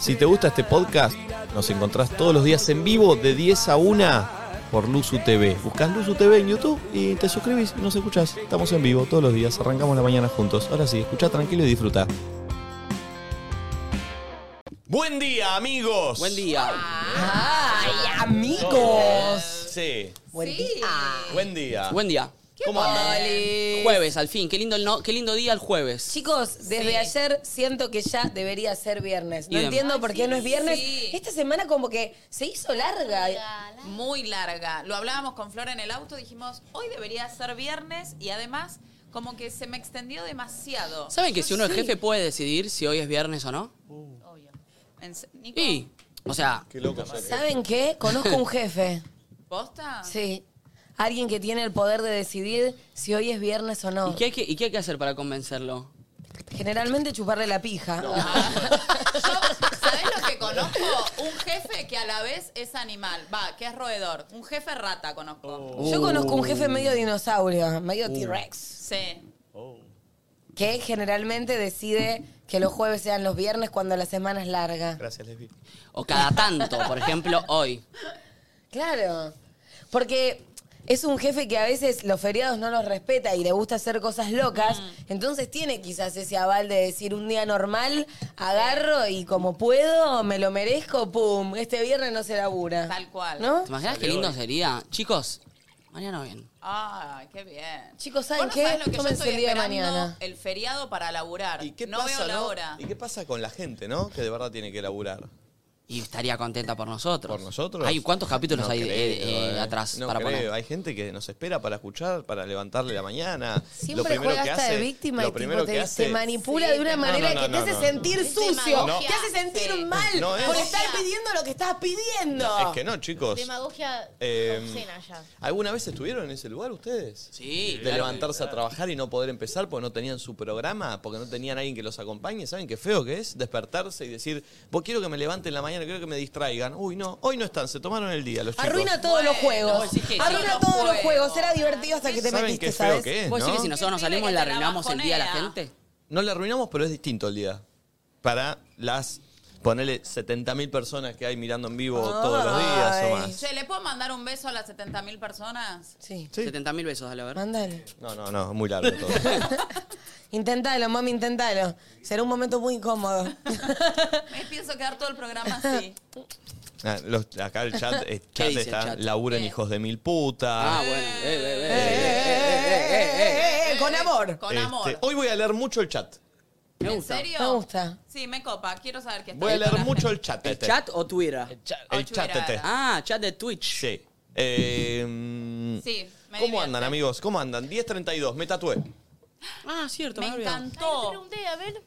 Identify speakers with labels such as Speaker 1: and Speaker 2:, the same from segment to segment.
Speaker 1: Si te gusta este podcast, nos encontrás todos los días en vivo de 10 a 1 por Luzu TV. Buscás Luzu TV en YouTube y te suscribís y nos escuchás. Estamos en vivo todos los días, arrancamos la mañana juntos. Ahora sí, escucha tranquilo y disfruta. Buen día, amigos.
Speaker 2: Buen día.
Speaker 3: ¡Ay, amigos!
Speaker 1: Sí.
Speaker 3: Buen día.
Speaker 1: Buen día.
Speaker 2: Buen día.
Speaker 1: ¿Cómo andan?
Speaker 2: Jueves, al fin. Qué lindo, el no- qué lindo día el jueves.
Speaker 4: Chicos, desde ayer siento que ya debería ser viernes. No
Speaker 2: Bien.
Speaker 4: entiendo por qué no es viernes.
Speaker 5: Sí.
Speaker 4: Esta semana como que se hizo larga.
Speaker 5: Muy larga. Lo hablábamos con Flora en el auto, dijimos, hoy debería ser viernes y además como que se me extendió demasiado.
Speaker 2: ¿Saben que si uno es
Speaker 4: Sí.
Speaker 2: jefe puede decidir si hoy es viernes o no?
Speaker 5: Uh. En se- Nico,
Speaker 2: Y, o sea,
Speaker 1: Qué loco.
Speaker 4: ¿Saben qué? Conozco un jefe.
Speaker 5: ¿posta?
Speaker 4: Sí. Alguien que tiene el poder de decidir si hoy es viernes o no.
Speaker 2: ¿y qué hay que, y qué hay que hacer para convencerlo?
Speaker 4: Generalmente chuparle la pija. Ah.
Speaker 5: Yo, ¿Sabés lo que conozco? Un jefe que a la vez es animal. Va, que es roedor. Un jefe rata conozco.
Speaker 1: Oh.
Speaker 4: Yo conozco un jefe medio dinosaurio, medio
Speaker 5: Uh.
Speaker 4: T-Rex,
Speaker 5: Sí.
Speaker 4: que generalmente decide que los jueves sean los viernes cuando la semana es larga.
Speaker 1: Gracias, Lesbi.
Speaker 2: O cada tanto, por ejemplo, hoy.
Speaker 4: Claro. Porque es un jefe que a veces los feriados no los respeta y le gusta hacer cosas locas.
Speaker 5: Mm.
Speaker 4: Entonces tiene quizás ese aval de decir un día normal, agarro y como puedo, me lo merezco, pum. Este viernes no se labura.
Speaker 5: Tal cual.
Speaker 4: ¿No?
Speaker 2: ¿Te imaginas qué lindo sería? Chicos, mañana bien.
Speaker 5: Ay, qué bien.
Speaker 4: Chicos, ¿saben
Speaker 5: Vos no
Speaker 4: qué?
Speaker 5: sabés lo que yo
Speaker 4: Tómense
Speaker 5: estoy
Speaker 4: el día de
Speaker 5: esperando
Speaker 4: mañana.
Speaker 5: El feriado para laburar.
Speaker 1: ¿Y qué
Speaker 5: no
Speaker 1: pasa,
Speaker 5: veo la
Speaker 1: no?
Speaker 5: hora.
Speaker 1: ¿Y qué pasa con la gente, no? Que de verdad tiene que laburar.
Speaker 2: Y estaría contenta por nosotros.
Speaker 1: ¿Por nosotros?
Speaker 2: Hay, ¿Cuántos capítulos
Speaker 1: No
Speaker 2: hay
Speaker 1: creo,
Speaker 2: eh, eh,
Speaker 1: eh.
Speaker 2: atrás
Speaker 1: No
Speaker 2: para
Speaker 1: creo.
Speaker 2: poner?
Speaker 1: Hay gente que nos espera para escuchar, para levantarle la mañana.
Speaker 4: Siempre
Speaker 1: lo primero
Speaker 4: juega
Speaker 1: que
Speaker 4: hasta
Speaker 1: hace,
Speaker 4: de víctima
Speaker 1: lo
Speaker 4: y tipo,
Speaker 1: primero
Speaker 4: te,
Speaker 1: que
Speaker 4: te
Speaker 1: hace,
Speaker 4: manipula
Speaker 5: Sí,
Speaker 4: de una
Speaker 5: te-
Speaker 1: No,
Speaker 4: manera
Speaker 1: no,
Speaker 4: que te
Speaker 1: no,
Speaker 4: hace
Speaker 1: no.
Speaker 4: sentir
Speaker 5: Es
Speaker 4: sucio,
Speaker 5: demagogia.
Speaker 4: te hace sentir
Speaker 5: Sí.
Speaker 4: mal
Speaker 1: No, es-
Speaker 4: por estar
Speaker 5: Demagogia.
Speaker 4: pidiendo lo que estás pidiendo.
Speaker 1: Es que no, chicos.
Speaker 6: Demagogia
Speaker 1: Eh,
Speaker 6: obscena ya.
Speaker 1: ¿Alguna vez estuvieron en ese lugar ustedes?
Speaker 2: Sí,
Speaker 1: De
Speaker 2: claro.
Speaker 1: levantarse a trabajar y no poder empezar porque no tenían su programa, porque no tenían alguien que los acompañe. ¿Saben qué feo que es? Despertarse y decir, vos quiero que me levanten en la mañana, quiero que me distraigan. Uy, no, hoy no están, se tomaron el día los chicos.
Speaker 4: Arruina todos los
Speaker 5: Bueno,
Speaker 4: juegos.
Speaker 2: vos decís que-
Speaker 4: Arruina
Speaker 5: Todos los
Speaker 4: todos los juegos.
Speaker 5: juegos.
Speaker 4: Era divertido hasta que te
Speaker 1: ¿Saben
Speaker 4: metiste,
Speaker 1: qué feo
Speaker 4: ¿sabes?
Speaker 1: que es?
Speaker 2: ¿Vos
Speaker 1: ¿no?
Speaker 2: decís que si nosotros nos
Speaker 5: Qué pibe
Speaker 2: salimos
Speaker 5: que
Speaker 2: le
Speaker 5: te la
Speaker 2: arruinamos el día a la
Speaker 5: bajonea.
Speaker 2: gente?
Speaker 1: No le arruinamos, pero es distinto el día. Para las, ponele, 70.000 personas que hay mirando en vivo todos los días o más.
Speaker 5: ¿Se le puedo mandar un beso a las 70.000 personas?
Speaker 4: Sí.
Speaker 1: Sí.
Speaker 2: 70.000 besos, dale a ver.
Speaker 4: Mándale.
Speaker 1: No, no, no, muy largo todo.
Speaker 4: Intentalo, mami, intentalo. Será un momento muy incómodo.
Speaker 5: Me Eh, pienso quedar todo el programa así.
Speaker 1: Ah, los- acá el chat, el chat
Speaker 2: dice el
Speaker 1: está,
Speaker 2: chat?
Speaker 1: laburen hijos de mil
Speaker 2: Ah,
Speaker 1: puta.
Speaker 2: bueno. Eh, eh, eh.
Speaker 4: Eh, eh, eh, eh, eh, con amor.
Speaker 5: Con amor.
Speaker 1: Este, hoy voy a leer mucho el chat.
Speaker 2: Me
Speaker 5: ¿En
Speaker 2: gusta.
Speaker 5: serio?
Speaker 4: Me gusta.
Speaker 5: Sí, me copa. Quiero saber qué está
Speaker 1: Voy a leer
Speaker 5: diciendo
Speaker 1: mucho
Speaker 5: la
Speaker 1: el chat.
Speaker 2: ¿El
Speaker 1: este.
Speaker 2: chat o Twitter?
Speaker 4: Oh,
Speaker 1: El
Speaker 5: Ocho
Speaker 1: chat. este.
Speaker 5: viradas.
Speaker 2: Ah, chat de Twitch.
Speaker 1: Sí. Eh,
Speaker 5: Sí, me
Speaker 1: ¿Cómo
Speaker 5: divierte.
Speaker 1: andan, amigos? ¿Cómo andan? 10.32, me tatué.
Speaker 2: Ah, cierto,
Speaker 5: gente. Me
Speaker 2: me había olvidado.
Speaker 6: Ay, no te
Speaker 5: encantó.
Speaker 6: pregunté, a ver.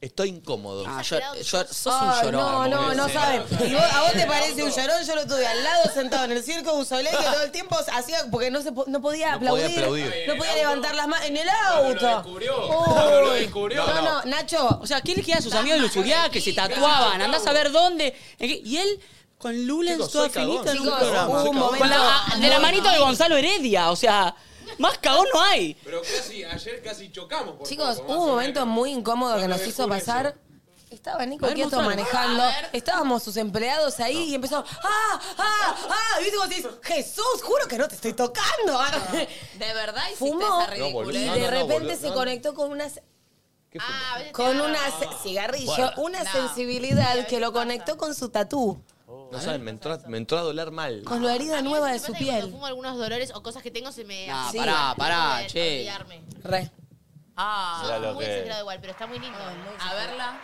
Speaker 1: Estoy incómodo.
Speaker 2: Ah, yo, yo, sos un
Speaker 4: Ay,
Speaker 2: llorón.
Speaker 4: Ah, no, no,
Speaker 2: boludo.
Speaker 4: no saben. Y vos- a vos te parece un llorón, yo lo tuve al lado sentado en el circo de un soleil que todo el tiempo hacía porque no se po- no podía
Speaker 1: No podía
Speaker 4: aplaudir.
Speaker 1: aplaudir.
Speaker 4: No podía levantar las manos en el auto. Oh.
Speaker 7: No lo descubrió.
Speaker 4: No, no, Nacho.
Speaker 2: O sea, ¿qué le queda a sus amigos de Luchuria que se tatuaban? Andás a ver dónde. en qué- Y él con Lula en
Speaker 1: Chicos,
Speaker 2: su
Speaker 1: soy cagón,
Speaker 2: finita en un
Speaker 1: soy
Speaker 2: programa.
Speaker 1: cagón, soy
Speaker 4: un
Speaker 1: cagón.
Speaker 4: momento.
Speaker 2: Con la-
Speaker 4: No,
Speaker 2: de la
Speaker 4: no,
Speaker 2: manito de Gonzalo Heredia. O sea, más cagón no hay.
Speaker 7: Pero casi, ayer casi chocamos. por
Speaker 4: Chicos,
Speaker 7: poco, más
Speaker 4: hubo un
Speaker 7: o
Speaker 4: momento
Speaker 7: menos.
Speaker 4: muy incómodo que
Speaker 7: Cuando
Speaker 4: nos hizo
Speaker 7: descubre
Speaker 4: pasar.
Speaker 7: eso.
Speaker 4: Estaba Nico
Speaker 2: A ver,
Speaker 4: quieto
Speaker 2: mostralo.
Speaker 4: manejando.
Speaker 5: A ver.
Speaker 4: Estábamos sus empleados ahí y empezó. ¡Ah! ¡Ah! ¡Ah! Y viste cómo se hizo, Jesús, juro que no te estoy tocando.
Speaker 5: Ah, ¿De verdad hiciste
Speaker 4: Fumó
Speaker 5: esa
Speaker 1: No, boludo.
Speaker 4: y
Speaker 5: ridiculez?
Speaker 1: No,
Speaker 4: de
Speaker 1: no,
Speaker 4: repente
Speaker 1: boludo,
Speaker 4: se
Speaker 1: no.
Speaker 4: conectó con unas
Speaker 6: Ah, a veces te
Speaker 4: con
Speaker 6: agarra.
Speaker 4: una ce- cigarrillo, una
Speaker 5: No.
Speaker 4: sensibilidad que lo conectó con su tatú,
Speaker 1: No saben, me entró, me entró a doler mal.
Speaker 4: con lo herida
Speaker 6: A mí
Speaker 4: nueva
Speaker 6: me
Speaker 4: de
Speaker 6: pasa
Speaker 4: su
Speaker 6: que Cuando
Speaker 4: piel.
Speaker 6: fumo algunos dolores o cosas que tengo se me.
Speaker 2: Nah,
Speaker 6: hace
Speaker 2: pará,
Speaker 6: olvidar,
Speaker 2: pará,
Speaker 6: de-
Speaker 2: che.
Speaker 6: olvidarme.
Speaker 4: Re.
Speaker 5: Ah,
Speaker 1: Mirá lo
Speaker 6: muy
Speaker 1: que-
Speaker 6: exagerado igual, pero está muy lindo.
Speaker 5: a verla.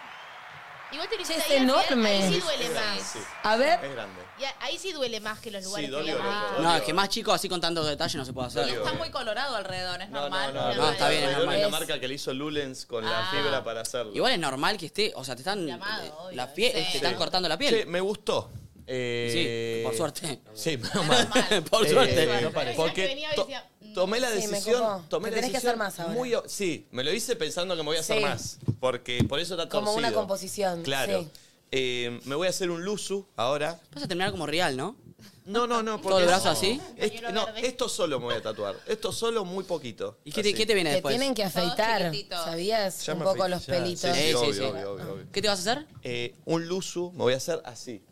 Speaker 6: Igual te
Speaker 4: Che, es
Speaker 6: ahí,
Speaker 4: enorme.
Speaker 6: Ahí sí duele más.
Speaker 4: A ver,
Speaker 1: Es grande.
Speaker 6: Y a- ahí sí duele más que los lugares que
Speaker 1: dolió,
Speaker 6: voy a-
Speaker 1: loco.
Speaker 2: No, es que más chico así con tantos detalles no se puede
Speaker 5: Y
Speaker 2: hacer.
Speaker 5: está muy colorado alrededor, es
Speaker 1: No, no,
Speaker 5: normal.
Speaker 1: no,
Speaker 2: Ah,
Speaker 6: no, está bien, es
Speaker 1: Dolor es la
Speaker 4: normal.
Speaker 1: marca que le hizo Lulens con la
Speaker 4: Ah.
Speaker 1: fibra para hacerlo.
Speaker 2: Igual es normal que esté, o sea, te están,
Speaker 6: Llamado,
Speaker 2: eh,
Speaker 6: obvio.
Speaker 2: la piel,
Speaker 5: Sí.
Speaker 2: te están
Speaker 1: Sí.
Speaker 2: cortando la
Speaker 1: Che,
Speaker 2: piel.
Speaker 1: me gustó. Eh,
Speaker 2: Sí, por suerte.
Speaker 1: Sí, menos mal.
Speaker 2: Por
Speaker 1: Eh,
Speaker 2: suerte.
Speaker 1: eh,
Speaker 6: parece.
Speaker 1: porque
Speaker 6: Venía y
Speaker 1: to-
Speaker 6: decía, mm.
Speaker 1: tomé la
Speaker 4: Sí, me
Speaker 1: decisión.
Speaker 4: copó.
Speaker 1: Tomé
Speaker 4: Te
Speaker 1: la
Speaker 4: tenés que
Speaker 1: decisión
Speaker 4: hacer más ahora.
Speaker 1: muy o- sí, me lo hice pensando que me voy a hacer
Speaker 4: Sí.
Speaker 1: más. Porque por eso está torcido.
Speaker 4: Como una composición,
Speaker 1: Claro.
Speaker 4: sí.
Speaker 1: Eh, me voy a hacer un luzu ahora.
Speaker 2: Vas a terminar como real, ¿no?
Speaker 1: No, no, no.
Speaker 2: ¿Todo el brazo así?
Speaker 1: Es- no, esto solo me voy a tatuar. Esto solo muy poquito.
Speaker 2: ¿Y qué te- qué te viene
Speaker 4: Te tienen que afeitar,
Speaker 5: chiquititos.
Speaker 4: ¿sabías?
Speaker 1: Ya
Speaker 4: Un
Speaker 1: me
Speaker 4: poco
Speaker 1: afeité,
Speaker 4: los
Speaker 1: ya.
Speaker 4: pelitos.
Speaker 1: Sí, sí,
Speaker 2: Sí, sí,
Speaker 1: obvio,
Speaker 2: sí.
Speaker 1: obvio, obvio, obvio.
Speaker 2: ¿Qué te vas a hacer?
Speaker 1: Eh, un luzu me voy a hacer así.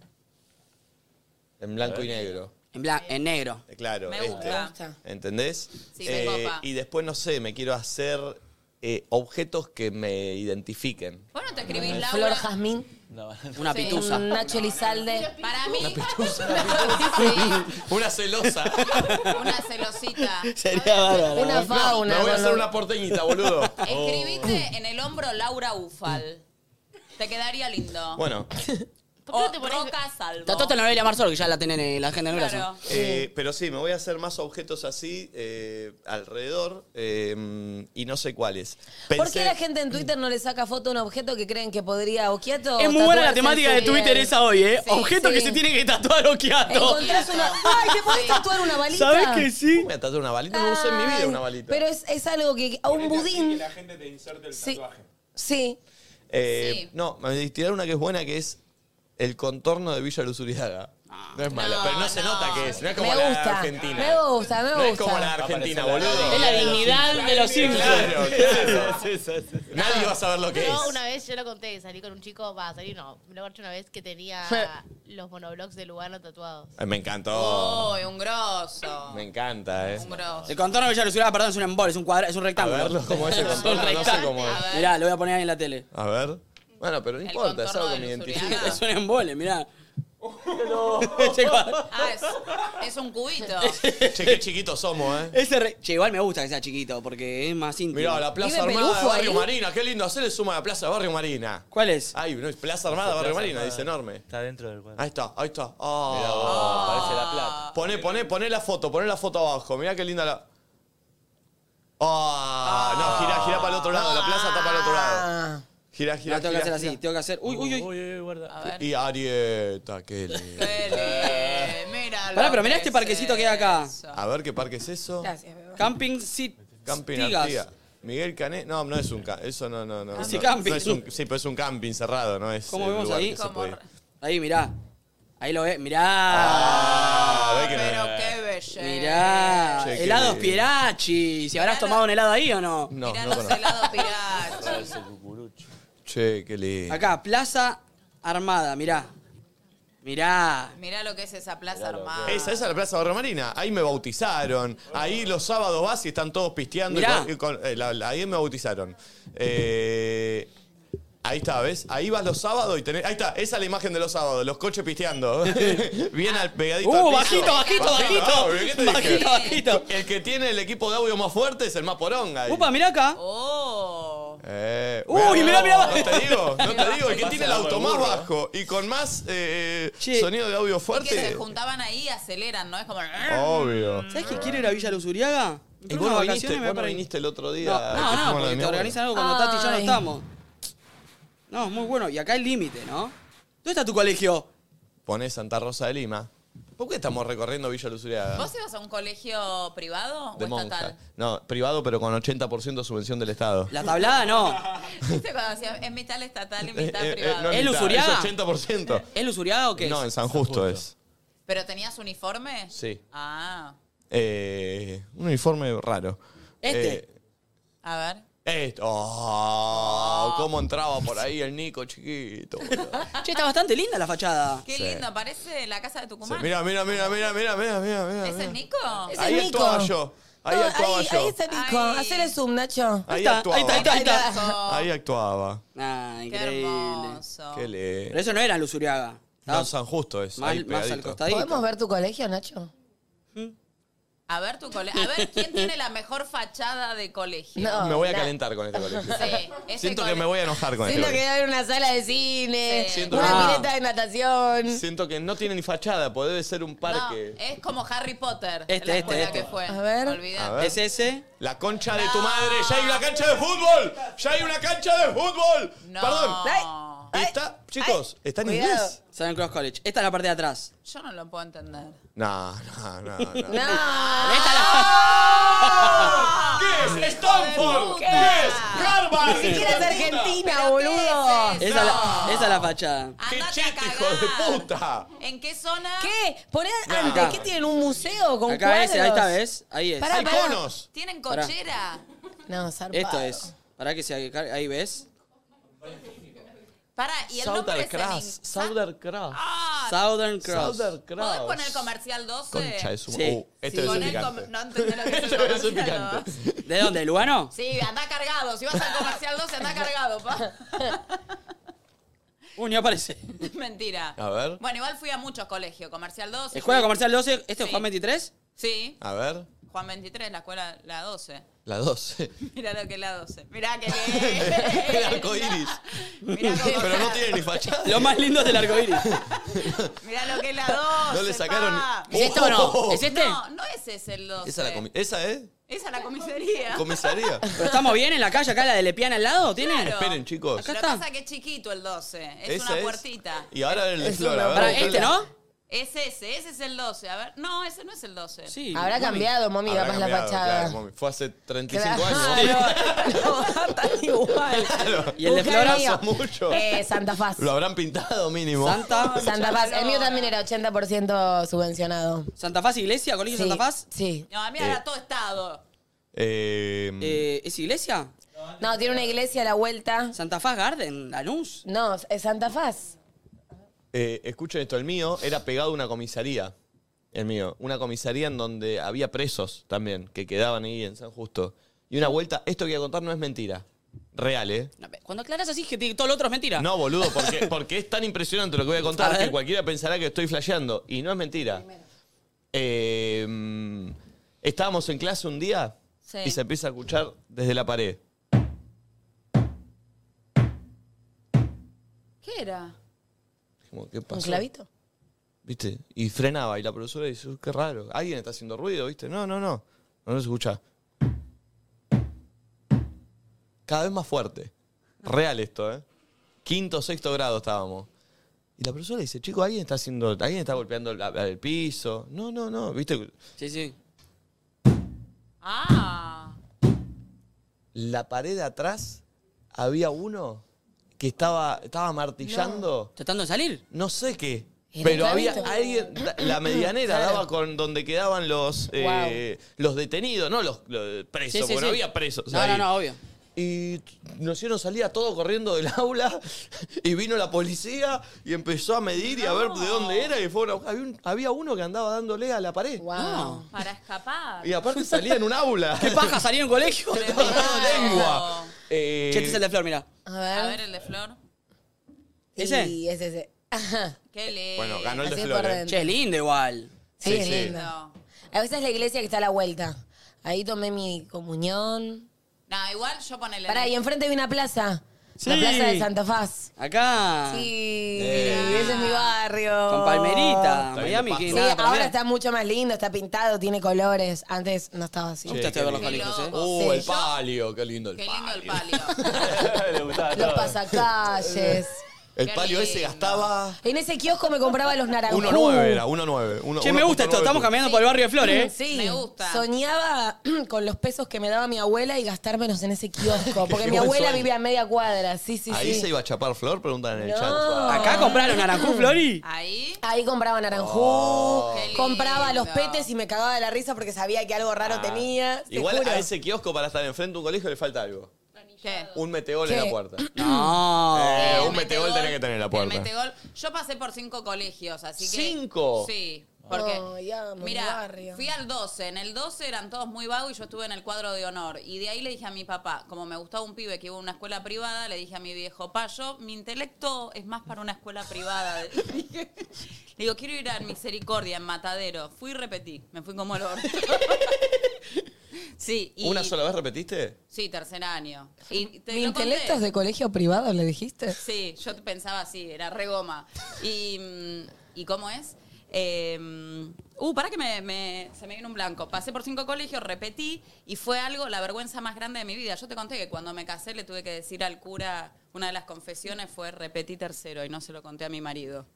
Speaker 1: En blanco y negro.
Speaker 2: En, blan- en negro.
Speaker 1: Eh, Claro,
Speaker 5: Me
Speaker 1: este.
Speaker 5: gusta.
Speaker 1: ¿Entendés? Eh,
Speaker 5: Sí, me copa.
Speaker 1: y después, no sé, me quiero hacer eh, objetos que me identifiquen.
Speaker 5: Bueno, te escribís
Speaker 4: Flor
Speaker 5: Laura.
Speaker 4: Jazmín,
Speaker 2: Una pitusa.
Speaker 4: un Nacho Elizalde.
Speaker 5: Para mí,
Speaker 1: Una celosa.
Speaker 5: una celosita.
Speaker 2: Sería bárbaro.
Speaker 4: Una fauna.
Speaker 1: me voy a
Speaker 4: con
Speaker 1: hacer
Speaker 4: los-
Speaker 1: una porteñita, boludo.
Speaker 5: Escribiste en el hombro Laura Ufal. Te quedaría lindo.
Speaker 1: Bueno,
Speaker 6: ¿Por qué
Speaker 5: o
Speaker 6: no te pones
Speaker 5: Roca Salvo.
Speaker 2: Tatuate la novela Marzolo, que ya la tienen en la agenda en el brazo.
Speaker 5: Claro.
Speaker 1: eh, pero sí, me voy a hacer más objetos así eh, alrededor eh, y no sé cuáles.
Speaker 4: ¿Por
Speaker 1: Pensé-
Speaker 4: qué la gente en Twitter no le saca foto a un objeto que creen que podría Okiato?
Speaker 2: Es muy buena la temática de Twitter esa hoy, ¿eh?
Speaker 4: Sí,
Speaker 2: Objeto que
Speaker 4: sí.
Speaker 2: se tiene que tatuar Okiato.
Speaker 4: Encontrás una. ¡Ay, te podés tatuar una balita!
Speaker 2: ¿Sabes que sí?
Speaker 1: Me tatué una balita, no usé en mi vida una balita.
Speaker 4: Pero es, es algo que a un
Speaker 7: Ponete así Que
Speaker 4: budín.
Speaker 7: la gente te inserte el
Speaker 4: Sí.
Speaker 7: tatuaje.
Speaker 4: Sí.
Speaker 1: Eh,
Speaker 5: Sí.
Speaker 1: No, me voy a tirar una que es buena, que es el contorno de Villa Luzuriaga. No es mala,
Speaker 5: Ah. No,
Speaker 1: pero no se
Speaker 5: no.
Speaker 1: nota que es. No es como
Speaker 4: Me
Speaker 1: la
Speaker 4: gusta.
Speaker 1: Argentina.
Speaker 4: Me gusta, me
Speaker 1: No es como la
Speaker 4: gusta.
Speaker 1: Argentina, boludo.
Speaker 2: Es la dignidad de los Simpsons.
Speaker 1: Claro, claro. Nadie va a saber lo que
Speaker 6: Yo
Speaker 1: es.
Speaker 6: una vez, yo lo conté, salí con un chico, va, salí no, me lo acuerdo una vez que tenía los monoblocks de Lugano tatuados.
Speaker 1: Ay, Me encantó.
Speaker 5: Oh, un grosso.
Speaker 1: Me encanta, eh.
Speaker 5: Un grosso.
Speaker 2: El contorno de Villalucía, perdón, es un embol, es un cuadra, es un
Speaker 1: A
Speaker 2: rectángulo.
Speaker 1: verlo como ese contorno, no sé cómo es.
Speaker 5: A ver.
Speaker 2: Mirá, lo voy a poner ahí en la tele.
Speaker 1: A ver. Bueno, pero no
Speaker 5: El
Speaker 1: importa, es
Speaker 5: contorno
Speaker 1: algo que me
Speaker 5: de
Speaker 1: identifica.
Speaker 5: Luzuriaga.
Speaker 2: Es un embole, mirá. Ese cuadro-
Speaker 5: Ah, es, es un cubito.
Speaker 1: Che, qué chiquitos somos, eh.
Speaker 2: Ese re- Che, igual me gusta que sea chiquito, porque es más íntimo.
Speaker 1: Mirá, la Plaza
Speaker 4: Vive
Speaker 1: Armada de
Speaker 4: Pelufo
Speaker 1: Barrio
Speaker 4: ahí.
Speaker 1: Marina. Qué lindo hacerle suma a la Plaza de Barrio Marina.
Speaker 2: ¿Cuál es?
Speaker 1: Ay, no, es Plaza Armada de Barrio Marina, dice enorme.
Speaker 8: Está dentro del cuadro.
Speaker 1: Ahí está, ahí está. Ah.
Speaker 8: Parece la plata.
Speaker 1: Poné, poné, poné la foto, poné la foto abajo. Mirá qué linda la. Ah, no, girá, girá para el otro lado. La plaza está para el otro lado.
Speaker 4: Ah.
Speaker 1: Girá, girá.
Speaker 2: No, tengo que
Speaker 1: girá,
Speaker 2: hacer así,
Speaker 1: girá.
Speaker 2: tengo que hacer. Uy, uy, uy.
Speaker 8: guarda.
Speaker 5: A ver.
Speaker 1: Y Arieta, qué lindo.
Speaker 5: Qué lindo. Mira.
Speaker 2: Pará,
Speaker 5: lo
Speaker 2: pero mirá este
Speaker 5: es
Speaker 2: parquecito que hay acá.
Speaker 5: eso.
Speaker 1: A ver qué parque es eso.
Speaker 4: Gracias, bebé.
Speaker 2: Camping City.
Speaker 1: Camping Artigas. Miguel Canet. No, no es un camping. Eso no, no, no.
Speaker 2: Ese
Speaker 1: no,
Speaker 2: Ah, camping.
Speaker 1: no es un- sí, pero es un camping cerrado, ¿no? Es
Speaker 2: ¿Cómo
Speaker 1: el
Speaker 2: vemos
Speaker 1: lugar
Speaker 2: ahí?
Speaker 1: que se
Speaker 5: Como-
Speaker 1: puede ir.
Speaker 2: Ahí, mirá. Ahí lo ves, mirá.
Speaker 1: Ah, ve que no-
Speaker 5: Pero qué belleza.
Speaker 2: Mirá,
Speaker 1: Che, qué
Speaker 2: helados
Speaker 1: lindo.
Speaker 2: Pierachi. ¿Si habrás tomado un helado ahí o no?
Speaker 1: No,
Speaker 5: Mirá
Speaker 1: no
Speaker 5: los
Speaker 1: conozco.
Speaker 5: helados pirachos.
Speaker 1: Che, qué lindo.
Speaker 2: Acá, Plaza Armada, mirá. Mirá.
Speaker 5: Mirá lo que es esa plaza armada.
Speaker 1: Ah. Esa, esa es la Plaza Barrio Marina. Ahí me bautizaron. Ahí los sábados vas y están todos pisteando. y
Speaker 2: Mirá.
Speaker 1: con- y con- eh, la- la- ahí me bautizaron. Eh, ahí está, ¿ves? Ahí vas los sábados y tenés. Ahí está, esa es la imagen de los sábados, los coches pisteando. Bien al pegadito. al
Speaker 2: Uh,
Speaker 1: piso.
Speaker 2: bajito, bajito,
Speaker 1: ah,
Speaker 2: bajito.
Speaker 1: ¿qué te dije?
Speaker 2: Bajito, bajito.
Speaker 1: El que tiene el equipo de audio más fuerte es el más poronga. ahí.
Speaker 2: Upa, mirá acá.
Speaker 5: Oh.
Speaker 1: Eh,
Speaker 2: Uy, mirá, mirá.
Speaker 1: No te digo, no te digo. El que tiene el auto más bajo y con más eh,
Speaker 2: Che.
Speaker 1: sonido de audio
Speaker 5: Es que
Speaker 1: fuerte.
Speaker 5: se juntaban ahí y aceleran, ¿no? Es como. Mm.
Speaker 1: Obvio.
Speaker 2: ¿Sabés que quiero ir a Villa Luzuriaga?
Speaker 1: Y
Speaker 2: En
Speaker 1: vos no viniste,
Speaker 2: vacaciones me voy
Speaker 1: vos no
Speaker 2: para ahí.
Speaker 1: viniste el otro día.
Speaker 2: No,
Speaker 1: que
Speaker 2: no,
Speaker 1: fuimos
Speaker 2: no,
Speaker 1: a la de
Speaker 2: porque
Speaker 1: mi
Speaker 2: te
Speaker 1: abuela.
Speaker 2: organizan algo cuando Tati y yo no
Speaker 4: Ay.
Speaker 2: estamos. No, es muy bueno. Y acá el límite, ¿no? ¿Dónde está tu colegio?
Speaker 1: Ponés Santa Rosa de Lima. ¿Por qué estamos recorriendo Villa Luzuriaga?
Speaker 5: ¿Vos ibas a un colegio privado
Speaker 1: de
Speaker 5: o estatal?
Speaker 1: monja. No, privado, pero con 80% subvención del Estado.
Speaker 2: La tablada no.
Speaker 5: ¿Viste cuando decía es mitad estatal y mitad
Speaker 1: Eh, eh, eh,
Speaker 5: privado?
Speaker 1: no
Speaker 2: ¿Es
Speaker 1: mitad,
Speaker 2: Luzuriaga?
Speaker 1: Es 80%.
Speaker 2: ¿Es Luzuriaga o qué? es?
Speaker 1: No, en San Justo es.
Speaker 5: ¿Pero tenías uniforme?
Speaker 1: Sí.
Speaker 5: Ah,
Speaker 1: Eh, un uniforme raro.
Speaker 2: Este.
Speaker 1: Eh,
Speaker 5: a ver.
Speaker 1: esto. Oh, ¿Cómo entraba por ahí el Nico chiquito? boludo.
Speaker 2: Che, está bastante linda la fachada.
Speaker 5: Qué
Speaker 1: Sí.
Speaker 5: lindo, parece la casa de
Speaker 1: Sí,
Speaker 5: Tucumán.
Speaker 1: mira, mira, mira, mira, mira, mira, mira, mira.
Speaker 5: ¿Es el Nico?
Speaker 4: Ese
Speaker 1: Ahí
Speaker 4: es Nico.
Speaker 1: actuaba yo. Ahí
Speaker 4: No,
Speaker 1: actuaba
Speaker 4: ahí,
Speaker 1: yo.
Speaker 4: ahí está Nico.
Speaker 5: Ay.
Speaker 4: Hacele zoom, Nacho.
Speaker 1: Ahí
Speaker 2: está,
Speaker 1: actuaba.
Speaker 2: ahí está, ahí está, ahí está.
Speaker 5: Hermoso.
Speaker 1: Ahí actuaba.
Speaker 2: Ah,
Speaker 5: Qué
Speaker 2: increíble.
Speaker 5: hermoso.
Speaker 1: Qué
Speaker 2: Pero
Speaker 1: le...
Speaker 2: eso no era Luzuriaga.
Speaker 1: No,
Speaker 2: Estaba
Speaker 1: San Justo es.
Speaker 2: más,
Speaker 1: ahí
Speaker 2: más al
Speaker 1: pegadito.
Speaker 4: ¿Podemos
Speaker 2: costadito.
Speaker 4: ver tu colegio, Nacho?
Speaker 5: A ver tu cole... A ver quién tiene la mejor fachada de colegio.
Speaker 4: No.
Speaker 1: Me voy a
Speaker 4: na-
Speaker 1: calentar con este colegio.
Speaker 5: Sí, ese
Speaker 1: Siento que
Speaker 5: cole-
Speaker 1: me voy a enojar con este
Speaker 4: Siento que
Speaker 1: colegio.
Speaker 4: debe haber una sala de cine,
Speaker 5: Sí. Siento
Speaker 1: que-
Speaker 4: una pileta de natación.
Speaker 1: Siento que no tiene ni fachada, puede debe ser un
Speaker 5: No,
Speaker 1: parque.
Speaker 5: es como Harry Potter.
Speaker 2: Este,
Speaker 5: la
Speaker 2: este,
Speaker 5: escuela
Speaker 2: este.
Speaker 5: que fue.
Speaker 4: A ver.
Speaker 5: Olvidate.
Speaker 1: A ver.
Speaker 2: ¿Es ese?
Speaker 1: La concha de tu madre, ya hay una cancha de fútbol. Ya hay una cancha de fútbol.
Speaker 5: No.
Speaker 1: Ah. Perdón.
Speaker 4: Ay.
Speaker 1: Está, chicos, está en inglés.
Speaker 9: Southern Cross College. Esta es la parte de atrás.
Speaker 5: Yo no lo puedo entender.
Speaker 1: No, no, no, no. Ah,
Speaker 7: ¿Qué es Stanford? ¿Qué es Harvard?
Speaker 4: Ni siquiera es Argentina, boludo.
Speaker 9: Esa es la, esa es la fachada.
Speaker 1: ¡Qué cheto, hijo de puta!
Speaker 5: ¿En qué zona?
Speaker 4: ¿Qué? ¿Poné
Speaker 1: Nah.
Speaker 5: Ah,
Speaker 4: antes? ¿Qué tienen? ¿Un museo con
Speaker 9: Acá es,
Speaker 4: cuadros?
Speaker 9: ahí está, ¿ves? Ahí es.
Speaker 4: Pará,
Speaker 1: ¡Hay
Speaker 4: pará.
Speaker 1: conos!
Speaker 5: ¿Tienen
Speaker 9: Pará.
Speaker 5: cochera?
Speaker 4: No, zarpado.
Speaker 9: Esto es. Para que se agarre- ahí ves.
Speaker 5: Para, y el nombre es en ing-
Speaker 1: Cross.
Speaker 5: Ah,
Speaker 9: Southern Cross.
Speaker 5: ¿Podés poner comercial 12?
Speaker 1: Concha de su...
Speaker 9: Sí.
Speaker 1: Uh, esto debe ser
Speaker 5: Poner
Speaker 1: picante.
Speaker 5: com- No entendés lo que es el
Speaker 1: Esto debe ser
Speaker 5: comercial
Speaker 1: picante.
Speaker 5: 12.
Speaker 9: ¿De dónde? ¿Lugano?
Speaker 5: Sí, anda cargado. Si vas al comercial 12, anda cargado, pa.
Speaker 9: Uh, ni aparece.
Speaker 5: Mentira.
Speaker 1: A ver.
Speaker 5: Bueno, igual fui a muchos colegios. Comercial 12.
Speaker 9: Escuela Comercial 12, ¿este es
Speaker 5: Sí.
Speaker 9: Juan 23?
Speaker 5: Sí,
Speaker 1: A ver,
Speaker 5: Juan 23, la escuela, la 12.
Speaker 1: la 12.
Speaker 5: Mirá lo que es la 12. Mirá que
Speaker 1: El arco iris.
Speaker 5: Mirá, cómo-
Speaker 1: Pero no tiene ni fachada.
Speaker 9: Lo más lindo es el arco iris.
Speaker 5: mirá lo que es la 12.
Speaker 1: No le sacaron.
Speaker 5: pa.
Speaker 1: ni-
Speaker 9: ¿Es esto o no?
Speaker 1: ¡Oh!
Speaker 9: ¿Es este?
Speaker 5: No, no ese es el 12.
Speaker 1: Esa, la comi- ¿Esa es?
Speaker 5: Esa es la comisaría.
Speaker 1: ¿Comisaría?
Speaker 9: ¿Pero estamos bien en la calle acá, la de Lepiana al lado? ¿Tiene?
Speaker 5: Claro.
Speaker 1: Esperen, chicos.
Speaker 9: Acá
Speaker 5: Lo que
Speaker 9: está.
Speaker 5: pasa es que es chiquito el 12. Es
Speaker 1: Esa
Speaker 5: una puertita.
Speaker 1: Y ahora el de
Speaker 4: Es
Speaker 1: Flora.
Speaker 4: una-
Speaker 1: a ver,
Speaker 9: Pará,
Speaker 1: buscala.
Speaker 9: ¿Este no?
Speaker 5: Es ese, ese es el 12. A ver, no, ese no es el 12.
Speaker 9: Sí.
Speaker 4: Habrá
Speaker 9: mami.
Speaker 4: cambiado, mami,
Speaker 1: Habrá
Speaker 4: capaz la
Speaker 1: cambiado,
Speaker 4: fachada.
Speaker 1: claro, mami. Fue hace 35 años.
Speaker 4: Claro. No, tan igual.
Speaker 1: Claro.
Speaker 9: ¿Y el de
Speaker 4: Buscar
Speaker 9: Flora?
Speaker 4: mío.
Speaker 1: Son mucho.
Speaker 4: Eh, Santa Faz.
Speaker 1: Lo habrán pintado mínimo.
Speaker 9: Santa.
Speaker 4: Santa Faz. El mío también era 80% subvencionado.
Speaker 9: Santa Faz Iglesia, Colegio
Speaker 4: Sí,
Speaker 9: Santa Faz.
Speaker 4: Sí.
Speaker 5: No, a mí
Speaker 1: Eh.
Speaker 5: ahora todo estado.
Speaker 1: Eh,
Speaker 9: Eh, ¿Es Iglesia?
Speaker 4: No, tiene una iglesia a la vuelta.
Speaker 9: Santa Faz Garden, Lanús.
Speaker 4: No, es Santa Faz.
Speaker 1: eh, escuchen esto, el mío era pegado a una comisaría. El mío. Una comisaría en donde había presos también, que quedaban ahí en San Justo. Y una vuelta, esto que voy a contar no es mentira. Real, ¿eh?
Speaker 9: Cuando aclaras así, que te- todo lo otro es mentira.
Speaker 1: No, boludo, porque, porque es tan impresionante lo que voy a contar
Speaker 9: A ver.
Speaker 1: que cualquiera pensará que estoy flasheando. Y no es mentira. Eh, mm, estábamos en clase un día
Speaker 5: Sí.
Speaker 1: y se empieza a escuchar desde la pared.
Speaker 5: ¿Qué era?
Speaker 1: Como, ¿Qué pasó?
Speaker 4: ¿Un clavito?
Speaker 1: ¿Viste? Y frenaba y la profesora dice, "Uh, qué raro, alguien está haciendo ruido, ¿viste? No, no, no, no, no se escucha. Cada vez más fuerte. Real esto, ¿eh? Quinto, sexto grado estábamos. Y la profesora dice, chico, alguien está haciendo, alguien está golpeando la- la- el piso. No, no, no, ¿viste?
Speaker 9: Sí, sí.
Speaker 5: Ah.
Speaker 1: La pared de atrás había uno que estaba, estaba martillando,
Speaker 9: ¿Tratando de salir?
Speaker 1: no, sé qué.
Speaker 4: Era
Speaker 1: Pero
Speaker 4: un
Speaker 1: había
Speaker 4: clavito.
Speaker 1: alguien, la medianera
Speaker 4: Claro.
Speaker 1: daba con donde quedaban los, eh, los detenidos, no los, los presos,
Speaker 9: Sí, sí,
Speaker 1: porque no
Speaker 9: sí.
Speaker 1: había presos.
Speaker 9: No,
Speaker 1: ahí.
Speaker 9: no, no, obvio.
Speaker 1: Y t- nos hicieron salir a todo corriendo del aula y vino la policía y empezó a medir y a ver de dónde era y fueron a buscar. había, un- había uno que andaba dándole a la pared. Ah.
Speaker 4: Wow.
Speaker 9: Ah.
Speaker 3: Ah.
Speaker 5: Para escapar.
Speaker 1: Y aparte salía en un aula.
Speaker 9: ¿Qué paja salir en colegio?
Speaker 1: Estaba dando lengua. Eh,
Speaker 9: Che, este es el de Flor, mira.
Speaker 4: A
Speaker 5: A
Speaker 4: ver.
Speaker 5: ver el de Flor.
Speaker 9: ¿Ese?
Speaker 4: Y es ese. Ajá.
Speaker 5: Qué
Speaker 4: Eh,
Speaker 5: lindo.
Speaker 1: Bueno, ganó el de
Speaker 4: Así por
Speaker 1: Flores.
Speaker 4: dentro.
Speaker 9: Che, lindo igual.
Speaker 4: Sí,
Speaker 1: Sí,
Speaker 4: es
Speaker 1: sí.
Speaker 4: lindo.
Speaker 5: No.
Speaker 4: A veces es la iglesia que está a la vuelta. Ahí tomé mi comunión.
Speaker 5: No, igual yo ponele.
Speaker 4: Pará, y enfrente vi una plaza. La
Speaker 9: Sí.
Speaker 4: plaza de Santa Faz.
Speaker 9: Acá.
Speaker 4: Sí,
Speaker 1: Eh.
Speaker 4: ese es mi barrio.
Speaker 9: Con palmerita.
Speaker 1: Está bien,
Speaker 9: Miami, que
Speaker 1: pasa.
Speaker 4: Sí,
Speaker 9: nada para
Speaker 4: ahora
Speaker 9: mirar.
Speaker 4: está mucho más lindo, está pintado, tiene colores. Antes no estaba así.
Speaker 9: Me gusta
Speaker 1: Che,
Speaker 9: esto de ver los
Speaker 1: qué
Speaker 9: colegios,
Speaker 5: lindo.
Speaker 9: ¿eh?
Speaker 1: Uh,
Speaker 4: Sí.
Speaker 1: el palio, qué lindo el
Speaker 5: Qué
Speaker 1: palio.
Speaker 5: lindo el palio.
Speaker 8: Le gustaba
Speaker 4: Los
Speaker 8: todo.
Speaker 4: pasacalles.
Speaker 1: El
Speaker 5: Qué
Speaker 1: palio ese
Speaker 5: lindo.
Speaker 1: gastaba
Speaker 4: En ese kiosco me compraba los naranjos.
Speaker 1: 1.9 era, 1.9. uno-
Speaker 9: Uh. Che, me
Speaker 1: 1.9.
Speaker 9: gusta esto. Estamos caminando por el barrio de Flor, ¿eh?
Speaker 4: Sí,
Speaker 5: Me gusta.
Speaker 4: Soñaba con los pesos que me daba mi abuela y gastármelos en ese kiosco. Porque
Speaker 1: Qué
Speaker 4: mi
Speaker 1: buen
Speaker 4: abuela
Speaker 1: sueño.
Speaker 4: vivía a media cuadra. Sí, sí,
Speaker 1: Ahí
Speaker 4: sí.
Speaker 1: se iba a chapar flor, preguntan en el
Speaker 4: No.
Speaker 1: chat.
Speaker 9: eh. Acá compraron naranjú, Flori.
Speaker 1: Ah.
Speaker 5: Ahí.
Speaker 4: Ahí compraba naranjú,
Speaker 1: Oh.
Speaker 5: qué lindo.
Speaker 4: compraba los petes y me cagaba de la risa porque sabía que algo raro tenía. te
Speaker 1: Ah. Igual
Speaker 4: juro.
Speaker 1: a ese kiosco para estar enfrente de un colegio le falta algo.
Speaker 5: ¿Qué?
Speaker 1: Un meteor en
Speaker 4: ¿Qué?
Speaker 1: la puerta.
Speaker 9: No.
Speaker 1: Eh,
Speaker 5: El
Speaker 1: un metegol tenés que tener en la
Speaker 5: el
Speaker 1: puerta.
Speaker 5: metegol. Yo pasé por cinco colegios, así que.
Speaker 1: ¿Cinco?
Speaker 5: Sí. Porque,
Speaker 4: Ay, amo mi
Speaker 5: mira,
Speaker 4: barrio.
Speaker 5: fui al 12. En el 12 eran todos muy vagos y yo estuve en el cuadro de honor. Y de ahí le dije a mi papá, como me gustaba un pibe que iba a una escuela privada, le dije a mi viejo, pa, yo, mi intelecto es más para una escuela privada. Le digo, quiero ir a Misericordia, en Matadero. Fui y repetí. Me fui como el orto. sí. y-
Speaker 1: ¿Una sola vez repetiste?
Speaker 5: Sí, tercer año. Y te
Speaker 4: ¿Mi
Speaker 5: lo
Speaker 4: intelecto
Speaker 5: conté.
Speaker 4: es de colegio privado, le dijiste?
Speaker 5: Sí, yo pensaba así, era regoma. Y, mm, ¿y cómo es? Eh, uh, para que me, me- se me vino un blanco. Pasé por cinco colegios, repetí y fue algo, la vergüenza más grande de mi vida. Yo te conté que cuando me casé le tuve que decir al cura, una de las confesiones fue repetí tercero y no se lo conté a mi marido.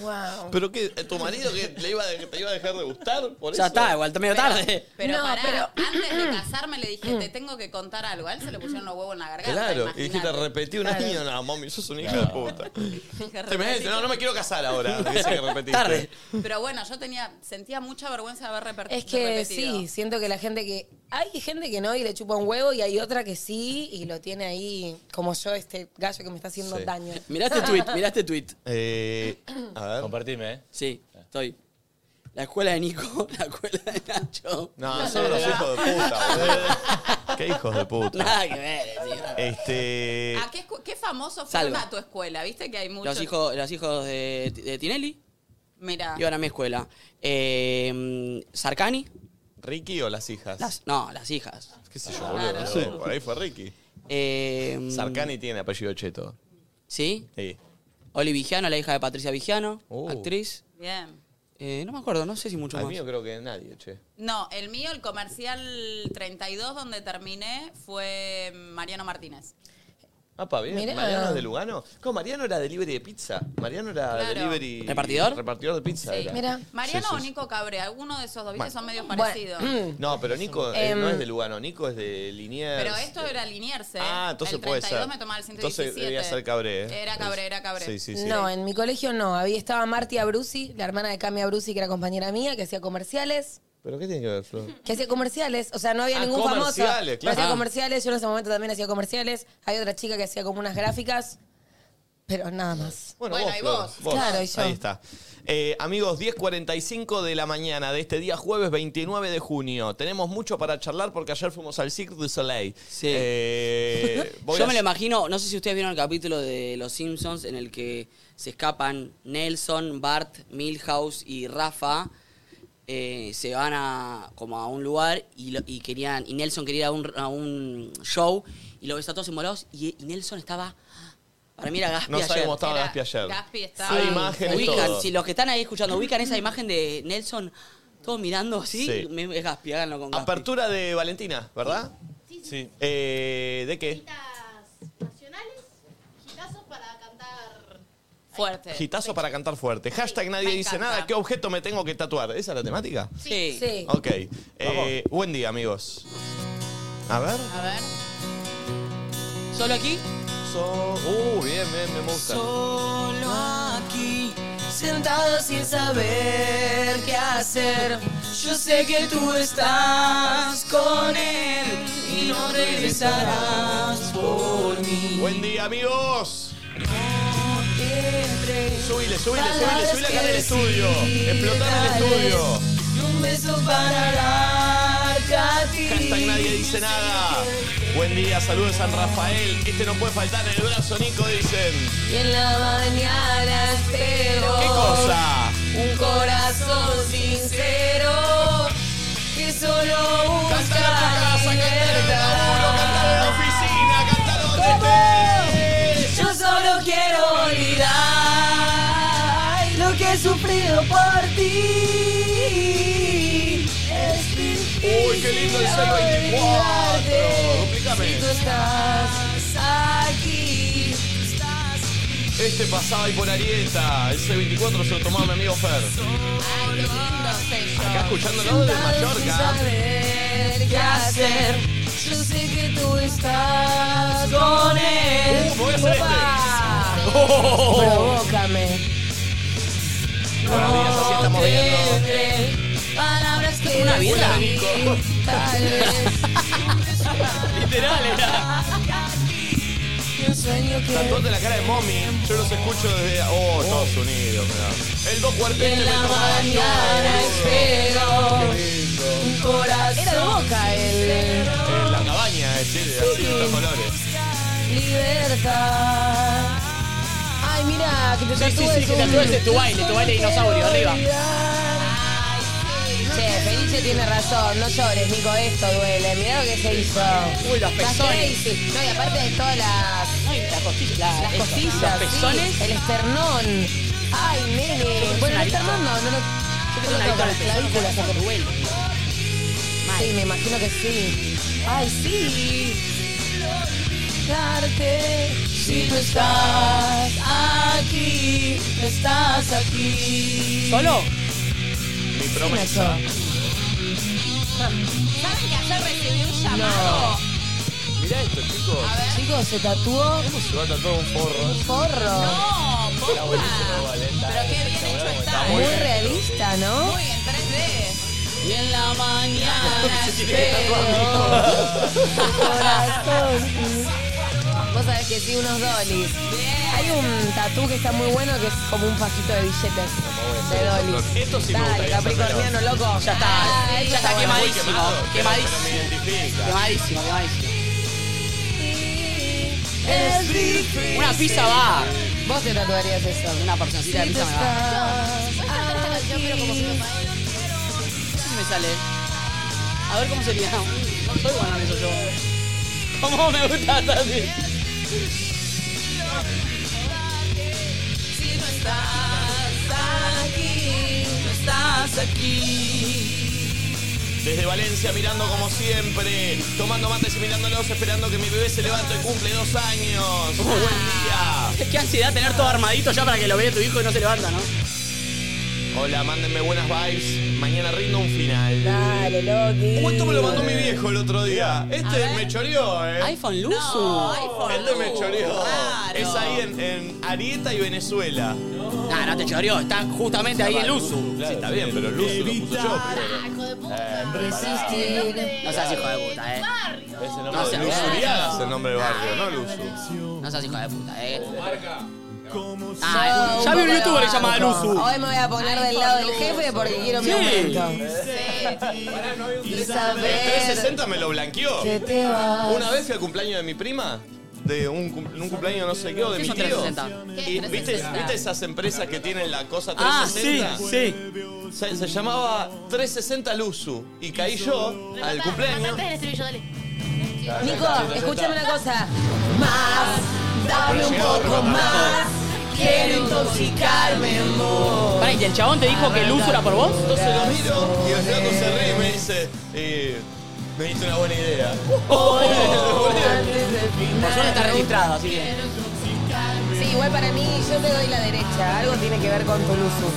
Speaker 4: Wow.
Speaker 1: ¿Pero qué? eh, ¿Tu marido que le iba de- te iba a dejar de gustar? Por
Speaker 9: Ya
Speaker 1: eso?
Speaker 9: está, igual, está medio tarde.
Speaker 5: Pero
Speaker 4: No,
Speaker 5: pará, antes de casarme le dije, te tengo que contar algo. A él se le pusieron los huevos en la garganta.
Speaker 1: Claro, y
Speaker 5: imagínate.
Speaker 1: dijiste, repetí un año. No, mami, sos un hijo de puta.
Speaker 5: Dije,
Speaker 1: Se me
Speaker 5: "Repetí".
Speaker 1: dice, no, no me quiero casar ahora. Dice que repetiste.
Speaker 9: Tarde.
Speaker 5: Pero bueno, yo tenía, sentía mucha vergüenza de haber reper-
Speaker 4: Es que
Speaker 5: repetido.
Speaker 4: sí, siento que la gente que. Hay gente que no y le chupa un huevo y hay otra que sí y lo tiene ahí, como yo, este gallo que me está haciendo
Speaker 1: Sí.
Speaker 4: daño.
Speaker 9: Mirá este tweet, mirá este tweet.
Speaker 1: Eh, a ver.
Speaker 8: Compartime, ¿eh?
Speaker 9: Sí, estoy. La escuela de Nico, la escuela de Nacho.
Speaker 1: No, son los hijos de puta, boludo. Qué hijos de puta.
Speaker 9: Nada que ver, sí.
Speaker 1: Este.
Speaker 5: ¿A Ah, qué, escu- qué famoso
Speaker 9: Salva.
Speaker 5: forma tu escuela? ¿Viste que hay muchos?
Speaker 9: Los hijos, los hijos de, de Tinelli
Speaker 4: Ah.
Speaker 5: Mira,
Speaker 9: iban a mi escuela. Eh, Sarcani,
Speaker 1: ¿Ricky o las hijas?
Speaker 9: las, no, las hijas.
Speaker 1: ¿Qué sé yo, boludo? No sé, Por ahí fue Ricky.
Speaker 9: Eh,
Speaker 1: Sarcani tiene apellido Cheto.
Speaker 9: Sí.
Speaker 1: Sí.
Speaker 9: Oli Vigiano, la hija de Patricia Vigiano,
Speaker 1: Oh.
Speaker 9: actriz.
Speaker 5: bien.
Speaker 9: Eh, no me acuerdo, no sé si mucho
Speaker 1: Al
Speaker 9: más.
Speaker 1: mío creo que nadie, che.
Speaker 5: No, el mío, el comercial 32 donde terminé fue mm, Mariano Martínez.
Speaker 1: Ah, pa, bien.
Speaker 4: Mirá.
Speaker 1: Mariano es de Lugano. ¿Cómo? Mariano era delivery de pizza. Mariano era
Speaker 5: Claro.
Speaker 1: delivery.
Speaker 9: ¿Repartidor?
Speaker 1: Repartidor de pizza.
Speaker 5: Sí.
Speaker 1: era.
Speaker 4: Mira.
Speaker 5: Mariano
Speaker 1: Sí, sí,
Speaker 5: o
Speaker 1: sí.
Speaker 5: Nico Cabrera, alguno de esos dos, ¿viste?
Speaker 1: Bueno.
Speaker 5: Son medio
Speaker 4: Bueno,
Speaker 5: parecidos.
Speaker 1: No, pero Nico eh,
Speaker 4: Em.
Speaker 1: no es de Lugano. Nico es de Liniers.
Speaker 5: Pero esto era Liniers, ¿eh?
Speaker 1: Ah, entonces
Speaker 5: el
Speaker 1: puede
Speaker 5: 32
Speaker 1: ser.
Speaker 5: me tomaba el
Speaker 1: Entonces
Speaker 5: 117.
Speaker 1: debía ser Cabré, ¿eh?
Speaker 5: Era Cabré, era Cabré.
Speaker 1: Sí, sí, sí.
Speaker 4: No, en mi colegio no. Había, estaba Martia Brusi, la hermana de Camia Brusi, que era compañera mía, que hacía comerciales.
Speaker 1: ¿Pero qué tiene que ver, Flor?
Speaker 4: Que hacía comerciales, o sea, no había
Speaker 1: Ah,
Speaker 4: ningún famoso.
Speaker 1: comerciales,
Speaker 4: Pero
Speaker 1: claro.
Speaker 4: hacía
Speaker 1: Ah.
Speaker 4: comerciales, yo en ese momento también hacía comerciales. Hay otra chica que hacía como unas gráficas, pero nada más.
Speaker 5: Bueno, y
Speaker 1: Flor,
Speaker 5: vos.
Speaker 4: Claro, y yo.
Speaker 1: Ahí está. Eh, amigos, 10.45 de la mañana de este día jueves 29 de junio. Tenemos mucho para charlar porque ayer fuimos al Cirque du Soleil.
Speaker 9: Sí.
Speaker 1: Eh, voy
Speaker 9: Yo
Speaker 1: a-
Speaker 9: me lo imagino, no sé si ustedes vieron el capítulo de Los Simpsons en el que se escapan Nelson, Bart, Milhouse y Rafa. eh, se van a como a un lugar y, lo- y querían y Nelson quería ir a un, a un show y lo ves a todos embolados y, y Nelson estaba para mí era Gaspi
Speaker 1: No
Speaker 9: ayer.
Speaker 1: sabemos estaba
Speaker 5: Era-
Speaker 1: Gaspi ayer.
Speaker 5: Gaspi estaba.
Speaker 1: Hay imágenes
Speaker 9: Ubican,
Speaker 1: todo.
Speaker 9: si los que están ahí escuchando ubican esa imagen de Nelson todos mirando así
Speaker 1: Sí. Ah,
Speaker 9: me- es Gaspi háganlo con Gaspi
Speaker 1: Apertura de Valentina, ¿verdad?
Speaker 8: Sí.
Speaker 1: Eh, ¿De qué?
Speaker 6: Citas nacionales, gitazos para cantar.
Speaker 5: Fuerte.
Speaker 1: Gitazo para cantar fuerte. Hashtag nadie
Speaker 5: me
Speaker 1: dice
Speaker 5: encanta.
Speaker 1: nada. ¿Qué objeto me tengo que tatuar? ¿Esa es la temática?
Speaker 9: sí,
Speaker 4: Sí.
Speaker 1: Ok. Eh, buen día, amigos. A ver.
Speaker 5: A ver.
Speaker 9: solo aquí
Speaker 1: So- uh, bien, bien, bien, me gusta.
Speaker 3: Solo aquí, sentado sin saber qué hacer. Yo sé que tú estás con él y no regresarás por mí.
Speaker 1: Buen día, amigos.
Speaker 3: Entre
Speaker 1: Subile, subile, subile, subile acá en el estudio. Explotar el estudio.
Speaker 3: un beso para dar Katy.
Speaker 1: Hashtag nadie dice nada. Buen día, saludos San Rafael. Este no puede faltar en el brazo, Nico, dicen.
Speaker 4: Y en la mañana espero.
Speaker 1: ¿Qué cosa?
Speaker 4: Un corazón sincero que solo
Speaker 1: Cantar en tu casa, cantar en el laburo, cantar en la oficina, cantar donde estés.
Speaker 4: Yo solo quiero olvidar lo que he sufrido por ti. Es difícil
Speaker 1: Uy, qué lindo el 624.
Speaker 4: olvidarte
Speaker 1: Duplicame.
Speaker 4: Si tú estás aquí.
Speaker 1: Este pasaba y por Arieta. El C24 se lo tomaba mi amigo Fer.
Speaker 5: Ay, qué lindo sello.
Speaker 1: Acá escuchándolo de Mallorca.
Speaker 4: saber qué hacer. Yo sé que tú estás con él.
Speaker 1: Uh, me voy a hacer este.
Speaker 4: Opa.
Speaker 1: Oh.
Speaker 4: Provócame.
Speaker 1: Buenos días, así estamos viendo.
Speaker 4: Palabras que una
Speaker 1: vida. Nico.
Speaker 4: Tal vez
Speaker 1: Literal era.
Speaker 4: un sueño que
Speaker 1: Tatuate la cara de mommy. Yo los escucho desde. Oh, Estados Unidos, mirá. El dos cuarteles
Speaker 4: en
Speaker 1: me
Speaker 4: la
Speaker 1: toma
Speaker 4: mañana espero. Un corazón Era de boca el
Speaker 1: En Eh, la cabaña, es decir, así de estos colores.
Speaker 4: libertad. Ay, mira, que te tatúes
Speaker 9: sí, que
Speaker 4: un-
Speaker 9: tatúes en tu baile, tu baile de dinosaurio, arriba.
Speaker 4: Ay, sí. Che, Felice tiene razón, no llores, Nico, esto duele. Mirá lo que se hizo.
Speaker 9: Uy, los
Speaker 4: Estás
Speaker 9: pezones.
Speaker 4: crazy. No, y aparte de todas las
Speaker 9: Ay, la costilla, la-
Speaker 4: Las
Speaker 9: eso,
Speaker 4: costillas,
Speaker 9: los pezones.
Speaker 4: sí, el esternón. Ay, nene. Bueno, lo está armando. No, lo-
Speaker 2: Yo tengo una
Speaker 4: no,
Speaker 2: adicto a las
Speaker 4: películas.
Speaker 2: películas, por duelo.
Speaker 4: Sí, me imagino que sí. Ay, sí. Darte.
Speaker 3: Si no estás aquí, no estás aquí.
Speaker 2: ¿Solo?
Speaker 1: Mi
Speaker 4: promesa.
Speaker 5: ¿Saben que ayer recibí un llamado?
Speaker 8: Mirá esto, chicos.
Speaker 4: Chicos, se tatuó
Speaker 8: ¿Cómo se va a tatuar un forro? ¿eh?
Speaker 4: un forro.
Speaker 5: No, posta. Pero qué bien hecho está.
Speaker 4: Muy realista, ¿no?
Speaker 5: Muy en 3D.
Speaker 9: Y en la mañana
Speaker 4: Vos sabés que sí, unos dolis. Hay un tatú que está muy bueno que es como un pajito de billetes. De dolis.
Speaker 8: Esto sí me
Speaker 4: Dale,
Speaker 8: gustaría
Speaker 4: Capricorniano, loco.
Speaker 9: Ya está,
Speaker 4: Ah,
Speaker 9: ya está
Speaker 4: bueno.
Speaker 9: quemadísimo,
Speaker 8: Pero
Speaker 9: quemadísimo,
Speaker 8: me identifica.
Speaker 9: quemadísimo, quemadísimo.
Speaker 4: Es difícil.
Speaker 9: Una pizza va,
Speaker 4: Vos te tatuarías eso.
Speaker 9: una porcioncita de pizza me va.
Speaker 6: Voy a cantar esta canción, pero como si me paguen.
Speaker 9: No sé si me sale. A ver cómo sería. No soy bueno en eso yo. ¿Cómo me gusta así?
Speaker 5: Si no estás aquí, no estás aquí.
Speaker 1: Desde Valencia mirando como siempre, tomando mates y mirándolos, esperando que mi bebé se levante y cumple dos años. Buen día.
Speaker 9: Qué ansiedad tener todo armadito ya para que lo vea tu hijo y no se levanta, ¿no?
Speaker 1: Hola, mándenme buenas vibes. Mañana rindo un final.
Speaker 4: Dale, Loki.
Speaker 1: Uy, esto me lo mandó mi viejo el otro día. Este me choreó, eh.
Speaker 9: iPhone Luzu.
Speaker 5: No, iPhone.
Speaker 1: Este me
Speaker 5: Lu,
Speaker 1: choreó.
Speaker 5: claro.
Speaker 1: Es ahí en, en Arieta y Venezuela.
Speaker 9: Nah, no te choreó, está justamente ahí el Luzu.
Speaker 1: sí, está bien, pero el Luzu lo puso yo.
Speaker 6: Ah,
Speaker 4: Eh,
Speaker 6: hijo de puta.
Speaker 4: Resistir.
Speaker 9: No seas hijo de puta, eh.
Speaker 8: Es el
Speaker 9: No
Speaker 8: nombre
Speaker 9: seas
Speaker 8: de
Speaker 1: Luzu
Speaker 8: Luzu.
Speaker 1: Uriaga es el nombre de barrio, ¿no, Luzu?
Speaker 9: No seas hijo de puta, eh. Ah, ya vi un
Speaker 4: poco de
Speaker 9: youtuber que se llama
Speaker 4: banco.
Speaker 9: Luzu.
Speaker 4: Hoy me voy a poner del lado del jefe porque quiero mi
Speaker 9: Sí.
Speaker 4: aumento. Y
Speaker 1: El
Speaker 4: saber
Speaker 1: 360 me lo blanqueó.
Speaker 4: que te vas.
Speaker 1: Una vez fui al cumpleaños de mi prima, de un, cum- un cumpleaños no sé qué, o de
Speaker 9: ¿Qué
Speaker 1: mi
Speaker 9: son
Speaker 1: tío.
Speaker 9: 360?
Speaker 6: ¿Qué es
Speaker 1: Y, ¿viste,
Speaker 6: 360?
Speaker 1: viste esas empresas que tienen la cosa
Speaker 9: Ah, sí,
Speaker 1: 360?
Speaker 9: sí.
Speaker 1: Se, se llamaba 360 Luzu. Y caí yo al
Speaker 6: Rematá,
Speaker 1: cumpleaños.
Speaker 6: rematá el estribillo, dale.
Speaker 4: Nico, escúchame una cosa. Más, dame un poco más. Quiero intoxicarme, amor.
Speaker 9: Pará, ¿y el chabón te dijo que Luzu era por vos?
Speaker 1: Entonces lo miro y el flaco se ríe y me dice, eh, me diste una buena idea.
Speaker 4: Antes del
Speaker 9: Por suerte está
Speaker 4: final.
Speaker 9: registrado, así que.
Speaker 4: Sí, igual para mí, yo te doy la derecha. Algo tiene que ver con tu luzu.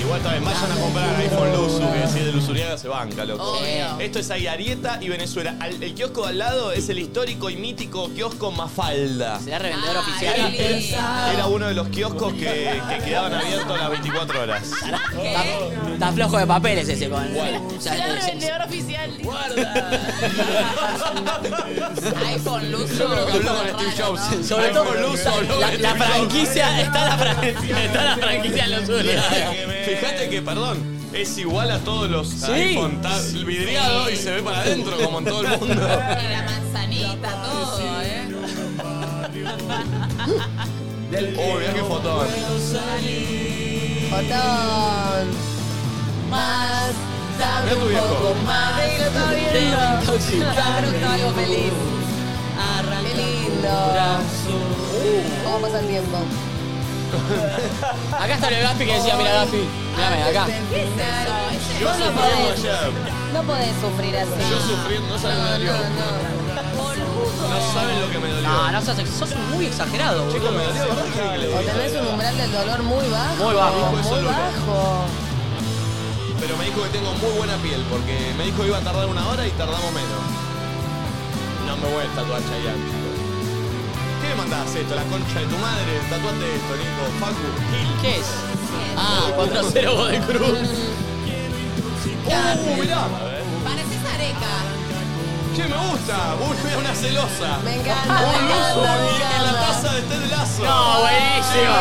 Speaker 1: Igual también vayan a comprar iPhone Luzu, que si es de Luzuriaga se banca, loco.
Speaker 9: Obvio.
Speaker 1: Esto es ahí, Arieta y Venezuela. Al- el kiosco de al lado es el histórico y mítico kiosco Mafalda.
Speaker 9: Será revendedor
Speaker 1: Era,
Speaker 9: oficial.
Speaker 1: era uno de los kioscos que, que quedaban abiertos las 24 horas.
Speaker 9: Está, está flojo de papeles ese con. O sea,
Speaker 6: Será
Speaker 9: eh, se-
Speaker 6: revendedor oficial.
Speaker 5: iPhone Luzu. Yo creo
Speaker 1: que habló con Steve Jobs.
Speaker 9: Sobre todo
Speaker 1: Habló con Luzu,
Speaker 9: la,
Speaker 1: habló
Speaker 9: la
Speaker 1: con
Speaker 9: franquicia, está la, fran- está la franquicia de los Uriaga.
Speaker 1: Fíjate que, perdón, es igual a todos los iPhone tab- vidriado y se ve para adentro como en todo el mundo.
Speaker 5: La manzanita, todo, ¿eh?
Speaker 1: Oh, mirá qué fotón.
Speaker 4: Fotón. Más, dame
Speaker 1: Mirá tu
Speaker 4: un
Speaker 1: viejo.
Speaker 4: poco más. Sí, lo estaba viendo. Claro que estaba algo feliz.
Speaker 9: Ah,
Speaker 4: Qué lindo. ¿Cómo pasa el tiempo?
Speaker 9: Acá está el Gafi que decía, mira Gafi, mírame, acá.
Speaker 1: Yo
Speaker 4: Vos no
Speaker 1: sufriendo
Speaker 4: podés,
Speaker 1: ayer.
Speaker 4: no podés sufrir así.
Speaker 1: Yo sufriendo, no saben lo que me dolió. No saben lo que me dolió.
Speaker 9: No, no seas, ex- sos muy exagerado, boludo.
Speaker 1: Chicos, me dolió
Speaker 4: O
Speaker 1: horrible.
Speaker 4: tenés un umbral del dolor muy bajo.
Speaker 9: Muy bajo.
Speaker 1: Hijo de
Speaker 4: Muy
Speaker 1: solo.
Speaker 4: bajo.
Speaker 1: Pero me dijo que tengo muy buena piel porque me dijo que iba a tardar una hora y tardamos menos. No me voy a tatuar Chayanne, chicos. ¿Qué me mandás esto? La concha de tu madre. Tatuate esto, Nico. Facu. Gil.
Speaker 9: ¿Qué es? Ah, 4-0 vos de cruz.
Speaker 1: ¡Uh, mirá!
Speaker 5: Pareces areca.
Speaker 1: Che, me gusta. Una, una celosa.
Speaker 4: Me encanta, me
Speaker 1: Un luzo
Speaker 4: encanta, me
Speaker 1: en la
Speaker 4: encanta.
Speaker 1: taza de este Ted Lasso.
Speaker 9: No,
Speaker 5: Me
Speaker 9: buenísimo.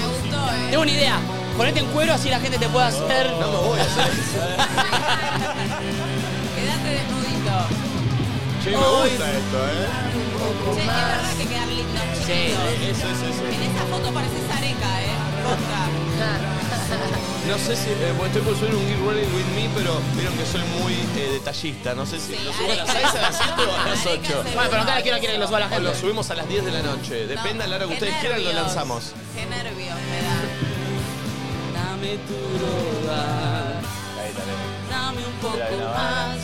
Speaker 5: gustó. Me gustó, ¿eh?
Speaker 9: Tengo una idea. Ponete en cuero así la gente te puede hacer.
Speaker 1: No me voy a hacer eso.
Speaker 5: Quédate desnudito.
Speaker 1: Che, me gusta esto, eh.
Speaker 5: Che, es verdad que quedar lindo,
Speaker 9: Sí.
Speaker 5: chiquito.
Speaker 1: Eso, eso, eso.
Speaker 5: En esa foto pareces areca, ¿eh? Posta.
Speaker 1: No sé si. eh, bueno, estoy por subir un Get Ready With Me, pero vieron que soy muy eh, detallista. No sé si lo subo a las 6, a las 7 o a las 8.
Speaker 5: Bueno, pero acá, ¿a qué hora quieren que lo suba la
Speaker 1: O
Speaker 5: gente?
Speaker 1: lo subimos a las 10 de la noche. Depende a la hora que
Speaker 5: qué
Speaker 1: ustedes quieran, lo
Speaker 5: nervios.
Speaker 1: lanzamos.
Speaker 5: Qué nervios me da.
Speaker 9: Dame tu droga.
Speaker 1: Ahí está,
Speaker 5: Dame un
Speaker 1: Mira,
Speaker 5: poco
Speaker 1: la
Speaker 5: más.
Speaker 1: Habana.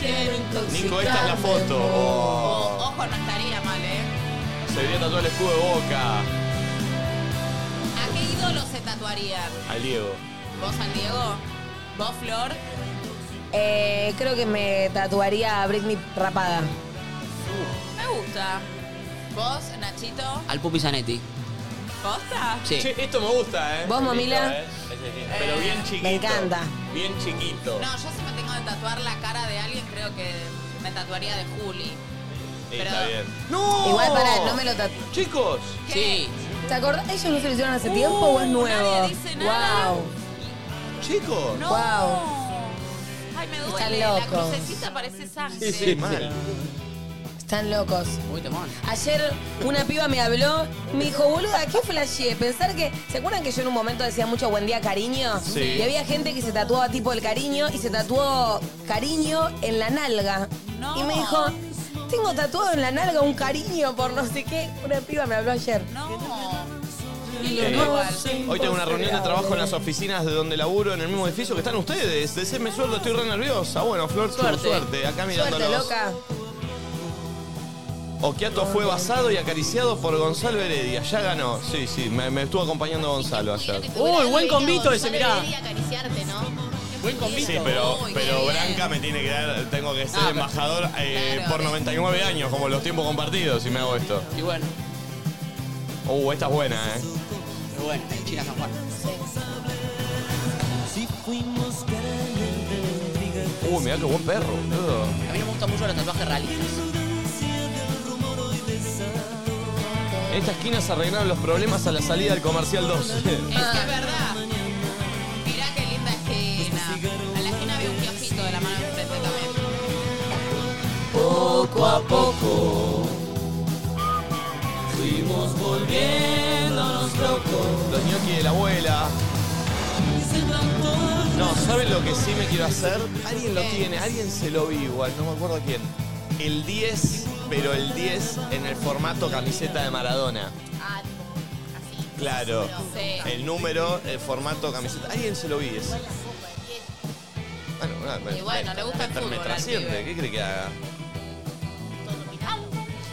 Speaker 5: Quiero intoxicarme.
Speaker 1: Nico, esta es la foto. Oh.
Speaker 5: Ojo, no estaría mal, ¿eh?
Speaker 1: Se vería tatuado el escudo de boca.
Speaker 5: ¿A qué ídolo se tatuarían?
Speaker 1: Al Diego.
Speaker 5: ¿Vos, San Diego? ¿Vos, Flor?
Speaker 4: Eh, creo que me tatuaría a Britney rapada.
Speaker 5: Me gusta. ¿Vos, Nachito?
Speaker 9: Al Pupi Zanetti.
Speaker 5: ¿Posta?
Speaker 9: Sí.
Speaker 1: Che, esto me gusta, ¿eh?
Speaker 4: ¿Vos, Momila?
Speaker 1: Lindo, ¿eh? Ese sí. Pero bien chiquito.
Speaker 4: Me encanta.
Speaker 1: Bien chiquito.
Speaker 5: No, yo si me tengo que tatuar la cara de alguien, creo que me tatuaría de Juli.
Speaker 1: Sí,
Speaker 5: pero-
Speaker 1: está bien. ¡No!
Speaker 4: Igual para, no me lo tatué.
Speaker 1: Chicos, Uh,
Speaker 9: Sí.
Speaker 4: ¿Te acordás? ¿Ellos no se lo hicieron hace tiempo o es nuevo?
Speaker 5: nadie dice nada.
Speaker 4: Wow.
Speaker 1: chicos.
Speaker 5: ¡No! Ay, me duele.
Speaker 4: Están
Speaker 5: la
Speaker 4: locos.
Speaker 5: crucecita parece sangre.
Speaker 1: mal.
Speaker 4: Están locos.
Speaker 9: Uy, temón.
Speaker 4: Ayer una piba me habló, me dijo, boluda, ¿qué flashé? Pensar que, ¿se acuerdan que yo en un momento decía mucho buen día cariño?
Speaker 1: Sí.
Speaker 4: Y había gente que se tatuaba tipo el cariño y se tatuó cariño en la nalga.
Speaker 5: No.
Speaker 4: Y me dijo, tengo tatuado en la nalga un cariño por no sé qué. Una piba me habló ayer.
Speaker 5: No.
Speaker 1: Eh,
Speaker 5: Igual.
Speaker 1: hoy tengo una reunión de trabajo en las oficinas de donde laburo, en el mismo edificio que están ustedes. Deseame suerte, estoy re nerviosa. Bueno, Flor, tu suerte. Acá
Speaker 4: Suerte,
Speaker 1: mirándolos.
Speaker 4: loca.
Speaker 1: Oquiato fue basado y acariciado por Gonzalo Heredia. Ya ganó. Sí, sí, me, me estuvo acompañando Gonzalo ayer.
Speaker 2: Uy, buen convito ese, mirá.
Speaker 6: Debería acariciarte, ¿no? Buen
Speaker 1: Sí, pero,
Speaker 5: Uy, qué
Speaker 1: pero
Speaker 5: bien.
Speaker 1: Branca me tiene que dar, tengo que ser
Speaker 9: Ah, pero-
Speaker 1: embajador eh,
Speaker 5: Claro.
Speaker 1: por 99 años, como los tiempos compartidos, si me hago esto.
Speaker 9: Y bueno,
Speaker 1: Uh, esta es buena, ¿eh?
Speaker 9: pero bueno, en China San Juan.
Speaker 1: Uh, mirá qué buen perro, boludo.
Speaker 9: A mí no me gustan mucho los tatuajes realistas.
Speaker 1: En esta esquina se arreglaron los problemas a la salida del comercial 2.
Speaker 5: Es que es verdad. Mirá qué linda esquina. A la esquina había un kiosquito de la mano de enfrente también.
Speaker 1: poco a poco. Fuimos volviéndonos locos. Los ñoquis de la abuela. No, ¿saben lo que sí me quiero hacer? Alguien lo tiene, alguien se lo vi igual, no me acuerdo quién. El 10, pero el 10 en el formato camiseta de Maradona.
Speaker 6: Ah, tipo, así.
Speaker 1: Claro.
Speaker 5: Sí.
Speaker 1: El número, el formato camiseta. Alguien se lo vi ese. Bueno, nada, me-
Speaker 5: Y bueno,
Speaker 1: me-
Speaker 5: le gusta el
Speaker 1: me-
Speaker 5: fútbol
Speaker 1: Me
Speaker 5: al
Speaker 1: trasciende,
Speaker 5: pibe.
Speaker 1: ¿qué cree que haga?
Speaker 6: Todo picado.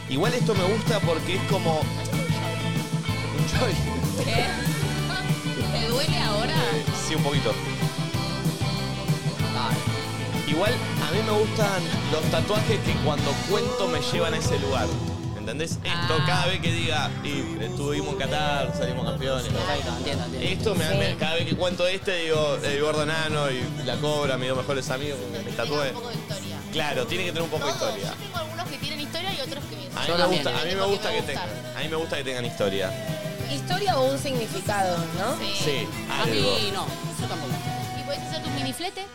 Speaker 1: Igual esto me gusta porque es como.
Speaker 5: ¿Qué? ¿Te duele ahora?
Speaker 1: Sí, un poquito. Igual a mí me gustan los tatuajes que cuando cuento me llevan a ese lugar. ¿Entendés? Esto,
Speaker 5: Ah.
Speaker 1: cada vez que diga, y estuvimos en Qatar, salimos campeones.
Speaker 9: Perfecto, entiendo, entiendo.
Speaker 1: Esto me, me- cada vez que cuento este digo, el gordo nano y la cobra, mis dos mejores amigos, me, me
Speaker 6: Tiene
Speaker 1: tatué.
Speaker 6: Un poco de historia.
Speaker 1: Claro, tiene que tener un poco de
Speaker 6: Todos.
Speaker 1: historia.
Speaker 6: Yo tengo algunos que tienen historia y otros que
Speaker 1: A mí
Speaker 9: Yo
Speaker 1: me
Speaker 9: también.
Speaker 1: gusta, a mí me gusta que tengan,
Speaker 6: gustan.
Speaker 1: a mí me gusta que tengan historia.
Speaker 4: Historia o un significado, ¿no?
Speaker 1: Sí,
Speaker 9: A
Speaker 1: algo.
Speaker 9: mí no, yo tampoco.
Speaker 6: Y puedes hacer tu miniflete,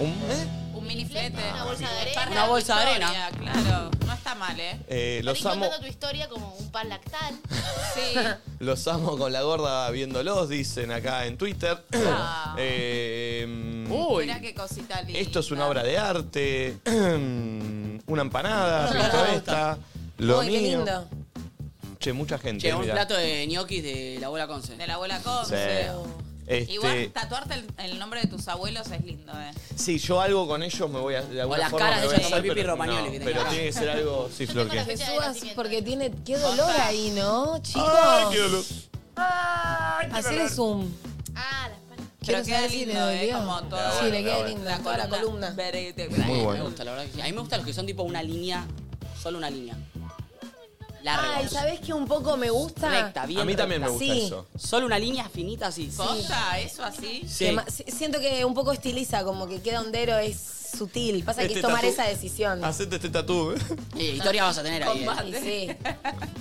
Speaker 1: ¿Un, eh?
Speaker 5: Un mini flete.
Speaker 6: Una bolsa de
Speaker 5: Es
Speaker 6: arena.
Speaker 5: parte
Speaker 9: Una
Speaker 5: tu
Speaker 9: bolsa de
Speaker 5: historia, Claro, no está mal, ¿eh?
Speaker 1: Eh, los
Speaker 6: Estás
Speaker 1: amo.
Speaker 6: contando tu historia como un pan lactal.
Speaker 5: Sí.
Speaker 1: Los amo con la gorda viéndolos, dicen acá en Twitter.
Speaker 5: Ah.
Speaker 1: Eh,
Speaker 9: Uy.
Speaker 5: Mirá qué cosita linda.
Speaker 1: esto es una obra de arte. una empanada,
Speaker 9: Me
Speaker 1: esto,
Speaker 9: gusta.
Speaker 1: esta. Lo
Speaker 4: Uy,
Speaker 1: mío.
Speaker 4: qué lindo.
Speaker 1: Che, mucha gente.
Speaker 9: Che, un
Speaker 1: mirá.
Speaker 9: plato de ñoquis de la abuela Conce.
Speaker 5: De la abuela Conce.
Speaker 1: Sí. Este,
Speaker 5: Igual tatuarte el, el nombre de tus abuelos es lindo, ¿eh?
Speaker 1: sí, yo algo con ellos me voy a. De alguna
Speaker 9: las
Speaker 1: forma
Speaker 9: caras
Speaker 1: me
Speaker 9: de
Speaker 1: voy
Speaker 9: ellos
Speaker 1: a
Speaker 9: como
Speaker 1: hacer,
Speaker 9: Pipi
Speaker 1: pero-
Speaker 9: Romagnoli
Speaker 1: no,
Speaker 9: que tenía
Speaker 1: Pero
Speaker 9: acá.
Speaker 1: tiene que ser algo. Sí, Flor,
Speaker 6: tengo la
Speaker 1: ¿qué?
Speaker 4: Que subas porque tiene, qué dolor
Speaker 5: Basta.
Speaker 4: ahí, ¿no? Chicos,
Speaker 1: ¡Ay, qué dolor!
Speaker 4: hacer el zoom.
Speaker 6: Ah, la espalda.
Speaker 5: Pero
Speaker 4: Quiero
Speaker 5: queda
Speaker 4: saber si le
Speaker 5: lindo, ¿eh?
Speaker 4: dolió.
Speaker 5: Como toda
Speaker 4: Sí, le
Speaker 1: Ah,
Speaker 4: queda
Speaker 1: bueno.
Speaker 4: linda, toda la columna.
Speaker 5: Verete.
Speaker 1: Muy
Speaker 9: Me
Speaker 1: bueno.
Speaker 9: gusta, la verdad que sí. A mí me gustan los que son tipo una línea, solo una línea.
Speaker 4: Ay,
Speaker 9: Largos.
Speaker 4: ¿sabes qué un poco me gusta?
Speaker 9: Recta, bien
Speaker 1: A mí también me
Speaker 9: recta.
Speaker 1: gusta
Speaker 4: Sí.
Speaker 1: eso.
Speaker 9: Solo una línea finita así.
Speaker 5: ¿Posta? ¿Eso así?
Speaker 9: Sí.
Speaker 4: Que ma- si- siento que un poco estiliza, como que queda hondero, es sutil. Pasa que
Speaker 1: Este
Speaker 4: es tomar
Speaker 1: tatu-
Speaker 4: esa decisión.
Speaker 1: Hacete este tatú.
Speaker 9: Eh, Ah, historia vas a tener ahí. eh.
Speaker 4: Y sí.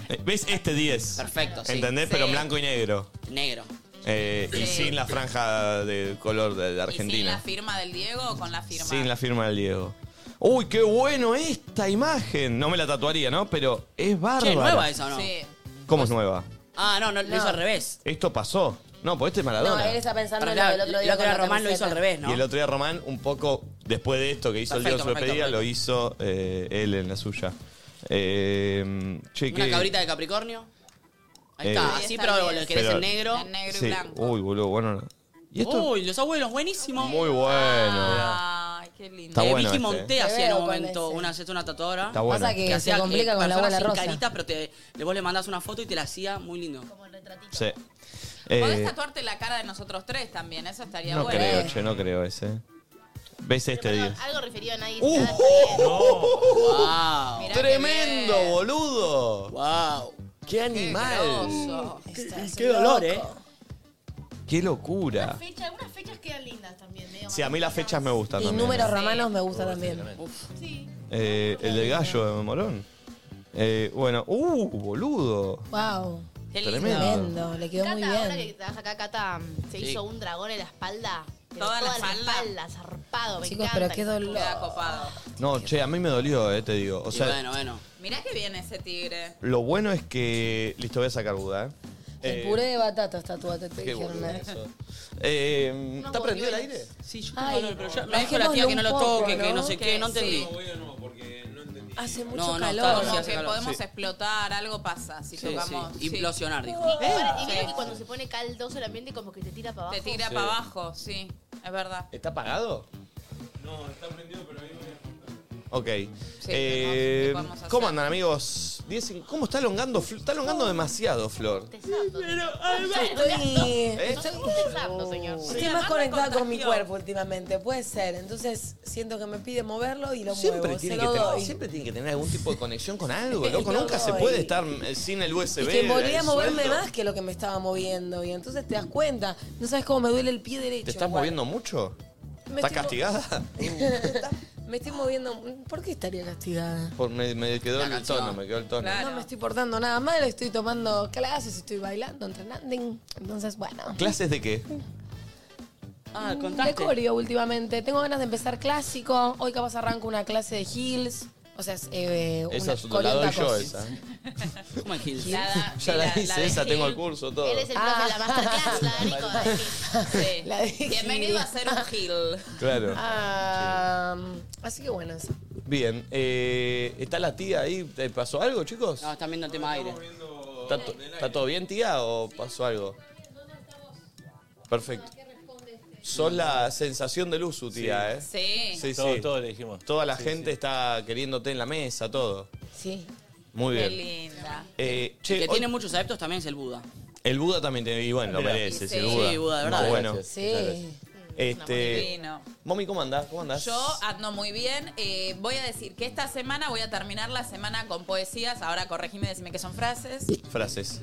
Speaker 1: Eh, ¿Ves este 10?
Speaker 9: Perfecto, sí.
Speaker 1: ¿Entendés? Pero en blanco y negro.
Speaker 9: Negro.
Speaker 1: Eh, Y
Speaker 5: Sí.
Speaker 1: sin la franja de color de, de
Speaker 5: ¿Y sin la
Speaker 1: Argentina.
Speaker 5: firma del Diego o con la firma?
Speaker 1: Sin la firma del Diego. Uy, qué bueno esta imagen. No me la tatuaría, ¿no? Pero es bárbara.
Speaker 9: Che, nueva esa, o ¿no?
Speaker 5: Sí.
Speaker 1: ¿Cómo es nueva?
Speaker 9: Ah, no, no, lo hizo al revés.
Speaker 1: Esto pasó. No, pues este es Maradona.
Speaker 4: No, él está pensando
Speaker 9: Para
Speaker 4: en lo
Speaker 9: la-
Speaker 4: del otro
Speaker 9: el
Speaker 4: día.
Speaker 9: otro día
Speaker 4: con la
Speaker 9: Román lo hizo al
Speaker 4: camiseta.
Speaker 9: revés, ¿no?
Speaker 1: Y el otro día Román, un poco después de esto que hizo
Speaker 9: Perfecto,
Speaker 1: el Dios
Speaker 9: perfecto,
Speaker 1: Lopedia,
Speaker 9: perfecto.
Speaker 1: lo hizo eh, él en la suya. Eh, che,
Speaker 9: Una
Speaker 1: que-
Speaker 9: cabrita de Capricornio. Ahí
Speaker 1: Eh,
Speaker 9: está,
Speaker 5: Ahí
Speaker 9: así,
Speaker 5: está
Speaker 9: pero lo
Speaker 5: bien.
Speaker 9: que querés
Speaker 1: Pero-
Speaker 9: en negro.
Speaker 5: En negro
Speaker 1: sí.
Speaker 5: y blanco.
Speaker 1: Uy, boludo, bueno. ¿Y esto?
Speaker 9: Uy, los abuelos, buenísimo.
Speaker 1: Muy bueno.
Speaker 5: Ay, qué lindo.
Speaker 1: Está
Speaker 9: Eh,
Speaker 1: bueno
Speaker 9: Vicky
Speaker 1: este.
Speaker 9: Monté hacía
Speaker 4: veo
Speaker 9: en un
Speaker 4: con
Speaker 9: momento
Speaker 4: ese.
Speaker 9: una, es una tatuadora.
Speaker 1: Está bueno.
Speaker 4: Pasa que,
Speaker 9: Que
Speaker 4: se
Speaker 9: hacía
Speaker 4: complica con la
Speaker 9: personas
Speaker 4: bola
Speaker 9: sin
Speaker 4: rosa.
Speaker 9: carita, pero te, le- vos le mandás una foto y te la hacía muy lindo.
Speaker 1: Sí.
Speaker 5: Podés
Speaker 1: Eh,
Speaker 5: tatuarte la cara de nosotros tres también, eso estaría
Speaker 1: no
Speaker 5: bueno.
Speaker 1: creo, che, no creo ese. ¿Ves este
Speaker 6: Perdón,
Speaker 1: Dios?
Speaker 6: algo referido a nadie.
Speaker 1: Uh,
Speaker 6: nada está bien.
Speaker 5: Mirá
Speaker 9: ¡Wow!
Speaker 5: qué
Speaker 1: ¡Tremendo,
Speaker 5: bien.
Speaker 1: boludo!
Speaker 9: ¡Wow!
Speaker 1: ¡Qué
Speaker 5: Qué
Speaker 1: animal!
Speaker 5: groso.
Speaker 9: ¡Qué dolor, eh!
Speaker 1: ¡Qué locura!
Speaker 6: Fecha, algunas fechas quedan lindas también. medio
Speaker 1: Sí, a mí las fechas me gustan
Speaker 4: Y
Speaker 1: también.
Speaker 4: números romanos me gusta también.
Speaker 6: Sí.
Speaker 1: Eh, el del gallo de Morón. Eh, bueno, ¡uh, boludo!
Speaker 4: Wow.
Speaker 5: Qué lindo.
Speaker 1: Tremendo.
Speaker 4: Tremendo, le quedó
Speaker 6: Cata,
Speaker 4: muy
Speaker 6: ahora que
Speaker 4: bien.
Speaker 6: trabaja acá, Cata mm, se
Speaker 9: Sí.
Speaker 6: hizo un dragón en la espalda. pero
Speaker 5: Toda la
Speaker 6: toda
Speaker 5: espalda.
Speaker 6: zarpado, me
Speaker 4: Chicos,
Speaker 6: encanta.
Speaker 4: pero qué dolor.
Speaker 5: Queda copado.
Speaker 1: No, che, a mí me dolió, eh, te digo. O
Speaker 9: Y
Speaker 1: sea,
Speaker 9: bueno, bueno.
Speaker 5: Mirá que viene ese tigre.
Speaker 1: lo bueno es que. Listo, voy a sacar Buda, eh.
Speaker 4: El
Speaker 1: Eh,
Speaker 4: puré de batata está tu te
Speaker 1: qué
Speaker 4: dijeron.
Speaker 1: boludo
Speaker 4: ¿eh?
Speaker 1: eso. Eh,
Speaker 6: Unos
Speaker 1: ¿Está prendido el aire?
Speaker 6: boliones.
Speaker 9: Sí, yo
Speaker 4: Ay,
Speaker 9: no, pero yo, me dijo
Speaker 4: bajémosle
Speaker 9: la tía que no
Speaker 4: un
Speaker 9: lo
Speaker 4: poco,
Speaker 9: toque, que
Speaker 4: ¿no?
Speaker 9: no sé qué, no entendí.
Speaker 4: Hace mucho
Speaker 9: No, no,
Speaker 4: calor.
Speaker 9: está-
Speaker 5: Como
Speaker 9: hace
Speaker 5: que
Speaker 9: calor.
Speaker 5: podemos
Speaker 1: Sí.
Speaker 5: explotar, algo pasa si
Speaker 9: Sí,
Speaker 5: tocamos.
Speaker 9: sí.
Speaker 5: sí.
Speaker 9: Implosionar, dijo.
Speaker 6: Para- Y vieron que cuando se pone caldoso el ambiente como que te tira para
Speaker 5: Te
Speaker 6: abajo.
Speaker 5: tira para abajo, sí, es verdad.
Speaker 1: ¿Está apagado? uh. No, está prendido, pero ahí Ok.
Speaker 5: ¿qué
Speaker 1: Eh,
Speaker 5: podemos hacer?
Speaker 1: ¿Cómo andan, amigos? Diez- ¿Cómo está alongando? Fl- Está
Speaker 4: Oh.
Speaker 1: alongando demasiado, Flor.
Speaker 6: Te zarto.
Speaker 4: Estoy,
Speaker 1: ¿Eh?
Speaker 6: Te zarto, señor.
Speaker 4: estoy más conectada con mi cuerpo últimamente, puede ser. Entonces siento que me pide moverlo y lo
Speaker 1: Siempre
Speaker 4: muevo.
Speaker 1: tiene,
Speaker 4: se
Speaker 1: que
Speaker 4: lo
Speaker 1: tener,
Speaker 4: doy.
Speaker 1: siempre tiene que tener algún tipo de conexión con algo, loco.
Speaker 4: Lo
Speaker 1: Nunca se
Speaker 4: doy.
Speaker 1: puede estar eh, sin el USB.
Speaker 4: Y que volví a
Speaker 1: el
Speaker 4: moverme
Speaker 1: sueldo.
Speaker 4: más que lo que me estaba moviendo. Y entonces te das cuenta. No sabes cómo me duele el pie derecho.
Speaker 1: ¿Te estás
Speaker 4: igual.
Speaker 1: moviendo mucho?
Speaker 4: Me
Speaker 1: ¿Estás
Speaker 4: estoy mo-
Speaker 1: castigada?
Speaker 4: Me estoy moviendo. ¿Por qué estaría castigada?
Speaker 1: Por- me, me quedó
Speaker 9: La
Speaker 1: el
Speaker 9: canción.
Speaker 1: tono, me quedó el tono.
Speaker 5: Claro.
Speaker 4: No me estoy portando nada mal, estoy tomando clases, estoy bailando, entrenando. Entonces, bueno.
Speaker 1: ¿Clases de qué?
Speaker 9: Ah,
Speaker 4: De
Speaker 9: contaste.
Speaker 4: coreo Mm, últimamente. Tengo ganas de empezar clásico. Hoy capaz arranco una clase de heels. O sea, es, eh, una
Speaker 1: Esa es
Speaker 4: coreo en
Speaker 1: la doy yo,
Speaker 4: tacos.
Speaker 1: esa.
Speaker 9: ¿Cómo es Gil?
Speaker 5: La da-
Speaker 1: Ya
Speaker 5: sí,
Speaker 1: la
Speaker 5: la- la
Speaker 1: hice,
Speaker 5: de
Speaker 1: esa,
Speaker 5: Gil.
Speaker 1: tengo el curso, todo.
Speaker 6: Él es el profe
Speaker 4: Ah.
Speaker 6: de la masterclass, la de Nico. de Gil.
Speaker 5: Sí.
Speaker 4: La de Gil.
Speaker 5: Bienvenido a ser un Gil.
Speaker 1: Claro.
Speaker 4: Ah, así que bueno, eso.
Speaker 1: Bien, eh, ¿está la tía ahí? ¿Te pasó algo, chicos?
Speaker 9: No, están viendo el tema aire.
Speaker 1: ¿Está, to- está todo bien, tía, o pasó algo? Perfecto. Sos la sensación del uso, tía, ¿eh?
Speaker 5: Sí.
Speaker 1: Sí,
Speaker 8: Todo,
Speaker 1: sí.
Speaker 8: todo le dijimos.
Speaker 1: Toda la gente está queriéndote en la mesa, todo.
Speaker 4: Sí.
Speaker 1: Muy
Speaker 5: Qué
Speaker 1: bien.
Speaker 5: linda.
Speaker 1: Eh, che,
Speaker 9: Que
Speaker 1: hoy-
Speaker 9: tiene muchos adeptos también es el Buda.
Speaker 1: el Buda también tiene, y bueno, lo
Speaker 8: Mirá.
Speaker 1: merece,
Speaker 5: Sí,
Speaker 1: sin duda.
Speaker 9: sí, Buda, de verdad.
Speaker 1: Muy bueno.
Speaker 8: Gracias.
Speaker 4: Sí.
Speaker 1: Este,
Speaker 5: Divino.
Speaker 1: Mami, ¿cómo andás? ¿Cómo andás?
Speaker 5: Yo ando muy bien. eh, voy a decir que esta semana voy a terminar la semana con poesías. Ahora corregime, decime que son frases.
Speaker 1: Frases.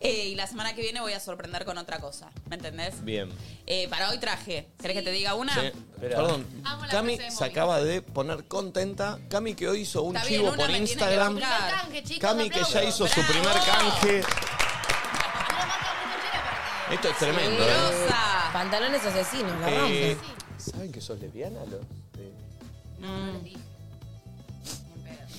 Speaker 5: Eh, y la semana que viene voy a sorprender con otra cosa. ¿Me entendés?
Speaker 1: Bien.
Speaker 5: Eh, para hoy traje. ¿Querés que te diga una?
Speaker 1: Sí, Perdón,
Speaker 5: Amo la
Speaker 1: Cami
Speaker 5: frase de
Speaker 1: se
Speaker 5: Moby.
Speaker 1: acaba de poner contenta. Cami que hoy hizo un
Speaker 5: Está bien,
Speaker 1: chivo
Speaker 5: una
Speaker 1: por
Speaker 5: me tiene que
Speaker 1: Instagram.
Speaker 5: comprar.
Speaker 6: Canje, chicos,
Speaker 1: Cami que ya
Speaker 6: aplauso.
Speaker 1: hizo su
Speaker 5: ¡Bravo!
Speaker 1: primer canje.
Speaker 6: Una marca muy cochera para que-
Speaker 1: Esto es tremendo. ¿eh?
Speaker 5: Grosa.
Speaker 4: Pantalones asesinos, la
Speaker 1: Eh,
Speaker 4: rompe.
Speaker 1: ¿Saben que sos lesbiana? Los? Eh,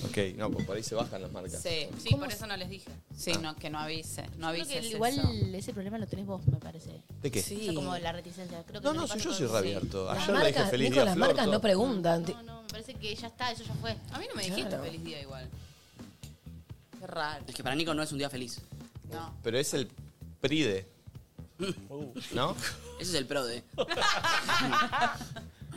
Speaker 1: Ok, no, pues por ahí se bajan las marcas.
Speaker 5: Sí,
Speaker 10: Sí, por eso no les dije.
Speaker 5: sí, no, que no avise. No
Speaker 6: Creo
Speaker 5: avise.
Speaker 6: que igual ese problema lo tenés vos, me parece.
Speaker 1: ¿De qué?
Speaker 6: O sea, como la reticencia. Creo que
Speaker 1: No,
Speaker 6: lo
Speaker 1: no,
Speaker 6: que
Speaker 1: soy-
Speaker 6: pasa
Speaker 1: yo
Speaker 6: con-
Speaker 1: soy
Speaker 6: sí.
Speaker 1: reabierto.
Speaker 4: Las
Speaker 1: Ayer le dije
Speaker 4: marcas,
Speaker 1: feliz
Speaker 4: Nico,
Speaker 1: día a
Speaker 4: las
Speaker 1: Flor.
Speaker 4: marcas
Speaker 1: todo.
Speaker 4: no preguntan.
Speaker 6: No, no, me parece que ya está, eso ya fue.
Speaker 5: A mí no me dijiste
Speaker 4: Claro.
Speaker 5: feliz día igual. Qué raro.
Speaker 9: Es que para Nico no es un día feliz.
Speaker 5: No.
Speaker 1: Pero es el PRIDE. ¿No?
Speaker 9: Ese es el pro de.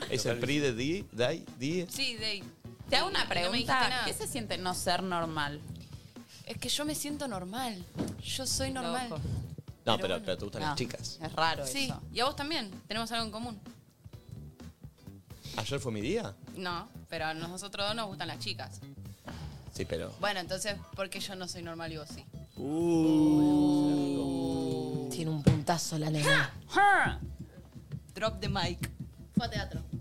Speaker 1: Es el PRIDE di, dai, di.
Speaker 10: Sí, Dave.
Speaker 5: Te hago una
Speaker 10: Y no me dijiste
Speaker 5: pregunta.
Speaker 10: nada.
Speaker 5: ¿Qué se siente no ser normal?
Speaker 10: Es que yo me siento normal. Yo soy normal.
Speaker 5: Loco.
Speaker 1: No, pero, pero te gustan
Speaker 5: No,
Speaker 1: las chicas.
Speaker 5: Es raro
Speaker 10: Sí,
Speaker 5: eso.
Speaker 10: y a vos también. Tenemos algo en común.
Speaker 1: ¿Ayer fue mi día?
Speaker 10: No, pero a nosotros dos nos gustan las chicas.
Speaker 1: Sí, pero.
Speaker 10: Bueno, entonces, ¿por qué yo no soy normal y vos sí?
Speaker 1: Uh.
Speaker 4: Tiene un puntazo la nena.
Speaker 5: Drop the mic.
Speaker 6: Fue a teatro.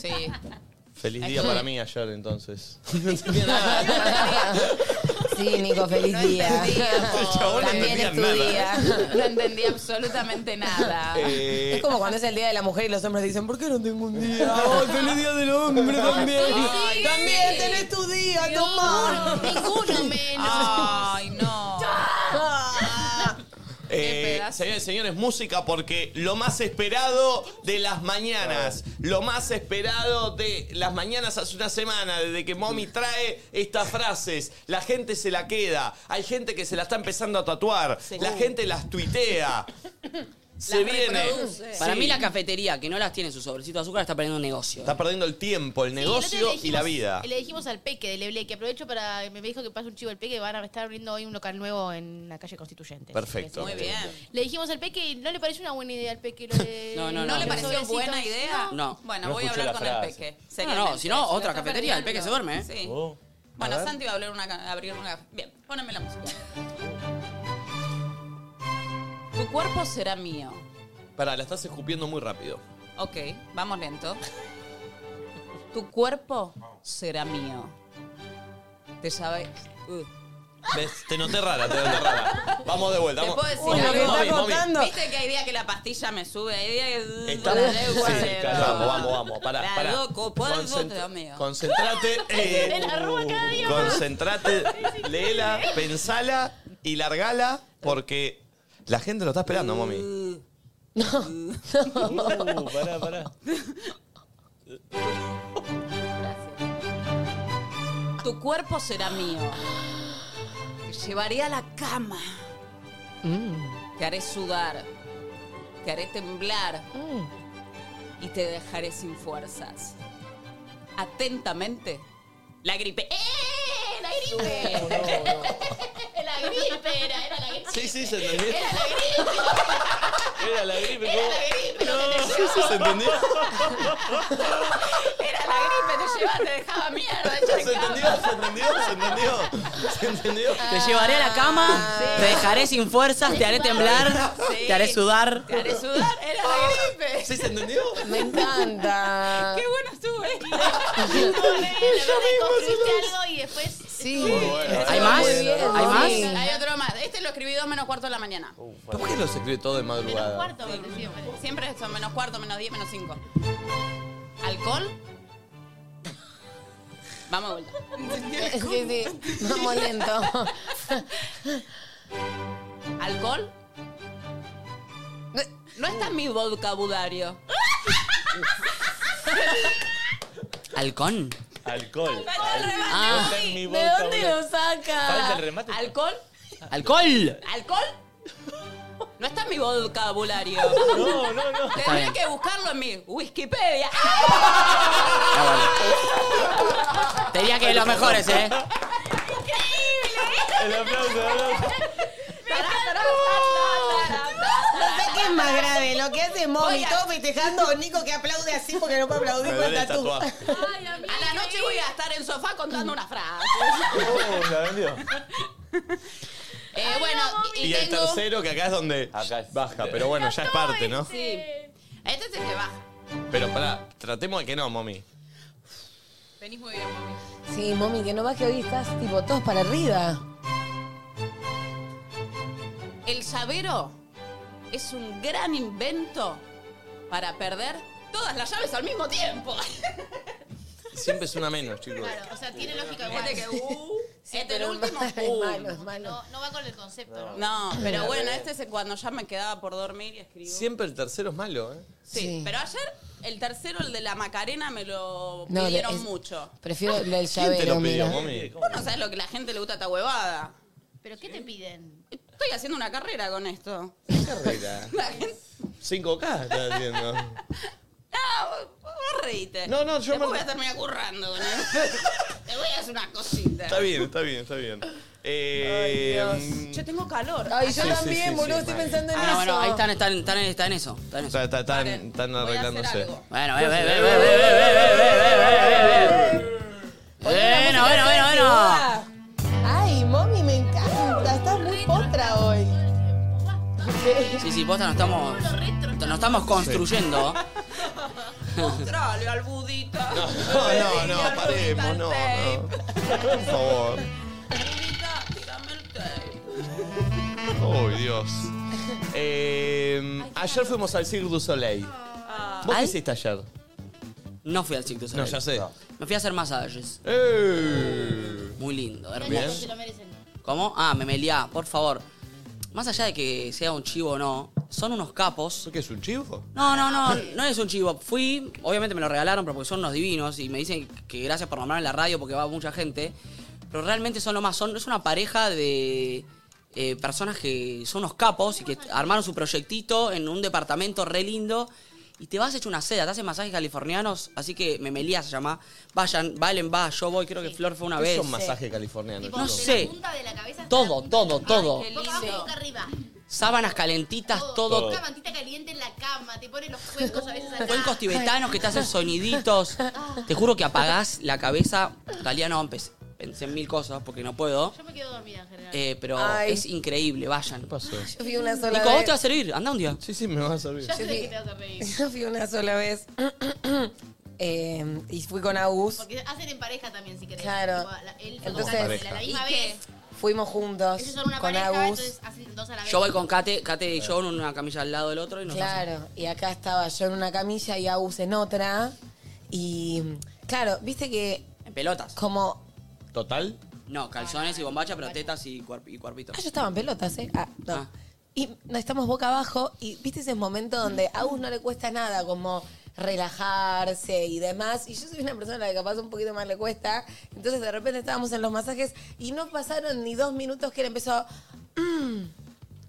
Speaker 5: Sí.
Speaker 1: Feliz día para mí ayer entonces. No entendía nada.
Speaker 4: Sí, Nico, feliz
Speaker 5: No
Speaker 4: día.
Speaker 5: entendíamos.
Speaker 1: Chabón, no
Speaker 4: También
Speaker 1: entendía
Speaker 4: es tu
Speaker 1: nada.
Speaker 4: día.
Speaker 5: No entendí absolutamente nada.
Speaker 1: Eh,
Speaker 4: Es como cuando es el día de la mujer y los hombres dicen, ¿por qué no tengo un día? ¡Ay, feliz día del hombre también! ¡También tenés tu día, Tomás!
Speaker 6: Ninguno menos.
Speaker 5: Ay, no.
Speaker 1: eh, señores y señores, música porque lo más esperado de las mañanas, lo más esperado de las mañanas hace una semana, desde que Mommy trae estas frases, la gente se la queda, hay gente que se la está empezando a tatuar,
Speaker 9: Sí.
Speaker 1: la gente las tuitea. Se viene. Sí.
Speaker 9: Para mí la cafetería que no las tiene en su sobrecito de azúcar está perdiendo un negocio.
Speaker 1: Está perdiendo el tiempo, el
Speaker 6: Sí, el
Speaker 1: negocio
Speaker 6: otro día
Speaker 1: y la
Speaker 6: dijimos-
Speaker 1: vida.
Speaker 6: Le dijimos al Peque de Leblé, que aprovecho para. Me dijo que pase un chivo el Peque, que van a estar abriendo hoy un local nuevo en la calle Constituyente.
Speaker 1: Perfecto. Muy bien.
Speaker 6: Le dijimos al Peque y no le pareció una buena idea al Peque lo de.
Speaker 9: No, no, no. ¿No le pareció
Speaker 6: sobrecitos.
Speaker 5: buena idea?
Speaker 9: No.
Speaker 5: Bueno, voy a hablar con el peque.
Speaker 9: No, no,
Speaker 5: seriamente.
Speaker 9: si no,
Speaker 5: Se lo
Speaker 9: otra
Speaker 5: está
Speaker 9: cafetería, el peque se duerme, ¿eh?
Speaker 5: perdiendo. Sí. Bueno, Santi va a abrir una, ca- abrir una cafetería. Bien, poneme la música. Tu cuerpo será mío.
Speaker 1: Pará, la estás escupiendo muy rápido.
Speaker 5: Ok, vamos lento. Tu cuerpo será mío. Te sabes. Uh.
Speaker 1: ¿Ves? Te noté rara, te noté rara. Vamos de vuelta.
Speaker 5: Te
Speaker 1: vamos.
Speaker 5: puedo decir
Speaker 1: Mami,
Speaker 5: algo.
Speaker 1: mami, mami.
Speaker 5: Viste que hay días que la pastilla me sube, hay días que.
Speaker 1: Estamos.
Speaker 5: La lengua,
Speaker 1: Sí,
Speaker 5: pero-
Speaker 1: vamos, vamos, vamos. Pará,
Speaker 5: La
Speaker 1: pará.
Speaker 5: loco, puedo,
Speaker 1: Concent-
Speaker 5: te amigo.
Speaker 1: Concentrate. eh, concentrate, léela, pensala y largala porque la gente lo está esperando, mami.
Speaker 8: Uh, pará, pará.
Speaker 5: Tu cuerpo será mío. Te llevaré a la cama. Te haré sudar. Te haré temblar. Y te dejaré sin fuerzas. Atentamente. La gripe. ¡Eh! ¡La gripe!
Speaker 6: La gripe era, era la gripe.
Speaker 1: Sí, sí, se entendió.
Speaker 6: Era la gripe.
Speaker 1: Era la gripe,
Speaker 6: Era la gripe. lo que te
Speaker 1: Sí, sí, se entendió.
Speaker 5: Era la gripe, te llevaba, te dejaba mierda.
Speaker 1: Se entendió, se entendió, se entendió. Se entendió.
Speaker 9: Te llevaré a la cama, te dejaré sin fuerzas, te haré temblar,
Speaker 5: Sí.
Speaker 9: te haré sudar.
Speaker 5: Te haré sudar. Era
Speaker 11: Oh.
Speaker 5: la gripe.
Speaker 1: ¿Sí se entendió?
Speaker 4: Me encanta.
Speaker 5: Qué bueno estuvo, eh.
Speaker 6: Construiste algo y después. Sí.
Speaker 9: ¿Hay más? ¿Hay más?
Speaker 5: Hay otro más. Este lo escribí dos menos cuarto de la mañana.
Speaker 1: ¿Por qué lo escribe todo de madrugada?
Speaker 6: Cuarto, me decía, me decía.
Speaker 5: Siempre son menos cuarto, menos diez, menos cinco. ¿Alcohol? Vamos de vuelta.
Speaker 4: Sí, sí. Vamos lento.
Speaker 5: ¿Alcohol? No, no está en mi vocabulario.
Speaker 9: ¿Halcón?
Speaker 8: Alcohol.
Speaker 9: Ah.
Speaker 8: Está en mi
Speaker 4: ¿De
Speaker 8: boca,
Speaker 4: dónde
Speaker 8: boludo.
Speaker 4: lo saca?
Speaker 8: Falta el remate.
Speaker 5: ¿Alcohol?
Speaker 9: ¡Alcohol!
Speaker 5: ¿Alcohol? No está en mi vocabulario.
Speaker 8: No, no, no.
Speaker 9: Está
Speaker 5: Tendría
Speaker 9: bien.
Speaker 5: que buscarlo en mi Wikipedia.
Speaker 9: Ah, Te diría que los mejores, ¿eh?
Speaker 8: El aplauso, el aplauso.
Speaker 4: No sé qué es más grave, lo que hace Mommy,
Speaker 5: Voy a-
Speaker 4: todo festejando, Nico que aplaude así porque no puede aplaudir
Speaker 1: Me
Speaker 4: con
Speaker 1: duele el
Speaker 4: tatu.
Speaker 1: tatuaje.
Speaker 5: A la noche voy a estar en el sofá contando una frase.
Speaker 1: Oh,
Speaker 8: Uh, la vendió.
Speaker 5: Eh, bueno, y,
Speaker 1: Y el
Speaker 5: tengo...
Speaker 1: tercero, que acá es donde
Speaker 8: Acá es-
Speaker 1: baja, pero bueno, ya es parte, ¿no?
Speaker 5: Sí. Este se te baja.
Speaker 1: Pero pará, tratemos de que no, mami.
Speaker 5: Venís muy bien, mami.
Speaker 4: Sí, Mommy, que no baje hoy, estás tipo todos para arriba.
Speaker 5: El llavero es un gran invento para perder todas las llaves al mismo tiempo.
Speaker 1: Siempre es una menos, chicos.
Speaker 6: Claro, o sea, tiene lógica igual.
Speaker 5: Este que, uh, este el
Speaker 4: pero
Speaker 5: último.
Speaker 4: es
Speaker 5: uh.
Speaker 4: malo, es malo.
Speaker 6: No, no va con el concepto. ¿no?
Speaker 5: No, pero bueno, este es cuando ya me quedaba por dormir y escribo. Sí,
Speaker 1: Siempre el tercero es malo, ¿eh?
Speaker 4: Sí.
Speaker 5: pero ayer el tercero, el de la Macarena, me lo
Speaker 4: No,
Speaker 5: pidieron
Speaker 4: es-
Speaker 5: mucho.
Speaker 4: Prefiero el del
Speaker 1: ¿Quién te
Speaker 4: llavero,
Speaker 1: lo pidió,
Speaker 4: mira.
Speaker 1: mami?
Speaker 5: Vos no sabés lo que la gente le gusta a esta huevada.
Speaker 6: ¿Pero qué te piden?
Speaker 5: Estoy haciendo una carrera con esto.
Speaker 1: ¿Qué carrera?
Speaker 5: La gente...
Speaker 1: 5K estás haciendo.
Speaker 5: Ah, vos- vos reíte.
Speaker 1: No, no, yo
Speaker 5: Después
Speaker 1: me-
Speaker 5: voy a terminar currando con él. Te voy a hacer una cosita.
Speaker 1: Está bien, está bien, está bien. Eh, mm,
Speaker 5: Yo tengo calor.
Speaker 4: Ay, yo
Speaker 1: Sí, sí,
Speaker 4: también,
Speaker 1: sí, sí,
Speaker 4: boludo, estoy
Speaker 1: mal.
Speaker 4: pensando en
Speaker 9: Ah, no,
Speaker 4: eso.
Speaker 9: bueno, ahí están, están, están, están en eso. Están en eso.
Speaker 1: está- está- Están,
Speaker 5: Paren,
Speaker 1: están
Speaker 5: voy a hacer
Speaker 1: arreglándose.
Speaker 5: algo.
Speaker 9: Bueno, ve, ve, ve, ve, ve, ve, ve, ve, ve, ve, ve, ve. Bueno, bueno, bueno, bueno.
Speaker 4: Ay, Mommy, me encanta. Estás muy potra hoy.
Speaker 9: Sí, sí, posta, nos estamos, nos estamos construyendo.
Speaker 5: Mostrale al budita.
Speaker 1: No, no, no, paremos, no, no. Por favor.
Speaker 5: Budita, tirame el tape.
Speaker 1: Oh, Dios. Eh, ayer fuimos al Cirque du Soleil. ¿Vos qué hiciste ayer?
Speaker 9: No fui al Cirque du
Speaker 1: No,
Speaker 9: Soleil.
Speaker 1: ya sé.
Speaker 9: Me fui a hacer masajes.
Speaker 1: Eh.
Speaker 9: Muy lindo,
Speaker 6: No,
Speaker 9: hermoso.
Speaker 6: no, no, Se lo merecen.
Speaker 9: ¿Cómo? Ah, me meliá, por favor. más allá de que sea un chivo o no, son unos capos.
Speaker 1: ¿Qué es un chivo?
Speaker 9: No, no, no, no es un chivo. Fui, obviamente me lo regalaron, pero porque son unos divinos y me dicen que gracias por nombrarme en la radio porque va mucha gente. Pero realmente son lo más, son, es una pareja de eh, personas que son unos capos y que armaron su proyectito en un departamento re lindo. Y te vas hecho una seda, te hacen masajes californianos, así que Memelía se llama. Vayan, Valen va, yo voy, creo que Flor fue una
Speaker 1: ¿Qué
Speaker 9: vez.
Speaker 1: son masajes californianos?
Speaker 9: No
Speaker 1: chicos?
Speaker 9: sé. Todo, todo, todo.
Speaker 6: Boca abajo, boca arriba.
Speaker 9: Sábanas calentitas, todo.
Speaker 6: Una mantita caliente en la cama, te ponen los cuencos a veces acá.
Speaker 9: Cuencos tibetanos que te hacen soniditos. Te juro que apagás la cabeza. Italiano, empecé- pensé en mil cosas porque no puedo.
Speaker 6: Yo me quedo dormida en general.
Speaker 9: Eh, pero
Speaker 4: Ay.
Speaker 9: es increíble, vayan. ¿Qué pasó?
Speaker 4: Yo fui una sola
Speaker 9: Nico, vos
Speaker 4: vez.
Speaker 9: te va a servir. Anda un día.
Speaker 1: Sí, sí, me va a servir.
Speaker 6: Ya sé
Speaker 4: Yo
Speaker 6: que
Speaker 4: fui-
Speaker 6: te vas a reír.
Speaker 4: Yo fui una sola vez. Eh, y fui con Agus.
Speaker 6: Porque hacen en pareja también, si querés.
Speaker 4: Claro.
Speaker 6: Tipo, la- Él fue
Speaker 4: Entonces-
Speaker 6: con Cáceres, la misma vez.
Speaker 4: Fuimos juntos
Speaker 6: Ellos son una
Speaker 4: con
Speaker 6: pareja,
Speaker 4: Agus.
Speaker 6: entonces hacen dos a la vez.
Speaker 9: Yo voy con Kate, Kate y yo en una camilla al lado del otro y nos hacen-
Speaker 4: Claro, y acá estaba yo en una camilla y Agus en otra. Y claro, viste que
Speaker 9: en pelotas.
Speaker 4: como...
Speaker 1: ¿Total?
Speaker 9: No, calzones y bombacha, pero tetas y, cuerp- y cuerpito.
Speaker 4: Ah, yo estaba en pelotas, ¿eh? Ah, no.
Speaker 9: Ah.
Speaker 4: Y no, estamos boca abajo y viste ese momento donde a Agus no le cuesta nada como relajarse y demás. Y yo soy una persona a la que capaz un poquito más le cuesta. Entonces de repente estábamos en los masajes y no pasaron ni dos minutos que él empezó... "Mm,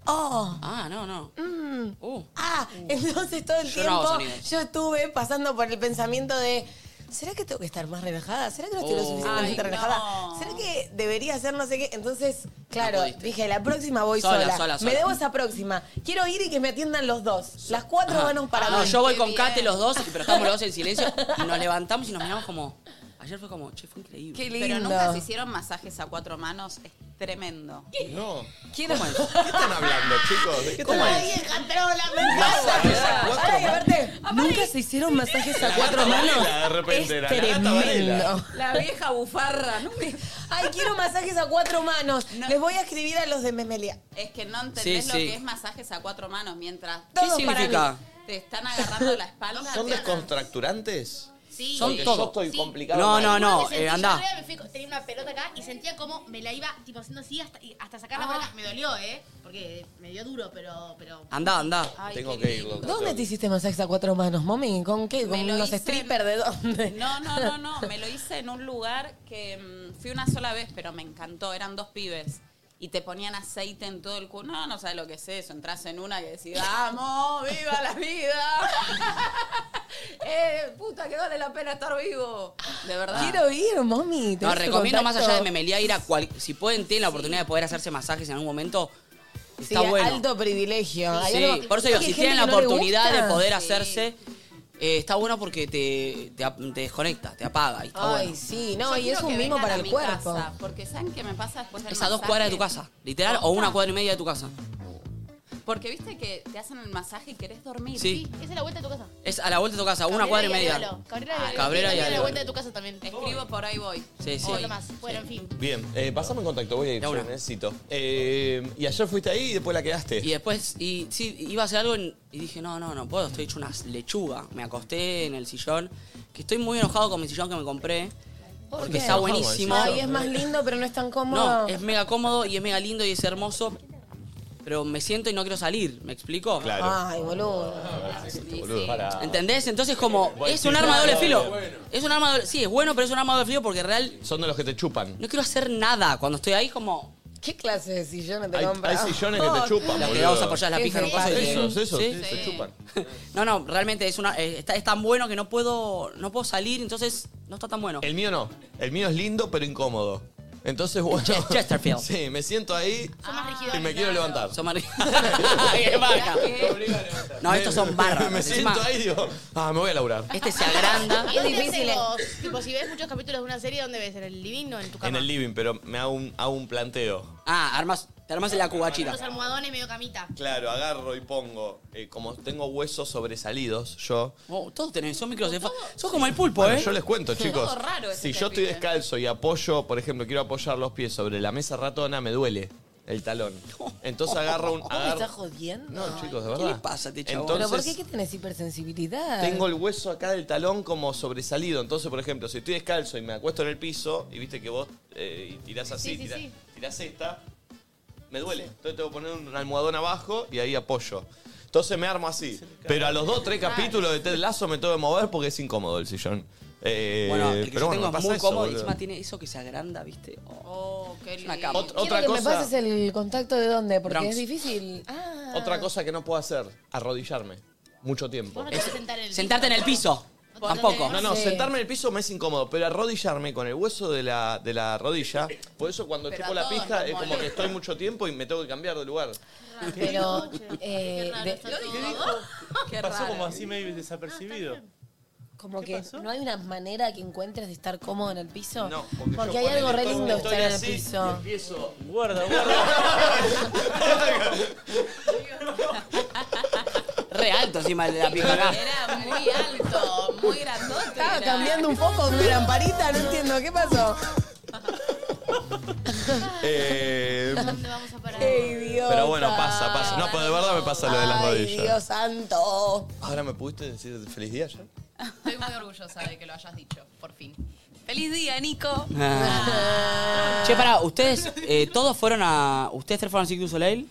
Speaker 4: oh,
Speaker 9: Ah, no, no.
Speaker 4: mm,
Speaker 9: Uh.
Speaker 4: Ah,
Speaker 5: Oh.
Speaker 4: entonces todo el
Speaker 9: Yo no hago
Speaker 4: tiempo
Speaker 9: sonidos.
Speaker 4: yo estuve pasando por el pensamiento de, ¿será que tengo que estar más relajada? ¿Será que no estoy lo
Speaker 9: Oh.
Speaker 4: suficientemente
Speaker 5: Ay,
Speaker 4: relajada?
Speaker 5: no.
Speaker 4: ¿Será que debería hacer no sé qué? Entonces, claro,
Speaker 9: pudiste.
Speaker 4: dije, la próxima voy
Speaker 9: Sola,
Speaker 4: sola.
Speaker 9: sola, sola.
Speaker 4: Me debo esa próxima. Quiero ir y que me atiendan los dos. Las cuatro van para
Speaker 9: no,
Speaker 4: mí.
Speaker 9: yo voy
Speaker 5: qué
Speaker 9: con Kate
Speaker 5: bien.
Speaker 9: los dos, pero estamos los dos en silencio y nos levantamos y nos miramos como. Ayer fue como, che, fue increíble.
Speaker 4: Qué
Speaker 5: Pero
Speaker 4: lindo.
Speaker 5: nunca se hicieron masajes a cuatro manos. Es tremendo.
Speaker 1: No.
Speaker 9: ¿Quién es?
Speaker 1: ¿Qué están hablando, chicos? ¿De qué están
Speaker 9: ¿Cómo
Speaker 1: hablando?
Speaker 6: vieja trola, me
Speaker 1: ¿Masajes a cuatro
Speaker 4: Ahora que aparte, nunca se hicieron masajes a cuatro
Speaker 1: Varela,
Speaker 4: manos.
Speaker 1: de repente, la
Speaker 4: es
Speaker 1: Nata
Speaker 4: tremendo.
Speaker 1: Varela.
Speaker 5: La vieja bufarra. nunca-
Speaker 4: Ay, quiero masajes a cuatro manos.
Speaker 5: No.
Speaker 4: Les voy a escribir a los de Memelia.
Speaker 5: Es que no entendés
Speaker 9: Sí,
Speaker 5: lo
Speaker 9: sí.
Speaker 5: que es masajes a cuatro manos mientras
Speaker 9: ¿Qué
Speaker 4: Todos para
Speaker 9: significa?
Speaker 5: te están agarrando la espalda.
Speaker 1: ¿Son
Speaker 5: te hacen-
Speaker 1: descontracturantes?
Speaker 6: Sí.
Speaker 9: Son
Speaker 1: Porque
Speaker 9: todo.
Speaker 1: yo estoy
Speaker 6: Sí.
Speaker 1: complicado.
Speaker 9: No,
Speaker 1: mal.
Speaker 9: no, no.
Speaker 6: Me sentí,
Speaker 9: eh, andá.
Speaker 6: yo todavía me fui con- tenía una pelota acá y sentía como me la iba tipo haciendo así hasta, y hasta sacar
Speaker 9: Ah.
Speaker 6: la pelota. Me dolió, ¿eh? Porque me dio duro, pero. pero
Speaker 9: Andá, andá.
Speaker 5: Ay,
Speaker 1: Tengo
Speaker 5: qué
Speaker 1: que
Speaker 5: lindo.
Speaker 1: irlo.
Speaker 4: ¿Dónde te hiciste masajes a cuatro manos, mami? ¿Con qué? ¿Con
Speaker 5: Me lo
Speaker 4: unos
Speaker 5: hice en-
Speaker 4: strippers de dónde?
Speaker 5: No, no, no, no. Me lo hice en un lugar que mm, fui una sola vez, pero me encantó. Eran dos pibes. Y te ponían aceite en todo el culo. No, no sabes lo que es eso. Entrás en una que decís, ¡vamos! ¡Viva la vida! ¡Eh, puta, que vale la pena estar vivo! De verdad.
Speaker 4: Quiero ir, mami.
Speaker 9: No,
Speaker 4: ¿Tenés tu
Speaker 9: recomiendo más
Speaker 4: contacto?
Speaker 9: allá de Memelía ir a cual. Si pueden, tienen la oportunidad de poder hacerse masajes en algún momento.
Speaker 4: Sí,
Speaker 9: Está bueno.
Speaker 4: alto privilegio. Hay
Speaker 9: Sí,
Speaker 4: algo-
Speaker 9: por eso
Speaker 4: Hay
Speaker 9: digo, si
Speaker 4: gente
Speaker 9: tienen la
Speaker 4: que no le
Speaker 9: oportunidad de
Speaker 4: gusta.
Speaker 9: poder
Speaker 5: Sí.
Speaker 9: hacerse, eh, está bueno porque te, te, ap- te desconecta, te apaga. Y está
Speaker 4: Ay,
Speaker 9: bueno.
Speaker 4: sí, no,
Speaker 5: Yo
Speaker 4: y
Speaker 5: quiero
Speaker 4: es
Speaker 5: que
Speaker 4: un mimo
Speaker 5: vengan
Speaker 4: para
Speaker 5: a
Speaker 4: el
Speaker 5: mi
Speaker 4: cuerpo.
Speaker 5: casa, porque ¿saben qué me pasa después del
Speaker 9: Es a dos
Speaker 5: masaje?
Speaker 9: cuadras de tu casa, literal, o una cuadra y media de tu casa.
Speaker 5: Porque viste que te hacen el masaje y querés dormir.
Speaker 9: Sí.
Speaker 6: esa es la vuelta de tu casa.
Speaker 9: Es a la vuelta de tu casa, una cuadra y media.
Speaker 6: Arevalo.
Speaker 5: Ah,
Speaker 6: Cabrera y Arevalo.
Speaker 9: Cabrera y
Speaker 6: También la
Speaker 9: Arevalo.
Speaker 6: vuelta de tu casa también.
Speaker 5: Escribo por ahí voy.
Speaker 9: Sí, sí.
Speaker 5: Hoy.
Speaker 6: Otro más. Bueno, en fin.
Speaker 1: Bien, eh, pasame en contacto, voy a ir,
Speaker 9: De
Speaker 1: yo
Speaker 9: una.
Speaker 1: necesito. Eh, y ayer fuiste ahí y después la quedaste.
Speaker 9: Y después, y sí, iba a hacer algo en- y dije, no, no, no puedo, estoy hecho una lechuga. Me acosté en el sillón, que estoy muy enojado con mi sillón que me compré, porque
Speaker 4: qué?
Speaker 9: está
Speaker 4: Enojado
Speaker 1: con el
Speaker 9: buenísimo.
Speaker 1: sillón.
Speaker 4: Ay, es más lindo, pero no es tan cómodo.
Speaker 9: No, es mega cómodo y es mega lindo y es hermoso, pero me siento y no quiero salir, ¿me explico?
Speaker 1: Claro.
Speaker 4: Ay, Ah, boludo.
Speaker 1: boludo. Para.
Speaker 9: ¿Entendés? Entonces
Speaker 1: Eh,
Speaker 9: como, es un arma de doble filo. Es un arma de doble- sí, es bueno, pero es un arma de doble filo porque real
Speaker 1: Son de los que te chupan.
Speaker 9: no quiero hacer nada. Cuando estoy ahí como,
Speaker 4: ¿Qué clase de sillones te
Speaker 1: Hay, hay
Speaker 4: compras?
Speaker 1: sillones que te chupan.
Speaker 9: la que
Speaker 1: boludo.
Speaker 9: vamos a apoyar la
Speaker 4: Qué
Speaker 9: pija en un
Speaker 4: feo.
Speaker 9: coso y te-
Speaker 1: Esos, esos,
Speaker 9: ¿Sí?
Speaker 1: sí, se chupan.
Speaker 9: No, no, realmente es una, eh, está, es tan bueno que no puedo, no puedo salir, entonces no está tan bueno.
Speaker 1: El mío no. El mío es lindo, pero incómodo. Entonces, bueno.
Speaker 9: Ches- Chesterfield.
Speaker 1: Sí, me siento ahí
Speaker 6: Son más rígidos.
Speaker 1: y me quiero levantar.
Speaker 9: Son mar- Qué baja. No, estos son barras.
Speaker 1: Me
Speaker 9: Encima,
Speaker 1: siento ahí y digo, ah, me voy a laburar.
Speaker 9: Este se agranda.
Speaker 6: Es
Speaker 4: difícil,
Speaker 6: difícil.
Speaker 4: eh.
Speaker 6: Tipo, si ves muchos capítulos de una serie, ¿dónde ves? ¿En el living o en tu cama?
Speaker 1: En el living, pero me hago un, hago un planteo.
Speaker 9: Ah, armas, te armas en la cubachita.
Speaker 6: Los almohadones medio camita.
Speaker 1: Claro, agarro y pongo. eh, como tengo huesos sobresalidos, yo.
Speaker 9: Oh, todos tenés, son microcefalos. Sos como el pulpo,
Speaker 1: Bueno,
Speaker 9: ¿eh?
Speaker 1: yo les cuento, chicos.
Speaker 5: Todo raro es
Speaker 1: si
Speaker 5: este
Speaker 1: yo estoy
Speaker 5: pibe.
Speaker 1: descalzo y apoyo, por ejemplo, quiero apoyar los pies sobre la mesa ratona, me duele el talón. Entonces agarro un.
Speaker 4: ¿Cómo me
Speaker 1: agarro-
Speaker 4: estás jodiendo?
Speaker 1: No, chicos, de
Speaker 9: ¿qué
Speaker 1: verdad.
Speaker 9: le pasa a este chabón?
Speaker 1: Entonces,
Speaker 4: ¿Pero por qué que tenés hipersensibilidad?
Speaker 1: tengo el hueso acá del talón como sobresalido. Entonces, por ejemplo, si estoy descalzo y me acuesto en el piso, y viste que vos eh, y tirás así,
Speaker 6: Sí, sí,
Speaker 1: tirás,
Speaker 6: sí.
Speaker 1: tirás esta, me duele. Entonces tengo que poner un almohadón abajo y ahí apoyo. Entonces me armo así. Pero a los dos, tres capítulos de Ted Lazo me tengo que mover porque es incómodo el sillón. Eh,
Speaker 9: Bueno, el que
Speaker 1: pero
Speaker 9: yo
Speaker 1: bueno, me
Speaker 9: tengo es
Speaker 1: pasa
Speaker 9: muy
Speaker 1: eso,
Speaker 9: cómodo y
Speaker 1: boludo.
Speaker 9: encima tiene eso que se agranda, ¿viste?
Speaker 5: Oh, qué
Speaker 9: una cama.
Speaker 1: Ot- otra
Speaker 4: Quiero que me
Speaker 1: cosa-
Speaker 4: pases el contacto de dónde, porque
Speaker 1: Bronx.
Speaker 4: es difícil. Ah.
Speaker 1: Otra cosa que no puedo hacer, arrodillarme. Mucho tiempo.
Speaker 4: no te vas a sentar en el Sentarte
Speaker 9: en el piso.
Speaker 4: No te- Tampoco.
Speaker 1: No, no,
Speaker 4: Sí.
Speaker 1: sentarme en el piso me es incómodo, pero arrodillarme con el hueso de la, de la rodilla, por eso cuando
Speaker 4: Pero
Speaker 1: chupo
Speaker 4: a
Speaker 1: la
Speaker 4: todos
Speaker 1: pija
Speaker 4: nos
Speaker 1: es como
Speaker 4: molesta.
Speaker 1: que estoy mucho tiempo y me tengo que cambiar de lugar.
Speaker 4: Ah, Pero. eh, de-
Speaker 5: Qué
Speaker 8: Pasó
Speaker 4: raro.
Speaker 8: como así medio desapercibido.
Speaker 4: Como que no hay una manera que encuentres de estar cómodo en el piso.
Speaker 8: No,
Speaker 4: porque,
Speaker 8: porque yo
Speaker 4: hay algo
Speaker 8: ponele,
Speaker 4: re
Speaker 8: estoy-
Speaker 4: lindo
Speaker 8: estoy
Speaker 4: estar en el
Speaker 8: así y
Speaker 4: piso.
Speaker 1: empiezo,
Speaker 8: guarda, guarda.
Speaker 9: Re alto encima el de la pija acá.
Speaker 5: Era muy alto, muy grandote.
Speaker 4: Estaba
Speaker 5: era.
Speaker 4: cambiando un poco de lamparita, no entiendo, ¿qué pasó?
Speaker 1: Eh,
Speaker 6: ¿Dónde vamos a parar?
Speaker 4: Ey, Dios.
Speaker 1: pero bueno, pasa, pasa. No, pero de verdad me pasa lo de las
Speaker 4: Ay,
Speaker 1: rodillas.
Speaker 4: Dios santo.
Speaker 1: Ahora me pudiste decir feliz día ya.
Speaker 10: Estoy muy orgullosa de que lo hayas dicho, por fin. ¡Feliz día, Nico!
Speaker 9: Ah. Che, pará, ustedes eh, todos fueron a. ¿Ustedes tres fueron a Cirque du Soleil?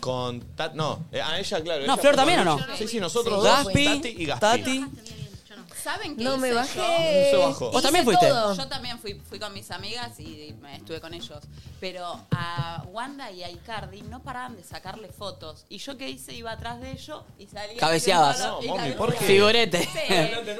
Speaker 1: Con Tat, no, eh, a ella, claro.
Speaker 9: No,
Speaker 1: ella
Speaker 9: Flor
Speaker 1: fue
Speaker 9: también o
Speaker 1: con-
Speaker 9: no?
Speaker 1: Sí, sí, nosotros
Speaker 9: Sí.
Speaker 1: dos.
Speaker 9: Gaspi,
Speaker 1: Tati y Gaspi.
Speaker 9: Tati.
Speaker 5: ¿Saben qué
Speaker 4: No
Speaker 5: hice
Speaker 4: me
Speaker 5: yo?
Speaker 4: bajé.
Speaker 1: No se bajó.
Speaker 9: ¿Vos también
Speaker 5: Hice
Speaker 9: fuiste?
Speaker 5: todo. Yo también fui, fui con mis amigas y, me estuve con ellos. Pero a Wanda y a Icardi no paraban de sacarle fotos. Y yo qué hice, iba atrás de ellos y salía.
Speaker 9: Cabeceabas.
Speaker 5: haciendo-
Speaker 9: No,
Speaker 5: y
Speaker 9: mami,
Speaker 5: cabeceaba.
Speaker 9: ¿por qué? Figurete.
Speaker 5: Sí,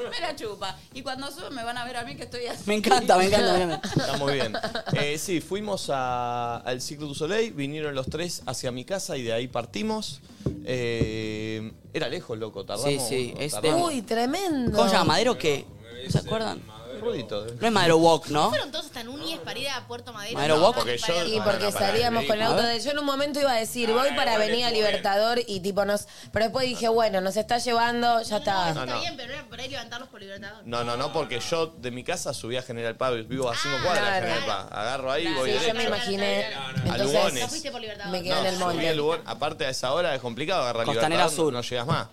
Speaker 5: me la chupa. Y cuando suben me van a ver a mí que estoy así.
Speaker 9: Me encanta, me encanta, me encanta.
Speaker 1: Está muy bien. Eh, sí, fuimos a- al Ciclo du Soleil, vinieron los tres hacia mi casa y de ahí partimos. Eh, era lejos, loco, tardamos.
Speaker 9: Sí, sí, es de-
Speaker 1: tardamos.
Speaker 4: Uy, tremendo.
Speaker 9: ¿Cómo se llama? ¿Madero qué? ¿No se acuerdan?
Speaker 1: Rudito. eh.
Speaker 9: No es Madero Walk, ¿no?
Speaker 6: Fueron todos hasta Núñez para ir a Puerto Madero.
Speaker 9: Madero
Speaker 6: No,
Speaker 9: Walk.
Speaker 6: para- para-
Speaker 4: Y porque salíamos con el auto de... Yo en un momento iba a decir, voy para Avenida Libertador y tipo nos... Pero después dije, bueno, nos está llevando, ya está.
Speaker 1: No,
Speaker 6: Ah, Está
Speaker 1: no.
Speaker 6: bien, pero era por ahí levantarlos por Libertador.
Speaker 1: No, no, no, porque yo de mi casa subí a General Paz, vivo a
Speaker 6: Ah,
Speaker 1: cinco cuadras de
Speaker 4: claro.
Speaker 1: General Paz. Agarro ahí, voy
Speaker 4: Sí, yo
Speaker 1: derecho.
Speaker 4: me imaginé.
Speaker 1: no. A Lugones. No fuiste
Speaker 6: por Libertador.
Speaker 4: Me quedé en el
Speaker 1: subí
Speaker 4: monte.
Speaker 1: a Lugón- Aparte a esa hora es complicado agarrar
Speaker 9: Costanera
Speaker 1: Libertador,
Speaker 9: Sur.
Speaker 1: No, no llegas más.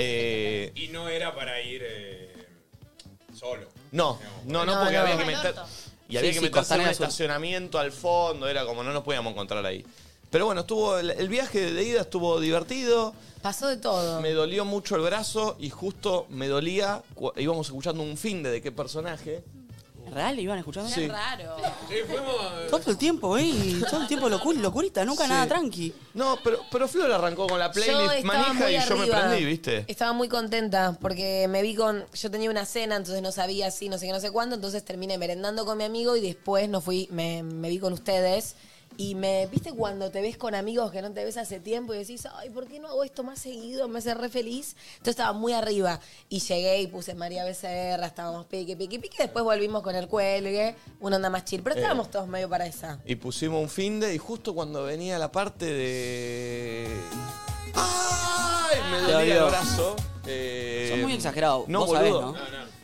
Speaker 1: Eh,
Speaker 7: Y no era para ir eh, solo.
Speaker 1: no, no, no,
Speaker 7: No,
Speaker 1: porque
Speaker 7: no.
Speaker 1: había que meter... Y había
Speaker 9: Sí,
Speaker 1: que meterse en
Speaker 9: sí,
Speaker 1: un
Speaker 9: Costanera Sur.
Speaker 1: estacionamiento al fondo, era como no nos podíamos encontrar ahí. Pero bueno, estuvo el, el viaje de ida estuvo divertido.
Speaker 4: Pasó de todo.
Speaker 1: Me dolió mucho el brazo y justo me dolía, cu- íbamos escuchando un fin de, de qué personaje.
Speaker 9: ¿Real iban escuchando?
Speaker 1: Sí.
Speaker 5: Raro.
Speaker 9: Todo el tiempo, eh. Todo el tiempo locura, locurita, nunca
Speaker 1: Sí.
Speaker 9: nada tranqui.
Speaker 1: No, pero, pero Flor arrancó con la
Speaker 4: Yo
Speaker 1: playlist
Speaker 4: estaba
Speaker 1: manija
Speaker 4: muy
Speaker 1: y yo me
Speaker 4: arriba.
Speaker 1: prendí, ¿viste?
Speaker 4: Estaba muy contenta porque me vi con. Yo tenía una cena, entonces no sabía así, no sé qué, no sé cuándo. Entonces terminé merendando con mi amigo y después no fui, me, me vi con ustedes. Y me, viste, cuando te ves con amigos que no te ves hace tiempo y decís, ay, ¿por qué no hago esto más seguido? Me hace re feliz. Entonces estaba muy arriba. Y llegué y puse María Becerra, estábamos pique, pique, pique. Después volvimos con el cuelgue, una onda más chill. Pero
Speaker 1: Eh.
Speaker 4: estábamos todos medio para esa.
Speaker 1: Y pusimos un fin de y justo cuando venía la parte de... ¡Ay! Me
Speaker 9: Te
Speaker 1: dolía
Speaker 9: dolió.
Speaker 1: el brazo. Eh,
Speaker 9: Son muy exagerados,
Speaker 1: No,
Speaker 9: vos sabés,
Speaker 1: boludo.
Speaker 9: ¿no?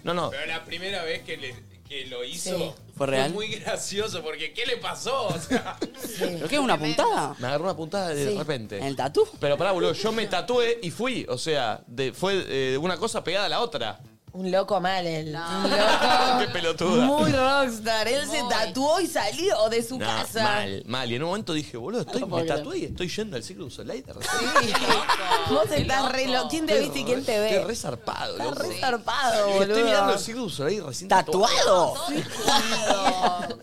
Speaker 1: No, no.
Speaker 7: Pero la primera vez que, le- que lo hizo
Speaker 1: Sí.
Speaker 9: ¿Fue real?
Speaker 7: muy gracioso porque ¿qué le pasó? O sea,
Speaker 9: ¿Pero qué? ¿Una puntada?
Speaker 1: Me agarró una puntada de
Speaker 9: Sí.
Speaker 1: repente.
Speaker 9: ¿En el tatú?
Speaker 1: Pero pará, boludo, yo me tatué y fui. O sea, de- fue eh, una cosa pegada a la otra.
Speaker 4: Un loco mal el. Un
Speaker 1: ¡Qué
Speaker 4: loco.
Speaker 1: pelotuda!
Speaker 4: Muy rockstar. Él se tatuó y salió de su
Speaker 1: No,
Speaker 4: casa.
Speaker 1: mal, mal. Y en un momento dije, boludo, estoy, me
Speaker 4: creer.
Speaker 1: tatué y estoy yendo al Ciclo du Soleil de repente.
Speaker 4: Vos estás re loco. ¿Quién te viste y quién te
Speaker 1: Qué
Speaker 4: ve?
Speaker 1: re zarpado,
Speaker 4: Estás
Speaker 1: loco.
Speaker 4: re zarpado,
Speaker 1: Y Estoy
Speaker 4: boludo.
Speaker 1: mirando el Cirque du Soleil recién
Speaker 9: ¿Tatuado?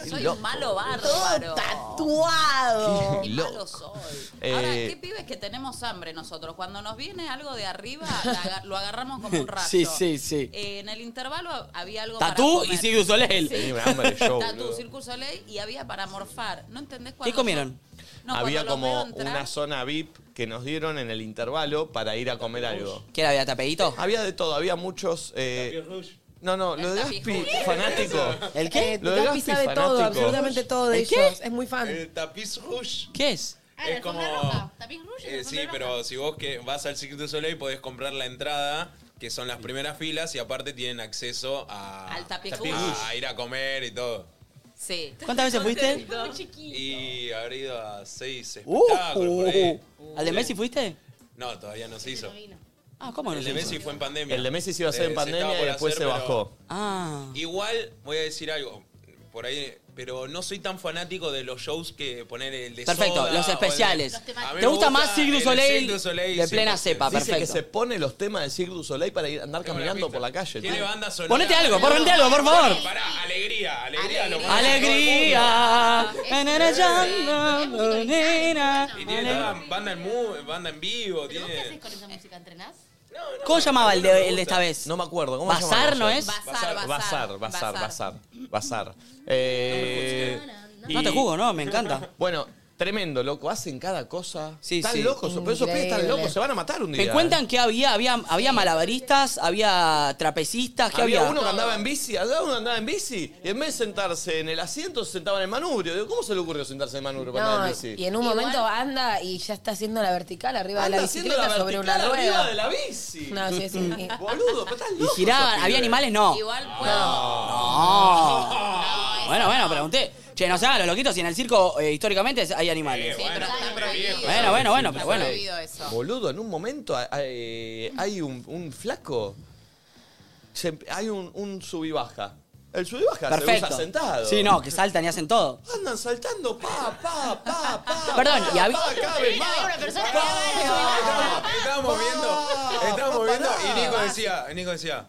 Speaker 1: Qué
Speaker 5: Soy
Speaker 1: loco.
Speaker 5: un malo bárbaro.
Speaker 4: Tatuado.
Speaker 1: Qué
Speaker 5: Y malo
Speaker 1: loco.
Speaker 5: soy.
Speaker 1: Eh,
Speaker 5: Ahora, ¿qué pibes Este que tenemos hambre nosotros? Cuando nos viene algo de arriba, la aga- lo agarramos como un rayo.
Speaker 9: Sí, sí, sí.
Speaker 5: Eh, en el intervalo había algo para
Speaker 9: Tatú
Speaker 5: comer.
Speaker 9: y Cirque du Soleil.
Speaker 1: Tenía un hambre yo,
Speaker 5: Tatu,
Speaker 1: boludo.
Speaker 5: Circus Soleil y había para morfar. ¿No entendés cuándo?
Speaker 9: ¿Qué comieron?
Speaker 5: No,
Speaker 1: Había
Speaker 5: cuando los
Speaker 1: como
Speaker 5: veo entrar-
Speaker 1: una zona VIP que nos dieron en el intervalo para ir a comer algo.
Speaker 9: ¿Qué era? ¿Había tapeíto?
Speaker 1: Había de todo, había muchos... eh, no, no, lo de Gaspi, fanático.
Speaker 9: ¿El qué?
Speaker 4: Eh,
Speaker 1: Lo de
Speaker 4: Gaspi
Speaker 1: Gaspi,
Speaker 4: sabe todo,
Speaker 1: fanático.
Speaker 4: absolutamente todo de
Speaker 9: ¿El qué?
Speaker 4: ellos. Es muy fan.
Speaker 7: el tapiz rouge.
Speaker 9: ¿Qué es?
Speaker 6: Ah,
Speaker 7: Es
Speaker 6: la alfombra
Speaker 7: como-
Speaker 6: roja. Tapiz rouge y
Speaker 7: Eh,
Speaker 6: la
Speaker 7: sí,
Speaker 6: alfombra roja.
Speaker 7: pero si vos que vas al Cirque du Soleil podés comprar la entrada, que son las primeras filas, y aparte tienen acceso a,
Speaker 5: Al tapiz rouge.
Speaker 7: a, a ir a comer y todo.
Speaker 5: Sí.
Speaker 9: ¿Cuántas veces fuiste?
Speaker 7: Y habré ido a seis
Speaker 9: Uh,
Speaker 7: espectáculos por ahí.
Speaker 9: ¿Al de Messi fuiste?
Speaker 7: No, todavía no se hizo.
Speaker 9: Ah, ¿cómo no
Speaker 7: El de
Speaker 9: se hizo?
Speaker 7: Messi fue en pandemia.
Speaker 1: El de Messi se iba a hacer
Speaker 7: Eh,
Speaker 1: en
Speaker 7: estaba
Speaker 1: pandemia y
Speaker 7: por
Speaker 1: después
Speaker 7: hacer,
Speaker 1: se
Speaker 7: pero
Speaker 1: bajó.
Speaker 9: Ah.
Speaker 7: Igual voy a decir algo. Por ahí Pero no soy tan fanático de los shows que poner el de
Speaker 9: Perfecto,
Speaker 7: Soda
Speaker 9: los
Speaker 7: o el de-
Speaker 9: especiales.
Speaker 7: A mí
Speaker 9: ¿Te
Speaker 7: me
Speaker 9: gusta más Cirque du
Speaker 7: el
Speaker 9: Soleil
Speaker 7: Cirque du Soleil,
Speaker 9: de
Speaker 7: sí,
Speaker 9: plena
Speaker 7: porque-
Speaker 9: cepa?
Speaker 1: Dice que
Speaker 9: perfecto.
Speaker 1: se pone los temas de Cirque du Soleil para ir- andar caminando por la calle.
Speaker 7: Tiene
Speaker 1: tío.
Speaker 7: banda sonora.
Speaker 9: Ponete algo, ponete algo, por favor.
Speaker 7: Pará, alegría, alegría. lo más-
Speaker 9: Alegría. na, na, na, ya, na, na, na,
Speaker 7: Y tiene
Speaker 9: na.
Speaker 7: toda banda en, mu- banda en vivo.
Speaker 6: ¿Pero vos qué haces
Speaker 7: Tiene...
Speaker 6: con esa música? ¿Entrenás?
Speaker 9: ¿Cómo llamaba el de, el de esta vez?
Speaker 1: No me acuerdo. ¿Cómo se
Speaker 9: ¿Bazar
Speaker 1: llama?
Speaker 9: no es?
Speaker 1: Bazar, bazar, bazar, bazar. Bazar. Eh,
Speaker 9: No te jugo, no, me encanta.
Speaker 1: Bueno, tremendo, loco. Hacen cada cosa.
Speaker 9: Sí,
Speaker 1: están
Speaker 9: sí.
Speaker 1: locos. Pero esos pibes están
Speaker 4: Increíble.
Speaker 1: locos. Se van a matar un día.
Speaker 9: Me cuentan que había, había, había malabaristas, había trapecistas, que
Speaker 1: Había,
Speaker 9: Ah, había.
Speaker 1: uno que andaba en bici, había uno que andaba en bici, y en vez de sentarse en el asiento, se sentaba en el manubrio. Digo, ¿Cómo se le ocurrió sentarse en el manubrio para
Speaker 4: No,
Speaker 1: andar en
Speaker 4: y
Speaker 1: bici?
Speaker 4: en un momento anda y ya está haciendo la vertical arriba de
Speaker 1: Anda
Speaker 4: la
Speaker 1: haciendo
Speaker 4: bicicleta
Speaker 1: la
Speaker 4: sobre
Speaker 1: vertical
Speaker 4: una
Speaker 1: arriba de
Speaker 4: rueda.
Speaker 1: la bici.
Speaker 4: No, sí, sí. sí.
Speaker 1: Boludo, pero estás
Speaker 9: Y
Speaker 1: loco.
Speaker 9: giraban, había animales, no.
Speaker 5: Igual puedo.
Speaker 9: No. Bueno, bueno, pregunté. Che, no se hagan los loquitos si en el circo eh, históricamente hay animales.
Speaker 5: Sí, pero está prohibido.
Speaker 9: Bueno, bueno, bueno, pero
Speaker 5: Está
Speaker 9: bueno.
Speaker 5: prohibido eso.
Speaker 1: Boludo, en un momento hay- hay, hay un, un flaco. se- hay un, un sub y baja. El sub y baja se
Speaker 9: Perfecto.
Speaker 1: usa sentado.
Speaker 9: Sí, no, que saltan y hacen todo.
Speaker 1: Andan saltando, pa, pa, pa, pa.
Speaker 9: Perdón,
Speaker 1: pa,
Speaker 9: y había-
Speaker 1: pa, cada vez más.
Speaker 6: Una persona que
Speaker 1: Pa,
Speaker 6: haga
Speaker 1: pa,
Speaker 7: Estábamos
Speaker 1: pa,
Speaker 7: viendo,
Speaker 1: pa,
Speaker 7: estábamos Eh, viendo
Speaker 1: pará.
Speaker 7: y Nico decía, Nico decía,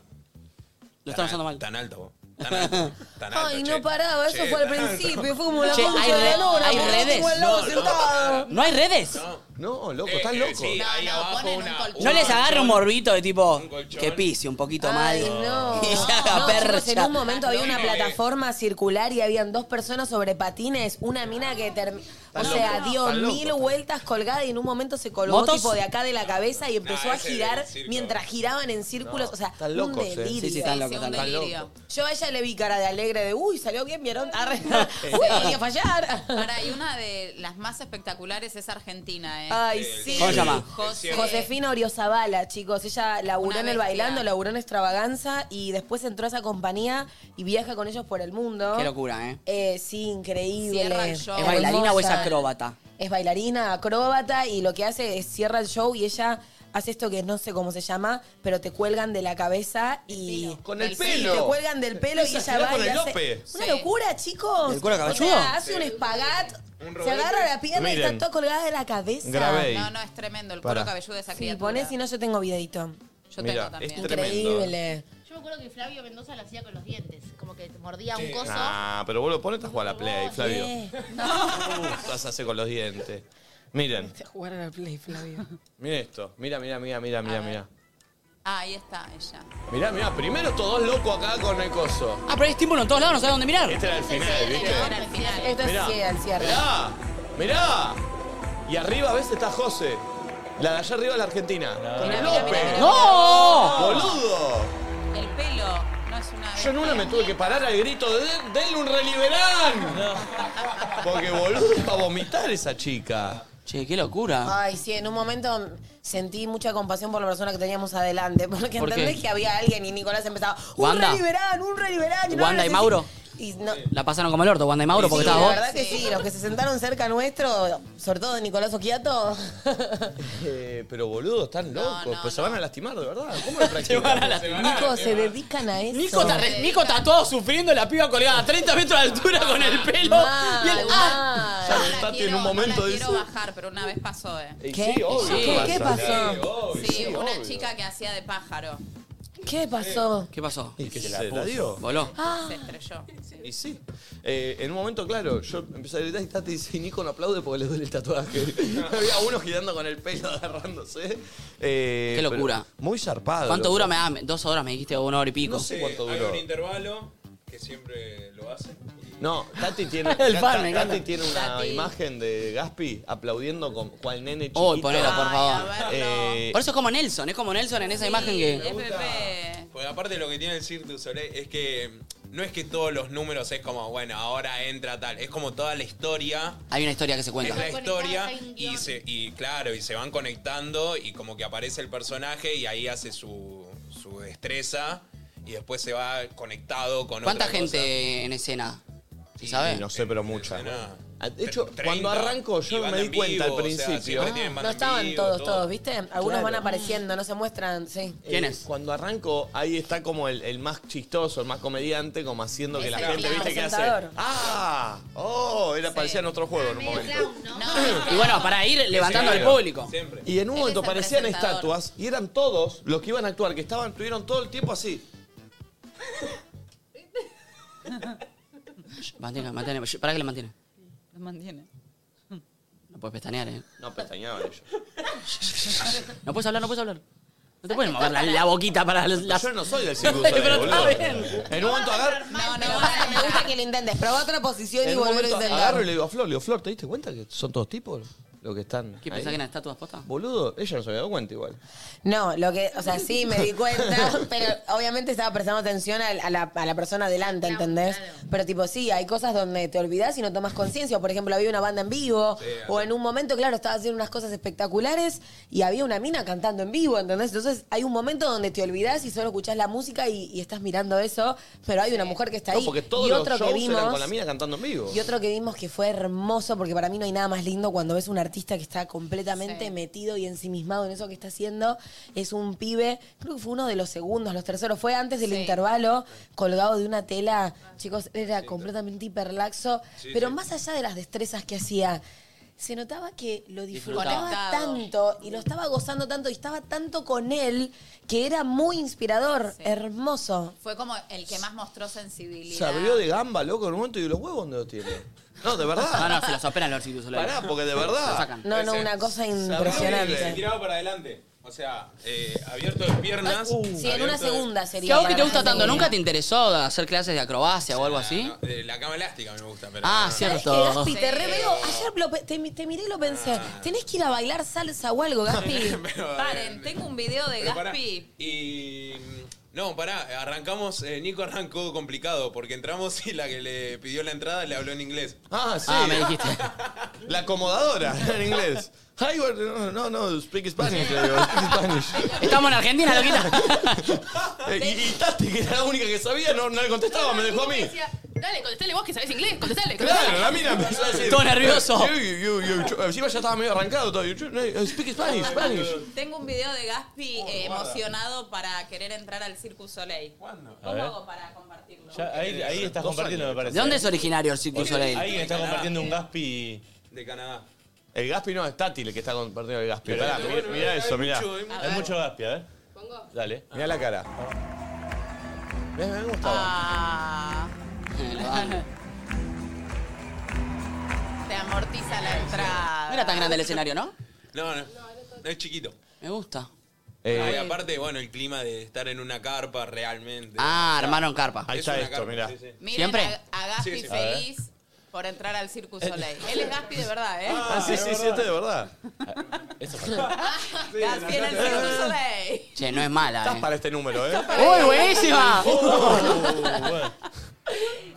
Speaker 9: Lo están usando mal.
Speaker 7: tan alto vos, tan alto, tan alto,
Speaker 4: Ay,
Speaker 7: che.
Speaker 4: no paraba, eso
Speaker 7: Che,
Speaker 4: fue al
Speaker 7: tan alto.
Speaker 4: principio, fue como la
Speaker 9: Che,
Speaker 4: concha
Speaker 9: hay
Speaker 4: de la
Speaker 9: re-
Speaker 4: lora,
Speaker 9: hay
Speaker 4: porque yo
Speaker 9: redes.
Speaker 4: tengo al lado
Speaker 7: No, no,
Speaker 4: sentado.
Speaker 9: ¿No hay redes?
Speaker 7: No.
Speaker 1: No, Oh, loco,
Speaker 7: Eh,
Speaker 1: estás
Speaker 7: eh,
Speaker 1: loco.
Speaker 7: sí, ahí
Speaker 6: No, no,
Speaker 7: abajo
Speaker 6: ponen un
Speaker 7: una-
Speaker 6: colchón.
Speaker 9: ¿No les agarra un morbito de tipo
Speaker 7: Un colchón.
Speaker 9: que pise un poquito mal?
Speaker 4: Ay, no.
Speaker 11: Oh.
Speaker 9: Y se haga
Speaker 4: No,
Speaker 9: percha.
Speaker 4: chicos, en un momento había una
Speaker 7: No,
Speaker 4: plataforma circular y habían dos personas sobre patines, una mina que terminó. O
Speaker 1: loco,
Speaker 4: sea,
Speaker 1: está
Speaker 4: dio
Speaker 1: loco,
Speaker 4: mil
Speaker 1: está.
Speaker 4: vueltas colgada y en un momento se colgó
Speaker 9: ¿Motos?
Speaker 4: tipo de acá de la cabeza y empezó
Speaker 7: Nah,
Speaker 4: a
Speaker 7: ese es
Speaker 4: girar
Speaker 7: el circo.
Speaker 4: mientras giraban en círculos.
Speaker 1: No,
Speaker 4: o sea,
Speaker 1: están locos, eh.
Speaker 4: un delirio.
Speaker 9: Sí, sí, están
Speaker 5: Sí,
Speaker 9: locos,
Speaker 5: un
Speaker 9: están locos.
Speaker 5: delirio.
Speaker 4: Yo a ella le vi cara de alegre de uy, salió bien, vieron. Arre, uy, quería fallar.
Speaker 5: Ahora, y una de las más espectaculares es Argentina, ¿eh?
Speaker 4: Ay,
Speaker 7: El-
Speaker 4: sí.
Speaker 9: ¿Cómo se llama?
Speaker 5: José.
Speaker 4: Josefina Oriozabala, chicos. Ella laburó
Speaker 5: eh, Una
Speaker 4: en el
Speaker 5: bestia.
Speaker 4: bailando, laburó en extravaganza y después entró a esa compañía y viaja con ellos por el mundo.
Speaker 9: Qué locura, ¿eh?
Speaker 4: Eh, sí, increíble.
Speaker 5: Cierra el show.
Speaker 9: ¿Es bailarina o es
Speaker 4: Hermosa.
Speaker 9: acróbata?
Speaker 4: Es bailarina, acróbata y lo que hace es cierra el show y ella hace esto que no sé cómo se llama, pero te cuelgan de la cabeza y.
Speaker 1: Con el
Speaker 4: Sí,
Speaker 1: pelo.
Speaker 4: te cuelgan del pelo y
Speaker 1: Esa
Speaker 4: ella
Speaker 1: girá
Speaker 4: va
Speaker 1: con
Speaker 4: y
Speaker 1: el
Speaker 4: hace-
Speaker 1: lope.
Speaker 4: Una
Speaker 5: Sí.
Speaker 4: locura, chicos.
Speaker 9: ¿El cuero cabelludo?
Speaker 4: O sea, hace un espagat,
Speaker 7: Un
Speaker 4: se
Speaker 7: rodete.
Speaker 4: agarra la pierna y
Speaker 1: Miren.
Speaker 4: está toda colgada de la cabeza.
Speaker 1: Grabé.
Speaker 5: No, no, es tremendo. El
Speaker 1: Pará.
Speaker 5: cuero cabelludo de esa
Speaker 4: Si
Speaker 5: criatura.
Speaker 4: pones, si no, yo tengo videito.
Speaker 5: Yo
Speaker 1: Mira,
Speaker 5: tengo también.
Speaker 1: es tremendo.
Speaker 4: Increíble.
Speaker 6: Yo me acuerdo que Flavio Mendoza lo hacía con los dientes. Como que te mordía un coso.
Speaker 1: Ah, pero boludo, ponete a jugar a la Play, Flavio.
Speaker 4: Eh,
Speaker 1: Uh, vas a hacer con los dientes. Miren,
Speaker 4: Jugar a la Play, Flavio.
Speaker 1: miren esto. Mira, mira, mira, mira, mira, mira.
Speaker 5: Ah, ahí está ella.
Speaker 1: Mirá, mirá, primero estos dos locos acá con el coso.
Speaker 9: Ah, pero hay estímulo en todos lados, no sabe dónde mirar.
Speaker 1: Este era el final, ¿viste?
Speaker 5: Ahora al final.
Speaker 4: Esto
Speaker 1: Mirá,
Speaker 4: sí al cierre.
Speaker 1: mirá, mirá. Y arriba, ves, está José. La de allá arriba es la Argentina. Con el López.
Speaker 9: ¡No!
Speaker 1: ¡Boludo!
Speaker 5: El pelo no es una.
Speaker 1: Yo en una me tuve que parar al grito de denle un reliberán. Porque boludo es para vomitar esa chica.
Speaker 9: Che, qué locura.
Speaker 4: Ay, sí, en un momento sentí mucha compasión por la persona que teníamos adelante, porque
Speaker 9: ¿Por qué?
Speaker 4: entendés que había alguien y Nicolás empezaba, un
Speaker 9: Wanda.
Speaker 4: reliberán, un reliberán. no
Speaker 9: Wanda
Speaker 4: lo
Speaker 9: y
Speaker 4: sé
Speaker 9: Mauro.
Speaker 4: si-". Y no,
Speaker 9: La pasaron como el orto, Wanda y Mauro, porque
Speaker 4: sí,
Speaker 9: estabas
Speaker 4: la
Speaker 9: vos.
Speaker 4: verdad que sí, los que se sentaron cerca nuestro, sobre todo de Nicolás Oquiato,
Speaker 1: Eh, pero boludo, están locos.
Speaker 5: no,
Speaker 1: pues se
Speaker 5: no.
Speaker 1: van a lastimar, de verdad. ¿Cómo lo practican?
Speaker 4: Nico, se dedican a eso.
Speaker 9: Nico está, re- Nico está todo sufriendo, la piba colgada a 30 metros de altura con el pelo.
Speaker 4: Mal,
Speaker 9: y el- ¡Ah!
Speaker 4: mal.
Speaker 5: No la
Speaker 1: Saltate
Speaker 5: quiero-
Speaker 1: en un momento
Speaker 5: No la quiero
Speaker 1: dice.
Speaker 5: bajar, pero una vez pasó, ¿eh?
Speaker 1: Y
Speaker 4: ¿Qué?
Speaker 1: sí, obvio,
Speaker 4: ¿Qué? ¿Qué pasó?
Speaker 7: Sí, obvio.
Speaker 5: Sí, una
Speaker 1: obvio.
Speaker 5: chica que hacía de pájaro.
Speaker 4: ¿Qué pasó?
Speaker 9: ¿Qué pasó?
Speaker 1: Y que se la dio.
Speaker 9: Voló.
Speaker 5: Se estrelló. Sí.
Speaker 1: Y sí. Eh, en un momento, claro, yo empecé a gritar y Tati dice, Nico no aplaude porque le duele el tatuaje. Había uno girando con el pelo, agarrándose. Eh,
Speaker 9: Qué locura.
Speaker 1: pero Muy zarpado.
Speaker 9: ¿Cuánto
Speaker 1: loco.
Speaker 9: dura? Me, da? dos horas, me dijiste, o una hora y pico.
Speaker 1: No sé. cuánto
Speaker 7: hay
Speaker 1: duró.
Speaker 7: un intervalo que siempre lo hacen. y-
Speaker 1: No, Tati tiene,
Speaker 9: El fan,
Speaker 1: Tati-
Speaker 9: me encanta.
Speaker 1: Tati tiene una
Speaker 5: Tati.
Speaker 1: imagen de Gaspi aplaudiendo con cual nene chiquito.
Speaker 9: Uy, ponelo, por
Speaker 5: Ay,
Speaker 9: favor.
Speaker 5: a verlo.
Speaker 1: Eh,
Speaker 9: Por eso es como Nelson, es como Nelson en esa
Speaker 5: Sí,
Speaker 9: imagen
Speaker 5: es
Speaker 9: que.
Speaker 5: Pepe.
Speaker 7: Porque aparte lo que tiene el Cirque du Soleil es que mm, no es que todos los números es como, bueno, ahora entra tal. Es como toda la historia.
Speaker 9: Hay una historia que se
Speaker 7: Es
Speaker 9: cuenta.
Speaker 7: la
Speaker 6: Conectados,
Speaker 7: historia
Speaker 6: hay un guión.
Speaker 7: y, se, y claro, y se van conectando y como que aparece el personaje y ahí hace su, su destreza y después se va conectado con
Speaker 9: ¿Cuánta
Speaker 7: otra cosa.
Speaker 9: gente en escena? ¿Sí
Speaker 7: Y
Speaker 9: sabes?
Speaker 1: no sé, pero mucha.
Speaker 7: Nada.
Speaker 9: Eh,
Speaker 1: De hecho,
Speaker 7: Tre-
Speaker 1: cuando
Speaker 7: 30,
Speaker 1: arranco
Speaker 7: y
Speaker 1: yo me
Speaker 7: banda
Speaker 1: di
Speaker 7: en
Speaker 1: cuenta al
Speaker 7: vivo, o sea,
Speaker 1: principio.
Speaker 7: siempre tienen
Speaker 4: No estaban todos, todos, ¿viste? Algunos
Speaker 1: Claro.
Speaker 4: van apareciendo, no se muestran, sí.
Speaker 1: Eh, Cuando arranco, ahí está como el, el más chistoso, el más comediante, como haciendo que
Speaker 4: Es
Speaker 1: la
Speaker 4: el
Speaker 1: gente,
Speaker 4: clown.
Speaker 1: ¿viste qué hace?
Speaker 4: Presentador.
Speaker 1: ¡Ah! ¡Oh! Era parecía en otro juego en un momento.
Speaker 9: Y bueno, para ir levantando al
Speaker 1: Claro.
Speaker 9: público.
Speaker 1: Y en un momento
Speaker 9: el
Speaker 1: parecían
Speaker 9: presentador.
Speaker 1: estatuas y eran todos los que iban a actuar, que estaban, tuvieron todo el tiempo así.
Speaker 9: Mantenga, mantenga. ¿Para qué le mantiene?
Speaker 5: Los mantiene.
Speaker 9: No puedes pestañear, ¿eh?
Speaker 1: No pestañeaban ellos.
Speaker 9: No puedes hablar, no puedes hablar. No te puedes mover la, la boquita para los- las...
Speaker 1: Yo no soy del Cirque du Soleil,
Speaker 9: Pero
Speaker 1: boludo.
Speaker 9: está bien.
Speaker 1: En un momento agarro,
Speaker 4: Me gusta que lo intentes. Probá otra posición y
Speaker 1: en un
Speaker 4: volver a
Speaker 1: momento
Speaker 4: intentar.
Speaker 1: agarro y le digo a Flor, le digo, Flor, ¿te diste cuenta que son todos tipos los que están
Speaker 9: ¿Qué
Speaker 1: ahí?
Speaker 9: pensás que eran estatuas posta?
Speaker 1: Boludo, ella no se había dado cuenta igual.
Speaker 4: No, lo que, o sea, sí me di cuenta, pero obviamente estaba prestando atención a, a la, a la persona adelante, ¿entendés? Pero tipo, sí, hay cosas donde te olvidás y no tomas conciencia. Por ejemplo, había una banda en vivo, o en un momento, claro, estaba haciendo unas cosas espectaculares y había una mina cantando en vivo, ¿entendés? Entonces hay un momento donde te olvidás y solo escuchás la música y, y estás mirando eso, pero hay una mujer que está ahí.
Speaker 1: No, porque todos
Speaker 4: y
Speaker 1: los
Speaker 4: otro
Speaker 1: shows
Speaker 4: que vimos.
Speaker 1: eran con la mina cantando en vivo.
Speaker 4: Y otro que vimos que fue hermoso, porque para mí no hay nada más lindo cuando ves un artista que está completamente metido y ensimismado en eso que está haciendo. Es un pibe, creo que fue uno de los segundos, los terceros, fue antes del intervalo, colgado de una tela. Chicos, era completamente hiperlaxo,
Speaker 3: Sí,
Speaker 4: pero
Speaker 3: sí.
Speaker 4: más allá de las destrezas que hacía. Se notaba que lo disfrutaba
Speaker 3: Disfrutado.
Speaker 4: tanto y lo estaba gozando tanto y estaba tanto con él que era muy inspirador, hermoso.
Speaker 5: Fue como el que más mostró sensibilidad.
Speaker 1: Se abrió de gamba, loco, en un momento y los huevos dónde los tiene. No, de verdad.
Speaker 9: No, no, se las operan los Cirque du Soleil.
Speaker 1: Pará, porque de
Speaker 9: Se lo
Speaker 1: verdad.
Speaker 9: sacan.
Speaker 4: No, no, una cosa impresionante.
Speaker 7: eh, Tirado para adelante. O sea, eh, abierto de piernas.
Speaker 9: Uh.
Speaker 4: Sí, en una
Speaker 7: abierto de-
Speaker 4: segunda sería.
Speaker 9: ¿Qué a vos que
Speaker 4: para
Speaker 9: te
Speaker 4: mí.
Speaker 9: gusta tanto? ¿Nunca te interesó hacer clases de acrobacia o algo así?
Speaker 7: Eh, la cama elástica me gusta, pero.
Speaker 9: Ah,
Speaker 4: ¿Sabés
Speaker 9: cierto.
Speaker 4: que, Gaspi, te re veo. Ayer lo pe- te, mi- te miré y lo pensé. Tenés que ir a bailar salsa o algo, Gaspi.
Speaker 7: Pero, eh,
Speaker 5: Paren, tengo un video de
Speaker 7: Pero pará.
Speaker 5: Gaspi.
Speaker 7: Y. mm, No, pará, arrancamos. eh, Nico arrancó complicado porque entramos y la que le pidió la entrada le habló en inglés.
Speaker 1: Ah, sí.
Speaker 9: Ah, me dijiste.
Speaker 1: La acomodadora en inglés. Hi, what- no, no, no, speak Spanish, le digo, speak Spanish.
Speaker 9: Estamos en Argentina, loquita.
Speaker 1: Eh, y, y Tati, que era la única que sabía, no, no le contestaba, me dejó a mí.
Speaker 10: Decía, Dale, contestale vos que sabés inglés, contestale.
Speaker 1: Claro, la mina empezó a decir.
Speaker 9: Todo nervioso.
Speaker 1: "You, you, you, you". Encima ya estaba medio arrancado todo. "You, you, no, eh, Speak Spanish, Spanish.
Speaker 5: Tengo un video de Gaspi eh, emocionado para querer entrar al Circus Soleil. ¿Cuándo?
Speaker 8: A
Speaker 5: ¿Cómo
Speaker 8: ver.
Speaker 5: hago para compartirlo?
Speaker 8: Ya, ahí, ahí estás compartiendo, me parece.
Speaker 9: ¿De dónde es originario el Cirque du Soleil?
Speaker 8: Ahí está compartiendo un Gaspi.
Speaker 7: De Canadá.
Speaker 1: El Gaspi no es Tati el que está compartiendo el Gaspi.
Speaker 8: Pero
Speaker 1: Pará,
Speaker 8: hay-
Speaker 1: mirá, mirá eso, mirá.
Speaker 8: Hay mucho Gaspi, a ver. Dale.
Speaker 1: Mirá la cara. Mirá, me gustaba.
Speaker 5: Ah. Te amortiza la entrada.
Speaker 9: No era tan grande el escenario, ¿no?
Speaker 7: No, no. No es chiquito.
Speaker 9: Me gusta.
Speaker 7: No, y
Speaker 1: Eh,
Speaker 7: aparte, bueno, el clima de estar en una carpa realmente.
Speaker 9: Ah, armaron carpa.
Speaker 1: ahí
Speaker 7: Es
Speaker 1: está
Speaker 7: una
Speaker 1: esto,
Speaker 7: carpa,
Speaker 1: mirá.
Speaker 7: sí, sí.
Speaker 5: Miren
Speaker 9: ¿Siempre?
Speaker 5: A, a Gaspi
Speaker 7: Sí, sí. A ver.
Speaker 5: feliz por entrar al Circus Soleil. Él es Gaspi de verdad, ¿eh?
Speaker 1: Ah, sí, sí, sí, este de verdad.
Speaker 8: Eso pasa.
Speaker 5: Gaspi en el Circus Soleil.
Speaker 9: Che, no es mala,
Speaker 1: Estás
Speaker 9: eh.
Speaker 1: para este número, ¿eh?
Speaker 9: ¡Uy, buenísima!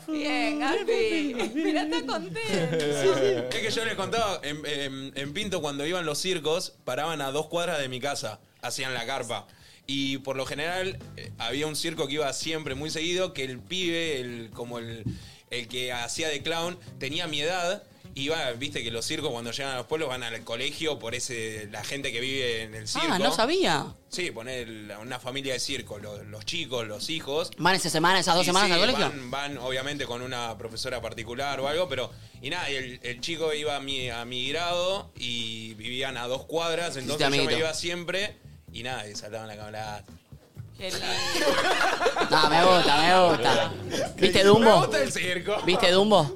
Speaker 5: Bien, Gaspi. Mira, está contento.
Speaker 7: Es que yo les contaba, en, en- en Pinto cuando iban los circos, paraban a dos cuadras de mi casa, hacían la carpa. Y por lo general eh, había un circo que iba siempre muy seguido, que el pibe, el, como el, el que hacía de clown, tenía mi edad. Iba, viste que los circos cuando llegan a los pueblos van al colegio por ese la gente que vive en el circo.
Speaker 9: Ah, no sabía.
Speaker 7: Sí, poner una familia de circo, lo- los, chicos, los hijos.
Speaker 9: ¿Van esa semana, esas dos
Speaker 7: Y
Speaker 9: semanas
Speaker 7: sí,
Speaker 9: al colegio?
Speaker 7: Van, van, obviamente con una profesora particular o algo, pero. Y nada, el, el chico iba a mi, a mi grado y vivían a dos cuadras, entonces yo me
Speaker 9: amiguito.
Speaker 7: iba siempre y nada, y saltaban la cámara.
Speaker 5: Qué lindo.
Speaker 9: No, me gusta, me gusta. ¿Viste
Speaker 7: Me
Speaker 9: Dumbo?
Speaker 7: gusta el circo.
Speaker 9: ¿Viste Dumbo?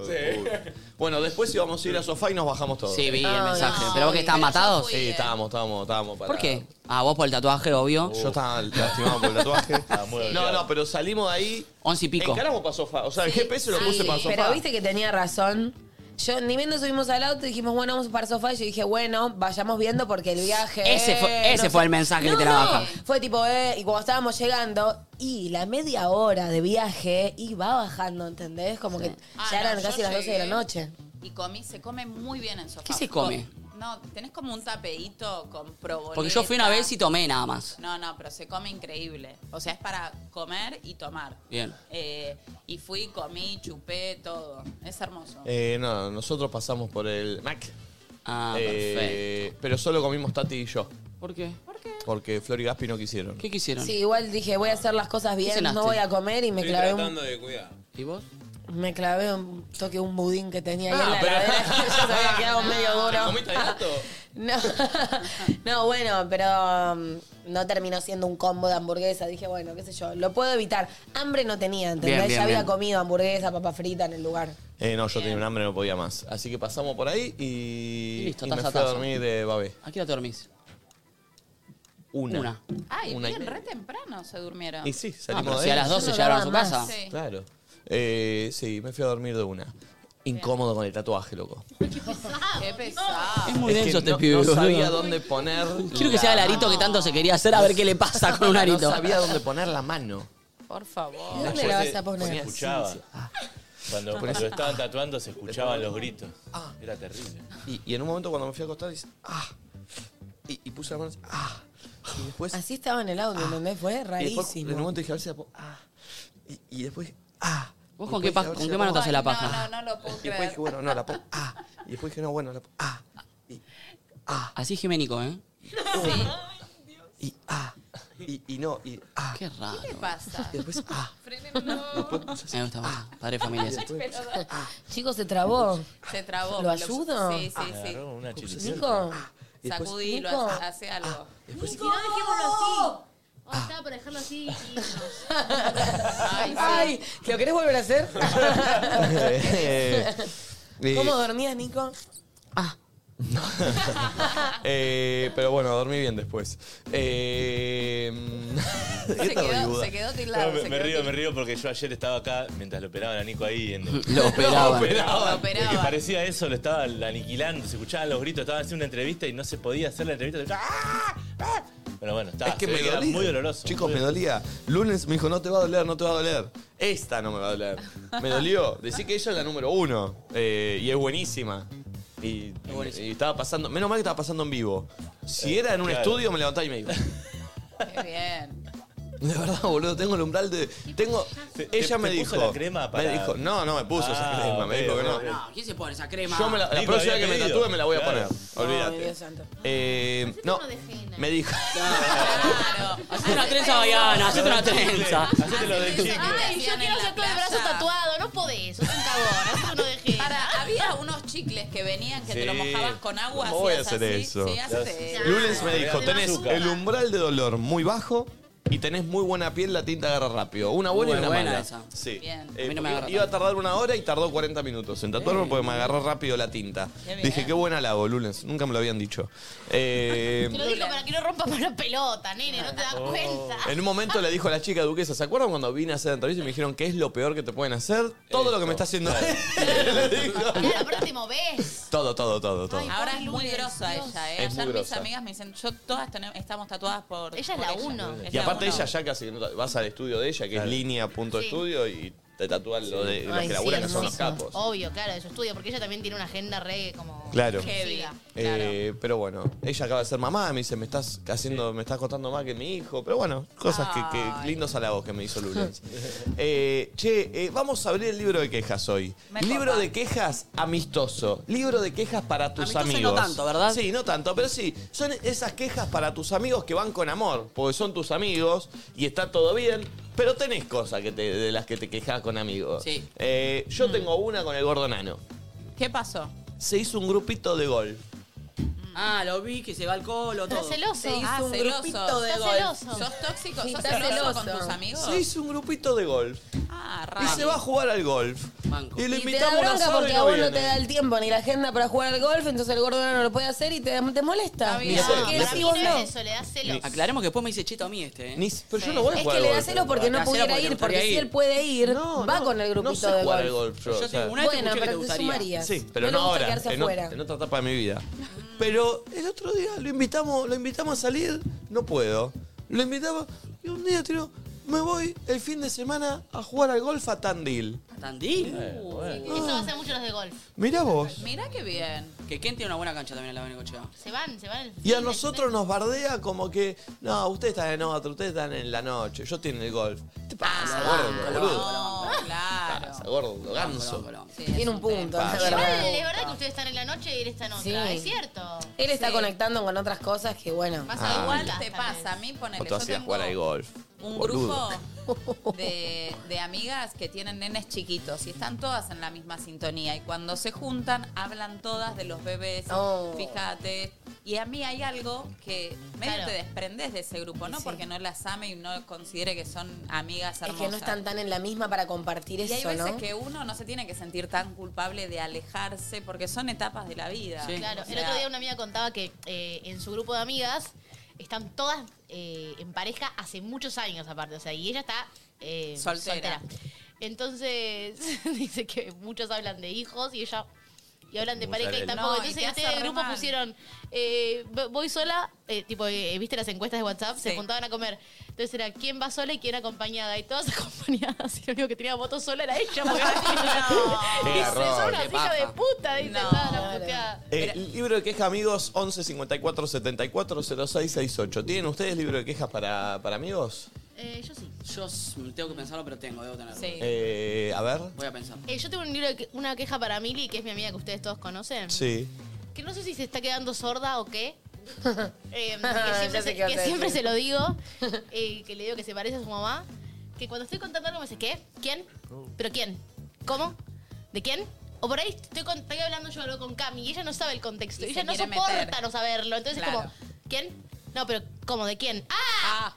Speaker 1: Bueno, después íbamos a ir a sofá y nos bajamos todos.
Speaker 9: Sí, vi el
Speaker 1: Ah,
Speaker 4: Ay,
Speaker 9: mensaje.
Speaker 5: no,
Speaker 9: ¿Pero vos que estaban
Speaker 5: pero yo
Speaker 9: matados?
Speaker 5: fui. eh.
Speaker 1: Sí, estábamos, estábamos, estábamos. para-
Speaker 9: ¿Por qué? Ah, vos por el tatuaje, obvio.
Speaker 1: Yo estaba lastimado por el tatuaje.
Speaker 8: muy
Speaker 1: no,
Speaker 8: golpeado.
Speaker 1: no, pero salimos de ahí.
Speaker 9: Once y pico.
Speaker 1: Encaramos para sofá. O sea, el GPS lo
Speaker 4: Sí,
Speaker 1: puse para sofá.
Speaker 4: Pero viste que tenía razón. Yo ni bien nos subimos al auto y dijimos, bueno, vamos para sofá. Y yo dije, bueno, vayamos viendo porque el viaje.
Speaker 9: Ese
Speaker 5: Eh,
Speaker 9: fue- ese fue el mensaje que te la baja.
Speaker 4: Fue tipo, eh, y cuando estábamos llegando, y la media hora de viaje iba bajando, ¿entendés? Como que
Speaker 5: Ah,
Speaker 4: ya eran
Speaker 5: no, yo
Speaker 4: casi las 12 de la
Speaker 5: llegué
Speaker 4: noche.
Speaker 5: Y comí, se come muy bien en sofá.
Speaker 9: ¿Qué se come?
Speaker 5: Com- No, tenés como un tapeíto con proboleta.
Speaker 9: Porque yo fui una vez y tomé nada más.
Speaker 5: No, no, pero se come increíble. O sea, es para comer y tomar.
Speaker 9: Bien.
Speaker 5: Eh, y fui, comí, chupé, todo. Es hermoso.
Speaker 1: Eh, no, nosotros pasamos por el Mac. Eh,
Speaker 9: Ah,
Speaker 1: Pero solo comimos Tati y yo.
Speaker 9: ¿Por qué?
Speaker 1: Porque Flor y Gaspi no quisieron.
Speaker 9: ¿Qué quisieron?
Speaker 4: Sí, igual dije, voy a hacer las cosas bien,
Speaker 1: cenaste?
Speaker 4: no voy a comer y me
Speaker 7: Estoy
Speaker 4: clavé un,
Speaker 7: tratando de cuidar.
Speaker 9: ¿Y vos?
Speaker 4: me clavé un toque un budín que tenía ahí
Speaker 7: Ah,
Speaker 4: en la
Speaker 7: pero-
Speaker 4: heladera que ya se había quedado medio duro.
Speaker 7: ¿Te comiste el gato?
Speaker 4: No, no bueno, pero um, no terminó siendo un combo de hamburguesa. Dije, bueno, qué sé yo, lo puedo evitar. Hambre no tenía, ¿entendés?
Speaker 1: Bien, bien,
Speaker 4: ya había
Speaker 1: bien.
Speaker 4: comido hamburguesa, papa frita en el lugar.
Speaker 1: Eh, no, yo tenía un hambre, no podía más. Así que pasamos por ahí y,
Speaker 9: listo,
Speaker 1: y me
Speaker 9: taza,
Speaker 1: fui a
Speaker 9: taza.
Speaker 1: dormir de Babé.
Speaker 9: ¿A qué hora te dormís?
Speaker 1: Una.
Speaker 9: Una. Ah,
Speaker 5: Ay,
Speaker 1: Una y
Speaker 5: bien,
Speaker 1: media.
Speaker 5: re temprano se durmieron.
Speaker 1: Y sí, salimos
Speaker 9: pero
Speaker 1: de
Speaker 9: si a
Speaker 1: ahí.
Speaker 9: las 12 llegaron a su casa.
Speaker 5: Sí.
Speaker 1: Claro. Eh, sí, me fui a dormir de una. Incómodo con el tatuaje, loco.
Speaker 5: Qué pesado.
Speaker 9: Es muy
Speaker 1: Es que
Speaker 9: denso este
Speaker 1: no,
Speaker 9: pibe,
Speaker 1: no
Speaker 9: boludo.
Speaker 1: sabía dónde poner.
Speaker 9: Quiero que sea el arito que tanto se quería hacer, a ver qué le pasa con un arito.
Speaker 1: No sabía dónde poner la mano.
Speaker 5: Por favor.
Speaker 4: ¿Dónde la vas a poner?
Speaker 8: Se escuchaba.
Speaker 1: Ah,
Speaker 8: Cuando,
Speaker 1: Por
Speaker 8: cuando
Speaker 1: eso-
Speaker 8: estaban tatuando se escuchaban los gritos.
Speaker 5: Ah.
Speaker 8: Era terrible.
Speaker 1: Y, y en un momento cuando me fui a acostar, dice, ah. Y, y puse la mano, ah. Y después. Ah.
Speaker 4: Así estaba en el audio, ¿entendés? Fue
Speaker 1: y después, en
Speaker 4: rarísimo.
Speaker 1: un momento dije, a ver si la puedo. Ah. Y, y después, ah.
Speaker 9: ¿Vos
Speaker 1: Y
Speaker 9: con qué
Speaker 1: después
Speaker 9: pa-
Speaker 1: dije, a ver
Speaker 9: con
Speaker 1: si
Speaker 9: qué
Speaker 1: la
Speaker 9: mano te
Speaker 1: puedo-
Speaker 9: haces la Ay, paja? no,
Speaker 5: no lo puedo
Speaker 1: Y después
Speaker 5: creer.
Speaker 1: dije, bueno, no, la puedo. Ah. Y después dije, no, bueno, la puedo. Ah.
Speaker 9: Así geménico, ¿eh?
Speaker 1: Y ah. Y, y no, y ah.
Speaker 9: Qué raro.
Speaker 5: ¿Qué pasa?
Speaker 1: Y después, ah.
Speaker 9: Me gusta más. Padre de familia. ese.
Speaker 4: Chicos, se trabó.
Speaker 5: Se trabó.
Speaker 4: ¿Lo ayudo?
Speaker 5: Sí,
Speaker 1: Ah,
Speaker 5: sí, sí.
Speaker 8: Agarró una chiliciera.
Speaker 4: Nico,
Speaker 5: Sacudí, lo
Speaker 4: Nico. Ah.
Speaker 5: hace,
Speaker 9: Ah.
Speaker 5: hace algo.
Speaker 6: Si no, dejémoslo así. Oh, estaba por dejarlo así. y irnos.
Speaker 5: Ay,
Speaker 4: ay, ¿lo querés volver a hacer?
Speaker 1: Eh, eh,
Speaker 4: ¿Cómo dormías, Nico?
Speaker 1: eh, pero bueno, dormí bien después. Eh, mm, ¿de qué
Speaker 5: Se
Speaker 1: te reís,
Speaker 5: quedó,
Speaker 1: Buda?
Speaker 5: se quedó
Speaker 8: No,
Speaker 5: tildado.
Speaker 8: me,
Speaker 5: se
Speaker 8: me
Speaker 5: quedó
Speaker 8: río, me río porque yo ayer estaba acá mientras lo operaban a Nico ahí. En
Speaker 9: Lo operaban.
Speaker 5: Lo
Speaker 8: operaban.
Speaker 5: operaban.
Speaker 8: Porque parecía eso, lo estaban aniquilando, se escuchaban los gritos, estaban haciendo una entrevista y no se podía hacer la entrevista. ¡Ah! ¡Ah! Pero bueno, estaba,
Speaker 1: Es que
Speaker 8: se
Speaker 1: me
Speaker 8: ve era
Speaker 1: dolía.
Speaker 8: muy doloroso.
Speaker 1: Chicos,
Speaker 8: muy
Speaker 1: me dolía. Lunes me dijo, no te va a doler, no te va a doler. Esta no me va a doler. Me dolió. Decí que ella es la número uno. eh, y es buenísima. Y, y estaba pasando. Menos mal que estaba pasando en vivo. Si
Speaker 8: Eh,
Speaker 1: era en un
Speaker 8: claro.
Speaker 1: estudio, me levantaba y me iba.
Speaker 5: Qué bien.
Speaker 1: De verdad, boludo, tengo el umbral de. Tengo.
Speaker 8: ¿Te- te-
Speaker 1: Ella me
Speaker 8: te puso
Speaker 1: dijo.
Speaker 8: la crema para-
Speaker 1: Me dijo. No, no me puso esa
Speaker 8: Ah,
Speaker 1: crema. me
Speaker 8: ok,
Speaker 1: dijo que no.
Speaker 8: ok, ok.
Speaker 9: No, Ah, ¿quién se pone esa crema?
Speaker 1: Yo me la, la
Speaker 8: Nico
Speaker 1: próxima
Speaker 8: había
Speaker 1: que me
Speaker 8: pedido.
Speaker 1: tatúe me la voy a
Speaker 8: Claro.
Speaker 1: poner. Olvídate.
Speaker 4: Ay, Dios santo.
Speaker 1: Eh, no, me dijo.
Speaker 5: Claro.
Speaker 9: Hacete una trenza baiana, hacete una trenza.
Speaker 8: Hacete lo del chicle.
Speaker 6: Ay, yo quiero hacer todo el brazo tatuado. No podés, sos un cagón. Así uno deje.
Speaker 5: Para, había unos chicles que venían que te lo
Speaker 8: Sí.
Speaker 5: mojabas con agua.
Speaker 1: ¿Cómo voy a
Speaker 5: hacías
Speaker 1: hacer
Speaker 5: así.
Speaker 1: eso?
Speaker 5: Sí, haces eso.
Speaker 1: Lunes me dijo,
Speaker 8: Real
Speaker 1: tenés
Speaker 8: azúcar.
Speaker 1: el umbral de dolor muy bajo y tenés muy buena piel, la tinta agarra rápido. Una buena
Speaker 9: Muy
Speaker 1: y una
Speaker 9: buena
Speaker 1: mala.
Speaker 9: esa.
Speaker 1: Sí.
Speaker 5: Bien.
Speaker 1: Eh,
Speaker 9: A mí no
Speaker 1: porque
Speaker 9: me agarra
Speaker 1: iba a tardar una hora y tardó 40 minutos en tatuarme porque me agarró rápido la tinta.
Speaker 5: Qué bien.
Speaker 1: Dije, qué buena la hago, Lunes. Nunca me lo habían dicho. Eh,
Speaker 6: Te lo digo para que no rompas la pelota, nene. No te
Speaker 1: Oh.
Speaker 6: das cuenta.
Speaker 1: en un momento le dijo a la chica duquesa, ¿se acuerdan cuando vine a hacer la entrevista y me dijeron qué es lo peor que te pueden hacer? Todo lo que me está haciendo. Le dijo.
Speaker 6: Claro, aparte te movés.
Speaker 1: Todo, todo, todo, todo.
Speaker 5: Ahora es
Speaker 6: Ay,
Speaker 5: muy
Speaker 6: Lunes,
Speaker 5: grosa
Speaker 6: Dios.
Speaker 5: ella,
Speaker 1: Es
Speaker 5: ¿eh? Ayer
Speaker 1: muy
Speaker 5: mis
Speaker 1: grosa.
Speaker 5: amigas me dicen, yo todas tenemos- estamos tatuadas por.
Speaker 6: Ella es
Speaker 5: por
Speaker 6: la uno.
Speaker 5: Es
Speaker 1: Y
Speaker 5: la
Speaker 1: aparte
Speaker 5: uno.
Speaker 1: ella ya casi que no ta- vas al estudio de ella, que es línea.estudio, y te tatúan lo de los
Speaker 4: Ay,
Speaker 1: que laburan,
Speaker 4: sí,
Speaker 1: que son los
Speaker 4: hermoso.
Speaker 1: capos.
Speaker 6: Obvio, claro, de su estudio, porque ella también tiene una agenda re como.
Speaker 1: Claro.
Speaker 5: Heavy.
Speaker 6: Siga.
Speaker 5: Claro.
Speaker 1: Eh, pero bueno, ella acaba de ser mamá, me dice, me estás haciendo, me estás costando más que mi hijo. Pero bueno, cosas que, que
Speaker 5: Ay.
Speaker 1: lindos halagos que me hizo Lulens. Eh, che, eh, vamos a abrir el libro de quejas hoy.
Speaker 5: Me
Speaker 1: libro
Speaker 5: copa.
Speaker 1: de quejas amistoso. Libro de quejas para tus
Speaker 9: Amistoso
Speaker 1: amigos.
Speaker 9: no tanto, ¿verdad?
Speaker 1: Sí, no tanto, pero sí. Son esas quejas para tus amigos que van con amor, porque son tus amigos y está todo bien. Pero tenés cosas que te- de las que te quejas con amigos.
Speaker 9: Sí.
Speaker 1: Eh, yo tengo una con el gordo nano.
Speaker 5: ¿Qué pasó?
Speaker 1: Se hizo un grupito de gol.
Speaker 9: Ah, lo vi, que se va al colo,
Speaker 6: Está
Speaker 9: todo.
Speaker 6: celoso.
Speaker 4: Se hizo
Speaker 5: Ah,
Speaker 4: un
Speaker 5: celoso.
Speaker 4: grupito de
Speaker 6: Está
Speaker 4: gol.
Speaker 6: celoso.
Speaker 5: ¿Sos tóxico?
Speaker 4: Sí,
Speaker 5: ¿Sos
Speaker 4: está
Speaker 5: celoso con
Speaker 4: celoso.
Speaker 5: tus amigos?
Speaker 1: Se hizo un grupito de golf.
Speaker 5: Ah,
Speaker 1: Y
Speaker 5: raro.
Speaker 1: se va a jugar al golf.
Speaker 9: Banco.
Speaker 1: Y lo
Speaker 4: Y te da
Speaker 1: invitamos a
Speaker 4: bronca
Speaker 1: una
Speaker 4: porque a vos no te da el tiempo ni la agenda para jugar al golf, entonces el gordo no lo puede hacer y te, te molesta.
Speaker 5: Está bien.
Speaker 4: Porque
Speaker 6: No, para
Speaker 4: decís
Speaker 6: mí
Speaker 4: vos
Speaker 6: no
Speaker 4: no?
Speaker 6: es eso, le da celos.
Speaker 1: Ah,
Speaker 9: Aclaremos que después me dice cheto a mí este, ¿eh?
Speaker 1: Ni- pero yo no voy a
Speaker 4: Es
Speaker 1: jugar
Speaker 4: que
Speaker 1: al
Speaker 4: le da
Speaker 1: golf.
Speaker 4: celos porque
Speaker 9: Le
Speaker 4: no
Speaker 9: da celos
Speaker 4: pudiera
Speaker 9: porque le
Speaker 4: ir, porque
Speaker 9: gustaría
Speaker 4: si
Speaker 9: ir.
Speaker 4: él puede ir,
Speaker 1: No,
Speaker 4: va
Speaker 1: no,
Speaker 4: con el grupito
Speaker 1: no sé
Speaker 4: de
Speaker 1: jugar
Speaker 4: golf.
Speaker 1: al golf yo,
Speaker 9: Yo
Speaker 1: o sea,
Speaker 9: tengo una- vez te
Speaker 4: Bueno,
Speaker 9: escuché que
Speaker 4: pero
Speaker 9: te
Speaker 4: te
Speaker 9: gustaría.
Speaker 4: sumarías.
Speaker 1: Sí, pero
Speaker 4: le
Speaker 1: no
Speaker 4: gusta
Speaker 1: ahora,
Speaker 4: quedarse
Speaker 1: en, o-
Speaker 4: afuera. Mm.
Speaker 1: en otra etapa de mi vida. Pero el otro día lo invitamos, lo invitamos a salir, no puedo. Lo invitamos y un día tiró, me voy el fin de semana a jugar al golf a Tandil.
Speaker 9: ¿Tandil?
Speaker 6: Eso va a ser mucho los de golf.
Speaker 1: Mirá vos.
Speaker 5: Mirá qué bien.
Speaker 9: Que Ken tiene una buena cancha también en la Benecochea.
Speaker 6: Se van, se van.
Speaker 1: Y a nosotros nos bardea como que, no, ustedes están en otro, ustedes están en la noche, yo estoy en el golf. ¿Qué te pasa,
Speaker 4: Ah,
Speaker 1: gordo, Ah, boludo?
Speaker 5: claro.
Speaker 1: ¿Qué te pasa, gordo, ganso?
Speaker 4: Tiene un punto,
Speaker 1: tema.
Speaker 4: es
Speaker 1: Igual,
Speaker 4: verdad.
Speaker 6: Es verdad que ustedes están en la noche y él está en otra,
Speaker 4: Sí.
Speaker 6: es cierto.
Speaker 4: Él está
Speaker 6: Sí.
Speaker 4: conectando con otras cosas que, bueno.
Speaker 5: Pasa
Speaker 1: Ah.
Speaker 5: igual, te pasa. A mí, ponele,
Speaker 1: O tú
Speaker 5: yo
Speaker 1: hacías
Speaker 5: tengo
Speaker 1: jugar al golf.
Speaker 5: un
Speaker 1: boludo.
Speaker 5: grupo de, de amigas que tienen nenes chiquitos y están todas en la misma sintonía. Y cuando se juntan, hablan todas de los bebés.
Speaker 4: Oh.
Speaker 5: Fíjate. Y a mí hay algo que medio
Speaker 4: Claro.
Speaker 5: te desprendes de ese grupo, no
Speaker 4: Sí.
Speaker 5: porque no las ame y no considere que son amigas
Speaker 4: Es
Speaker 5: hermosas.
Speaker 4: que no están tan en la misma para compartir
Speaker 5: Y hay
Speaker 4: eso,
Speaker 5: veces
Speaker 4: ¿no?
Speaker 5: que uno no se tiene que sentir tan culpable de alejarse porque son etapas de la vida.
Speaker 6: Claro,
Speaker 5: O
Speaker 6: el
Speaker 5: sea,
Speaker 6: otro día una amiga contaba que eh, en su grupo de amigas están todas eh, en pareja hace muchos años aparte, o sea, y ella está eh,
Speaker 5: Soltera.
Speaker 6: Entonces dice que muchos hablan de hijos y ella y hablan de
Speaker 5: Mucha
Speaker 6: pareja y
Speaker 5: vela.
Speaker 6: tampoco.
Speaker 5: No, y
Speaker 6: Entonces
Speaker 5: te
Speaker 6: en
Speaker 5: hace
Speaker 6: este
Speaker 5: re
Speaker 6: grupo
Speaker 5: mal.
Speaker 6: pusieron eh, vo- voy sola, eh, tipo eh, viste las encuestas de WhatsApp, se
Speaker 5: Sí.
Speaker 6: juntaban a comer. Entonces era quién va sola y quién acompañada y todas acompañadas. Y lo único que tenía voto sola era ella. porque-
Speaker 1: Qué
Speaker 6: Dice,
Speaker 1: garrón,
Speaker 6: son una
Speaker 1: qué
Speaker 6: hija de
Speaker 1: paja".
Speaker 6: puta, dice,
Speaker 5: No.
Speaker 6: "Toda la puteada".
Speaker 1: Eh, libro de queja, amigos, 11 54 74 06 68. ¿Tienen ustedes libro de quejas para, para amigos?
Speaker 6: Eh, yo sí.
Speaker 9: Yo s- tengo que pensarlo, pero tengo, debo tenerlo.
Speaker 6: Sí.
Speaker 1: Eh, a ver.
Speaker 9: Voy a pensar.
Speaker 6: Eh, yo tengo un libro de que- una queja para Mili, que es mi amiga que ustedes todos conocen.
Speaker 1: Sí.
Speaker 6: Que no sé si se está quedando sorda o qué. Eh, que
Speaker 4: Ya
Speaker 6: siempre,
Speaker 4: sé
Speaker 6: se,
Speaker 4: qué vas
Speaker 6: que
Speaker 4: a
Speaker 6: siempre
Speaker 4: decir.
Speaker 6: se lo digo. eh, que le digo que se parece a su mamá. Que cuando estoy contando algo me dice, ¿qué? ¿Quién? ¿Pero quién? ¿Cómo? ¿De quién? O por ahí estoy, con- estoy hablando yo algo con Cami y ella no sabe el contexto.
Speaker 5: Y
Speaker 6: Y
Speaker 5: se
Speaker 6: ella no
Speaker 5: quiere
Speaker 6: soporta
Speaker 5: meter.
Speaker 6: no saberlo. Entonces es
Speaker 5: Claro.
Speaker 6: como, ¿quién? No, pero ¿cómo? ¿De quién? ¡Ah!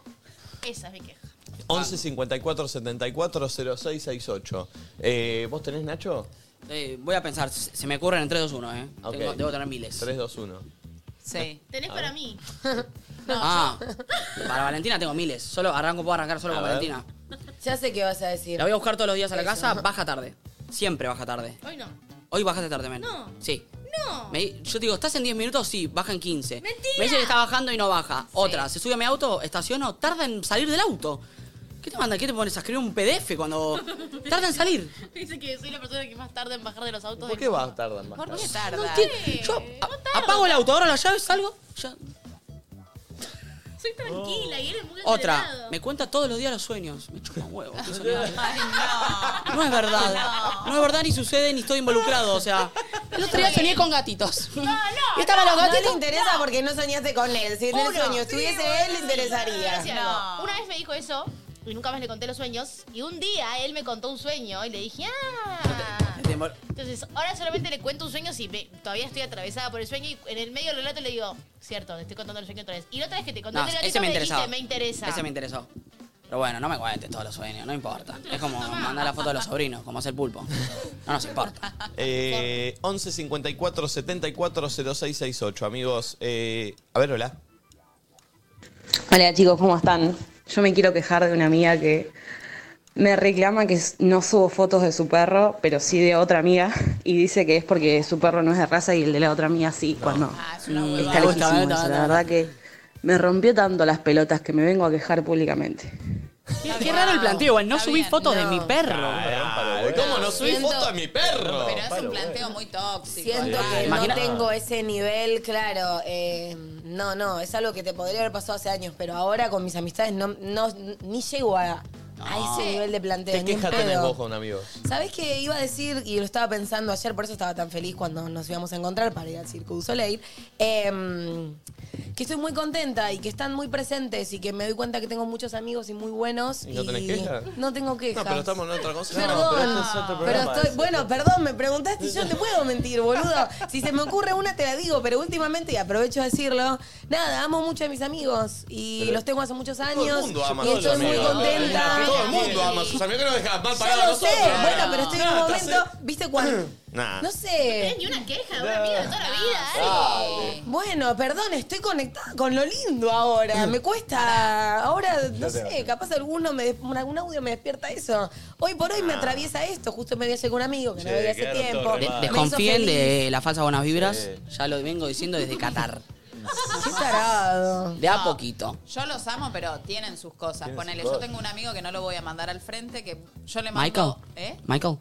Speaker 6: Esa es mi queja.
Speaker 9: Ah.
Speaker 1: 11 54 74 06 68. Eh, ¿Vos tenés, Nacho? Ah,
Speaker 9: Eh, voy a pensar, se se me ocurren en 3, 2, 1, ¿eh?
Speaker 1: Ok.
Speaker 9: Tengo- debo tener miles.
Speaker 1: 3, 2, 1.
Speaker 5: Sí.
Speaker 6: ¿Tenés
Speaker 1: A
Speaker 6: para
Speaker 1: ver.
Speaker 6: mí?
Speaker 9: ah, para Valentina tengo miles. Solo arranco, puedo arrancar solo
Speaker 1: A
Speaker 9: con
Speaker 1: ver.
Speaker 9: Valentina.
Speaker 4: Ya sé qué vas a decir.
Speaker 9: La voy a buscar todos los días a la
Speaker 4: Eso.
Speaker 9: casa, baja tarde. Siempre baja tarde.
Speaker 6: Hoy no.
Speaker 9: Hoy bajaste tarde, men.
Speaker 6: No.
Speaker 9: Sí.
Speaker 6: ¡No!
Speaker 9: Me di- yo te digo, ¿estás en 10 minutos? Sí, baja en 15.
Speaker 6: ¡Mentira!
Speaker 9: Me dice que está bajando y no baja. Otra, se sube a mi auto, estaciono, tarda en salir del auto. ¿Qué te manda? ¿Qué te pones a escribir un PDF
Speaker 1: Oh.
Speaker 9: cuando tarda en salir?
Speaker 6: Dice que soy la persona que más tarda en bajar de los autos.
Speaker 1: ¿Por
Speaker 6: del
Speaker 1: qué va a tardar más?
Speaker 5: ¿Por qué
Speaker 1: tarde?
Speaker 5: tarda?
Speaker 9: No entiendo. Yo a- apago el auto, ahora la llave, salgo. ya-
Speaker 6: Soy tranquila y eres muy
Speaker 1: Oh,
Speaker 9: Otra,
Speaker 6: acelerado.
Speaker 9: me cuenta todos los días los sueños. Me chupa un huevo. eso
Speaker 5: Ay, no.
Speaker 9: No es verdad. No es verdad, ni sucede, ni estoy involucrado. O sea, el otro día soñé con gatitos. No, no. Y estaban los
Speaker 4: No
Speaker 9: gatitos.
Speaker 4: te interesa porque no soñaste con él. Si en el sueño estuviese él, le interesaría.
Speaker 6: Gracias. Una vez me dijo eso y nunca más le conté los sueños. Y un día él me contó un sueño y le dije, ah.
Speaker 9: Te envol-
Speaker 6: Entonces, ahora solamente le cuento un sueño si me- todavía estoy atravesada por el sueño y en el medio del relato le digo, cierto, te estoy contando el sueño otra vez. Y la otra vez que te conté
Speaker 9: No,
Speaker 6: el
Speaker 9: ese
Speaker 6: relato
Speaker 9: me
Speaker 6: me,
Speaker 9: interesaba.
Speaker 6: dijiste, me interesa.
Speaker 9: Ese me interesó. Pero bueno, no me cuentes todos los sueños, no importa. Es como mandar la foto de los sobrinos, como hace el pulpo. No nos importa.
Speaker 1: Eh, 11 54 74 06 68. Amigos, eh, a ver, hola.
Speaker 12: Hola chicos, ¿cómo están? Yo me quiero quejar de una amiga que me reclama que s- no subo fotos de su perro, pero sí de otra amiga, y dice que es porque su perro no es de raza y el de la otra amiga sí, pues cuando
Speaker 11: Ah,
Speaker 12: está
Speaker 9: Está,
Speaker 12: lejísimo
Speaker 9: está,
Speaker 12: eso.
Speaker 9: está.
Speaker 12: La verdad que me rompió tanto las pelotas que me vengo a quejar públicamente.
Speaker 9: Qué, qué raro el planteo, igual. No subí fotos de mi perro.
Speaker 1: Ay, ¿Cómo no subí
Speaker 4: Siento-
Speaker 1: foto a mi perro?
Speaker 5: Pero es un planteo muy tóxico.
Speaker 4: Siento
Speaker 5: igual.
Speaker 4: que
Speaker 9: Imagina-
Speaker 4: no tengo ese nivel, claro. eh, no, no, es algo que te podría haber pasado hace años, pero ahora con mis amistades no, no ni llego a, a ese nivel de planteo.
Speaker 1: ¿Qué
Speaker 4: ni en
Speaker 1: queja tenés
Speaker 4: pedo.
Speaker 1: vos con amigos?
Speaker 4: ¿Sabés qué iba a decir? Y lo estaba pensando ayer, por eso estaba tan feliz cuando nos íbamos a encontrar para ir al Circo du Soleil. em, que estoy muy contenta y que están muy presentes y que me doy cuenta que tengo muchos amigos y muy buenos.
Speaker 1: ¿Y no tenés queja?
Speaker 4: No tengo quejas.
Speaker 1: No, pero estamos en otra cosa.
Speaker 4: Perdón,
Speaker 1: No, pero esto es otro
Speaker 4: pero
Speaker 1: programa.
Speaker 4: estoy, bueno, perdón, me preguntaste y yo te puedo mentir, boludo. Si se me ocurre una te la digo, pero últimamente, y aprovecho a decirlo, nada, amo mucho a mis amigos y
Speaker 1: Pero-
Speaker 4: los tengo hace muchos
Speaker 1: Todo el
Speaker 4: años
Speaker 1: mundo ama a
Speaker 4: y
Speaker 1: sus
Speaker 4: estoy muy
Speaker 1: amigos.
Speaker 4: contenta.
Speaker 1: Todo el mundo ama a sus amigos. que nos dejan mal
Speaker 4: Ya
Speaker 1: pagados
Speaker 4: lo sé,
Speaker 1: nosotros? Ah.
Speaker 4: bueno, pero estoy en un momento, ¿viste cuándo?
Speaker 1: Nah.
Speaker 4: No sé. Ah.
Speaker 6: Ni una queja, una amiga de toda la vida. ¿eh?
Speaker 4: Bueno, perdón, estoy conectada con lo lindo ahora. Me cuesta. Ahora, no sé, capaz alguno me, algún audio me despierta eso. Hoy por hoy
Speaker 1: Ah.
Speaker 4: me atraviesa esto. Justo me veía con un amigo que no
Speaker 8: Che,
Speaker 4: veía hace
Speaker 8: quedaron todos
Speaker 4: tiempo.
Speaker 8: re mal.
Speaker 4: Me hizo
Speaker 9: Desconfíen
Speaker 4: feliz.
Speaker 9: de las falsas buenas vibras. Ya lo vengo diciendo desde Qatar.
Speaker 4: Qué tarado.
Speaker 9: De a poquito.
Speaker 5: Yo los amo, pero tienen sus cosas. Ponele, yo tengo un amigo que no lo voy a mandar al frente, que yo le
Speaker 9: Michael.
Speaker 5: mando. ¿Eh?
Speaker 9: Michael.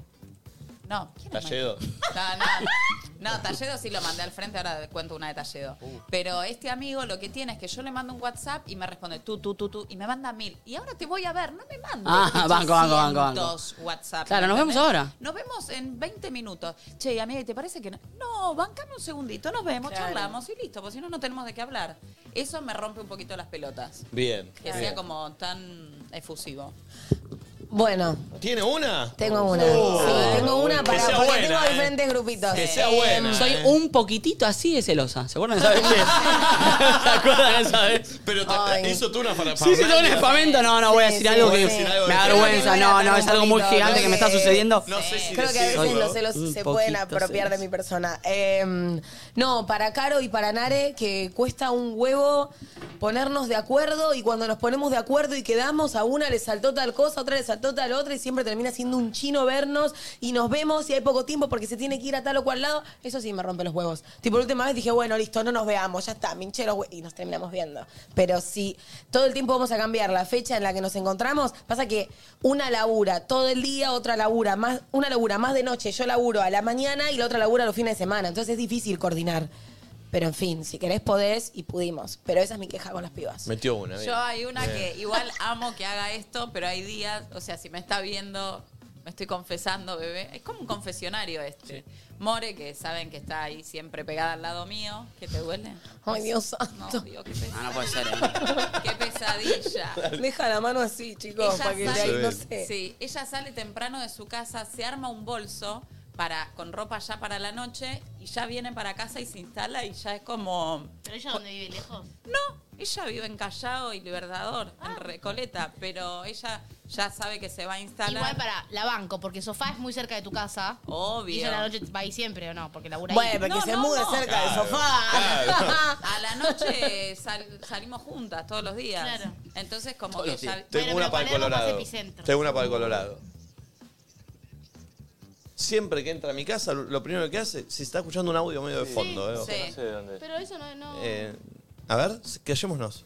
Speaker 5: No, ¿quién es
Speaker 1: Talledo.
Speaker 5: No, no. No, Talledo sí lo mandé al frente, ahora cuento una de Talledo. Pero este amigo lo que tiene es que yo le mando un WhatsApp y me responde tú, tú, tú, tú, y me manda mil. Y ahora te voy a ver, no me mandes.
Speaker 9: Ah, banco, banco, banco, banco.
Speaker 5: 800 WhatsApp.
Speaker 9: Claro, nos
Speaker 5: ¿entendés?
Speaker 9: vemos ahora.
Speaker 5: Ah, Nos vemos en 20 minutos. Che, amiga, ¿y te parece que no? No, bancame un segundito, nos vemos,
Speaker 10: Claro.
Speaker 5: charlamos y listo, porque si no, no tenemos de qué hablar. Eso me rompe un poquito las pelotas.
Speaker 1: Bien.
Speaker 5: Que sea
Speaker 1: bien.
Speaker 5: como tan efusivo.
Speaker 4: Bueno,
Speaker 1: ¿Tiene una?
Speaker 4: tengo una.
Speaker 1: Oh.
Speaker 4: Sí, tengo una
Speaker 1: Que
Speaker 4: para.
Speaker 1: sea
Speaker 4: porque
Speaker 1: buena,
Speaker 4: tengo
Speaker 1: eh.
Speaker 4: diferentes grupitos.
Speaker 1: Que sea buena,
Speaker 9: Soy
Speaker 1: eh.
Speaker 9: un poquitito así de celosa. ¿Se acuerdan de esa vez? ¿Se acuerdan de esa vez?
Speaker 1: Pero te- hizo tú una para
Speaker 9: Sí, sí, todo un espamento. No, no, voy a decir algo que me da vergüenza. No, no, es algo muy gigante que me está sucediendo.
Speaker 1: No sé si
Speaker 4: Creo que a veces
Speaker 9: Soy
Speaker 4: los celos
Speaker 9: un
Speaker 4: se pueden
Speaker 9: poquito
Speaker 4: apropiar de
Speaker 9: celosa.
Speaker 4: mi persona. Eh, no, para Caro y para Nare, que cuesta un huevo ponernos de acuerdo y cuando nos ponemos de acuerdo y quedamos, a una le saltó tal cosa, a otra le saltó tal otra y siempre termina siendo un chino vernos y nos vemos y hay poco tiempo porque se tiene que ir a tal o cual lado. Eso sí me rompe los huevos. Tipo, la última vez dije, bueno, listo, no nos veamos, ya está, minché los hue- y nos terminamos viendo. Pero si todo el tiempo vamos a cambiar la fecha en la que nos encontramos, pasa que una labura todo el día, otra labura más, una labura más de noche, yo laburo a la mañana y la otra labura los fines de semana. Entonces es difícil coordinar. Pero en fin, si querés podés y pudimos. Pero esa es mi queja con las pibas.
Speaker 1: Metió una. bien.
Speaker 5: Yo hay una
Speaker 1: Bien.
Speaker 5: que igual amo que haga esto, pero hay días, o sea, si me está viendo, me estoy confesando, bebé. Es como un confesionario este. More, que saben que está ahí siempre pegada al lado mío, que te duele.
Speaker 4: Ay, Dios santo.
Speaker 5: No, digo, qué, pes-
Speaker 9: Ah, No, no puede ser. eh.
Speaker 5: qué pesadilla.
Speaker 4: Deja la mano así, chicos,
Speaker 5: Ella
Speaker 4: para que de
Speaker 5: sale-
Speaker 4: ahí no sé.
Speaker 5: sí, ella sale temprano de su casa, se arma un bolso para, con ropa ya para la noche y ya viene para casa y se instala y ya es como...
Speaker 6: ¿Pero ella dónde vive? ¿Lejos? Ah.
Speaker 5: No, ella vive en Callao y Libertador, en Recoleta, pero ella ya sabe que se va a instalar.
Speaker 6: Igual para la banco, porque sofá es muy cerca de tu casa.
Speaker 5: Obvio.
Speaker 6: Y ella a la noche va ahí siempre, ¿o no? Porque labura
Speaker 4: Bueno,
Speaker 6: ahí.
Speaker 4: pero que No, se no, mude no. cerca
Speaker 1: Ah,
Speaker 4: del Claro, sofá.
Speaker 5: claro. A la noche sal- salimos juntas todos los días.
Speaker 6: Claro.
Speaker 5: Entonces como
Speaker 1: Todos
Speaker 5: que
Speaker 1: los días.
Speaker 5: ya...
Speaker 1: Tengo una para el Colorado. Tengo una para el Colorado. Siempre que entra a mi casa, lo- lo primero que hace, si está escuchando un audio medio de fondo.
Speaker 6: sí.
Speaker 1: eh,
Speaker 6: No sé de dónde es. Pero eso no- no-
Speaker 1: Eh, a ver, callémonos.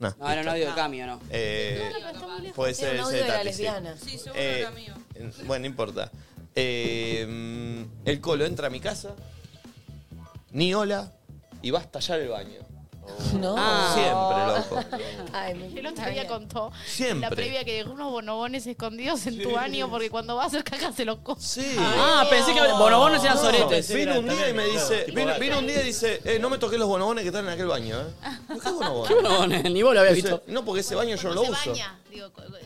Speaker 1: Nah,
Speaker 9: No, era un
Speaker 1: listo.
Speaker 9: audio de Cami, ¿o no?
Speaker 1: Eh,
Speaker 6: pero está muy lejos.
Speaker 1: puede
Speaker 6: Era
Speaker 1: ser
Speaker 6: un
Speaker 1: ese
Speaker 6: audio de la
Speaker 1: Tati, sí.
Speaker 6: lesbiana. Sí, seguro
Speaker 1: Eh,
Speaker 6: era mío.
Speaker 1: en- Bueno, no importa. Eh, mm, el colo entra a mi casa, ni hola, y va a estallar el baño. Ah.
Speaker 4: No.
Speaker 6: Oh.
Speaker 1: Siempre, loco.
Speaker 4: Ay,
Speaker 6: El otro día contó
Speaker 1: Siempre.
Speaker 6: la previa que dejó unos bonobones escondidos en tu baño porque cuando vas a hacer caca se los comes.
Speaker 1: Sí.
Speaker 9: Ah, pensé que bonobones eran soretes.
Speaker 1: Vino un día y me dice,
Speaker 9: Tipo
Speaker 1: vino,
Speaker 9: gato.
Speaker 1: vino un día y dice, eh, no me toqué los bonobones que están en aquel baño, ¿eh? Digo, ¿Qué bonobones?
Speaker 9: Ah, ¿Qué bonobones? Ni vos lo habías
Speaker 1: Dice,
Speaker 9: visto.
Speaker 1: No, porque ese baño yo no lo uso.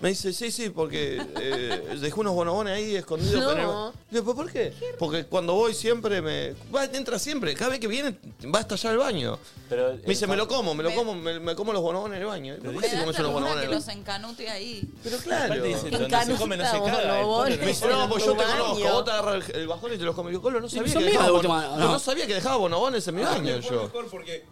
Speaker 1: Me dice, sí, sí, porque eh, dejé unos bonobones ahí escondidos.
Speaker 4: No.
Speaker 1: pero no- Digo, "¿Pero ¿por qué? Porque cuando voy siempre me... Va, entra siempre, cada vez que viene va a estallar el baño. me dice, me lo como, me lo como, me, me como los bonobones en el baño. Digo, ¿Por qué se
Speaker 5: Me
Speaker 1: come
Speaker 5: da
Speaker 1: los
Speaker 5: ternura
Speaker 1: bonobones
Speaker 5: que
Speaker 1: en el baño?
Speaker 5: los encanute ahí.
Speaker 1: Pero claro.
Speaker 8: dice, donde se Encanuta come no se caga, el bonobones
Speaker 1: Me dice, no, pues yo te
Speaker 8: en tu
Speaker 1: conozco,
Speaker 8: baño.
Speaker 1: vos te agarras el, el bajón y te los comes. Yo, Colo, no sabía,
Speaker 8: son
Speaker 1: que
Speaker 8: míos
Speaker 1: dejaba,
Speaker 8: de
Speaker 1: bono-
Speaker 8: última,
Speaker 1: no,
Speaker 8: no.
Speaker 1: no sabía que dejaba bonobones
Speaker 4: Ah,
Speaker 1: en mi baño yo.
Speaker 7: Mejor porque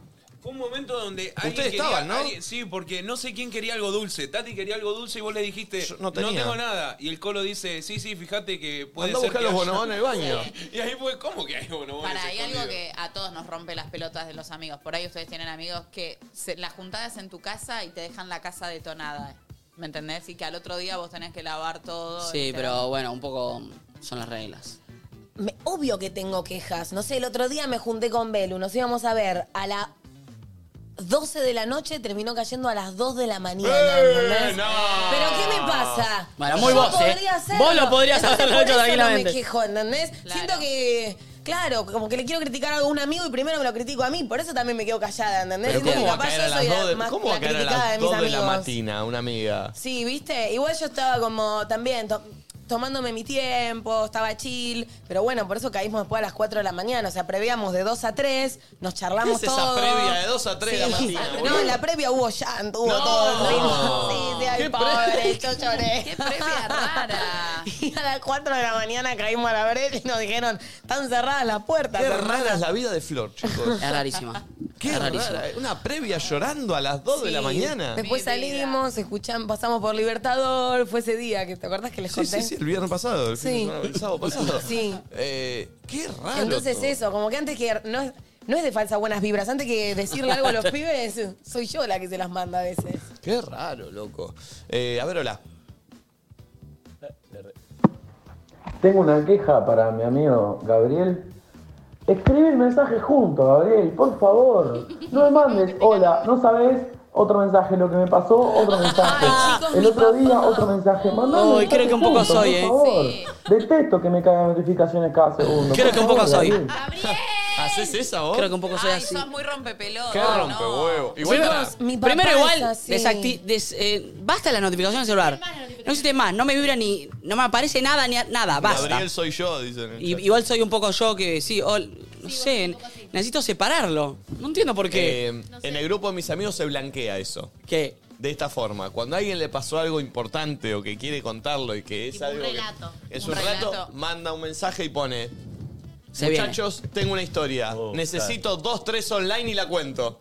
Speaker 7: fue un momento donde alguien
Speaker 1: Ustedes
Speaker 7: quería-
Speaker 1: estaban, ¿no?
Speaker 7: alguien- sí, porque no sé quién quería algo dulce. Tati quería algo dulce y vos le dijiste, no,
Speaker 1: tenía".
Speaker 7: tengo nada. Y el colo dice, sí, sí, fíjate que puede
Speaker 1: Andá a
Speaker 7: ser
Speaker 1: buscar
Speaker 7: que
Speaker 1: los
Speaker 7: haya".
Speaker 1: bonobones en el baño.
Speaker 7: Sí. Y ahí fue, ¿cómo que hay bonobones?
Speaker 5: Para, hay algo
Speaker 7: escondidos?
Speaker 5: que a todos nos rompe las pelotas de los amigos. Por ahí ustedes tienen amigos que se- las juntadas en tu casa y te dejan la casa detonada. ¿Me entendés? Y que al otro día vos tenés que lavar todo.
Speaker 9: Sí,
Speaker 5: etcétera.
Speaker 9: pero bueno, un poco son las reglas.
Speaker 4: Me- obvio que tengo quejas. No sé, el otro día me junté con Belu, nos íbamos a ver a las 12 de la noche, terminó cayendo a las 2 de la mañana.
Speaker 8: ¡Eh,
Speaker 9: Eh,
Speaker 4: ¿entendés? ¿Pero qué me pasa?
Speaker 9: Bueno, muy
Speaker 4: Yo
Speaker 9: vos, ¿eh?
Speaker 4: podría hacerlo.
Speaker 9: Vos lo podrías
Speaker 4: Entonces,
Speaker 9: haberlo
Speaker 4: por
Speaker 9: hecho
Speaker 4: eso
Speaker 9: tranquilamente.
Speaker 4: No me quejo, ¿entendés? Siento que, claro, como que le quiero criticar a un amigo y primero me lo critico a mí, por eso también me quedo callada, ¿entendés?
Speaker 1: Pero
Speaker 4: Siento
Speaker 1: ¿cómo va
Speaker 4: que
Speaker 1: a
Speaker 4: capaz
Speaker 1: caer
Speaker 4: yo
Speaker 1: a las
Speaker 4: soy
Speaker 1: dos de,
Speaker 4: más-
Speaker 1: ¿cómo va a caer a
Speaker 4: criticada de
Speaker 1: las
Speaker 4: mis
Speaker 1: dos de la
Speaker 4: amigos?
Speaker 1: matina una amiga?
Speaker 4: Sí, viste, igual yo estaba como también to- tomándome mi tiempo, estaba chill, pero bueno, por eso caímos después a las 4 de la mañana, o sea, previamos de 2 a 3, nos charlamos
Speaker 1: ¿Qué es esa
Speaker 4: todo.
Speaker 1: previa de 2 a 3 de la
Speaker 4: Sí.
Speaker 1: mañana,
Speaker 4: No,
Speaker 1: boludo?
Speaker 4: en la previa hubo llanto, hubo
Speaker 1: No.
Speaker 4: todo.
Speaker 1: No.
Speaker 4: Sí, sí, ay,
Speaker 1: Qué
Speaker 4: pobre,
Speaker 1: pre-
Speaker 4: yo lloré.
Speaker 5: Qué previa rara.
Speaker 4: Y a las 4 de la mañana caímos a la brecha y nos dijeron, están cerradas las puertas.
Speaker 1: Qué
Speaker 4: hermano".
Speaker 1: rara es la vida de Flor, chicos.
Speaker 9: Es rarísima.
Speaker 1: Qué
Speaker 9: Es rarísima.
Speaker 1: rara. eh. Una previa llorando a las 2 de la
Speaker 4: Sí.
Speaker 1: mañana.
Speaker 4: Después salimos, escuchamos, pasamos por Libertador, fue ese día que te acordás que les
Speaker 1: Sí,
Speaker 4: conté.
Speaker 1: sí, sí, el viernes pasado, el fin de
Speaker 4: Sí.
Speaker 1: semana, el sábado pasado.
Speaker 4: Sí.
Speaker 1: Eh, qué raro.
Speaker 4: Entonces
Speaker 1: todo.
Speaker 4: eso, como que antes que no es, no es de falsa buenas vibras, antes que decirle algo a los pibes, soy yo la que se las manda a veces.
Speaker 1: Qué raro, loco. Eh, a ver, hola.
Speaker 13: Tengo una queja para mi amigo Gabriel. Escribe el mensaje junto, Gabriel, por favor. No me mandes, hola, no sabes, otro mensaje, lo que me pasó, otro mensaje. El otro día, otro mensaje. Mandame
Speaker 9: Uy, Ah, creo que un poco soy, eh.
Speaker 13: eh. Detesto que me caigan notificaciones cada segundo.
Speaker 9: Creo
Speaker 13: por
Speaker 9: que un poco
Speaker 13: favor,
Speaker 9: soy.
Speaker 13: Gabriel.
Speaker 8: ¿Haces esa vos?
Speaker 9: Creo que un poco soy
Speaker 5: Ay,
Speaker 9: así.
Speaker 5: sos muy rompepelotas.
Speaker 8: Qué rompe
Speaker 9: Ah,
Speaker 8: huevo. Igual
Speaker 9: Chicos,
Speaker 8: para-
Speaker 9: primero igual,
Speaker 4: así.
Speaker 9: desacti- des- eh, basta la notificación del celular. No existe más, no me vibra ni, no me aparece nada, ni a- nada, basta.
Speaker 1: Gabriel soy yo, dicen.
Speaker 9: Y- igual soy un poco yo que sí, o- no sé, necesito separarlo. No entiendo por qué.
Speaker 1: Eh, En el grupo de mis amigos se blanquea eso.
Speaker 9: ¿Qué?
Speaker 1: De esta forma, cuando a alguien le pasó algo importante o que quiere contarlo y que es algo que- es un relato, manda un mensaje y pone
Speaker 9: Se
Speaker 1: Muchachos, tengo una historia. Necesito dos, tres online y la cuento.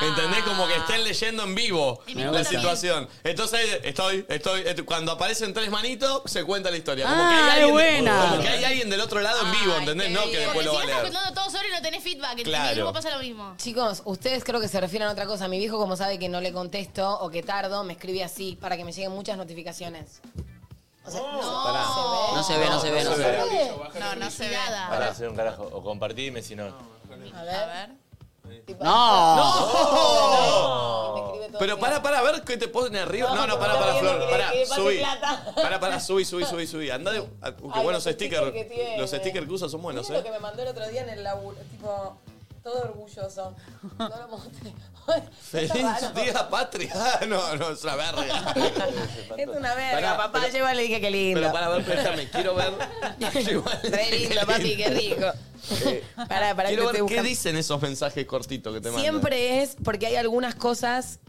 Speaker 1: ¿Entendés? Como que estén leyendo en vivo
Speaker 9: Y me
Speaker 1: la
Speaker 9: gusta
Speaker 1: situación. Entonces, estoy, estoy, estoy- Cuando aparecen tres manitos, se cuenta la historia. Como,
Speaker 9: Ah,
Speaker 1: que, hay alguien
Speaker 9: es buena.
Speaker 1: como que hay alguien del otro lado en vivo, ¿entendés? No, que después lo va a
Speaker 6: Estás
Speaker 1: leer.
Speaker 6: contando todo solo y no tenés feedback. En
Speaker 1: Claro.
Speaker 6: mi grupo pasa lo mismo.
Speaker 4: Chicos, ustedes creo que se refieren a otra cosa. Mi viejo, como sabe que no le contesto o que tardo, me escribe así para que me lleguen muchas notificaciones.
Speaker 9: No se ve, no se ve, no se ve.
Speaker 10: No, no se ve.
Speaker 8: Para hacer un carajo. O compartime si no.
Speaker 4: A ver.
Speaker 9: Ah.
Speaker 1: Pero para, para, a ver qué te ponen arriba. No, no, para, para, Flor. Para, subí. Para, para, subí, subí, subí, subí. Andá de. ah, Qué
Speaker 4: Ay,
Speaker 1: buenos
Speaker 4: los stickers
Speaker 1: stickers.
Speaker 4: que tiene.
Speaker 1: Los stickers que usas son buenos,
Speaker 4: Miren lo
Speaker 1: ¿eh?
Speaker 4: que me mandó el otro día en el laburo, tipo, todo orgulloso. No lo mostré. Ay,
Speaker 1: Feliz
Speaker 4: está raro.
Speaker 1: día, patria. Ah, No, no, es una verga.
Speaker 4: Es una verga,
Speaker 1: Pará,
Speaker 4: papá.
Speaker 1: pero-
Speaker 4: Yo le dije que lindo.
Speaker 1: Pero para ver, préstame, quiero ver.
Speaker 4: Re lindo, papi, qué rico. Pará, pará,
Speaker 1: quiero ver
Speaker 4: que te estoy
Speaker 1: qué
Speaker 4: buscando.
Speaker 1: dicen esos mensajes cortitos que te mandan.
Speaker 4: Siempre es porque hay algunas cosas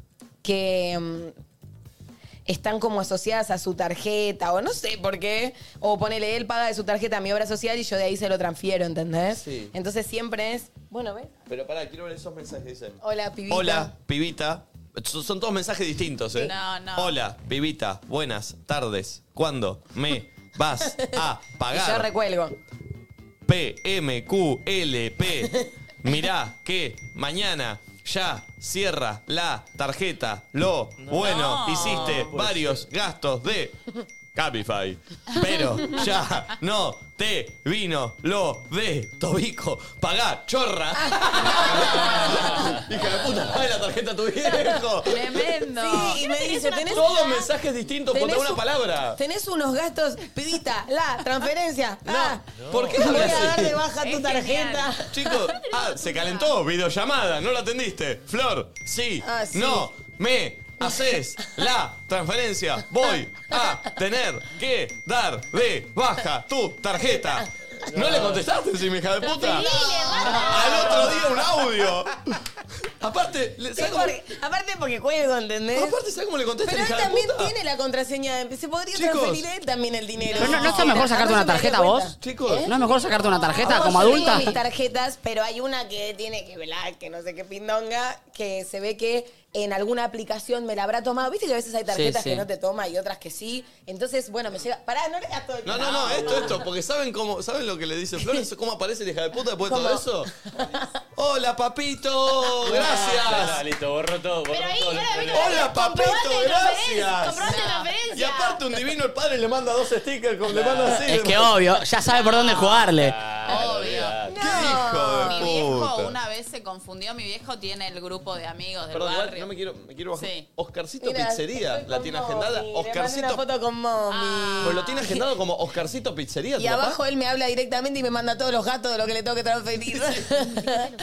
Speaker 4: que mm, están como asociadas a su tarjeta o no sé por qué. O ponele, él paga de su tarjeta a mi obra social y yo de ahí se lo transfiero, ¿entendés?
Speaker 1: Sí.
Speaker 4: Entonces siempre es, bueno, ¿ves?
Speaker 1: Pero pará, quiero ver esos mensajes que dicen.
Speaker 4: Hola, pibita.
Speaker 1: Hola, pibita. Son, son todos mensajes distintos, ¿eh?
Speaker 4: No, no.
Speaker 1: Hola, pibita. Buenas tardes. ¿Cuándo me vas a
Speaker 4: Y yo
Speaker 1: pagar?
Speaker 4: recuelgo.
Speaker 1: P, M, Q, L, P. Mirá que mañana ya cierra la tarjeta. Lo bueno, hiciste varios gastos de Cabify. Pero ya no te vino lo de Tobico. Pagá, chorra. Hija de puta, pague la tarjeta a tu viejo.
Speaker 4: Tremendo. Sí, y me dice, tenés
Speaker 1: Todos mensajes distintos, ponte
Speaker 4: tenés
Speaker 1: una
Speaker 4: un-
Speaker 1: palabra.
Speaker 4: Tenés unos gastos, pibita, la transferencia. ah,
Speaker 1: ¿Por qué
Speaker 4: voy
Speaker 1: hablas
Speaker 4: a dar
Speaker 1: así?
Speaker 4: de baja tu tarjeta.
Speaker 1: Chicos, ah, se calentó, videollamada, no la atendiste. Flor, sí,
Speaker 4: Ah, sí.
Speaker 1: no, me haces la transferencia. Voy a tener que dar de baja tu tarjeta. No le contestaste encima, hija de puta. Al otro día un audio. Aparte, le-
Speaker 4: Sí,
Speaker 1: ¿sabes cómo-
Speaker 4: porque- aparte porque cuelgo, ¿entendés?
Speaker 1: Aparte, ¿sabes cómo le contesta
Speaker 4: Pero
Speaker 1: el
Speaker 4: él
Speaker 1: hija de
Speaker 4: también
Speaker 1: puta?
Speaker 4: tiene la contraseña. de- Se podría
Speaker 1: Chicos.
Speaker 4: transferir él también el dinero.
Speaker 9: Pero no, ¿no está mejor sacarte
Speaker 4: Además,
Speaker 9: una
Speaker 4: yo me
Speaker 9: tarjeta
Speaker 4: doy
Speaker 9: vos?
Speaker 4: cuenta. ¿Eh?
Speaker 9: ¿No es mejor sacarte una tarjeta
Speaker 4: Vos,
Speaker 9: como
Speaker 4: yo
Speaker 9: adulta?
Speaker 4: tengo mis tarjetas, pero hay una que tiene que velar, que no sé qué pindonga, que se ve que en alguna aplicación me la habrá tomado. Viste que a veces hay tarjetas
Speaker 1: Sí, sí.
Speaker 4: que no te toma y otras que sí. Entonces, bueno, me llega. Pará, no le das todo el
Speaker 1: No, no, no, esto, esto, porque saben cómo, saben lo que le dice Flores, cómo aparece el hija de puta después de todo
Speaker 4: ¿Cómo?
Speaker 1: eso. Hola, papito, gracias.
Speaker 8: Ah, listo, borro todo, borro todo.
Speaker 1: Hola, papito, gracias.
Speaker 6: Comprobaste la transferencia.
Speaker 1: Y aparte un divino el padre le manda dos stickers, con- le manda así.
Speaker 9: Es que obvio, ya sabe por dónde jugarle.
Speaker 1: Hijo de
Speaker 5: Mi viejo
Speaker 1: puta.
Speaker 5: una vez se confundió. Mi viejo tiene el grupo de amigos del
Speaker 1: Perdón, igual,
Speaker 5: barrio.
Speaker 1: no me quiero, me quiero bajar.
Speaker 5: Sí.
Speaker 1: Oscarcito
Speaker 5: Mira,
Speaker 1: Pizzería,
Speaker 5: estoy
Speaker 1: la
Speaker 5: con
Speaker 1: tiene
Speaker 5: Mommy,
Speaker 1: agendada.
Speaker 5: le mandé
Speaker 1: Oscarcito.
Speaker 4: una foto con mommy.
Speaker 1: Pero lo tiene agendado como Oscarcito Pizzería.
Speaker 4: Y abajo él me habla directamente y me manda todos los gastos de lo que le tengo que transferir.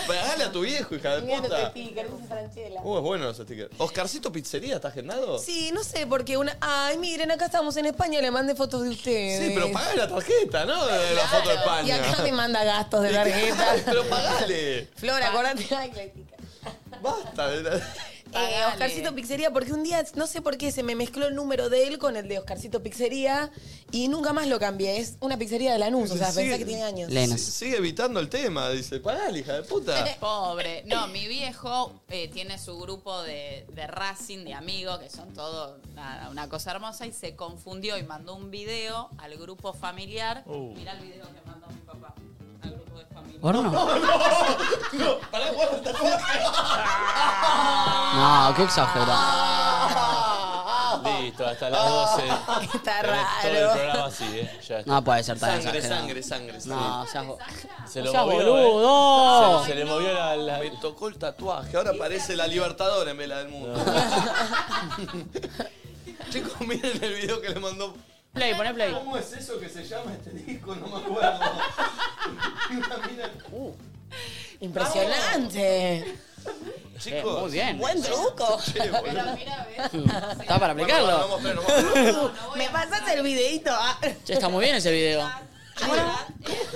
Speaker 1: Pagale a tu viejo, hija de
Speaker 4: Mira los
Speaker 1: puta.
Speaker 4: stickers, dice Franchella.
Speaker 1: Uh, es bueno los stickers. ¿Oscarcito Pizzería está agendado?
Speaker 4: Sí, no sé, porque una. Ay, miren, acá estamos en España, le mandé fotos de ustedes.
Speaker 1: Sí, pero pagale la tarjeta, ¿no? De la foto de España.
Speaker 4: Y acá me manda gastos de tarjeta.
Speaker 1: Pero pagale.
Speaker 4: Flor, acordate. Ay, la chica. Eh, Oscarcito Pizzería, porque un día, no sé por qué, se me mezcló el número de él con el de Oscarcito Pizzería y nunca más lo cambié. Es una pizzería de Lanús, o sea,
Speaker 1: Sigue-
Speaker 4: pensá que tiene años.
Speaker 1: si- Sigue evitando el tema, dice. Pagale, hija de puta.
Speaker 5: Pobre. No, mi viejo eh, tiene su grupo de, de Racing, de amigos, que son todos nada, una cosa hermosa, y se confundió y mandó un video al grupo familiar.
Speaker 3: Uh.
Speaker 5: Mirá el video que mandó mi papá. Al grupo de familia.
Speaker 9: ¿Porno?
Speaker 5: No,
Speaker 1: no, pará, guarda.
Speaker 9: No, qué exagerado.
Speaker 8: Insisto, hasta las 12.
Speaker 4: Está
Speaker 8: tenés Todo el programa así, ¿eh? Ya está.
Speaker 9: No puede ser tan
Speaker 8: Sangre,
Speaker 9: exagerado.
Speaker 8: sangre, sangre,
Speaker 9: No,
Speaker 8: sangre.
Speaker 9: seas bo-
Speaker 8: Se lo
Speaker 9: seas
Speaker 8: movió,
Speaker 9: Ah, boludo.
Speaker 8: eh. Se, se le movió la. la-
Speaker 1: Me tocó el tatuaje. Ahora parece la Libertadora en vez de la del mundo. Chicos, miren el video que le mandó.
Speaker 14: Play, poné play.
Speaker 1: ¿Cómo es eso que se llama este disco? No me acuerdo. Una mina-
Speaker 4: Impresionante.
Speaker 1: Chicos,
Speaker 9: Eh, muy bien.
Speaker 4: Buen truco.
Speaker 9: Está para aplicarlo.
Speaker 4: Me pasas el videito. ah.
Speaker 9: Che, está muy bien ese video.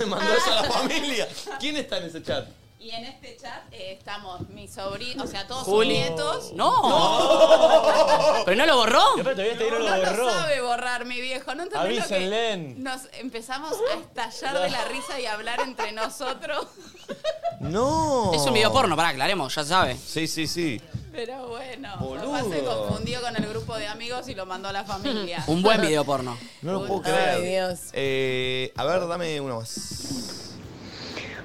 Speaker 1: Me mandó eso a la familia. ¿Quién está en ese chat?
Speaker 5: Y en este chat eh, estamos mis sobrinos, o sea, todos sus
Speaker 9: Juli.
Speaker 5: nietos.
Speaker 9: No. Pero no lo borró.
Speaker 8: Pero todavía te
Speaker 5: No,
Speaker 8: dieron
Speaker 5: no
Speaker 8: lo borró.
Speaker 5: sabe borrar, mi viejo. No entendés lo que
Speaker 8: Avísenle.
Speaker 5: nos empezamos a estallar de la risa y a hablar entre nosotros.
Speaker 15: No.
Speaker 9: Es un video porno, pará, aclaremos, ya sabe.
Speaker 15: Sí, sí, sí.
Speaker 5: Pero bueno, papá se confundió con el grupo de amigos y lo mandó a la familia.
Speaker 9: Un buen video porno.
Speaker 15: No lo puedo
Speaker 5: Ay,
Speaker 15: creer.
Speaker 5: Dios.
Speaker 15: Eh, a ver, dame una más.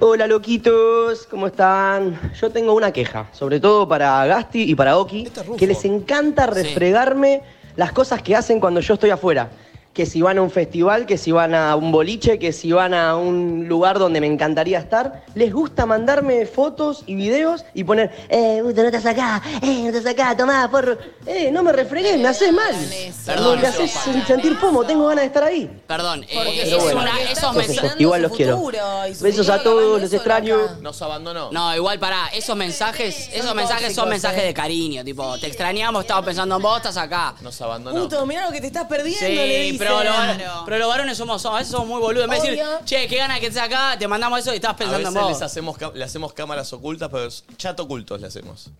Speaker 11: Hola loquitos, ¿cómo están? Yo tengo una queja, sobre todo para Gasti y para Oki,
Speaker 4: Este
Speaker 11: que les encanta refregarme las cosas que hacen cuando yo estoy afuera. Que si van a un festival, que si van a un boliche, que si van a un lugar donde me encantaría estar, les gusta mandarme fotos y videos y poner, eh, puto, no estás acá, eh, no estás acá, tomá, porro. Eh, no me refregues, me haces mal.
Speaker 9: Perdón,
Speaker 11: me haces sentir pomo, tengo ganas de estar ahí.
Speaker 9: Perdón, eh,
Speaker 11: Pero
Speaker 9: es
Speaker 11: bueno,
Speaker 9: una- esos
Speaker 11: entonces,
Speaker 9: mensajes.
Speaker 11: Igual los quiero. Besos a todos, los extraño.
Speaker 1: Nos abandonó.
Speaker 9: No, igual pará, esos mensajes, esos mensajes
Speaker 4: tóxicos,
Speaker 9: son mensajes
Speaker 4: eh.
Speaker 9: de cariño, tipo, te extrañamos, estamos pensando en vos, estás acá.
Speaker 1: Nos abandonó.
Speaker 4: Puto, mirá lo que te estás perdiendo, le
Speaker 9: Sí,
Speaker 4: dicen.
Speaker 9: pero los, pero los varones somos, somos- a veces somos muy boludos. En vez de decir,
Speaker 4: Obvio.
Speaker 9: che, qué gana que estés acá, te mandamos eso y estás
Speaker 1: A
Speaker 9: pensando en
Speaker 1: veces
Speaker 9: vos.
Speaker 1: les hacemos, cam- le hacemos cámaras ocultas, pero es- chat ocultos le hacemos.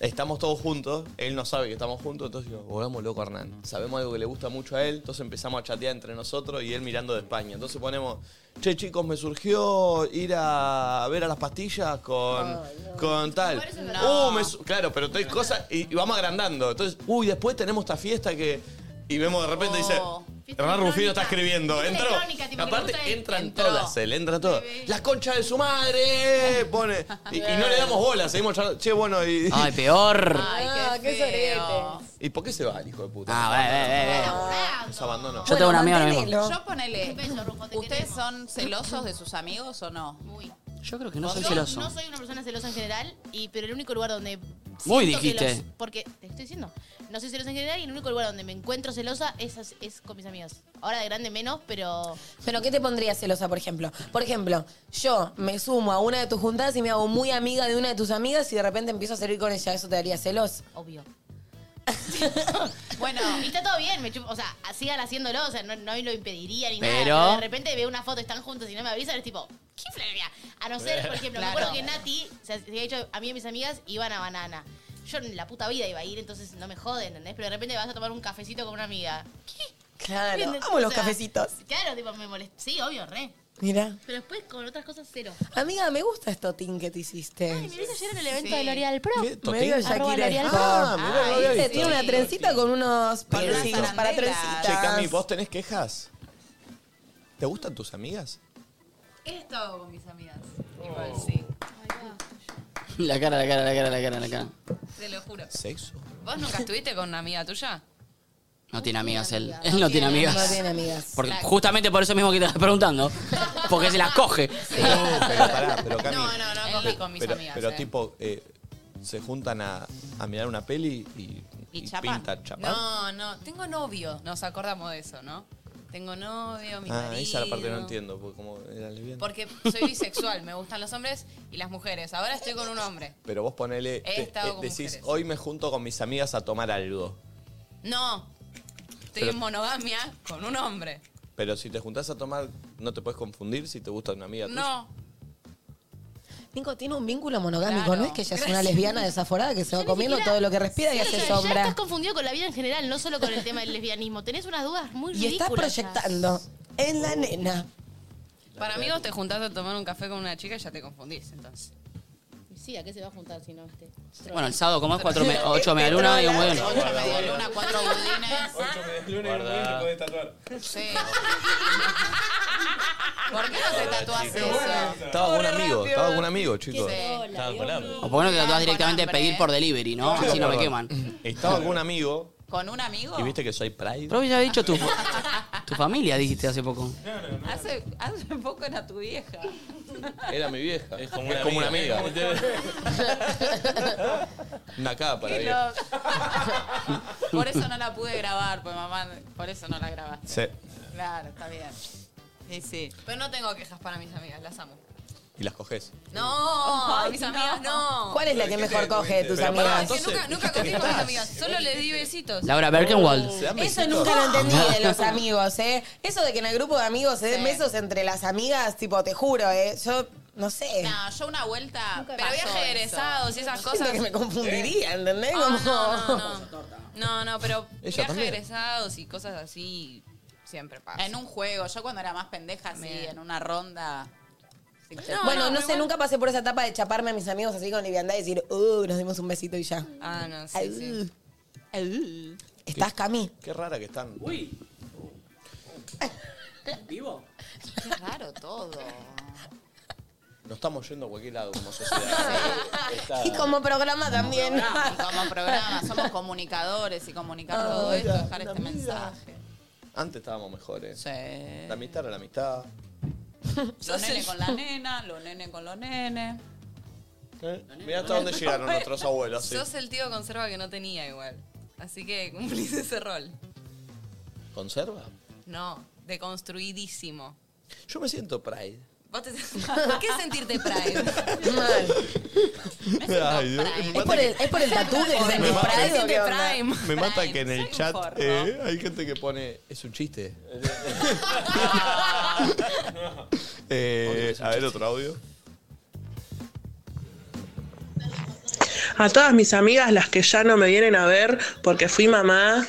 Speaker 1: Estamos todos juntos, él no sabe que estamos juntos, entonces digo, volvamos loco a Hernán. Sabemos algo que le gusta mucho a él, entonces empezamos a chatear entre nosotros y él mirando de España. Entonces ponemos, che chicos, me surgió ir a ver a las pastillas con, con tal.
Speaker 5: No.
Speaker 1: Uh, me su- claro, pero hay cosas y, y vamos agrandando. Entonces, uy, después tenemos esta fiesta que... Y vemos de repente, dice, Hernán Rufino está escribiendo,
Speaker 6: Oh, Fiesta
Speaker 1: entró.
Speaker 6: electrónica, tipo, que le
Speaker 1: Aparte,
Speaker 6: gusta el-
Speaker 1: entran
Speaker 6: entró.
Speaker 1: todas, él entra todo. La concha de su madre, pone. Y, y no le damos bola, seguimos charlando. Che, bueno, y.
Speaker 9: Ay, peor.
Speaker 4: Ah, qué sorete.
Speaker 1: ¿Y por qué se va el hijo de puta?
Speaker 9: Ah, ve, ve,
Speaker 1: ve, ve. Nos abandonó.
Speaker 9: Yo tengo un amigo ahora mismo.
Speaker 5: Yo ponele. ¿Ustedes son celosos de sus amigos o no?
Speaker 9: Yo creo que no soy
Speaker 6: Yo
Speaker 9: celoso.
Speaker 6: No soy una persona celosa en general, y, pero el único lugar donde.
Speaker 9: Muy
Speaker 6: siento que
Speaker 9: dijiste.
Speaker 6: los- porque te estoy diciendo, no soy celosa en general y el único lugar donde me encuentro celosa es, as- es con mis amigos. Ahora de grande menos, pero.
Speaker 4: Pero ¿qué te pondría celosa, por ejemplo? Por ejemplo, yo me sumo a una de tus juntadas y me hago muy amiga de una de tus amigas y de repente empiezo a salir con ella. Eso te daría celos.
Speaker 6: Obvio. Bueno, y está todo bien, me chupo- o sea, sigan haciéndolo, o sea, no, no lo impediría ni nada.
Speaker 9: Pero-
Speaker 6: Pero de repente veo una foto, están juntos y no me avisan, es tipo, ¿qué flanería? A no ser, por ejemplo,
Speaker 5: Claro.
Speaker 6: me acuerdo que Nati, o sea, se había dicho, a mí y a mis amigas iban a Banana. Yo en la puta vida iba a ir, entonces no me jode, ¿entendés? Pero de repente vas a tomar un cafecito con una amiga.
Speaker 4: Claro,
Speaker 6: ¿Entendés?
Speaker 4: amo los
Speaker 6: O sea,
Speaker 4: cafecitos. Ah.
Speaker 6: Claro, tipo, me molesta. Sí, obvio, re.
Speaker 4: Mira.
Speaker 6: Pero después con otras cosas, cero.
Speaker 4: Amiga, me gusta esto tin que te hiciste.
Speaker 6: Me viste ayer en el evento de L'Oreal Pro.
Speaker 4: Me dio Shakira el
Speaker 1: Ah, mirá, no lo había
Speaker 4: Viste,
Speaker 1: visto.
Speaker 4: Tiene una trencita con unos piercings para trencitas.
Speaker 1: Che, Cami, ¿vos tenés quejas? ¿Te gustan tus amigas?
Speaker 5: Esto hago con mis amigas. Igual sí.
Speaker 9: La cara, la cara, la cara, la cara, la cara.
Speaker 16: Te lo juro.
Speaker 1: ¿Sexo?
Speaker 16: ¿Vos nunca estuviste con una amiga tuya?
Speaker 9: No tiene amigas él. Él no tiene amigas.
Speaker 16: No tiene amigas.
Speaker 9: Porque,
Speaker 16: Claro.
Speaker 9: justamente por eso mismo que te estás preguntando. Porque se las coge.
Speaker 1: Pero pará, pero Cami.
Speaker 16: No, no, no,
Speaker 1: pero-
Speaker 16: con mis
Speaker 1: pero,
Speaker 16: amigas,
Speaker 1: Pero
Speaker 16: eh.
Speaker 1: tipo, eh, se juntan a, a mirar una peli y,
Speaker 16: ¿Y chapan?
Speaker 1: pintan chapan.
Speaker 16: No, no. Tengo novio. Nos acordamos de eso, ¿no? Tengo novio, mi
Speaker 1: ah,
Speaker 16: marido.
Speaker 1: esa es la parte que no entiendo, porque como era lesbiana.
Speaker 16: Porque soy bisexual. me gustan los hombres y las mujeres. Ahora estoy con un hombre.
Speaker 1: Pero vos ponele,
Speaker 16: He
Speaker 1: te-
Speaker 16: estado
Speaker 1: eh,
Speaker 16: con
Speaker 1: decís,
Speaker 16: mujeres.
Speaker 1: hoy me junto con mis amigas a tomar algo.
Speaker 16: No. Estoy
Speaker 1: Pero-
Speaker 16: en monogamia con un hombre.
Speaker 1: Pero si te juntás a tomar, no te puedes confundir si te gusta una amiga tuya. Ah,
Speaker 16: No.
Speaker 4: Nico tiene un vínculo monogámico,
Speaker 16: Claro.
Speaker 4: ¿no es que ella es una
Speaker 16: Gracias.
Speaker 4: lesbiana desaforada que se va comiendo
Speaker 6: siquiera-
Speaker 4: todo lo que respira y
Speaker 6: Sí,
Speaker 4: hace
Speaker 6: ya- Ya
Speaker 4: sombra?
Speaker 6: estás confundido con la vida en general, no solo con el tema del lesbianismo. Tenés unas dudas muy
Speaker 4: Y estás
Speaker 6: ridículas. ya.
Speaker 4: proyectando en la nena.
Speaker 16: Para amigos te juntás a tomar un café con una chica y ya te confundís, entonces.
Speaker 6: Sí, ¿a qué se va a juntar si no este?
Speaker 9: Bueno, el sábado, ¿cómo es? Cuatro me- ocho medialunas y un medialuna.
Speaker 5: Ocho medialunas, cuatro budines.
Speaker 8: Guarda.
Speaker 5: Sí. ¿Por qué no te tatuás eso?
Speaker 1: Estaba con un amigo, estaba con un amigo, chicos.
Speaker 8: Estaba con hambre.
Speaker 9: O por qué no te tratás directamente de pedir por delivery, ¿no? Así no me queman.
Speaker 1: Estaba con un amigo
Speaker 5: ¿Con un amigo?
Speaker 1: ¿Y viste que soy Pride?
Speaker 9: Robbie ya había dicho tu, tu familia, dijiste hace poco.
Speaker 5: Hace, hace poco era tu vieja.
Speaker 1: Era mi vieja. Es
Speaker 8: como
Speaker 1: como una,
Speaker 8: una amiga.
Speaker 1: amiga. una capa para
Speaker 5: Qué
Speaker 1: ella.
Speaker 5: loco. Por eso no la pude grabar, pues mamá, por eso no la grabaste.
Speaker 1: Sí.
Speaker 5: Claro, está bien. Sí, sí.
Speaker 17: Pero no tengo quejas para mis amigas, las amo.
Speaker 1: Y las coges.
Speaker 17: No,
Speaker 5: Ay,
Speaker 17: mis
Speaker 5: no.
Speaker 17: amigas no.
Speaker 4: ¿Cuál es la que mejor coge de tus
Speaker 1: Pero pará,
Speaker 4: amigas?
Speaker 17: Que nunca, nunca cogí con mis amigas, solo les di besitos.
Speaker 9: Laura Berkenwald.
Speaker 4: Eso nunca
Speaker 11: Ah,
Speaker 4: lo entendí de los amigos, ¿eh? Eso de que en el grupo de amigos se den besos entre las amigas, tipo, te juro, ¿eh? Yo no sé.
Speaker 5: No, yo una vuelta.
Speaker 17: Pero
Speaker 5: pasó
Speaker 17: viajes
Speaker 5: eso.
Speaker 17: egresados y esas
Speaker 4: Siento
Speaker 17: cosas.
Speaker 4: que me confundiría, ¿entendés?
Speaker 17: Ah,
Speaker 4: Como-
Speaker 17: no, no, no. No, no, pero
Speaker 4: Ella
Speaker 17: viajes
Speaker 4: también.
Speaker 17: egresados y cosas así siempre pasa.
Speaker 5: En un juego, yo cuando era más pendeja, sí,
Speaker 17: Bien.
Speaker 5: en una ronda. Sí, sí.
Speaker 4: bueno, no, sé, nunca pasé por esa etapa de chaparme a mis amigos así con liviandad y decir, uh, nos dimos un besito y ya.
Speaker 17: Ah, no,
Speaker 4: Ay, uh.
Speaker 17: sí,
Speaker 4: ay. ¿Estás, Cami?
Speaker 1: Qué rara que están.
Speaker 9: Uy.
Speaker 18: ¿Vivo?
Speaker 17: Qué raro todo.
Speaker 1: Nos estamos yendo a cualquier lado como sociedad. Está-
Speaker 4: Y como programa también.
Speaker 5: Programa, como programa, somos comunicadores y comunicar
Speaker 1: Ah,
Speaker 5: todo
Speaker 1: mira,
Speaker 5: esto, dejar
Speaker 1: una
Speaker 5: este mensaje.
Speaker 1: Antes estábamos mejores. Sí. La amistad era la amistad.
Speaker 4: uh.
Speaker 5: Los nenes con la nena, los nenes con los nenes.
Speaker 1: Mirá hasta dónde llegaron nuestros abuelos. sí.
Speaker 17: Sos el tío conserva que no tenía igual. Así que cumplís ese rol.
Speaker 1: ¿Conserva?
Speaker 17: No, deconstruidísimo.
Speaker 1: Yo me siento Pride.
Speaker 17: ¿Vos te... ¿Por qué sentirte pride?
Speaker 1: Ay, Dios.
Speaker 4: Es por el- es por el tatú que se
Speaker 1: Me mata-
Speaker 4: Pride, ¿o qué onda?
Speaker 1: Me mata que en
Speaker 4: Soy
Speaker 1: el
Speaker 4: un
Speaker 1: chat
Speaker 4: forro.
Speaker 1: eh, hay gente que pone es un chiste. Eh, a ver otro audio.
Speaker 11: A todas mis amigas, las que ya no me vienen a ver porque fui mamá,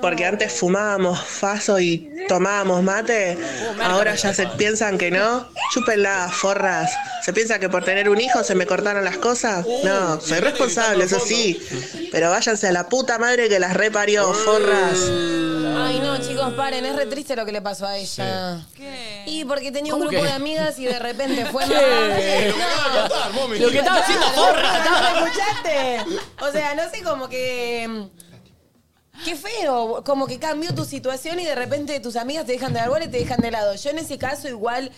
Speaker 11: porque antes fumábamos faso y tomábamos mate, ahora ya se piensan que no. Chúpenla, forras. ¿Se piensa que por tener un hijo se me cortaron las cosas? No, soy responsable, eso sí. Pero váyanse a la puta madre que las reparió, forras.
Speaker 4: Ay, no, chicos, paren, es re triste lo que le pasó a ella. Y porque tenía un
Speaker 11: ¿Cómo
Speaker 4: grupo
Speaker 11: que?
Speaker 4: de amigas y de repente fue
Speaker 11: ¿Qué? Lo
Speaker 4: madre.
Speaker 11: que acaba de contar, vos, mi
Speaker 4: Lo que
Speaker 11: niña.
Speaker 4: estaba haciendo
Speaker 11: Claro,
Speaker 4: porra.
Speaker 11: estaba-
Speaker 4: ¿No me escuchaste? O sea, no sé, como que... mm, Qué feo, como que cambió tu situación y de repente tus amigas te dejan de árbol y te dejan de lado. Yo en ese caso igual,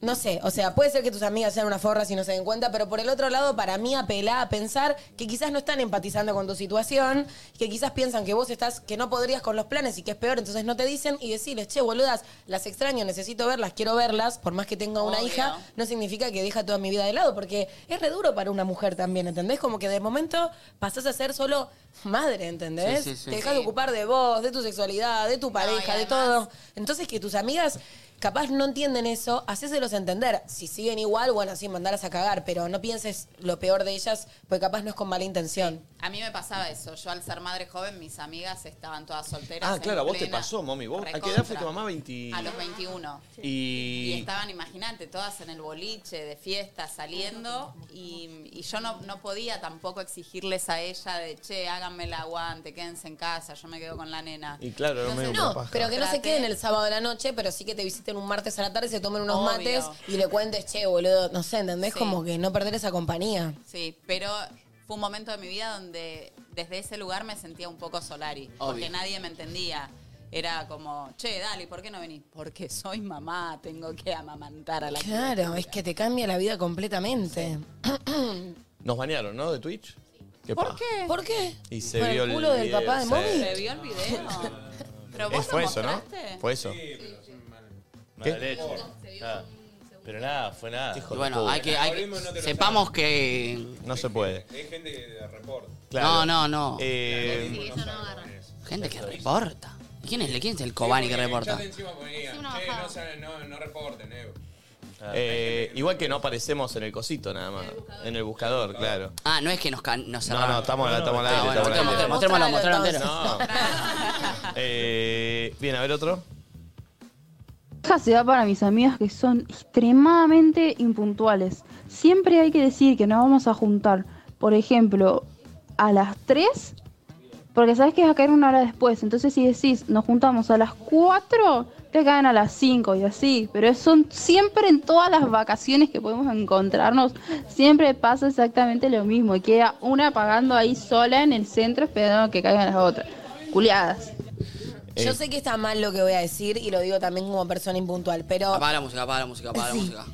Speaker 4: no sé, o sea, puede ser que tus amigas sean unas forras y no se den cuenta, pero por el otro lado, para mí apela a pensar que quizás no están empatizando con tu situación, que quizás piensan que vos estás, que no podrías con los planes y que es peor, entonces no te dicen y decirles, che, boludas, las extraño, necesito verlas, quiero verlas, por más que tenga una
Speaker 5: Obvio.
Speaker 4: hija, no significa que deja toda mi vida de lado, porque es re duro para una mujer también, ¿entendés? Como que de momento pasás a ser solo madre, ¿entendés?
Speaker 9: Sí, sí, sí.
Speaker 4: Te dejas de
Speaker 9: Sí.
Speaker 4: ocupar de vos, de tu sexualidad, de tu pareja, de todo. Entonces que tus amigas capaz no entienden eso, hacéselos entender. Si siguen igual, bueno, sí, mandarlas a cagar, pero no pienses lo peor de ellas, porque capaz no es con mala intención.
Speaker 5: A mí me pasaba eso. Yo al ser madre joven, mis amigas estaban todas solteras.
Speaker 1: Ah,
Speaker 5: en
Speaker 1: claro, a vos te
Speaker 5: plena-
Speaker 1: pasó, mami. ¿Vos? ¿A qué edad
Speaker 5: Recontra.
Speaker 1: fue tu mamá? 20.
Speaker 5: A los 21. Y
Speaker 1: Y.
Speaker 5: estaban, imagínate, todas en el boliche, de fiesta, saliendo. Y, y yo no, no podía tampoco exigirles a ella de, che, háganme el aguante, quédense en casa, yo me quedo con la nena.
Speaker 1: Y claro, era medio una
Speaker 4: No,
Speaker 1: paja.
Speaker 4: pero que no se queden el sábado a la noche, pero sí que te visiten un martes a la tarde, se tomen unos
Speaker 5: Obvio.
Speaker 4: mates y le cuentes, che, boludo, no sé, ¿entendés?
Speaker 5: Sí.
Speaker 4: Como que no perder esa compañía.
Speaker 5: Sí, pero fue un momento de mi vida donde desde ese lugar me sentía un poco Solari, porque
Speaker 4: Obvio.
Speaker 5: nadie me entendía. Era como, che, dale, ¿por qué no venís? Porque soy mamá, tengo que amamantar a la
Speaker 4: Claro, es que te cambia la vida completamente.
Speaker 1: Nos banearon, ¿no? De Twitch. Qué paja.
Speaker 4: qué? ¿Por qué?
Speaker 1: Y se
Speaker 4: ¿Por el
Speaker 1: vio el
Speaker 4: culo del
Speaker 1: video,
Speaker 4: papá de
Speaker 1: sí.
Speaker 4: Moby?
Speaker 5: Se vio el video. Pero
Speaker 1: Eh,
Speaker 5: vos
Speaker 1: fue
Speaker 5: lo
Speaker 1: eso, ¿no?
Speaker 5: mostraste?
Speaker 1: Fue eso.
Speaker 8: Mala leche. Nada. Pero nada, fue nada.
Speaker 9: Y bueno, hay que, hay que- sepamos que...
Speaker 1: No se puede.
Speaker 7: Hay gente que de report.
Speaker 9: No, no, no.
Speaker 1: Eh,
Speaker 9: Gente que reporta. ¿Quién es, quién es el Cobani que reporta?
Speaker 7: no, salen, no, no reporten, eh.
Speaker 1: eh, igual que no aparecemos en el cosito nada más. En el buscador, claro.
Speaker 9: Ah, no es que nos, can- nos
Speaker 1: No, no, estamos, al- estamos al aire.
Speaker 9: Ah, bueno,
Speaker 1: estamos al aire.
Speaker 9: mostrémoslo, mostrémoslo, mostrémoslo entero.
Speaker 1: No. Eh, bien, a ver otro.
Speaker 6: queja se va para mis amigas que son extremadamente impuntuales. Siempre hay que decir que nos vamos a juntar, por ejemplo, a las 3, porque sabes que vas a caer una hora después. Entonces, si decís nos juntamos a las 4, te caen a las 5 y así. Pero son siempre en todas las vacaciones que podemos encontrarnos, siempre pasa exactamente lo mismo. Y queda una pagando ahí sola en el centro esperando que caigan las otras.
Speaker 19: Culeadas.
Speaker 4: Yo sé que está mal lo que voy a decir y lo digo también como persona impuntual, pero
Speaker 9: Apaga la música, apaga la música, apaga la música.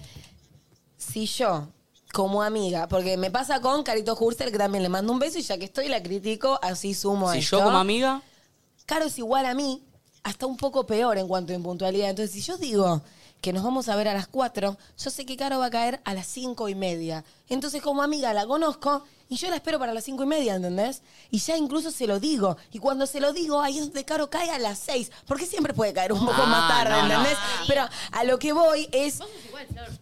Speaker 4: si yo, como amiga, porque me pasa con Carito Hurster, que también le mando un beso y ya que estoy la critico, así sumo a
Speaker 9: Si
Speaker 4: esto.
Speaker 9: yo como amiga,
Speaker 4: Caro es igual a mí, hasta un poco peor en cuanto a impuntualidad. Entonces, si yo digo que nos vamos a ver a las 4, yo sé que Caro va a caer a las 5 y media. Entonces, como amiga, la conozco y yo la espero para las 5 y media, ¿entendés? Y ya incluso se lo digo. Y cuando se lo digo, ahí es donde Caro cae a las 6. Porque siempre puede caer un poco
Speaker 11: Ah,
Speaker 4: más tarde,
Speaker 11: no, no.
Speaker 4: ¿entendés? Pero a lo que voy es...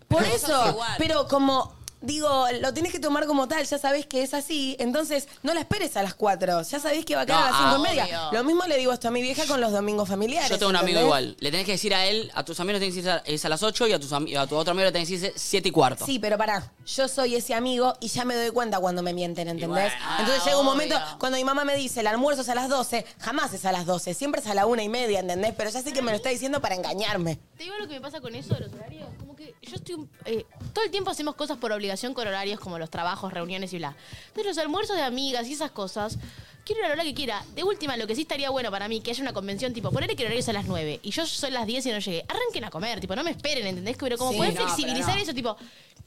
Speaker 4: Por
Speaker 11: Vos
Speaker 4: eso,
Speaker 11: sos igual.
Speaker 4: pero como digo, lo tenés que tomar como tal, ya sabés que es así, entonces no la esperes a las 4, ya sabés que va a quedar
Speaker 9: No,
Speaker 4: a las 5
Speaker 9: ah,
Speaker 4: y media.
Speaker 9: obvio.
Speaker 4: Lo mismo le digo esto a mi vieja con los domingos familiares.
Speaker 9: yo tengo un amigo
Speaker 4: ¿entendés?
Speaker 9: igual. Le tenés que decir a él, a tus amigos le tenés que decir a- es a las 8 y a, tus ami- a tu otro amigo le tenés que decir 7 y cuarto.
Speaker 4: Sí, pero pará, yo soy ese amigo y ya me doy cuenta cuando me mienten, ¿entendés?
Speaker 9: bueno, ah,
Speaker 4: Entonces llega un momento,
Speaker 9: obvio.
Speaker 4: cuando mi mamá me dice, el almuerzo es a las 12, jamás es a las 12, siempre es a la una y media, ¿entendés? Pero ya sé que me lo está diciendo para engañarme.
Speaker 6: ¿Te digo lo que me pasa con eso de los horarios? Como que yo estoy... un- eh, todo el tiempo hacemos cosas por obligación con horarios, como los trabajos, reuniones y bla. Entonces los almuerzos de amigas y esas cosas, quiero ir a la hora que quiera. De última, lo que sí estaría bueno para mí, que haya una convención, tipo, ponerle que el horario es a las 9 y yo soy las 10 y no llegué. Arranquen a comer, tipo, no me esperen, ¿entendés? Pero como
Speaker 9: Sí,
Speaker 6: pueden
Speaker 9: no, pero
Speaker 6: flexibilizar
Speaker 9: no.
Speaker 6: eso, tipo...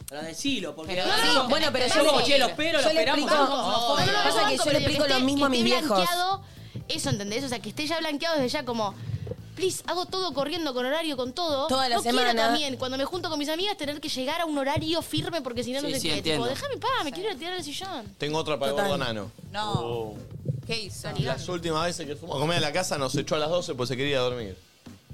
Speaker 9: Pero decilo, porque...
Speaker 6: No, no, no,
Speaker 9: bueno, pero
Speaker 6: es
Speaker 9: yo como,
Speaker 6: banco.
Speaker 9: che, lo espero,
Speaker 6: Yo
Speaker 9: lo
Speaker 6: le
Speaker 9: esperamos.
Speaker 6: explico-
Speaker 9: vamos,
Speaker 6: no,
Speaker 9: vamos.
Speaker 6: no, no,
Speaker 4: Pasa
Speaker 6: no,
Speaker 4: que
Speaker 6: banco,
Speaker 4: yo le
Speaker 6: pero
Speaker 4: explico
Speaker 6: que
Speaker 4: lo
Speaker 6: esté-
Speaker 4: mismo a
Speaker 6: que
Speaker 4: mis
Speaker 6: esté
Speaker 4: viejos.
Speaker 6: blanqueado, Eso, ¿entendés? O sea, que esté ya blanqueado desde ya como... Please, hago todo corriendo con horario, con todo.
Speaker 4: Toda la
Speaker 6: no quiero
Speaker 4: semana.
Speaker 6: también, cuando me junto con mis amigas, tener que llegar a un horario firme porque si no, no
Speaker 1: Sí,
Speaker 6: te
Speaker 1: sí,
Speaker 6: entiendo.
Speaker 1: entiendo.
Speaker 6: Tipo, déjame en paz, me quiero ir a tirar al sillón.
Speaker 1: Tengo otra para
Speaker 6: Total.
Speaker 1: Gordo Nano.
Speaker 5: No.
Speaker 1: Oh.
Speaker 5: ¿Qué hizo?
Speaker 1: Las últimas veces que fuimos a comer a la casa nos echó a las 12 pues se quería dormir.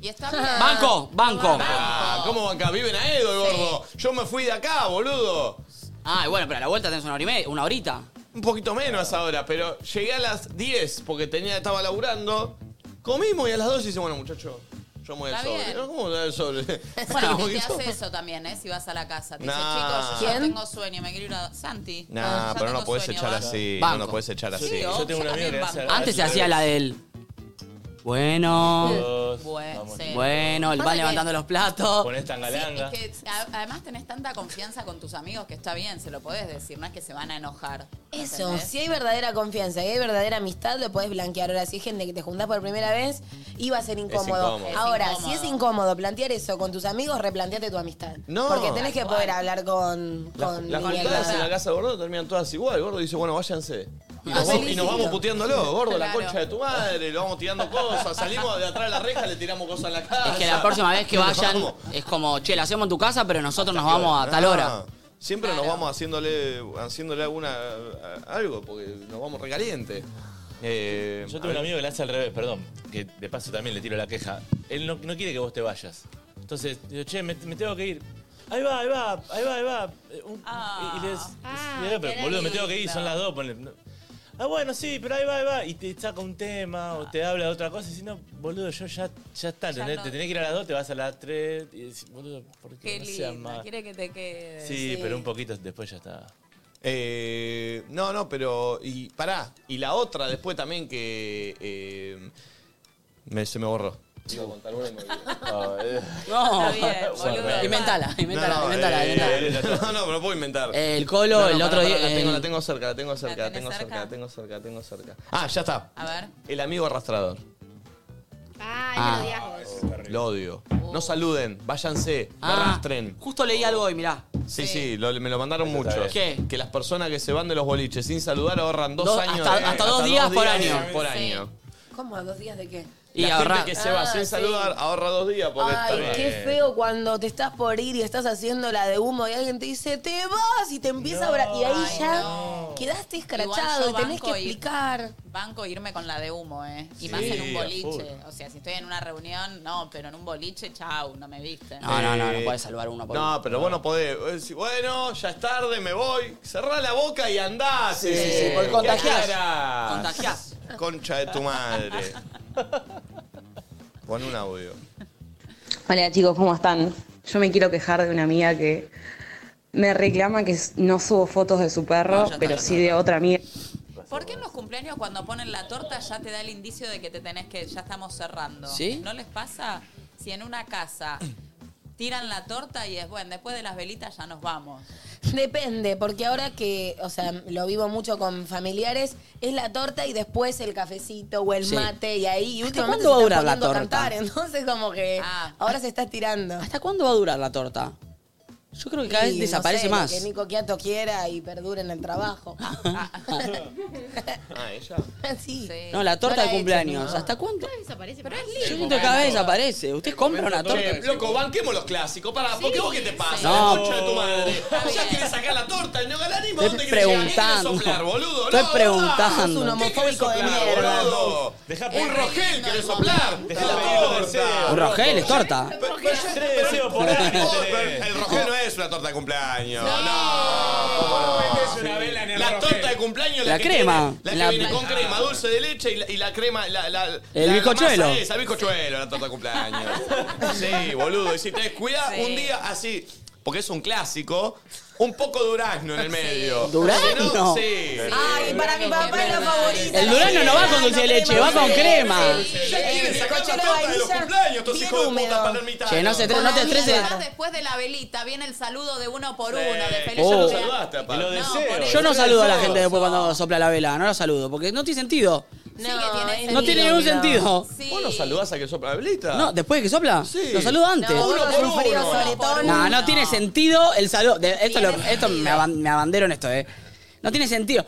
Speaker 5: Y está bien.
Speaker 9: Banco, banco.
Speaker 1: Ah, ¿Cómo acá? Viven a Edo, el gordo. Yo me fui de acá, boludo.
Speaker 9: Ah, y bueno, pero a la vuelta tenés una hora y media, una horita.
Speaker 1: Un poquito menos ahora, pero llegué a las 10 porque tenía, estaba laburando. Comimos y a las 12 dice, bueno, muchacho, yo me voy al
Speaker 5: Está
Speaker 1: sobre.
Speaker 5: bien.
Speaker 1: ¿No? ¿Cómo me voy al sobre?
Speaker 5: Bueno,
Speaker 1: Como que
Speaker 5: te
Speaker 1: yo-
Speaker 5: hace eso también, ¿eh? Si vas a la casa. Te
Speaker 1: Nah.
Speaker 5: dice, chicos, yo ya
Speaker 1: ¿Quién?
Speaker 5: tengo sueño, me quiero ir a... Santi.
Speaker 1: Nah,
Speaker 5: Ah, Ya
Speaker 1: pero no
Speaker 5: tengo
Speaker 1: podés
Speaker 5: sueño,
Speaker 1: echar
Speaker 5: banco.
Speaker 1: así.
Speaker 9: Banco.
Speaker 1: No lo podés echar así.
Speaker 5: Sí,
Speaker 8: Yo tengo un amigo que
Speaker 5: también
Speaker 8: hace-
Speaker 5: banco.
Speaker 9: Antes se hacía la del. Bueno.
Speaker 5: Bueno, sí.
Speaker 9: Bueno,
Speaker 5: Pasa
Speaker 9: van
Speaker 5: que-
Speaker 9: levantando los platos.
Speaker 8: Ponés
Speaker 5: Sí, es que a- además tenés tanta confianza con tus amigos que está bien, se lo podés decir, no es que se van a enojar.
Speaker 4: Eso,
Speaker 5: ¿entendés?
Speaker 4: si hay verdadera confianza y hay verdadera amistad, lo podés blanquear. Ahora, si hay gente que te juntás por primera vez, iba a ser incómodo.
Speaker 1: incómodo. Es
Speaker 4: Ahora,
Speaker 1: incómodo.
Speaker 4: si es incómodo plantear eso con tus amigos, replanteate tu amistad.
Speaker 1: No.
Speaker 4: Porque tenés que poder hablar con,
Speaker 1: Las,
Speaker 4: con
Speaker 1: las
Speaker 4: Miguel.
Speaker 1: juntadas en la casa de gordo terminan todas igual. El gordo dice, bueno, váyanse. Y
Speaker 4: Ah,
Speaker 1: nos, vamos,
Speaker 4: sí,
Speaker 1: y nos
Speaker 4: sí,
Speaker 1: vamos
Speaker 4: sí.
Speaker 1: puteándolo, gordo, la
Speaker 9: Claro.
Speaker 1: concha de tu madre, le vamos tirando cosas, salimos de atrás de la reja, le tiramos cosas en la cara.
Speaker 9: Es que la próxima vez que vayan es como, che, la hacemos en tu casa, pero nosotros nos vamos a tal hora.
Speaker 1: Ah, Siempre nos vamos haciéndole, haciéndole alguna a- algo, porque nos vamos recaliente. Eh,
Speaker 8: Yo tengo un amigo que le hace al revés, perdón, que de paso también le tiro la queja. Él no, no quiere que vos te vayas. Entonces, digo, che, me, me tengo que ir. Ahí va, ahí va, ahí va, ahí va. Eh, un- y- y les-
Speaker 5: Ah,
Speaker 4: Ah.
Speaker 8: y digo, pero, boludo, me tengo que ir, son las dos. ponle. No. Ah, bueno, sí, pero ahí va, ahí va. Y te saca un tema o te habla de otra cosa. Y si no, boludo, yo ya, ya está.
Speaker 5: Ya
Speaker 8: ¿entendés?
Speaker 5: no.
Speaker 8: Te tenés que ir a las dos, te vas a las tres. Y decís, boludo, ¿por qué,
Speaker 5: Qué
Speaker 8: no seas
Speaker 5: lindo,
Speaker 8: más?
Speaker 5: quiere que te quede.
Speaker 8: Sí, pero un poquito después ya está.
Speaker 1: Eh, no, no, pero. Y pará. Y la otra después también que. eh, me- se me borró. Iba a contar una y me olvidé.
Speaker 9: No.
Speaker 1: Está bien, boludo.
Speaker 9: Inventala, inventala, inventala,
Speaker 1: eh,
Speaker 9: inventala.
Speaker 1: No, no, me lo puedo inventar.
Speaker 9: El colo, el otro
Speaker 1: pará,
Speaker 9: día-
Speaker 1: pará, La tengo,
Speaker 9: el-
Speaker 1: la tengo cerca, la tengo cerca, la tengo cerca, la tengo cerca, la tengo cerca. Ah, ya está.
Speaker 5: A ver.
Speaker 1: El amigo arrastrador.
Speaker 6: Ah,
Speaker 1: Lo odio. No saluden, váyanse, no
Speaker 9: Ah.
Speaker 1: arrastren.
Speaker 9: Justo leí algo hoy, mirá.
Speaker 1: Sí, sí, lo- me lo mandaron muchos.
Speaker 9: bien.
Speaker 1: Que las personas que se van de los boliches sin saludar ahorran dos,
Speaker 9: Dos-
Speaker 1: años.
Speaker 9: hasta-
Speaker 1: de-
Speaker 9: hasta dos días por
Speaker 1: de-
Speaker 9: año.
Speaker 1: Por
Speaker 9: Sí.
Speaker 1: año.
Speaker 4: ¿Cómo? ¿A dos días de qué?
Speaker 1: Y la
Speaker 9: ahorra-
Speaker 1: gente que se va
Speaker 4: Ah,
Speaker 1: sin
Speaker 4: sí.
Speaker 1: saludar ahorra dos días porque
Speaker 4: Ay,
Speaker 1: está
Speaker 4: qué
Speaker 1: bien.
Speaker 4: feo cuando te estás por ir y estás haciendo la de humo y alguien te dice, te vas y te empieza a abra- Y ahí
Speaker 5: Ay,
Speaker 4: ya
Speaker 5: no.
Speaker 4: quedaste
Speaker 5: Igual yo
Speaker 4: escrachado y tenés que
Speaker 5: banco ir-
Speaker 4: explicar.
Speaker 5: banco irme con la de humo, ¿eh? Y
Speaker 9: Sí,
Speaker 5: más en un
Speaker 9: a
Speaker 5: boliche. O sea, si estoy en una reunión, no, pero en un boliche, chau, no me viste.
Speaker 9: No, no, no, no
Speaker 1: Eh,
Speaker 9: podés salvar uno por
Speaker 1: No,
Speaker 9: uno.
Speaker 1: pero vos no podés. Vos decís, bueno, ya es tarde, me voy. Cerrá la boca y andás.
Speaker 9: Sí, sí, sí, porque
Speaker 1: ¿Qué
Speaker 9: contagiás.
Speaker 1: harás?
Speaker 9: Contagiás.
Speaker 1: Concha de tu madre. Pon un audio.
Speaker 20: Hola chicos, ¿cómo están? Yo me quiero quejar de una amiga que me reclama que no subo fotos de su perro, pero sí de otra amiga.
Speaker 5: ¿Por qué en los cumpleaños cuando ponen la torta ya te da el indicio de que te tenés que, ya estamos cerrando?
Speaker 20: ¿Sí?
Speaker 5: ¿No les pasa? Si en una casa tiran la torta y es, bueno, después de las velitas ya nos vamos.
Speaker 4: Depende, porque ahora que, o sea, lo vivo mucho con familiares, es la torta y después el cafecito o el
Speaker 9: Sí.
Speaker 4: mate y ahí. Y
Speaker 9: ¿Hasta
Speaker 4: últimamente
Speaker 9: cuándo va a
Speaker 4: se
Speaker 9: durar
Speaker 4: están
Speaker 9: la
Speaker 4: poniendo a
Speaker 9: torta? Ah.
Speaker 4: cantar, entonces como que ahora se está estirando.
Speaker 9: ¿Hasta cuándo va a durar la torta? Yo creo que cada vez
Speaker 4: Y, no
Speaker 9: desaparece
Speaker 4: sé, lo
Speaker 9: más.
Speaker 4: Que Nico Quiato quiera y perdure en el trabajo.
Speaker 1: Ah, ella.
Speaker 4: sí.
Speaker 9: No, la
Speaker 4: Eh, No la
Speaker 9: torta de
Speaker 4: he hecho,
Speaker 9: cumpleaños.
Speaker 4: no.
Speaker 9: ¿Hasta cuándo?
Speaker 21: Desaparece, pero es
Speaker 9: Yo siento que cada vez desaparece. Ustedes compran una torta.
Speaker 1: Che, loco, banquemos los clásicos. Para, ¿por qué vos qué te pasa?
Speaker 9: No.
Speaker 1: La concha de tu madre. Ya querés sacar la torta, no ganás ni vos
Speaker 9: Estoy
Speaker 1: te querés llegar. ¿Qué querés
Speaker 9: preguntando.
Speaker 1: soplar, boludo?
Speaker 9: Estoy
Speaker 1: No, no,
Speaker 9: preguntando.
Speaker 1: sos un homofóbico de mierda. boludo. Un rogel querés soplar.
Speaker 9: Un rogel es torta.
Speaker 1: El rogel no es una torta de cumpleaños. No. La torta de cumpleaños
Speaker 9: La
Speaker 1: que
Speaker 9: crema.
Speaker 1: tiene- La
Speaker 9: La-
Speaker 1: que viene con crema, dulce de leche y la, y la crema, la, la,
Speaker 9: El
Speaker 1: la
Speaker 9: bizcochuelo.
Speaker 1: masa esa, el bizcochuelo, la torta de cumpleaños. Sí, boludo. Y si te descuidas
Speaker 11: Sí.
Speaker 1: un día así, porque es un clásico, un poco durazno en el medio.
Speaker 9: ¿Durazno?
Speaker 1: Si no, sí.
Speaker 4: Ay, para mi papá es la favorita.
Speaker 9: El durazno no va con dulce de leche, va con crema.
Speaker 1: Ya quieren sacar la
Speaker 4: bizcochuelo
Speaker 1: torta de los
Speaker 4: vainilla
Speaker 1: cumpleaños, estos hijos de puta palermitanos.
Speaker 9: Che, no se estres- no te estreses.
Speaker 5: Además, después de la velita viene el saludo de uno por uno, de feliz
Speaker 9: Oh.
Speaker 5: cumpleaños.
Speaker 1: Lo
Speaker 5: deseo.
Speaker 9: Yo no saludo a la gente después cuando sopla la vela, no la saludo, porque no tiene sentido. No tiene ningún sentido.
Speaker 1: ¿Vos no saludás a que sopla la velita?
Speaker 9: No, después de que sopla, lo saludo antes.
Speaker 1: No, uno por uno.
Speaker 9: No, no tiene sentido el saludo. de- esto lo- esto me, aban- me abandero en esto, eh. No tiene sentido.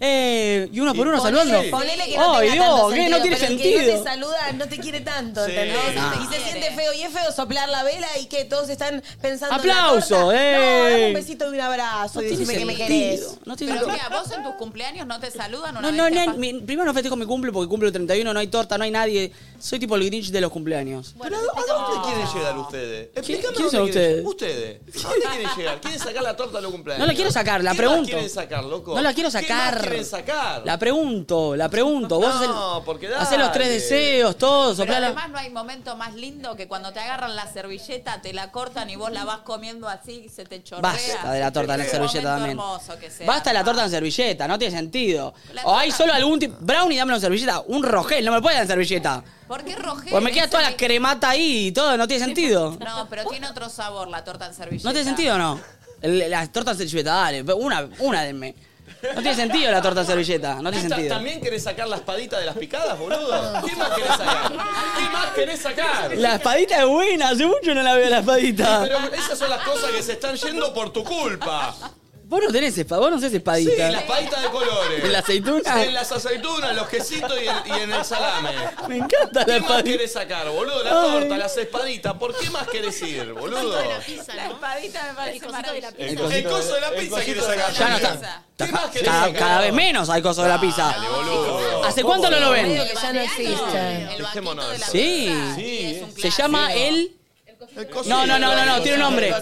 Speaker 9: Eh, y uno por uno
Speaker 4: Ponele-
Speaker 9: saludando.
Speaker 4: Ponele que no
Speaker 9: Ay,
Speaker 4: tenga tanto
Speaker 9: Dios, ¿qué?
Speaker 4: sentido, pero
Speaker 9: No tiene
Speaker 4: el que no
Speaker 9: sentido.
Speaker 4: te saluda, no te quiere tanto,
Speaker 9: Sí.
Speaker 4: ¿entendés?
Speaker 9: No.
Speaker 4: Y se siente feo. Y es feo soplar la vela y que todos están pensando
Speaker 9: Aplauso,
Speaker 4: en la torta. No, dame
Speaker 9: ey.
Speaker 4: un besito y un abrazo
Speaker 9: No
Speaker 4: y
Speaker 9: tiene
Speaker 4: decime que me
Speaker 9: sentido,
Speaker 4: querés.
Speaker 9: no tiene
Speaker 5: Pero
Speaker 9: sentido.
Speaker 5: mira, vos en tus cumpleaños no te saludan una
Speaker 9: No, no, no, mi- primero no festejo mi cumple porque cumple el 31, no hay torta, no hay nadie. Soy tipo el Grinch de los cumpleaños.
Speaker 1: Pero ¿a a dónde quieren llegar ustedes? Explícame
Speaker 9: quiénes son
Speaker 1: dónde quieren llegar. Ustedes. ¿A dónde quieren llegar? ¿Quieren sacar la torta a los cumpleaños?
Speaker 9: No la quiero sacar, la
Speaker 1: ¿Qué
Speaker 9: pregunto.
Speaker 1: Más quieren sacar, loco?
Speaker 9: No la quiero
Speaker 1: ¿Qué
Speaker 9: sacar.
Speaker 1: más quieren sacar?
Speaker 9: La pregunto, la pregunto. Vos
Speaker 1: No,
Speaker 9: hacés-
Speaker 1: porque
Speaker 9: hacés los tres
Speaker 1: dale.
Speaker 9: deseos, todo,
Speaker 5: Pero
Speaker 9: soplá la-
Speaker 5: además no hay momento más lindo que cuando te agarran la servilleta, te la cortan y vos la vas comiendo así y se te chorrea.
Speaker 9: Basta de la torta en la
Speaker 5: Qué
Speaker 9: servilleta
Speaker 5: momento
Speaker 9: también.
Speaker 5: hermoso que sea.
Speaker 9: Basta de la torta en servilleta, no tiene sentido. O hay solo algún tipo. Brownie, dame en servilleta. Un rogel, no me puede dar en servilleta.
Speaker 5: ¿Por qué Rogel?
Speaker 9: Porque me queda toda la cremata ahí y todo, no tiene sentido.
Speaker 5: No, pero tiene otro sabor la torta en servilleta.
Speaker 9: ¿No tiene sentido o no? El- las tortas en servilleta, dale, una, una denme. No tiene sentido la torta en servilleta, no tiene
Speaker 1: Ta-
Speaker 9: sentido.
Speaker 1: ¿También querés sacar la espadita de las picadas, boludo? ¿Qué más querés sacar? ¿Qué más querés sacar?
Speaker 9: La espadita es buena, hace mucho no la veo la espadita.
Speaker 1: Pero esas son las cosas que se están yendo por tu culpa.
Speaker 9: Vos no tenés espadita, vos no sé
Speaker 1: Sí,
Speaker 9: espadita.
Speaker 1: las paditas de colores.
Speaker 9: ¿En la aceituna?
Speaker 1: En las aceitunas, los quesitos y, en- y en el salame.
Speaker 9: Me encanta la
Speaker 1: ¿Qué más
Speaker 9: espadita.
Speaker 1: querés sacar, boludo? La
Speaker 9: Ay.
Speaker 1: torta, las espaditas. ¿Por qué más querés ir, boludo?
Speaker 5: La espadita me parece maravillosa.
Speaker 1: El coso de la pizza querés sacar.
Speaker 9: Ya no
Speaker 1: también.
Speaker 9: está.
Speaker 1: ¿Qué más querés
Speaker 9: Cada,
Speaker 1: sacar?
Speaker 9: cada vez menos hay cosas de la pizza.
Speaker 1: boludo.
Speaker 9: ¿Hace cuánto no lo ven?
Speaker 4: Medio que ya no existe.
Speaker 1: Dejémonos de
Speaker 9: Sí.
Speaker 1: eh.
Speaker 9: Se llama el. No, no, no, no, no, tiene un nombre.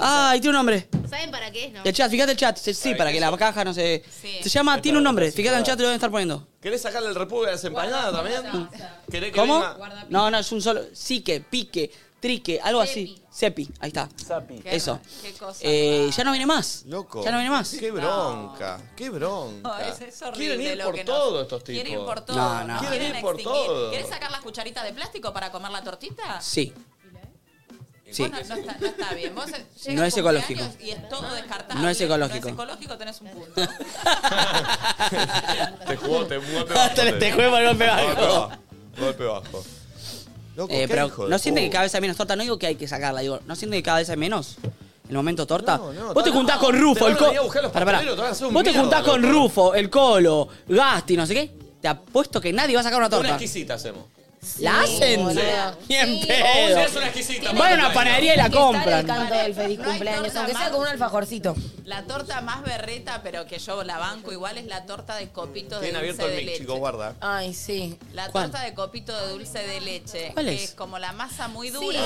Speaker 9: Ay, tiene un nombre.
Speaker 21: ¿Saben para qué es, no?
Speaker 9: El chat, fíjate el chat. Sí, Sí, para que la caja no se. Se llama, tiene un nombre. Fíjate en el chat, lo deben estar poniendo.
Speaker 1: ¿Querés sacarle el repube a las empanadas también? ¿Querés que
Speaker 9: ¿Cómo?
Speaker 1: venga?
Speaker 9: No, no, es un solo. Sique, pique, trique, algo así. Sepi, ahí está. Eso.
Speaker 5: Qué cosa.
Speaker 9: Eh, ya no viene más.
Speaker 1: Loco.
Speaker 9: Ya no viene más.
Speaker 1: Qué bronca, qué bronca.
Speaker 5: No, es- es horrible
Speaker 1: Quieren ir
Speaker 5: lo
Speaker 1: por
Speaker 5: que nos-
Speaker 1: todo estos tipos.
Speaker 5: Quieren ir por todo.
Speaker 9: No, no.
Speaker 5: Nos
Speaker 9: Quieren
Speaker 1: ir por
Speaker 5: extinguir.
Speaker 1: todo.
Speaker 5: ¿Querés sacar las cucharitas de plástico para comer la tortita?
Speaker 9: Sí. Sí.
Speaker 5: Vos no, no está, no está bien. Vos llegas
Speaker 9: No es
Speaker 5: con
Speaker 9: ecológico.
Speaker 5: cumpleaños Y es todo descartable.
Speaker 9: No es ecológico.
Speaker 5: No es ecológico, tenés un punto.
Speaker 1: Te jugó, te jugó, te
Speaker 9: Hasta
Speaker 1: bajo.
Speaker 9: este juego el golpe bajo.
Speaker 1: Golpe bajo. Loco,
Speaker 9: Eh,
Speaker 1: qué
Speaker 9: pero
Speaker 1: hijo de
Speaker 9: ¿no siente que
Speaker 1: puta.
Speaker 9: cada vez hay menos torta? No digo que hay que sacarla, digo, ¿no siente que cada vez hay menos? ¿El momento torta?
Speaker 1: no,
Speaker 9: vos te
Speaker 1: tal-
Speaker 9: juntás
Speaker 1: no,
Speaker 9: con Rufo,
Speaker 1: te van
Speaker 9: el
Speaker 1: a
Speaker 9: Colo.
Speaker 1: venir a buscar los pasteleros, te van a hacer un
Speaker 9: Vos te
Speaker 1: miedo,
Speaker 9: juntás con
Speaker 1: loco.
Speaker 9: Rufo, el Colo, Gasti, no sé qué. Te apuesto que nadie va a sacar una
Speaker 1: Una
Speaker 9: torta.
Speaker 1: exquisita hacemos.
Speaker 9: ¿La
Speaker 1: Sí,
Speaker 9: hacen?
Speaker 1: boludo.
Speaker 9: Ni en
Speaker 1: Sí.
Speaker 9: pedo.
Speaker 1: Vos haces Oh, una exquisita,
Speaker 9: Van a una
Speaker 1: papá.
Speaker 9: panadería y la
Speaker 4: Tiene que estar
Speaker 9: compran.
Speaker 4: el canto del feliz cumpleaños, aunque sea con un alfajorcito.
Speaker 5: La torta más berreta, pero que yo la banco igual, es la torta de copitos de
Speaker 1: Tienen
Speaker 5: dulce
Speaker 1: abierto el
Speaker 5: de
Speaker 1: mic,
Speaker 5: leche.
Speaker 1: chicos, guarda.
Speaker 4: Ay, sí.
Speaker 5: La
Speaker 1: ¿Cuál?
Speaker 5: torta de copito de dulce de leche.
Speaker 4: ¿Cuál
Speaker 5: que
Speaker 4: es?
Speaker 5: es como la masa muy
Speaker 4: Sí,
Speaker 5: dura.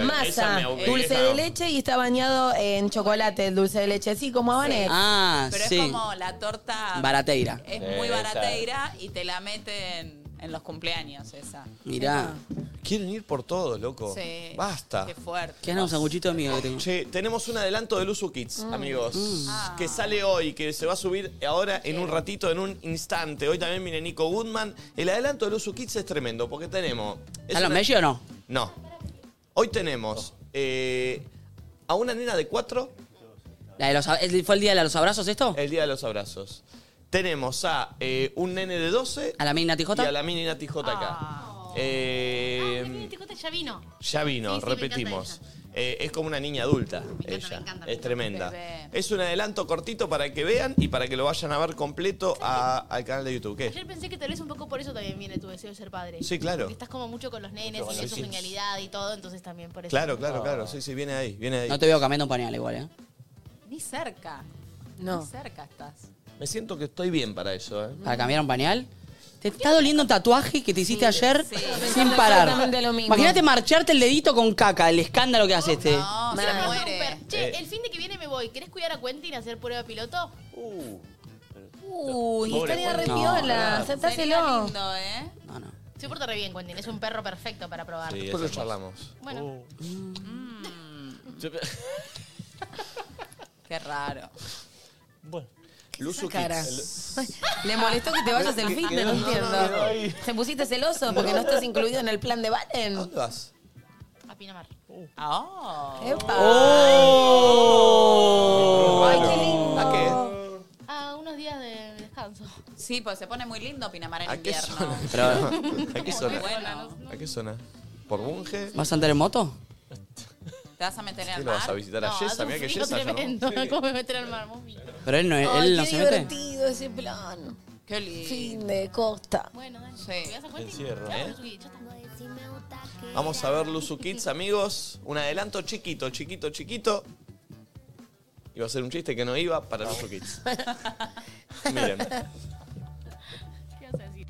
Speaker 1: Eh,
Speaker 4: masa, dulce de leche y está bañado en chocolate el dulce de leche, sí, como habanet.
Speaker 9: Ah,
Speaker 5: Pero
Speaker 9: sí.
Speaker 5: es como la torta.
Speaker 9: Barateira.
Speaker 5: Es
Speaker 9: Sí,
Speaker 5: muy
Speaker 9: esa.
Speaker 5: barateira y te la meten en los cumpleaños, esa.
Speaker 9: Mirá.
Speaker 1: Quieren ir por todo, loco.
Speaker 5: Sí.
Speaker 1: Oh. Basta.
Speaker 5: Qué fuerte.
Speaker 9: ¿Qué hagan un sanguchito de amigo que tengo?
Speaker 1: Che, tenemos un adelanto de Luzu Kids,
Speaker 9: Mm.
Speaker 1: amigos.
Speaker 9: Mm.
Speaker 1: Que sale hoy, que se va a subir ahora en un ratito, en un instante. Hoy también viene Nico Goodman. El adelanto de Luzu Kids es tremendo, porque tenemos. es
Speaker 9: ¿Están los
Speaker 1: una-
Speaker 9: Messi o no?
Speaker 1: No. Hoy tenemos eh, a una nena de cuatro
Speaker 9: La de los ab- ¿es- ¿Fue el día de los abrazos esto?
Speaker 1: El día de los abrazos. Tenemos a eh, un nene de 12.
Speaker 9: ¿A la mini Nati Jota?
Speaker 1: Y a la mini Nati Jota acá.
Speaker 9: Ah.
Speaker 1: Eh,
Speaker 6: Este Jota ya vino.
Speaker 1: ya vino,
Speaker 6: Sí, sí, me
Speaker 1: repetimos. Eh, es como una niña adulta, ella. es tremenda.
Speaker 6: Bebé.
Speaker 1: Es un adelanto cortito para que vean y para que lo vayan a ver completo a- al canal de YouTube. ¿Qué?
Speaker 6: Ayer pensé que tal vez un poco por eso también viene tu deseo de ser padre.
Speaker 1: Sí, claro.
Speaker 6: Porque estás como mucho con los nenes
Speaker 1: Mucho con
Speaker 6: y
Speaker 1: los
Speaker 6: es su
Speaker 1: nenes.
Speaker 6: genialidad y todo, entonces también por eso.
Speaker 1: Claro, claro, claro. Sí, sí, viene ahí, viene ahí.
Speaker 9: No te veo cambiando un pañal igual, ¿eh?
Speaker 5: Ni cerca.
Speaker 4: No.
Speaker 5: Ni cerca estás.
Speaker 1: Me siento que estoy bien para eso, ¿eh?
Speaker 9: ¿Para cambiar un pañal? ¿Te está doliendo un tatuaje que te hiciste ayer sin
Speaker 4: Pensando
Speaker 9: parar?
Speaker 4: exactamente lo mismo.
Speaker 9: Imagínate marcharte el dedito con caca, el escándalo que hace este.
Speaker 6: No, se
Speaker 4: Mal.
Speaker 6: muere. Che,
Speaker 9: Eh.
Speaker 6: el fin de que viene me voy. ¿Querés cuidar a Quentin y hacer prueba piloto?
Speaker 1: Uh.
Speaker 5: Uh,
Speaker 4: Uy,
Speaker 9: Pobre
Speaker 4: estaría re
Speaker 9: Quentin.
Speaker 4: piola.
Speaker 9: No, no.
Speaker 4: Aceptáselo.
Speaker 5: ¿eh?
Speaker 6: Se porta re bien, Quentin. Es un perro perfecto para probar.
Speaker 1: Sí, Después lo charlamos. Oh.
Speaker 6: Bueno.
Speaker 1: Mm.
Speaker 5: Qué raro.
Speaker 8: Bueno.
Speaker 1: Luzu
Speaker 4: cara.
Speaker 1: Kids.
Speaker 4: Ay, Le molestó que te vayas el
Speaker 1: Que-
Speaker 4: fin,
Speaker 1: que-
Speaker 4: no
Speaker 1: no, no,
Speaker 4: entiendo.
Speaker 1: no, no, ahí.
Speaker 4: ¿Te pusiste celoso porque no estás incluido en el plan de Valen? Oh.
Speaker 1: ¿Dónde vas?
Speaker 6: A Pinamar.
Speaker 5: Ah.
Speaker 4: ¡Epa!
Speaker 1: ¡Oh!
Speaker 5: ¡Ay, qué
Speaker 1: lindo! ¿A qué?
Speaker 6: Ah, unos días de descanso.
Speaker 5: Sí, pues se pone muy lindo Pinamar en
Speaker 1: ¿A qué
Speaker 5: invierno.
Speaker 1: zona?
Speaker 9: Pero-
Speaker 1: ¿A qué zona?
Speaker 5: Bueno.
Speaker 1: ¿A qué zona? ¿Por Bunge?
Speaker 9: ¿Vas a andar en moto?
Speaker 5: ¿Te vas a meter en
Speaker 1: ¿Qué
Speaker 5: el
Speaker 1: lo
Speaker 5: mar?
Speaker 1: vas a visitar a
Speaker 6: No, hace
Speaker 1: Yesa?
Speaker 6: un
Speaker 1: Mirá que
Speaker 6: frío
Speaker 1: Yesa llamó.
Speaker 6: tremendo. ¿Cómo me meter al mar? mami?
Speaker 9: Pero él no, él
Speaker 4: Ay,
Speaker 9: no
Speaker 4: qué
Speaker 9: se
Speaker 1: este?
Speaker 9: mete.
Speaker 4: divertido ese plan.
Speaker 5: Qué lindo.
Speaker 4: Fin de costa.
Speaker 6: Bueno, dale.
Speaker 5: Sí.
Speaker 6: ¿Te vas a Quentin?
Speaker 1: Encierro.
Speaker 6: Ya,
Speaker 1: ¿Eh?
Speaker 6: Luzu, ya está.
Speaker 1: Vamos a ver Luzu Kids, amigos. Un adelanto chiquito, chiquito, chiquito. Iba a ser un chiste que no iba para Luzu Kids. Miren.
Speaker 6: ¿Qué vas a decir?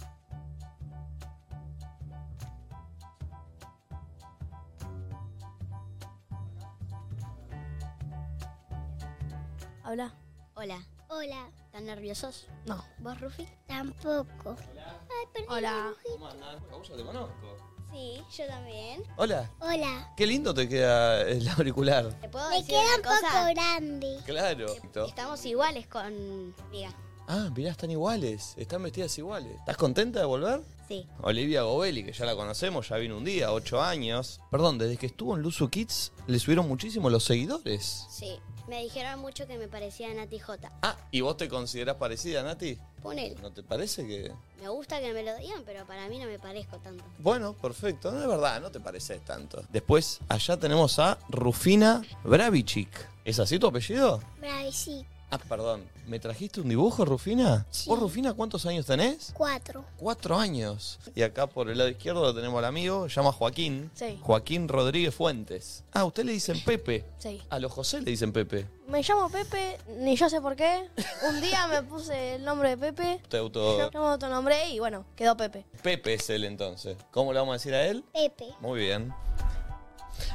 Speaker 22: Hola. Hola. Hola. ¿Están nerviosos? No. ¿Vos, Rufi? Tampoco. Ay, perdí Hola.
Speaker 1: ¿Cómo andás? Causa, te conozco.
Speaker 22: Sí, yo también.
Speaker 1: Hola.
Speaker 22: Hola.
Speaker 1: Qué lindo te queda el auricular.
Speaker 22: ¿Te puedo Me queda un poco grande.
Speaker 1: Claro.
Speaker 22: Estamos iguales con... Diga.
Speaker 1: Ah, mirá, están iguales. Están vestidas iguales. ¿Estás contenta de volver?
Speaker 22: Sí.
Speaker 1: Olivia Gobelli, que ya la conocemos, ya vino un día, ocho años. Perdón, desde que estuvo en Luzu Kids le subieron muchísimo los seguidores.
Speaker 22: Sí. Me dijeron mucho que me parecía a Nati J.
Speaker 1: Ah, ¿y vos te considerás parecida, Nati?
Speaker 22: Ponele.
Speaker 1: ¿No te parece que.?
Speaker 22: Me gusta que me lo digan, pero para mí no me parezco tanto.
Speaker 1: Bueno, perfecto. No es verdad, no te pareces tanto. Después, allá tenemos a Rufina Bravichik. ¿Es así tu apellido?
Speaker 22: Bravi, sí.
Speaker 1: Ah, perdón. ¿Me trajiste un dibujo, Rufina? ¿Vos, Rufina, cuántos años tenés?
Speaker 22: Cuatro.
Speaker 1: Cuatro años. Y acá por el lado izquierdo lo tenemos al amigo, se llama Joaquín.
Speaker 23: Sí.
Speaker 1: Joaquín Rodríguez Fuentes. Ah, usted le dicen Pepe.
Speaker 23: Sí.
Speaker 1: A los José le dicen Pepe.
Speaker 23: Me llamo Pepe, ni yo sé por qué. Un día me puse el nombre de Pepe.
Speaker 1: Te
Speaker 23: Yo
Speaker 1: auto.
Speaker 23: me autonombré y bueno, quedó Pepe.
Speaker 1: Pepe es él entonces. ¿Cómo le vamos a decir a él?
Speaker 22: Pepe.
Speaker 1: Muy bien.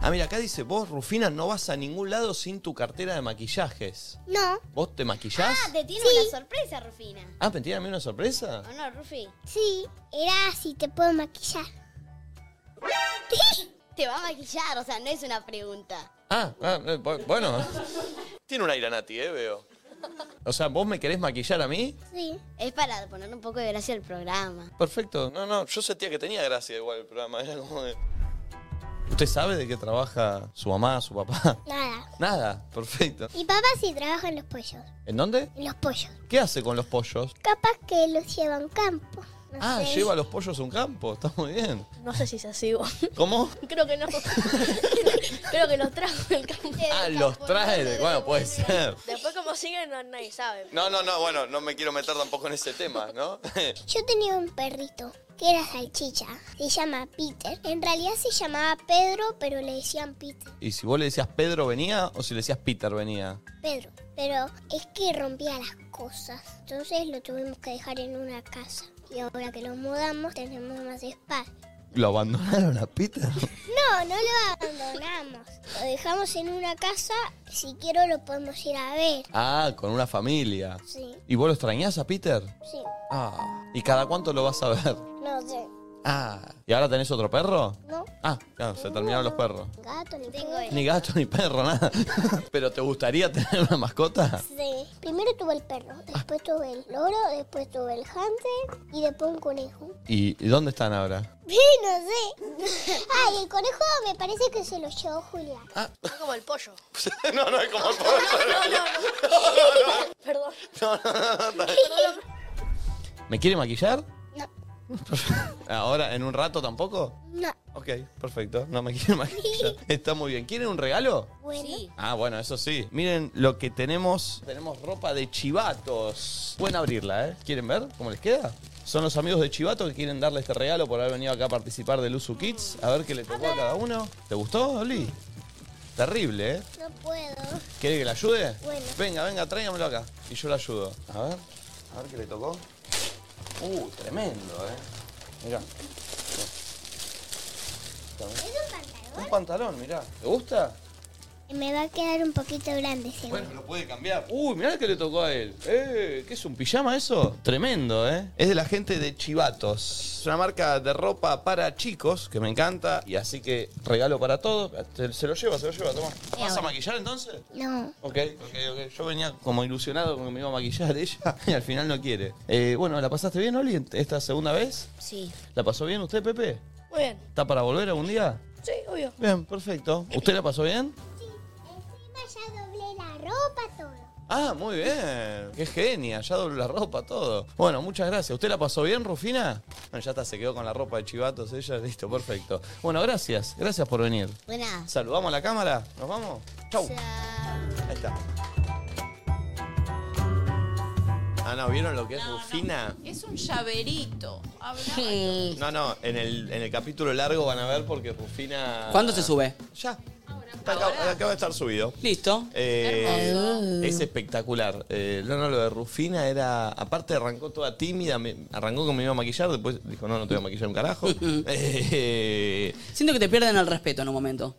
Speaker 1: Ah, mira, acá dice, vos, Rufina, no vas a ningún lado sin tu cartera de maquillajes.
Speaker 22: No.
Speaker 1: ¿Vos te maquillás?
Speaker 22: Ah, te tiene una sorpresa, Rufina.
Speaker 1: Ah, ¿me tiran a mí una sorpresa?
Speaker 22: ¿O no, Rufi? Sí, era si te puedo maquillar. Te va a maquillar, o sea, no es una pregunta.
Speaker 1: Ah, ah, eh, bu- bueno. Tiene un aire a Nati, eh, veo. O sea, ¿vos me querés maquillar a mí?
Speaker 22: Sí. Es para poner un poco de gracia al programa.
Speaker 1: Perfecto. No, no, yo sentía que tenía gracia igual el programa. Era como de... ¿Usted sabe de qué trabaja su mamá, su papá?
Speaker 22: Nada.
Speaker 1: Nada, perfecto.
Speaker 22: Mi papá sí trabaja en los pollos.
Speaker 1: ¿En dónde?
Speaker 22: En los pollos.
Speaker 1: ¿Qué hace con los pollos?
Speaker 22: Capaz que los lleva a un campo. No
Speaker 1: Ah,
Speaker 22: sé.
Speaker 1: lleva los pollos a un campo, está muy bien.
Speaker 23: No sé si es así. vos.
Speaker 1: ¿Cómo?
Speaker 23: Creo que no. Creo que los trajo del campo.
Speaker 1: Ah, los trae. de- Bueno, puede ser.
Speaker 23: Después como siguen no- nadie sabe.
Speaker 1: No, no, no, bueno, no me quiero meter tampoco en ese tema, ¿no?
Speaker 22: Yo tenía un perrito que era salchicha. Se llama Peter. En realidad se llamaba Pedro, pero le decían Peter.
Speaker 1: ¿Y si vos le decías Pedro venía o si le decías Peter venía?
Speaker 22: Pedro. Pero es que rompía las cosas. Entonces lo tuvimos que dejar en una casa. Y ahora que lo mudamos tenemos más espacio.
Speaker 1: ¿Lo abandonaron a Peter?
Speaker 22: No, no lo abandonamos. Lo dejamos en una casa. Si quiero lo podemos ir a ver.
Speaker 1: Ah, con una familia.
Speaker 22: Sí.
Speaker 1: ¿Y vos lo extrañás a Peter?
Speaker 22: Sí.
Speaker 1: Ah. ¿Y cada cuánto lo vas a ver?
Speaker 22: No sé.
Speaker 1: Ah. ¿Y ahora tenés otro perro?
Speaker 23: No.
Speaker 1: Ah, claro, se terminaron los perros.
Speaker 23: Gato, ni perro.
Speaker 1: Ni gato ni perro, nada. ¿Pero te gustaría tener una mascota?
Speaker 23: Sí. Primero tuve el perro, después tuve el loro, después tuve el hamster y después un conejo.
Speaker 1: ¿Y y dónde están ahora?
Speaker 23: Sí, no sé. Ay, el conejo me parece que se lo llevó Julián.
Speaker 3: Es como el pollo.
Speaker 1: no, no, es como el
Speaker 3: Perdón.
Speaker 1: No, no, no, no, está bien. ¿Me quiere maquillar? ¿Ahora? ¿En un rato tampoco?
Speaker 23: No.
Speaker 1: Ok, perfecto. No me quiere maquillar. Está muy bien. ¿Quieren un regalo?
Speaker 23: Bueno.
Speaker 1: Ah, bueno, eso sí. Miren lo que tenemos. Tenemos ropa de chivatos. Pueden abrirla, ¿eh? ¿Quieren ver cómo les queda? Son los amigos de Chivato que quieren darle este regalo por haber venido acá a participar del Usu Kids. A ver qué le tocó a cada uno. ¿Te gustó, Oli? Terrible, ¿eh?
Speaker 23: No puedo.
Speaker 1: ¿Quiere que le ayude?
Speaker 23: Bueno.
Speaker 1: Venga, venga, tráigamelo acá. Y yo le ayudo. A ver. A ver qué le tocó. Uh, tremendo, ¿eh? Mirá. Un pantalón, mirá. ¿Te gusta?
Speaker 23: Me va a quedar un poquito grande, seguro.
Speaker 1: Lo puede cambiar. Uy, mirá el que le tocó a él. Eh, ¿qué es un pijama eso? Tremendo, ¿eh? Es de la gente de Chivatos. Es una marca de ropa para chicos que me encanta. Y así que regalo para todos. Te- Se lo lleva, se lo lleva, toma. ¿Vas a maquillar entonces?
Speaker 23: No.
Speaker 1: Ok, ok, ok. Yo venía como ilusionado con que me iba a maquillar ella y al final no quiere. Eh, bueno, ¿la pasaste bien, Oli, esta segunda vez?
Speaker 3: Sí.
Speaker 1: ¿La pasó bien usted, Pepe?
Speaker 3: Muy bien.
Speaker 1: ¿Está para volver algún día?
Speaker 3: Sí, obvio.
Speaker 1: Bien, perfecto. ¿Usted la pasó bien?
Speaker 23: Ya doblé la ropa, todo.
Speaker 1: Ah, muy bien. Qué genia. Ya dobló la ropa, todo. Bueno, muchas gracias. ¿Usted la pasó bien, Rufina? Bueno, ya está, se quedó con la ropa de chivatos ella. Listo, perfecto. Bueno, gracias. Gracias por venir.
Speaker 23: Buena.
Speaker 1: Saludamos a la cámara. ¿Nos vamos? Chau. Ahí está. Ah, no, ¿vieron lo que es Rufina?
Speaker 5: Es un llaverito. Hablaba
Speaker 1: No, no, en el, en el capítulo largo van a ver porque Rufina.
Speaker 9: ¿Cuándo se sube?
Speaker 1: Ya. Está acá- acaba de estar subido.
Speaker 9: Listo.
Speaker 1: Eh, es espectacular. Eh, no, no, lo de Rufina era. Aparte, arrancó toda tímida. me- arrancó con me iba a maquillar. Después dijo, no, no te voy a maquillar un carajo. Eh,
Speaker 9: Siento que te pierden el respeto en un momento.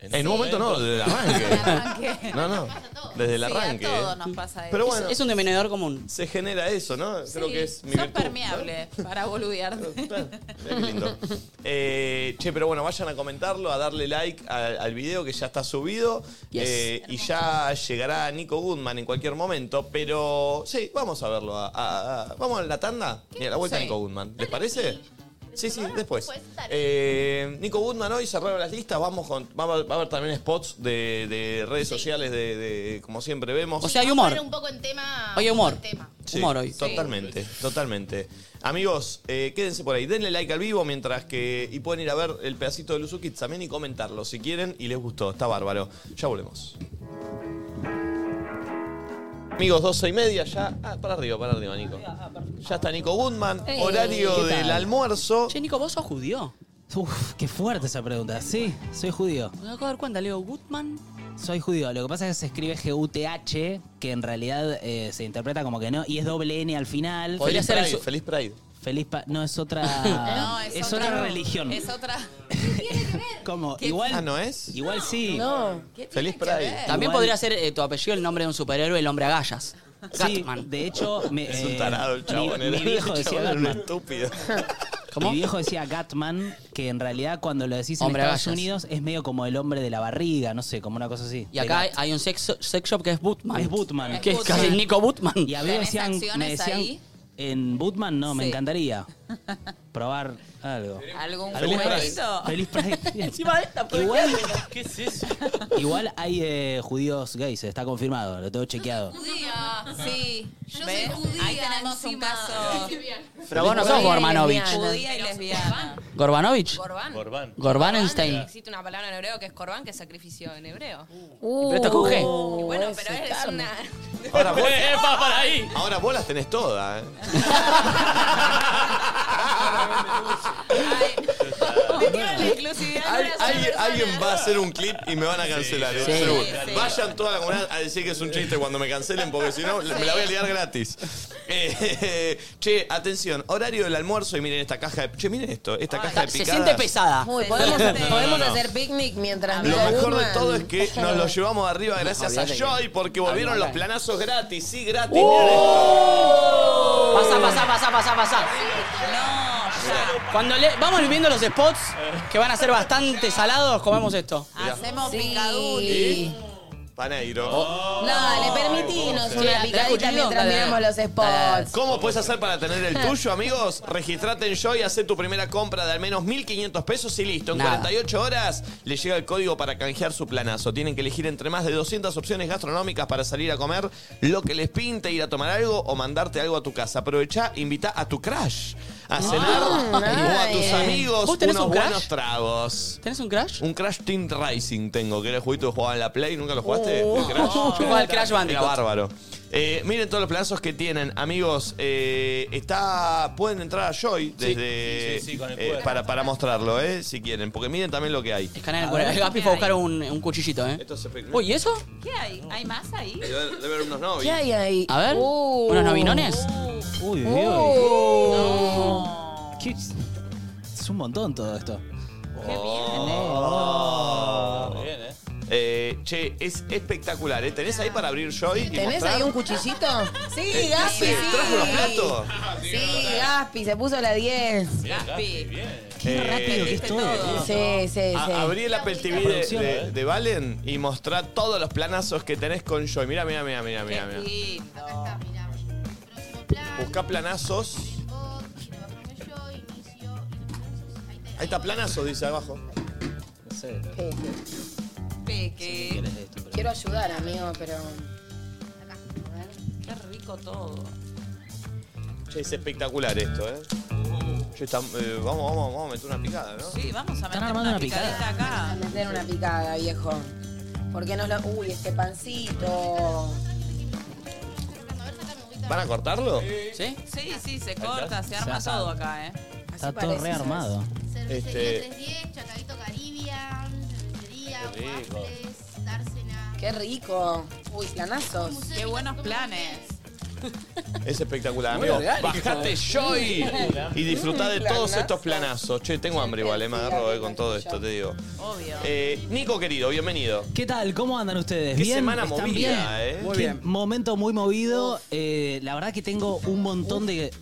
Speaker 1: en un momento no, desde el arranque. no, no. Desde el
Speaker 9: Sí, a
Speaker 1: arranque.
Speaker 5: Todo
Speaker 1: eh.
Speaker 5: nos pasa eso.
Speaker 1: Pero bueno.
Speaker 9: Es- es un denominador común.
Speaker 1: Se genera eso, ¿no? Creo
Speaker 5: Sí,
Speaker 1: que es mi
Speaker 5: sos
Speaker 1: virtud.
Speaker 5: permeable para boludear.
Speaker 1: Mirá qué lindo. Eh, che, pero bueno, vayan a comentarlo, a darle like al, al video que ya está subido. Eh, y ya llegará Nico Goodman en cualquier momento. Pero sí, vamos a verlo. a- a- a- vamos a la tanda y a la vuelta
Speaker 24: Sí.
Speaker 1: Nico Goodman. ¿Les parece? Sí, sí, después. Eh, Nico Goodman hoy cerraron las listas. Vamos con, va, a haber- va a haber también spots de, de redes sociales, de, de- como siempre vemos.
Speaker 6: Poner un poco en tema.
Speaker 1: Hoy hay humor.
Speaker 6: en tema.
Speaker 1: Sí,
Speaker 9: Humor hoy.
Speaker 1: Totalmente, totalmente. Amigos, eh, quédense por ahí. Denle like al vivo mientras que. Y pueden ir a ver el pedacito de Luzu Kids también y comentarlo si quieren y les gustó. Está bárbaro. Ya volvemos. Amigos, 12 y media ya. Ah, para arriba, para arriba, Nico. Ya está Nico Goodman.
Speaker 15: Ey,
Speaker 1: horario
Speaker 15: ¿qué tal?
Speaker 1: del almuerzo. Che,
Speaker 9: Nico, vos sos judío.
Speaker 15: Uf, qué fuerte esa pregunta. Sí, soy judío.
Speaker 9: Me acabo de dar cuenta, Leo Goodman.
Speaker 15: Soy judío. Lo que pasa es que se escribe G-U-T-H, que en realidad eh, se interpreta como que no, y es doble N al final.
Speaker 1: Feliz Pride, Feliz Pride.
Speaker 15: Feliz pa- No, es Ah, otra.
Speaker 5: No, es, otra,
Speaker 15: religión.
Speaker 5: Es otra.
Speaker 15: ¿Cómo? Igual.
Speaker 1: Ah, ¿no es?
Speaker 15: Igual sí.
Speaker 9: No.
Speaker 11: Eh,
Speaker 1: Feliz Pride.
Speaker 9: También
Speaker 15: Igual-
Speaker 9: podría ser eh, tu apellido el nombre de un superhéroe, el hombre agallas.
Speaker 15: Sí, de hecho, me,
Speaker 1: Es un
Speaker 15: eh,
Speaker 1: tarado el chabón.
Speaker 15: mi-
Speaker 1: era-
Speaker 15: mi viejo
Speaker 1: el
Speaker 15: decía
Speaker 1: chabón era un
Speaker 15: Batman.
Speaker 1: estúpido.
Speaker 15: Mi viejo decía Gatman, que en realidad cuando lo decís en
Speaker 9: Hombre
Speaker 15: Estados
Speaker 9: agallas.
Speaker 15: Unidos es medio como el hombre de la barriga, no sé, como una cosa así.
Speaker 9: Y acá hay,
Speaker 15: De
Speaker 9: hay un sex, sex shop que es Bootman.
Speaker 15: Es Bootman.
Speaker 9: Que es casi Nico Bootman.
Speaker 15: Y a mí me
Speaker 9: ¿Tenés
Speaker 15: decían, me
Speaker 9: acciones
Speaker 15: decían
Speaker 9: ahí?
Speaker 15: en Bootman no, me
Speaker 9: Sí.
Speaker 15: encantaría probar algo.
Speaker 5: ¿Algún
Speaker 15: Feliz
Speaker 5: jueguito?
Speaker 15: Feliz Pride.
Speaker 9: Encima de esta,
Speaker 15: ¿por Igual-
Speaker 9: ¿Qué es eso?
Speaker 15: Igual hay eh, judíos gays, está confirmado, lo tengo chequeado.
Speaker 5: Judía, sí. Yo soy judía. Ahí tenemos un caso.
Speaker 9: Pero vos no sos Gormanovich.
Speaker 5: Judía y lesbiana.
Speaker 9: ¿Gorbanovich?
Speaker 11: Gorban.
Speaker 9: Gorban.
Speaker 11: Gorban,
Speaker 9: Gorbanenstein.
Speaker 11: Existe una palabra en hebreo que es corban, que es sacrificio en hebreo.
Speaker 5: Uh.
Speaker 9: Pero esto es con G.
Speaker 11: Y bueno, pero es una.
Speaker 1: Ahora vos, Ahora vos las tenés todas, ¿eh?
Speaker 5: Metieron la inclusividad en
Speaker 1: Al-
Speaker 5: una sola
Speaker 1: alguien,
Speaker 5: persona.
Speaker 1: alguien va a hacer un clip y me van a cancelar.
Speaker 5: Sí,
Speaker 1: eh,
Speaker 5: sí.
Speaker 1: seguro.
Speaker 5: Sí, sí.
Speaker 1: Vayan toda la comunidad a decir que es un chiste cuando me cancelen, porque si no, me la voy a liar gratis. Eh, che, atención, horario del almuerzo y miren esta caja de. Che, miren esto, esta caja de
Speaker 9: Ah, se
Speaker 1: picadas.
Speaker 9: siente pesada.
Speaker 4: Muy, podemos,
Speaker 1: No, no,
Speaker 4: podemos
Speaker 1: Ah. no.
Speaker 4: hacer picnic mientras
Speaker 1: Lo
Speaker 4: mira
Speaker 1: mejor de
Speaker 4: Goodman.
Speaker 1: todo es que nos lo llevamos arriba gracias a
Speaker 9: olvídate que- Uh,
Speaker 1: Joy porque volvieron los planazos gratis. Sí, gratis.
Speaker 4: ¡Oh!
Speaker 9: Pasa pasá, pasá, pasá, pasá, pasá. Cuando le- vamos viendo los spots, que van a ser bastante salados, comemos esto.
Speaker 5: Hacemos
Speaker 4: Sí.
Speaker 5: picaduli.
Speaker 1: Paneiro.
Speaker 5: Oh,
Speaker 4: No, le permitimos una picadita mientras miramos los spots.
Speaker 1: ¿Cómo puedes hacer para tener el tuyo, amigos? Registrate en Joy, hacer tu primera compra de al menos 1.500 pesos y listo. En
Speaker 11: Nada.
Speaker 1: 48 horas le llega el código para canjear su planazo. Tienen que elegir entre más de 200 opciones gastronómicas para salir a comer, lo que les pinte, ir a tomar algo o mandarte algo a tu casa. Aprovechá, invita a tu crush a cenar o a tus
Speaker 9: nice.
Speaker 1: amigos
Speaker 9: ¿Vos tenés
Speaker 1: unos
Speaker 9: un crush?
Speaker 1: buenos tragos.
Speaker 9: ¿Tenés un crash?
Speaker 1: Un Crash Team Racing tengo, que era el jueguito que jugaba en la Play. ¿Nunca lo jugaste?
Speaker 9: Oh.
Speaker 1: El Crash.
Speaker 9: Yo jugaba al Crash Bandicoot.
Speaker 1: Era bárbaro. Eh, miren todos los plazos que tienen, amigos. eh, está, pueden entrar a Joy desde,
Speaker 25: Sí, sí, con el
Speaker 1: eh,
Speaker 25: QR.
Speaker 1: para, para mostrarlo, eh, si quieren, porque miren también lo que hay.
Speaker 9: Escanean el QR. Gaspi fue a buscar un, un cuchillito, ¿eh? Uy, ¿y eso?
Speaker 5: ¿Qué hay? ¿Hay más ahí?
Speaker 1: Debe, debe haber unos novios.
Speaker 4: ¿Qué hay ahí?
Speaker 9: A ver,
Speaker 5: Uh.
Speaker 9: ¿unos novinones?
Speaker 15: Uy,
Speaker 4: Uh.
Speaker 15: Dios. ¿Qué? Es un montón todo esto.
Speaker 9: eh.
Speaker 25: Ah,
Speaker 1: Eh, che, es espectacular, ¿eh? ¿Tenés ahí para abrir Joy? y
Speaker 4: ¿Tenés
Speaker 1: mostrar?
Speaker 4: ahí un cuchillito? Sí,
Speaker 1: Eh, sí,
Speaker 4: Gaspi, sí.
Speaker 1: ¿Trajo los platos?
Speaker 4: Sí, Gaspi, se puso la 10.
Speaker 1: Eh,
Speaker 4: Sí, sí, sí.
Speaker 1: A- abrí el Apple TV de,
Speaker 4: producción,
Speaker 1: de-
Speaker 4: ¿eh?
Speaker 1: de Valen y mostrá todos los planazos que tenés con Joy. Mira, mira, mira, mira, mira. Buscá planazos. Ahí está planazos, dice abajo.
Speaker 5: Peque.
Speaker 4: Quiero ayudar, amigo, pero.
Speaker 5: Qué rico todo.
Speaker 1: Che, es espectacular esto, ¿eh? Che, está- eh, vamos, vamos, vamos a meter una picada, ¿no?
Speaker 5: Sí, vamos a meter
Speaker 1: armando
Speaker 5: una
Speaker 1: una picada.
Speaker 5: picadita acá.
Speaker 4: A meter una picada, viejo. Porque no lo. Uy, este pancito.
Speaker 1: ¿Van a cortarlo?
Speaker 9: ¿Sí?
Speaker 5: Sí, sí, se corta, se arma
Speaker 1: Se asa.
Speaker 5: todo acá, ¿eh?
Speaker 15: Está todo rearmado.
Speaker 1: Este,
Speaker 4: Qué rico. Uy, planazos.
Speaker 5: Qué buenos planes.
Speaker 1: es espectacular,
Speaker 4: Muy
Speaker 1: amigo.
Speaker 4: orgánico.
Speaker 1: Bajate Joy y disfrutá de
Speaker 4: Mm,
Speaker 1: todos
Speaker 4: planazo.
Speaker 1: estos planazos. Che, tengo hambre igual, eh, me agarro eh, con todo esto, te digo.
Speaker 5: Obvio.
Speaker 1: Eh, Nico, querido, bienvenido.
Speaker 15: ¿Qué tal? ¿Cómo andan ustedes?
Speaker 1: Qué
Speaker 15: ¿Bien?
Speaker 1: semana
Speaker 15: ¿Están
Speaker 1: movida,
Speaker 15: bien?
Speaker 1: eh. Muy
Speaker 15: Qué
Speaker 1: bien.
Speaker 15: Momento muy movido. Eh, la verdad que tengo un montón de...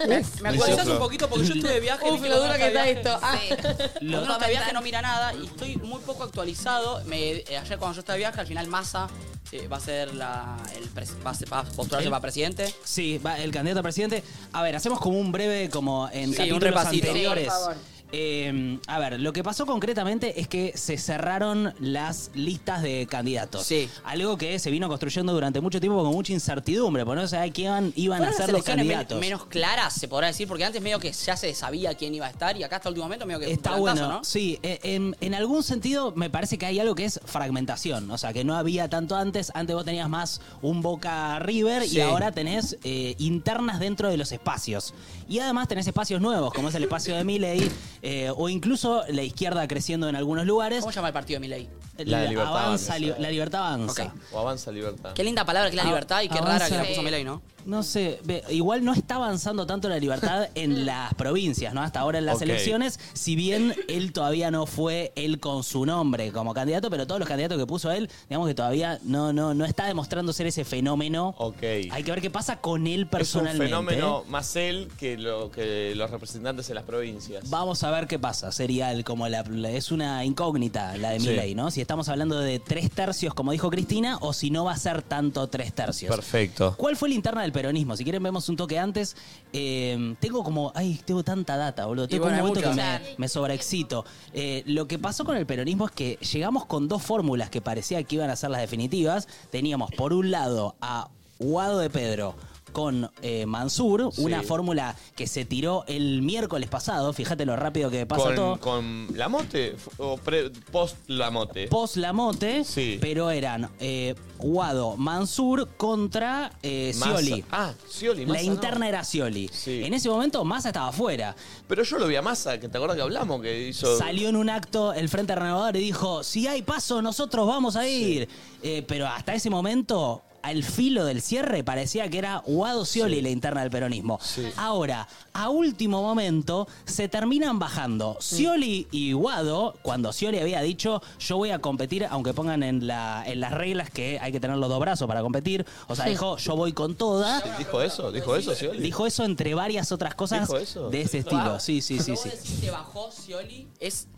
Speaker 9: Me, me actualizas un poquito porque yo estuve de viaje.
Speaker 4: Uf,
Speaker 9: viste,
Speaker 4: lo
Speaker 9: cuando
Speaker 4: duro
Speaker 9: uno
Speaker 4: que
Speaker 9: de
Speaker 4: está
Speaker 9: viaje- Sí.
Speaker 15: Lo-
Speaker 9: Cuando uno está de viaje no mira nada y estoy muy poco actualizado. Me- eh, ayer cuando yo estaba de viaje, al final Massa eh, va a ser la, el pres- va a ser- va a postularse
Speaker 15: ¿El?
Speaker 9: para presidente.
Speaker 15: ¿Eh? Sí, va el candidato a presidente. A ver, hacemos como un breve, como en
Speaker 9: Sí, un
Speaker 15: capítulos
Speaker 9: repasito.
Speaker 15: anteriores.
Speaker 9: Sí, por favor.
Speaker 15: Eh, a ver, lo que pasó concretamente es que se cerraron las listas de candidatos. Sí. Algo que se vino construyendo durante mucho tiempo con mucha incertidumbre, porque no se sabía quién iban a
Speaker 9: Fueron las
Speaker 15: ser los
Speaker 9: elecciones men-
Speaker 15: candidatos.
Speaker 9: menos claras, se podrá decir, porque antes medio que ya se sabía quién iba a estar y acá hasta el último momento medio que
Speaker 15: Está
Speaker 9: volantazo,
Speaker 15: bueno, sí. eh, En, en algún sentido me parece que hay algo que es fragmentación. O sea, que no había tanto antes. Antes vos tenías más un Boca River
Speaker 9: Sí.
Speaker 15: y ahora tenés eh, internas dentro de los espacios. Y además tenés espacios nuevos, como es el espacio de Miley eh, o incluso la izquierda creciendo en algunos lugares. ¿Cómo
Speaker 9: se llama el partido de Miley?
Speaker 1: La Libertad
Speaker 15: avanza,
Speaker 1: Avanza.
Speaker 15: li- la libertad avanza.
Speaker 1: O avanza libertad.
Speaker 9: Qué linda palabra que es la
Speaker 15: Ah,
Speaker 9: libertad y qué
Speaker 15: avanza.
Speaker 9: rara que la puso Melay, ¿no?
Speaker 15: No sé, ve, igual no está avanzando tanto la libertad en las provincias, ¿no? Hasta ahora en las
Speaker 1: Ok.
Speaker 15: elecciones, si bien él todavía no fue él con su nombre como candidato, pero todos los candidatos que puso él, digamos que todavía no, no, no está demostrando ser ese fenómeno.
Speaker 1: Ok.
Speaker 15: Hay que ver qué pasa con
Speaker 1: Es
Speaker 15: él
Speaker 1: un
Speaker 15: personalmente.
Speaker 1: fenómeno
Speaker 15: ¿eh?
Speaker 1: más él que, lo, que los representantes en las provincias.
Speaker 15: Vamos a ver qué pasa. Sería el- como la, la- es una incógnita la de
Speaker 1: Sí.
Speaker 15: Milei, ¿no? Si estamos hablando de tres tercios, como dijo Cristina, o si no va a ser tanto tres tercios.
Speaker 1: Perfecto.
Speaker 15: ¿Cuál fue la interna del peronismo? Si quieren vemos un toque antes. Eh, tengo como, ay, tengo tanta data, boludo.
Speaker 9: Y
Speaker 15: Tengo un
Speaker 9: bueno, hay
Speaker 15: momento que
Speaker 9: mucha.
Speaker 15: me, me sobreexcito. Eh, lo que pasó con el peronismo es que llegamos con dos fórmulas que parecía que iban a ser las definitivas. Teníamos por un lado a Guado de Pedro con eh, Mansur,
Speaker 1: Sí.
Speaker 15: una fórmula que se tiró el miércoles pasado, fíjate lo rápido que pasa
Speaker 1: Con,
Speaker 15: todo.
Speaker 1: con la mote o pre- post la mote.
Speaker 15: Post Lamote, pero eran eh, Guado, Mansur contra eh,
Speaker 1: Massa.
Speaker 15: Scioli.
Speaker 1: Ah, Scioli,
Speaker 15: La
Speaker 1: Massa no.
Speaker 15: interna era Scioli. En ese momento Massa estaba afuera.
Speaker 1: Pero yo lo vi a Massa, que te acordás que hablamos que hizo.
Speaker 15: Salió en un acto el Frente Renovador y dijo, si hay paso, nosotros vamos a ir. Eh, pero hasta ese momento al filo del cierre parecía que era Guado Scioli la interna del peronismo. Ahora, a último momento, se terminan bajando. Scioli y Guado, cuando Scioli había dicho, yo voy a competir, aunque pongan en, la, en las reglas que hay que tener los dos brazos para competir, o sea,
Speaker 1: Sí.
Speaker 15: dijo, yo voy con toda.
Speaker 1: ¿Dijo "Eh, eso? ¿Dijo eso, Scioli?
Speaker 15: Dijo eso entre varias otras cosas
Speaker 1: ¿Dijo eso?
Speaker 15: de ese estilo.
Speaker 1: Wow.
Speaker 15: Sí, sí, sí,
Speaker 9: Cuando
Speaker 15: sí.
Speaker 9: vos decís se bajó Scioli, es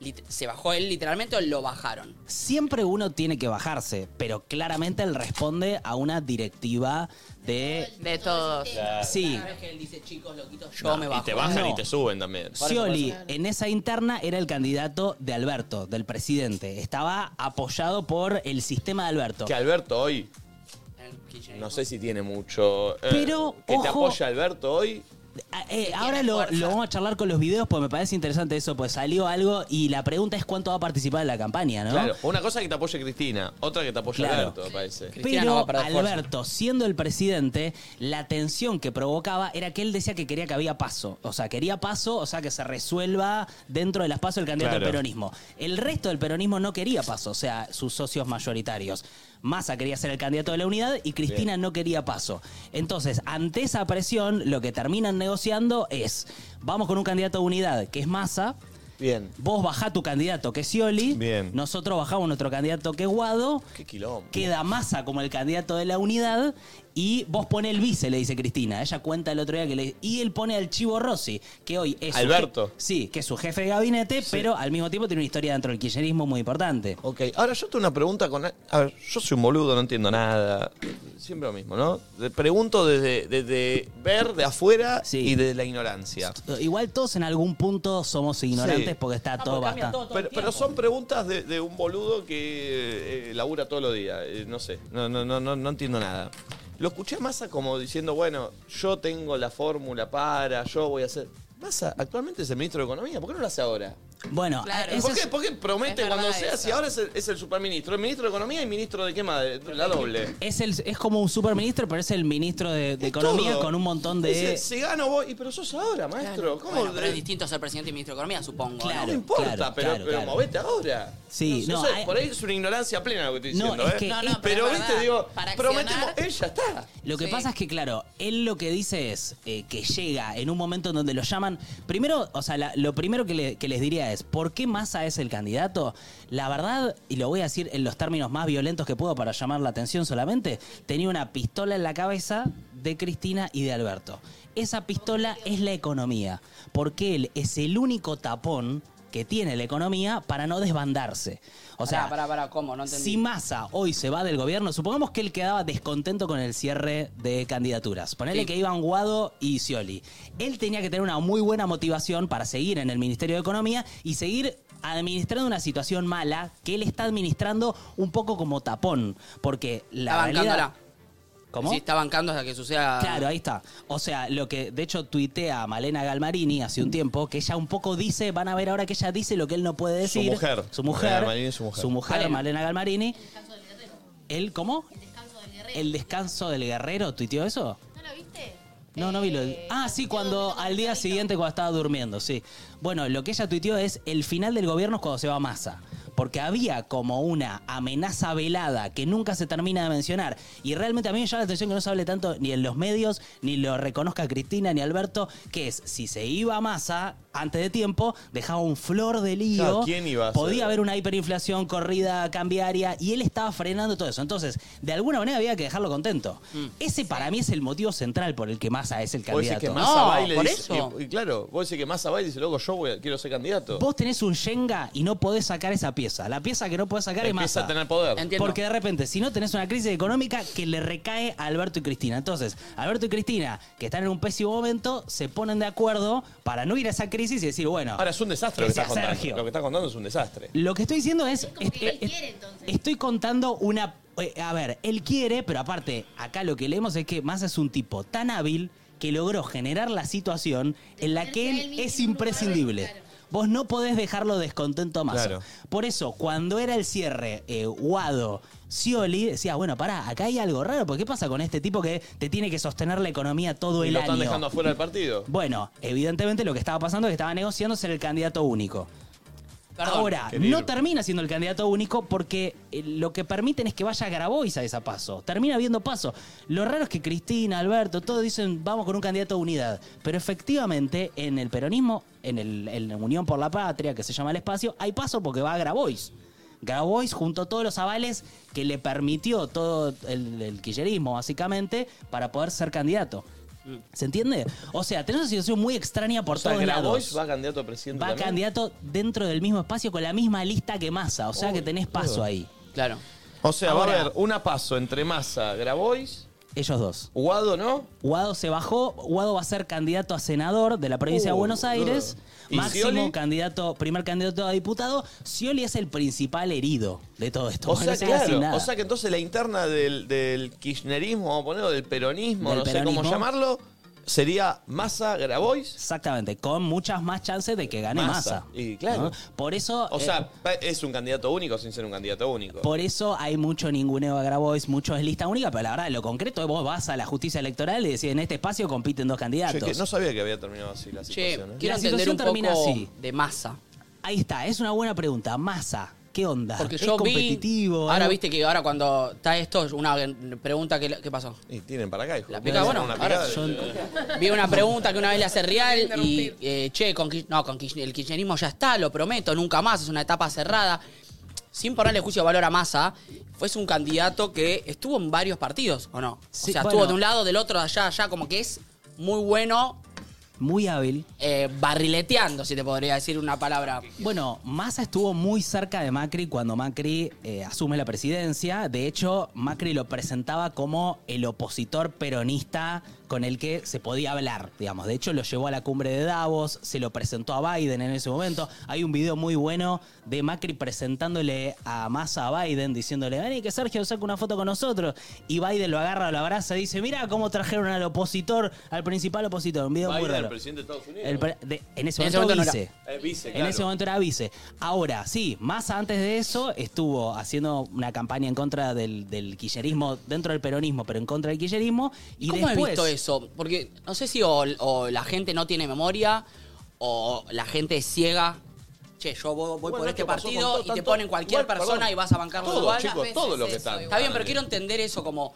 Speaker 9: lit- ¿se bajó él literalmente o lo bajaron?
Speaker 15: Siempre uno tiene que bajarse, pero claramente él responde a una directiva de...
Speaker 26: De todos.
Speaker 15: Sí.
Speaker 9: Cada vez que él dice chicos loquitos, yo
Speaker 15: No,
Speaker 9: me
Speaker 15: y
Speaker 9: bajo.
Speaker 15: te bajan y
Speaker 1: Te suben también.
Speaker 15: Scioli en esa interna era el candidato de Alberto, del presidente. Estaba apoyado por el sistema de Alberto.
Speaker 1: Que Alberto hoy. No sé si tiene mucho. eh,
Speaker 15: Pero,
Speaker 1: Que te
Speaker 15: ojo.
Speaker 1: apoya Alberto hoy.
Speaker 15: Ah, eh, ahora lo, lo vamos a charlar con los videos porque me parece interesante eso, pues salió algo y la pregunta es cuánto va a participar en la campaña, ¿no?
Speaker 1: Claro. Una cosa que te apoya Cristina, otra que te apoya
Speaker 15: Claro.
Speaker 1: Alberto, me parece.
Speaker 15: Pero Alberto, siendo el presidente, la tensión que provocaba era que él decía que quería que había paso. O sea, quería paso, o sea, que se resuelva dentro de las pasos el candidato
Speaker 1: Claro.
Speaker 15: del peronismo. El resto del peronismo no quería paso, o sea, sus socios mayoritarios. Massa quería ser el candidato de la unidad y Cristina no quería paso. Entonces, ante esa presión, lo que terminan negociando es, vamos con un candidato de unidad, que es Massa,
Speaker 1: Bien.
Speaker 15: Vos bajá tu candidato que es Scioli.
Speaker 1: Bien.
Speaker 15: Nosotros bajamos nuestro candidato que es Guado.
Speaker 1: Qué quilombo.
Speaker 15: Queda Massa como el candidato de la unidad. Y vos pone el vice, le dice Cristina. Ella cuenta el otro día que le Y él pone al Chivo Rossi, que hoy es. su
Speaker 1: Alberto.
Speaker 15: je- sí, que es su jefe de gabinete, pero al mismo tiempo tiene una historia dentro del kirchnerismo muy importante.
Speaker 1: Ok, ahora yo tengo una pregunta con. A ver, yo soy un boludo, no entiendo nada. Siempre lo mismo, ¿no? Le Pregunto desde, desde ver de afuera y desde la ignorancia.
Speaker 15: Igual todos en algún punto somos ignorantes
Speaker 1: Sí.
Speaker 15: Ah, porque está todo bastante.
Speaker 1: Pero, pero son preguntas de, de un boludo que eh, labura todos los días. eh, no sé, no, no, no, no, no entiendo nada. Lo escuché a Massa como diciendo, bueno, yo tengo la fórmula para, yo voy a hacer. Massa actualmente es el ministro de Economía, ¿por qué no lo hace ahora?
Speaker 15: Bueno, eh, eso
Speaker 1: ¿Por,
Speaker 15: es-
Speaker 1: qué, por qué promete
Speaker 15: Es
Speaker 1: cuando
Speaker 15: verdad
Speaker 1: sea
Speaker 15: eso.
Speaker 1: si ahora es el, es el superministro? El ministro de Economía y ministro de qué madre? La doble.
Speaker 15: es, el, es como un superministro, pero es el ministro de, de Economía
Speaker 1: todo.
Speaker 15: con un montón de.
Speaker 1: Dice, si gano voy, y pero sos ahora, maestro. ¿Cómo?
Speaker 9: Bueno, pero es distinto ser presidente y ministro de Economía, supongo.
Speaker 1: no me importa, pero, pero movete ahora.
Speaker 15: Sí,
Speaker 1: Eso
Speaker 15: no,
Speaker 1: es-
Speaker 15: hay-
Speaker 1: por ahí es una ignorancia plena lo que estoy
Speaker 15: No,
Speaker 1: diciendo,
Speaker 15: es
Speaker 1: ¿eh?
Speaker 15: que- No, no, pero
Speaker 1: pero
Speaker 15: es
Speaker 1: viste,
Speaker 15: verdad,
Speaker 1: digo,
Speaker 15: para accionar-
Speaker 1: prometemos, ella está.
Speaker 15: Lo que
Speaker 1: Sí.
Speaker 15: pasa es que, claro, él lo que dice es eh, que llega en un momento en donde lo llaman. Primero, o sea, la- lo primero que, le- que les diría es: ¿por qué Massa es el candidato? La verdad, y lo voy a decir en los términos más violentos que puedo para llamar la atención solamente, tenía una pistola en la cabeza de Cristina y de Alberto. Esa pistola es la economía, porque él es el único tapón que tiene la economía para no desbandarse. O sea,
Speaker 9: Pará, pará, pará, ¿cómo? No entendí.
Speaker 15: si Massa hoy se va del gobierno, supongamos que él quedaba descontento con el cierre de candidaturas. Ponele
Speaker 9: Sí.
Speaker 15: que iban Guado y Scioli. Él tenía que tener una muy buena motivación para seguir en el Ministerio de Economía y seguir administrando una situación mala que él está administrando un poco como tapón. Porque la
Speaker 9: Está
Speaker 15: realidad-
Speaker 9: bancándola.
Speaker 15: ¿Cómo?
Speaker 9: Sí, está bancando hasta que suceda.
Speaker 15: Claro, ahí está. O sea, lo que de hecho tuitea Malena Galmarini hace un tiempo, que ella un poco dice, van a ver ahora que ella dice lo que él no puede decir.
Speaker 1: mujer. Malena
Speaker 15: Su mujer.
Speaker 1: Galmarini es su mujer.
Speaker 15: Malena,
Speaker 1: Malena.
Speaker 15: Galmarini. ¿El cómo? El descanso del guerrero, ¿tuiteó eso?
Speaker 27: ¿No lo viste? Eh,
Speaker 15: No, no vi lo. Ah, sí, cuando al día siguiente cuando estaba durmiendo, sí. Bueno, lo que ella tuiteó es el final del gobierno es cuando se va Massa. Porque había como una amenaza velada que nunca se termina de mencionar. Y realmente a mí me llama la atención que no se hable tanto ni en los medios, ni lo reconozca Cristina ni Alberto, que es si se iba Massa antes de tiempo, dejaba un flor de lío.
Speaker 1: Claro, ¿quién iba a ser?
Speaker 15: Podía haber una hiperinflación, corrida cambiaria, y él estaba frenando todo eso. Entonces, de alguna manera había que dejarlo contento.
Speaker 1: Mm.
Speaker 15: Ese para mí es el motivo central por el que Massa es el
Speaker 1: Vos decís
Speaker 15: candidato.
Speaker 1: que Massa va y le dice- y- y claro, vos decís que Massa va y dice, loco, yo voy a- quiero ser candidato.
Speaker 15: Vos tenés un Shenga y no podés sacar esa pieza. La pieza que no podés sacar es
Speaker 1: Empieza
Speaker 15: Massa.
Speaker 1: a tener poder. Entiendo.
Speaker 15: Porque de repente, si no, tenés una crisis económica que le recae a Alberto y Cristina. Entonces, Alberto y Cristina, que están en un pésimo momento, se ponen de acuerdo para no ir a esa crisis y decir, bueno...
Speaker 1: Ahora es un desastre lo
Speaker 15: que
Speaker 1: que estás
Speaker 15: sea
Speaker 1: contando.
Speaker 15: Sergio.
Speaker 1: Lo que estás contando es un desastre.
Speaker 15: Lo que estoy diciendo es. est- est- Estoy contando una. eh, A ver, él quiere, pero aparte, acá lo que leemos es que Massa es un tipo tan hábil que logró generar la situación en la que él es imprescindible. Vos no podés dejarlo descontento a Massa.
Speaker 1: Claro.
Speaker 15: Por eso, cuando era el cierre, eh, Guado, Scioli, decía, bueno, pará, acá hay algo raro, porque ¿qué pasa con este tipo que te tiene que sostener la economía todo
Speaker 1: Y
Speaker 15: el
Speaker 1: lo
Speaker 15: año?
Speaker 1: están dejando afuera del partido.
Speaker 15: Bueno, evidentemente lo que estaba pasando es que estaba negociando ser el candidato único.
Speaker 9: Perdón.
Speaker 15: Ahora,
Speaker 9: Querido.
Speaker 15: no termina siendo el candidato único porque eh, lo que permiten es que vaya Grabois a esa paso. Termina habiendo paso. Lo raro es que Cristina, Alberto, todos dicen vamos con un candidato a unidad. Pero efectivamente, en el peronismo, en, el, en la Unión por la Patria, que se llama el espacio, hay paso porque va a Grabois. Grabois juntó todos los avales que le permitió todo el, el kirchnerismo, básicamente, para poder ser candidato. ¿Se entiende? O sea, tenemos una situación muy extraña por
Speaker 1: O sea,
Speaker 15: todos lados.
Speaker 1: Grabois va candidato a presidente
Speaker 15: Va
Speaker 1: también.
Speaker 15: candidato dentro del mismo espacio con la misma lista que Massa. O sea que tenés paso ahí.
Speaker 9: Claro.
Speaker 1: O sea, va
Speaker 15: Ahora-
Speaker 1: a haber una paso entre Massa, Grabois.
Speaker 15: Ellos dos.
Speaker 1: Guado, ¿no?
Speaker 15: Guado se bajó. Guado va a ser candidato a senador de la provincia
Speaker 1: Uh,
Speaker 15: de Buenos Aires.
Speaker 1: uh. ¿Y
Speaker 15: Máximo
Speaker 1: Scioli?
Speaker 15: candidato, primer candidato a diputado. Scioli es el principal herido de todo esto.
Speaker 1: O
Speaker 15: No
Speaker 1: sea,
Speaker 15: se hace
Speaker 1: claro,
Speaker 15: nada.
Speaker 1: o sea que entonces la interna del, del kirchnerismo, vamos a poner, o del peronismo,
Speaker 15: Del
Speaker 1: no sé
Speaker 15: peronismo.
Speaker 1: cómo llamarlo, sería Massa, Grabois.
Speaker 15: Exactamente, con muchas más chances de que gane Massa.
Speaker 1: Y claro.
Speaker 15: ¿no? Por eso.
Speaker 1: O
Speaker 15: eh,
Speaker 1: sea, pa- es un candidato único sin ser un candidato único.
Speaker 15: Por eso hay mucho ninguneo a Grabois, mucho es lista única, pero la verdad, lo concreto, vos vas a la justicia electoral y decís, en este espacio compiten dos
Speaker 1: Che,
Speaker 15: candidatos.
Speaker 1: que no sabía que había terminado así la
Speaker 9: Che,
Speaker 1: situación. ¿eh?
Speaker 9: quiero
Speaker 15: La
Speaker 9: entender
Speaker 15: situación
Speaker 9: un
Speaker 15: termina
Speaker 9: poco
Speaker 15: así.
Speaker 9: de masa.
Speaker 15: Ahí está, es una buena pregunta. Masa, ¿qué onda?
Speaker 9: Porque
Speaker 15: ¿Es
Speaker 9: yo vi-
Speaker 15: competitivo? ¿eh?
Speaker 9: Ahora
Speaker 15: ¿no?
Speaker 9: viste que ahora cuando está esto, una pregunta que ¿qué pasó.
Speaker 1: Y tienen para acá, hijo.
Speaker 9: La pica, bueno,
Speaker 1: Una
Speaker 9: ahora
Speaker 1: picada.
Speaker 9: vi una pregunta que una vez le hace Real y eh, che, con, Kirch- no, con Kirch- el kirchnerismo ya está, lo prometo, nunca más, es una etapa cerrada. Sin ponerle juicio de valor a Massa, fuese un candidato que estuvo en varios partidos, ¿o no?
Speaker 15: Sí,
Speaker 9: o sea,
Speaker 15: bueno.
Speaker 9: estuvo de un lado, del otro, de allá, allá, como que es muy bueno
Speaker 15: Muy hábil.
Speaker 9: eh, barrileteando, si te podría decir una palabra.
Speaker 15: Bueno, Massa estuvo muy cerca de Macri cuando Macri eh, asume la presidencia. De hecho, Macri lo presentaba como el opositor peronista con el que se podía hablar, digamos. De hecho, lo llevó a la cumbre de Davos, se lo presentó a Biden en ese momento. Hay un video muy bueno de Macri presentándole a Massa a Biden, diciéndole, vení que Sergio saca una foto con nosotros. Y Biden lo agarra, lo abraza y dice, mira cómo trajeron al opositor, al principal opositor. Un video muy
Speaker 1: Biden,
Speaker 15: raro.
Speaker 1: el presidente de Estados Unidos.
Speaker 15: El pre- de- en ese
Speaker 1: En
Speaker 15: momento,
Speaker 1: no era-
Speaker 15: vice.
Speaker 1: Eh, vice,
Speaker 15: En
Speaker 1: claro.
Speaker 15: ese momento era vice. Ahora, sí, más antes de eso estuvo haciendo una campaña en contra del, del kirchnerismo, dentro del peronismo, pero en contra del kirchnerismo. Y
Speaker 9: ¿Cómo
Speaker 15: después,
Speaker 9: has visto eso? Porque no sé si o, o la gente no tiene memoria o la gente es ciega. Che, yo voy, voy
Speaker 1: Bueno,
Speaker 9: por este
Speaker 1: esto pasó con
Speaker 9: partido
Speaker 1: todo,
Speaker 9: y te
Speaker 1: tanto-
Speaker 9: ponen cualquier
Speaker 1: igual,
Speaker 9: persona
Speaker 1: perdón,
Speaker 9: y vas a bancarlo
Speaker 1: todos,
Speaker 9: igual.
Speaker 1: chicos, todos los que están.
Speaker 9: Está bien, pero quiero entender eso como...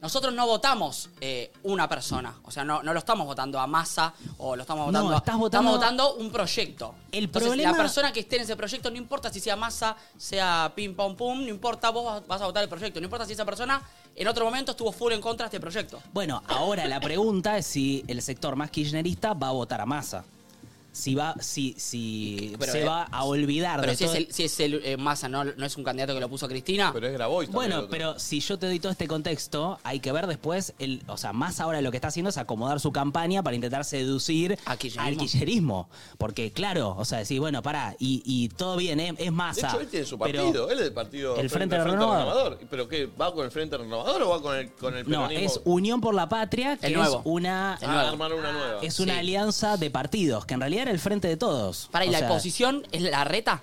Speaker 9: Nosotros no votamos eh, una persona. O sea, no, no lo estamos votando a masa o lo estamos
Speaker 15: No,
Speaker 9: votando... a-
Speaker 15: estás votando-
Speaker 9: Estamos votando un proyecto.
Speaker 15: El
Speaker 9: Entonces,
Speaker 15: problema-
Speaker 9: la persona que esté en ese proyecto, no importa si sea masa, sea pim, pam, pum, no importa, vos vas- vas a votar el proyecto. No importa si esa persona en otro momento estuvo full en contra de este proyecto.
Speaker 15: Bueno, ahora la pregunta es si el sector más kirchnerista va a votar a Massa. Si va, si, si
Speaker 9: Pero,
Speaker 15: se
Speaker 9: eh,
Speaker 15: va a olvidar
Speaker 9: Pero
Speaker 15: de
Speaker 9: si es,
Speaker 15: todo-
Speaker 9: el, si es el eh, Massa, no, no es un candidato que lo puso Cristina. Pero
Speaker 1: es Grabois
Speaker 15: Bueno, pero si yo te doy todo este contexto, hay que ver después, el, o sea, más ahora lo que está haciendo es acomodar su campaña para intentar seducir al kirchnerismo. Porque, claro, o sea, decís, bueno, pará, y, y todo bien, ¿eh? es, es
Speaker 1: De
Speaker 15: masa.
Speaker 1: hecho, él tiene su
Speaker 15: pero-
Speaker 1: partido. él es del partido.
Speaker 15: el Frente
Speaker 1: del
Speaker 15: Renovador.
Speaker 1: ¿Pero qué? ¿Va con el Frente Renovador o va con el, con el
Speaker 15: No,
Speaker 1: peronismo?
Speaker 15: es Unión por la Patria, que
Speaker 1: El nuevo.
Speaker 15: es una,
Speaker 1: Ah, armaron una nueva.
Speaker 15: es una alianza de partidos, que en realidad era el frente de todos.
Speaker 9: Para, ¿y
Speaker 15: O
Speaker 9: la
Speaker 15: sea,
Speaker 9: oposición es la reta?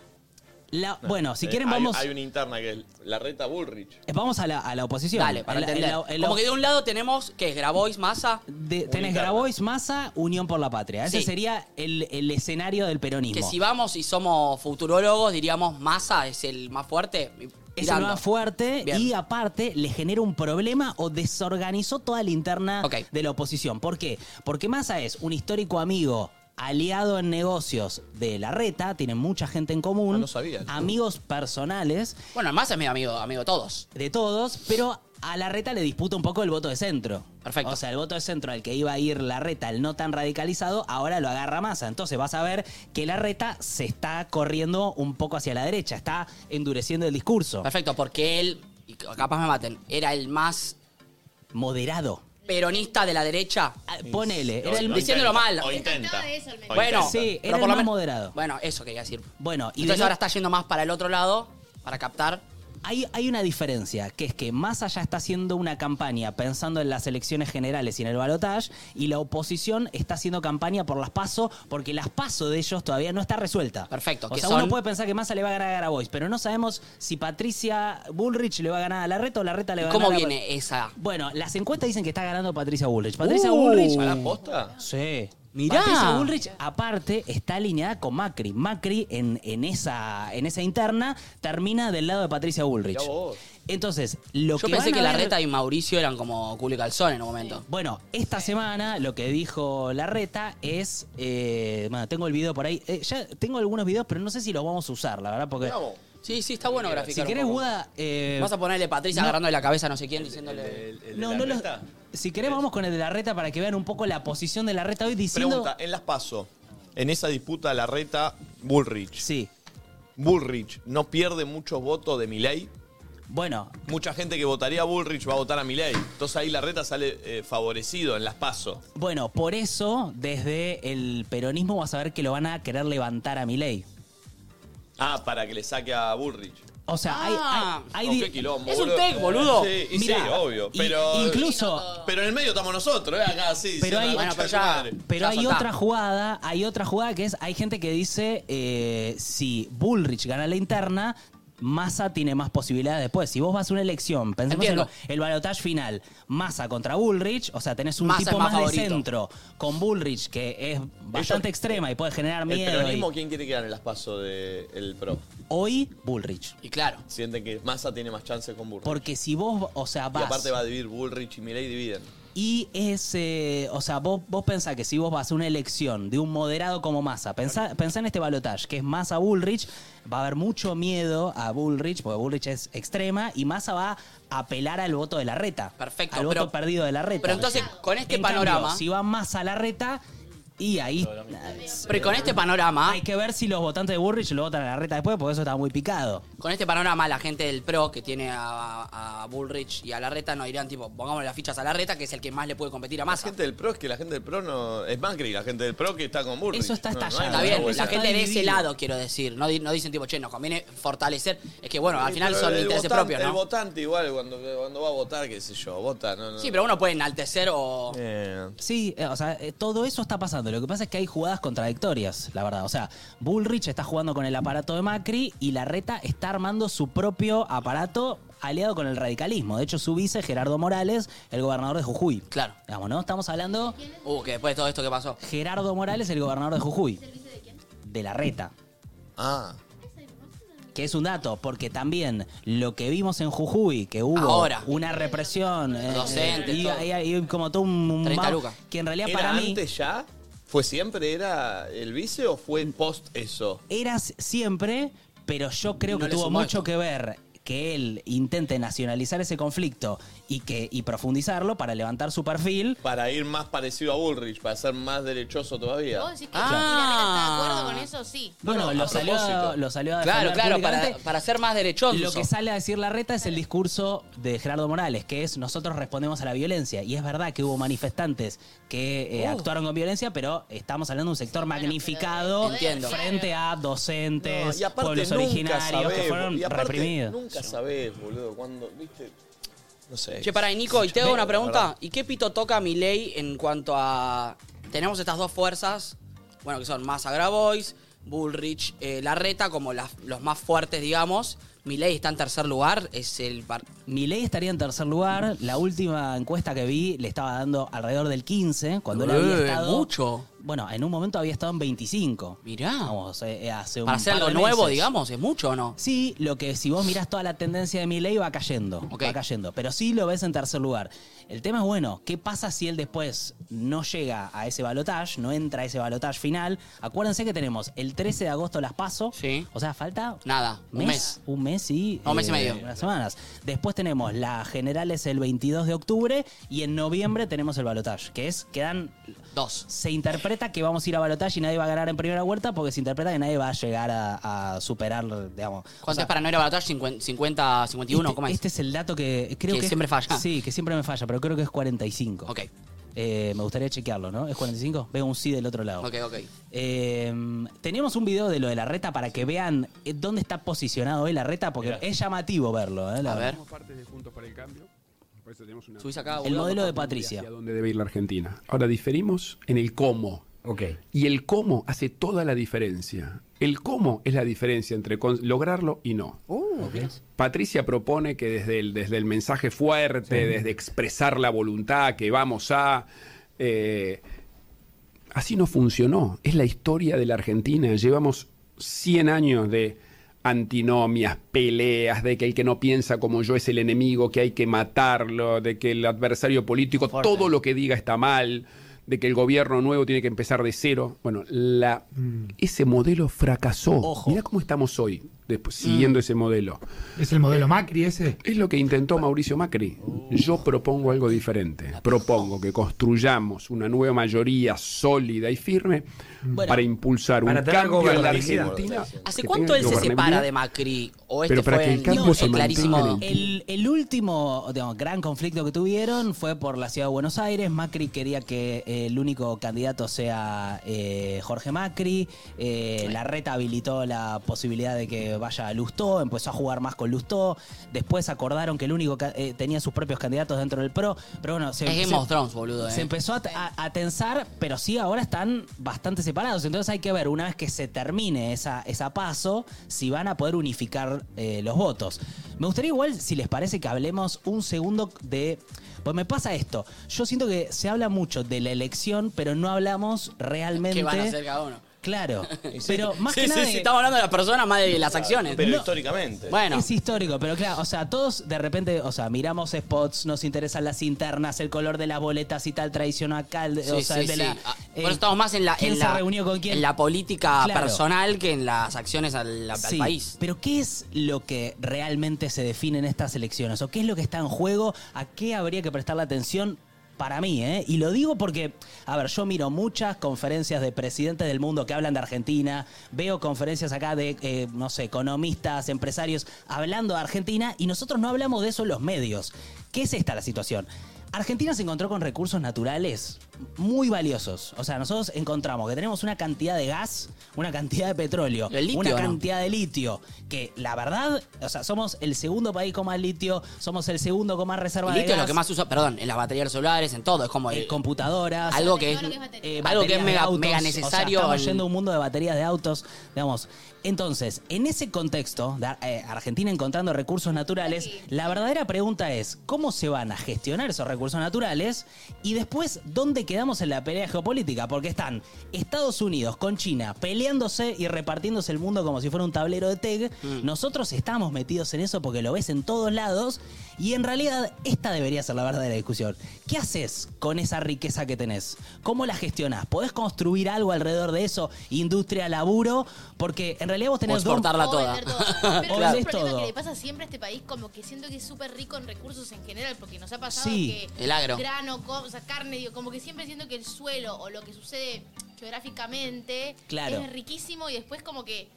Speaker 15: la- bueno, si
Speaker 1: Eh,
Speaker 15: quieren
Speaker 1: hay-
Speaker 15: vamos,
Speaker 1: Hay una interna que es la reta Bullrich.
Speaker 15: eh, vamos a la, a la oposición.
Speaker 9: Dale, para
Speaker 15: En la- en
Speaker 9: entender.
Speaker 15: la- en la-
Speaker 9: Como que de un lado tenemos, que es Grabois, Massa.
Speaker 15: de- tenés Grabois, Massa, Unión por la Patria. Ese
Speaker 9: Sí.
Speaker 15: sería el, el escenario del peronismo.
Speaker 9: Que si vamos y somos futurólogos, diríamos Massa es el más fuerte.
Speaker 15: Es el
Speaker 9: Tirando.
Speaker 15: más fuerte
Speaker 9: Bien.
Speaker 15: y aparte le genera un problema o desorganizó toda la interna de la oposición. ¿Por qué? Porque Massa es un histórico amigo, aliado en negocios de la reta, tienen mucha gente en común,
Speaker 9: Ah,
Speaker 15: amigos personales.
Speaker 9: Bueno, Massa es mi amigo, amigo de todos.
Speaker 15: De todos, pero a la reta le disputa un poco el voto de centro. Perfecto. O sea, el voto de centro al que iba a ir la reta, el no tan radicalizado, ahora lo agarra Massa. Entonces vas a ver que la reta se está corriendo un poco hacia la derecha, está endureciendo el discurso.
Speaker 9: Perfecto, porque él, y capaz me maten, era el más
Speaker 15: Moderado.
Speaker 9: peronista de la derecha.
Speaker 15: Ah, Ponele, era el-
Speaker 9: diciéndolo mal.
Speaker 15: O intenta. O
Speaker 9: Bueno,
Speaker 15: intenta. Sí,
Speaker 9: pero
Speaker 15: era el
Speaker 9: por lo
Speaker 15: más
Speaker 9: menos-
Speaker 15: moderado.
Speaker 9: Bueno, eso quería decir.
Speaker 15: Bueno, y
Speaker 9: Entonces
Speaker 15: del-
Speaker 9: ahora está yendo más para el otro lado, para captar.
Speaker 15: Hay, hay una diferencia, que es que Massa ya está haciendo una campaña pensando en las elecciones generales y en el balotaje, y la oposición está haciendo campaña por las PASO, porque las PASO de ellos todavía no está resuelta.
Speaker 9: Perfecto.
Speaker 15: O
Speaker 9: que
Speaker 15: sea,
Speaker 9: son-
Speaker 15: uno puede pensar que Massa le va a ganar a Grabois, pero no sabemos si Patricia Bullrich le va a ganar a Larreta o Larreta le va a ganar
Speaker 9: ¿Cómo
Speaker 15: a-
Speaker 9: viene esa?
Speaker 15: Bueno, las encuestas dicen que está ganando Patricia Bullrich. Patricia
Speaker 9: Uh.
Speaker 15: Bullrich...
Speaker 9: ¿Pará,
Speaker 15: posta? Sí.
Speaker 9: Mirá.
Speaker 15: Patricia Bullrich, aparte, está alineada con Macri. Macri, en, en esa, en esa interna, termina del lado de Patricia Bullrich.
Speaker 9: Mirá vos.
Speaker 15: Entonces, lo
Speaker 9: Yo
Speaker 15: que
Speaker 9: pensé
Speaker 15: van a
Speaker 9: que la
Speaker 15: ver-
Speaker 9: reta y Mauricio eran como culo y calzón en un momento.
Speaker 15: Bueno, esta semana lo que dijo Larreta es. eh, bueno, tengo el video por ahí. Eh, ya tengo algunos videos, pero no sé si los vamos a usar, la verdad, porque.
Speaker 9: Sí, sí, está bueno graficar.
Speaker 15: Eh, Si
Speaker 9: un
Speaker 15: querés,
Speaker 9: poco.
Speaker 15: Buda. eh,
Speaker 9: Vas a ponerle Patricia
Speaker 15: no-
Speaker 9: agarrando la cabeza a no sé quién diciéndole.
Speaker 15: No, no los- Si querés, vamos con el de Larreta para que vean un poco la posición de Larreta hoy diciendo.
Speaker 1: Pregunta, en las paso, en esa disputa la reta Bullrich.
Speaker 15: Sí.
Speaker 1: Bullrich no pierde muchos votos de Milei.
Speaker 15: Bueno.
Speaker 1: Mucha gente que votaría a Bullrich va a votar a Milei. Entonces ahí la reta sale eh, favorecido en las paso.
Speaker 15: Bueno, por eso, desde el peronismo vas a ver que lo van a querer levantar a Milei.
Speaker 1: Ah, para que le saque a Bullrich.
Speaker 15: O sea,
Speaker 9: Ah.
Speaker 15: Ah. hay- hay-
Speaker 1: No,
Speaker 15: hay-
Speaker 1: qué quilombo,
Speaker 15: Es un
Speaker 1: boludo.
Speaker 15: tech, boludo.
Speaker 1: Sí, y sí,
Speaker 15: Mirá,
Speaker 1: obvio.
Speaker 15: y-
Speaker 1: Pero,
Speaker 15: incluso-
Speaker 1: Pero en el medio estamos nosotros, ¿eh? Acá sí. diciendo
Speaker 15: Pero hay,
Speaker 1: la concha de tu madre.
Speaker 15: pero hay otra jugada, hay otra jugada que es, hay gente que dice, eh, si Bullrich gana la interna, Massa tiene más posibilidades después. Si vos vas a una elección, pensemos en
Speaker 9: Entiendo.
Speaker 15: el, el balotaje final, Massa contra Bullrich, o sea, tenés un
Speaker 9: Massa
Speaker 15: tipo
Speaker 9: es más
Speaker 15: más, de
Speaker 9: favorito.
Speaker 15: centro con Bullrich que es bastante extrema y puede generar
Speaker 1: ¿El
Speaker 15: miedo. y-
Speaker 1: peronismo quién quiere que gane las pasos del PRO?
Speaker 15: hoy, Bullrich.
Speaker 9: Y claro.
Speaker 1: Sienten que Massa tiene más chance con Bullrich.
Speaker 15: Porque si vos, o sea,
Speaker 1: Y
Speaker 15: vas...
Speaker 1: aparte va a dividir Bullrich y Milei dividen.
Speaker 15: Y es, eh, o sea, vos, vos pensás que si vos vas a una elección de un moderado como Massa, pensá, pensá en este balotaje, que es Massa Bullrich, va a haber mucho miedo a Bullrich, porque Bullrich es extrema, y Massa va a apelar al voto de la reta.
Speaker 9: Perfecto,
Speaker 15: Al voto
Speaker 9: pero-
Speaker 15: perdido de la reta.
Speaker 9: pero entonces, con este
Speaker 15: En cambio,
Speaker 9: panorama-
Speaker 15: si va Massa a la reta, y ahí.
Speaker 9: Pero con
Speaker 15: eh,
Speaker 9: este panorama.
Speaker 15: Hay que ver si los votantes de Bullrich lo votan a la reta después, porque eso está muy picado.
Speaker 9: Con este panorama, la gente del PRO que tiene a, a Bullrich y a Larreta nos dirán, tipo, pongámosle las fichas a Larreta, que es el que más le puede competir a
Speaker 1: La
Speaker 9: Massa.
Speaker 1: gente del PRO es que la gente del PRO no... Es Macri, la gente del PRO que está con Bullrich.
Speaker 15: Eso está
Speaker 1: No, no hay
Speaker 15: estallado.
Speaker 1: mucha
Speaker 9: Está bien,
Speaker 1: vuelta.
Speaker 9: la gente de ese lado, quiero decir. No, di- no dicen, tipo, che, nos conviene fortalecer. Es que, bueno, al
Speaker 1: Sí,
Speaker 9: final
Speaker 1: pero
Speaker 9: son
Speaker 1: el
Speaker 9: intereses
Speaker 1: votante-
Speaker 9: propios,
Speaker 1: El
Speaker 9: ¿no?
Speaker 1: votante igual cuando, cuando va a votar, qué sé yo, vota. No, no.
Speaker 9: Sí, pero uno puede enaltecer o...
Speaker 15: Sí, eh, o sea, eh, todo eso está pasando. Lo que pasa es que hay jugadas contradictorias, la verdad. O sea, Bullrich está jugando con el aparato de Macri y Larreta está armando su propio aparato aliado con el radicalismo. De hecho, su vice, Gerardo Morales, el gobernador de Jujuy.
Speaker 9: Claro.
Speaker 15: Digamos, ¿no? Estamos hablando
Speaker 9: Uh, que después de todo esto que pasó.
Speaker 15: Gerardo Morales, el gobernador de Jujuy. De Larreta.
Speaker 1: Ah.
Speaker 15: Que es un dato, porque también lo que vimos en Jujuy, que hubo
Speaker 9: Ahora.
Speaker 15: una represión. eh,
Speaker 9: Docentes,
Speaker 15: y,
Speaker 9: todo.
Speaker 15: y- y como todo un... un
Speaker 9: 30
Speaker 15: ma-
Speaker 9: lucas.
Speaker 15: Que en realidad
Speaker 1: ¿Era
Speaker 15: para mí...
Speaker 1: antes ya? ¿Fue siempre? ¿Era el vice o fue post eso?
Speaker 15: eras siempre, pero yo creo
Speaker 1: No
Speaker 15: que
Speaker 1: le
Speaker 15: tuvo
Speaker 1: sumó
Speaker 15: mucho que ver que él intente nacionalizar ese conflicto y que y profundizarlo para levantar su perfil.
Speaker 1: Para ir más parecido a Bullrich, para ser más derechoso todavía.
Speaker 28: ¿Vos decís que
Speaker 9: Ah.
Speaker 28: Larreta está de acuerdo con eso? Sí.
Speaker 15: Bueno,
Speaker 1: a
Speaker 15: lo salió, a-
Speaker 1: propósito.
Speaker 15: lo salió a
Speaker 9: Claro,
Speaker 15: defender
Speaker 9: claro,
Speaker 15: públicamente.
Speaker 9: para, para ser más derechoso.
Speaker 15: Lo que sale a decir la reta es el discurso de Gerardo Morales, que es nosotros respondemos a la violencia. Y es verdad que hubo manifestantes que eh,
Speaker 9: Uh.
Speaker 15: actuaron con violencia, pero estamos hablando de un sector magnificado
Speaker 9: Entiendo.
Speaker 15: frente a docentes,
Speaker 1: eh, No, y aparte
Speaker 15: pueblos
Speaker 1: nunca
Speaker 15: originarios
Speaker 1: sabés,
Speaker 15: que fueron
Speaker 1: y aparte
Speaker 15: reprimidos.
Speaker 1: Nunca sabés, boludo, cuando, viste, no sé.
Speaker 9: Che, pará, y Nico, y te hago
Speaker 1: Ve-
Speaker 9: una
Speaker 1: la
Speaker 9: pregunta.
Speaker 1: verdad.
Speaker 9: ¿Y qué pito toca mi ley en cuanto a. Tenemos estas dos fuerzas, bueno, que son Massa Grabois, Bullrich, eh, Larreta, como las- los más fuertes, digamos. Milei está en tercer lugar, es el par-
Speaker 15: Milei estaría en tercer lugar. La última encuesta que vi le estaba dando alrededor del 15, cuando él había
Speaker 9: Eh,
Speaker 15: estado.
Speaker 9: mucho.
Speaker 15: Bueno, en un momento había estado en 25.
Speaker 9: Mirá.
Speaker 15: Vamos, eh, hace un
Speaker 9: Para hacer
Speaker 15: par
Speaker 9: algo
Speaker 15: de
Speaker 9: nuevo,
Speaker 15: meses.
Speaker 9: digamos, es mucho o no.
Speaker 15: Sí, lo que si vos mirás toda la tendencia de Milei va cayendo. Va cayendo. Pero sí lo ves en tercer lugar. El tema es bueno, ¿qué pasa si él después no llega a ese balotaje, no entra a ese balotaje final? Acuérdense que tenemos el 13 de agosto las paso. Sí. O sea, falta
Speaker 9: Nada, un mes.
Speaker 15: Un mes y. eh,
Speaker 9: No, un mes y medio.
Speaker 15: Unas semanas. Después tenemos las generales el 22 de octubre y en noviembre tenemos el balotaje, que es, quedan.
Speaker 9: Dos.
Speaker 15: Se interpreta que vamos a ir a balotaje y nadie va a ganar en primera vuelta porque se interpreta que nadie va a llegar a, a superar, digamos.
Speaker 9: ¿Cuánto es para no ir a Balotage? ¿Cincuenta- 50, 51,
Speaker 15: Este,
Speaker 9: ¿cómo es?
Speaker 15: este el dato que creo
Speaker 9: Que
Speaker 15: que, es-
Speaker 9: siempre falla.
Speaker 15: Sí, que siempre me falla, pero creo que es 45.
Speaker 9: Ok.
Speaker 15: Eh, me gustaría chequearlo, ¿no? ¿Es 45? Veo un sí del otro lado.
Speaker 9: Ok, ok.
Speaker 15: Eh, tenemos un video de lo de la reta para que vean eh, dónde está posicionado hoy la reta, porque es llamativo verlo. ¿eh? La verdad.
Speaker 29: Somos parte de Juntos para el Cambio. Por eso tenemos una-
Speaker 9: Subís acá,
Speaker 15: El boludo, modelo de Patricia.
Speaker 29: Hacia dónde debe ir la Argentina. Ahora diferimos en el cómo. Y el cómo hace toda la diferencia. El cómo es la diferencia entre con- lograrlo y no. Patricia propone que desde el, desde el mensaje fuerte, desde expresar la voluntad, que vamos a... eh, Así no funcionó. Es la historia de la Argentina. Llevamos 100 años de antinomias, peleas, de que el que no piensa como yo es el enemigo, que hay que matarlo, de que el adversario político, todo lo que diga está mal, de que el gobierno nuevo tiene que empezar de cero. Bueno, la, ese modelo fracasó. Mirá cómo estamos hoy, después, siguiendo ese modelo.
Speaker 30: Mm. ¿Es el modelo Macri ese? Oh.
Speaker 29: Es lo que intentó Mauricio Macri. Yo propongo algo diferente. Propongo que construyamos una nueva mayoría sólida y firme
Speaker 2: Bueno.
Speaker 29: para impulsar un
Speaker 2: Para tener
Speaker 29: cambio en la
Speaker 2: gobernabilidad.
Speaker 29: Argentina.
Speaker 2: ¿Hace
Speaker 29: que
Speaker 2: cuánto
Speaker 29: tenga
Speaker 2: él se separa
Speaker 29: gobernabilidad.
Speaker 2: de Macri? ¿O este
Speaker 29: Pero para
Speaker 2: fue
Speaker 29: que el
Speaker 2: en-
Speaker 29: cambio se
Speaker 2: en clarísimo?
Speaker 29: mantenga
Speaker 15: El, el último digamos, gran conflicto que tuvieron fue por la ciudad de Buenos Aires. Macri quería que eh, el único candidato sea eh, Jorge Macri. Eh, la reta habilitó la posibilidad de que vaya Lustó. Empezó a jugar más con Lustó. Después acordaron que el único ca- eh, tenía sus propios candidatos dentro del PRO. Pero bueno, se,
Speaker 2: Es Game
Speaker 15: se-
Speaker 2: of Thrones, boludo, eh.
Speaker 15: se empezó a, a- a tensar, pero sí ahora están bastante separados. Entonces hay que ver, una vez que se termine esa, esa paso, si van a poder unificar eh, los votos. Me gustaría igual, si les parece, que hablemos un segundo de... Pues me pasa esto. Yo siento que se habla mucho de la elección, pero no hablamos realmente...
Speaker 2: ¿Qué van a hacer cada uno?
Speaker 15: Claro, pero más
Speaker 2: Sí,
Speaker 15: que
Speaker 2: sí,
Speaker 15: nada...
Speaker 2: sí,
Speaker 15: de-
Speaker 2: estamos hablando de las personas más de las
Speaker 15: Claro,
Speaker 2: acciones.
Speaker 15: pero No.
Speaker 2: históricamente. Bueno,
Speaker 15: Es histórico, pero claro, o sea, todos de repente, o sea, miramos spots, nos interesan las internas, el color de las boletas y tal, traición acá, el de- o
Speaker 2: Sí,
Speaker 15: sea,
Speaker 2: sí,
Speaker 15: el de
Speaker 2: sí.
Speaker 15: la...
Speaker 2: Ah,
Speaker 15: eh,
Speaker 2: por eso estamos más en la,
Speaker 15: ¿quién
Speaker 2: en
Speaker 15: se
Speaker 2: la,
Speaker 15: reunió con quién?
Speaker 2: en la política
Speaker 15: Claro.
Speaker 2: personal que en las acciones al, al
Speaker 15: Sí,
Speaker 2: país.
Speaker 15: Pero ¿qué es lo que realmente se define en estas elecciones? ¿O qué es lo que está en juego? ¿A qué habría que prestarle atención? Para mí, ¿eh? Y lo digo porque, a ver, yo miro muchas conferencias de presidentes del mundo que hablan de Argentina, veo conferencias acá de, eh, no sé, economistas, empresarios, hablando de Argentina, y nosotros no hablamos de eso en los medios. ¿Qué es esta la situación? Argentina se encontró con recursos naturales muy valiosos. O sea, nosotros encontramos que tenemos una cantidad de gas, una cantidad de petróleo,
Speaker 2: ¿El litio
Speaker 15: una
Speaker 2: o no?
Speaker 15: cantidad de litio, que la verdad, o sea, somos el segundo país con más litio, somos el segundo con más reserva
Speaker 2: El
Speaker 15: de
Speaker 2: litio es
Speaker 15: gas.
Speaker 2: lo que más usa, perdón, en las baterías de los celulares, en todo, es como el-
Speaker 15: computadoras,
Speaker 2: algo que es,
Speaker 15: eh,
Speaker 2: algo que
Speaker 15: baterías
Speaker 2: es
Speaker 15: de
Speaker 2: mega,
Speaker 15: autos.
Speaker 2: mega
Speaker 15: O sea,
Speaker 2: necesario.
Speaker 15: estamos
Speaker 2: en-
Speaker 15: yendo a un mundo de baterías de autos, digamos. Entonces, en ese contexto, de Ar- eh, Argentina encontrando recursos naturales, la verdadera pregunta es, ¿cómo se van a gestionar esos recursos naturales? Y después, ¿dónde quedamos en la pelea geopolítica? Porque están Estados Unidos con China peleándose y repartiéndose el mundo como si fuera un tablero de TEG. Nosotros estamos metidos en eso porque lo ves en todos lados. Y en realidad, esta debería ser la verdadera discusión. ¿Qué haces con esa riqueza que tenés? ¿Cómo la gestionás? ¿Podés construir algo alrededor de eso? Industria, laburo, porque en realidad vos tenés
Speaker 2: O exportarla
Speaker 15: dos-
Speaker 2: O toda. vender toda.
Speaker 15: O
Speaker 6: Pero es un
Speaker 15: vendés
Speaker 6: problema
Speaker 15: todo.
Speaker 6: que le pasa siempre a este país, como que siento que es súper rico en recursos en general, porque nos ha pasado
Speaker 15: Sí,
Speaker 6: que
Speaker 15: el agro.
Speaker 6: grano, co- o sea, carne, digo, como que siempre siento que el suelo o lo que sucede geográficamente
Speaker 15: Claro.
Speaker 6: es riquísimo y después como que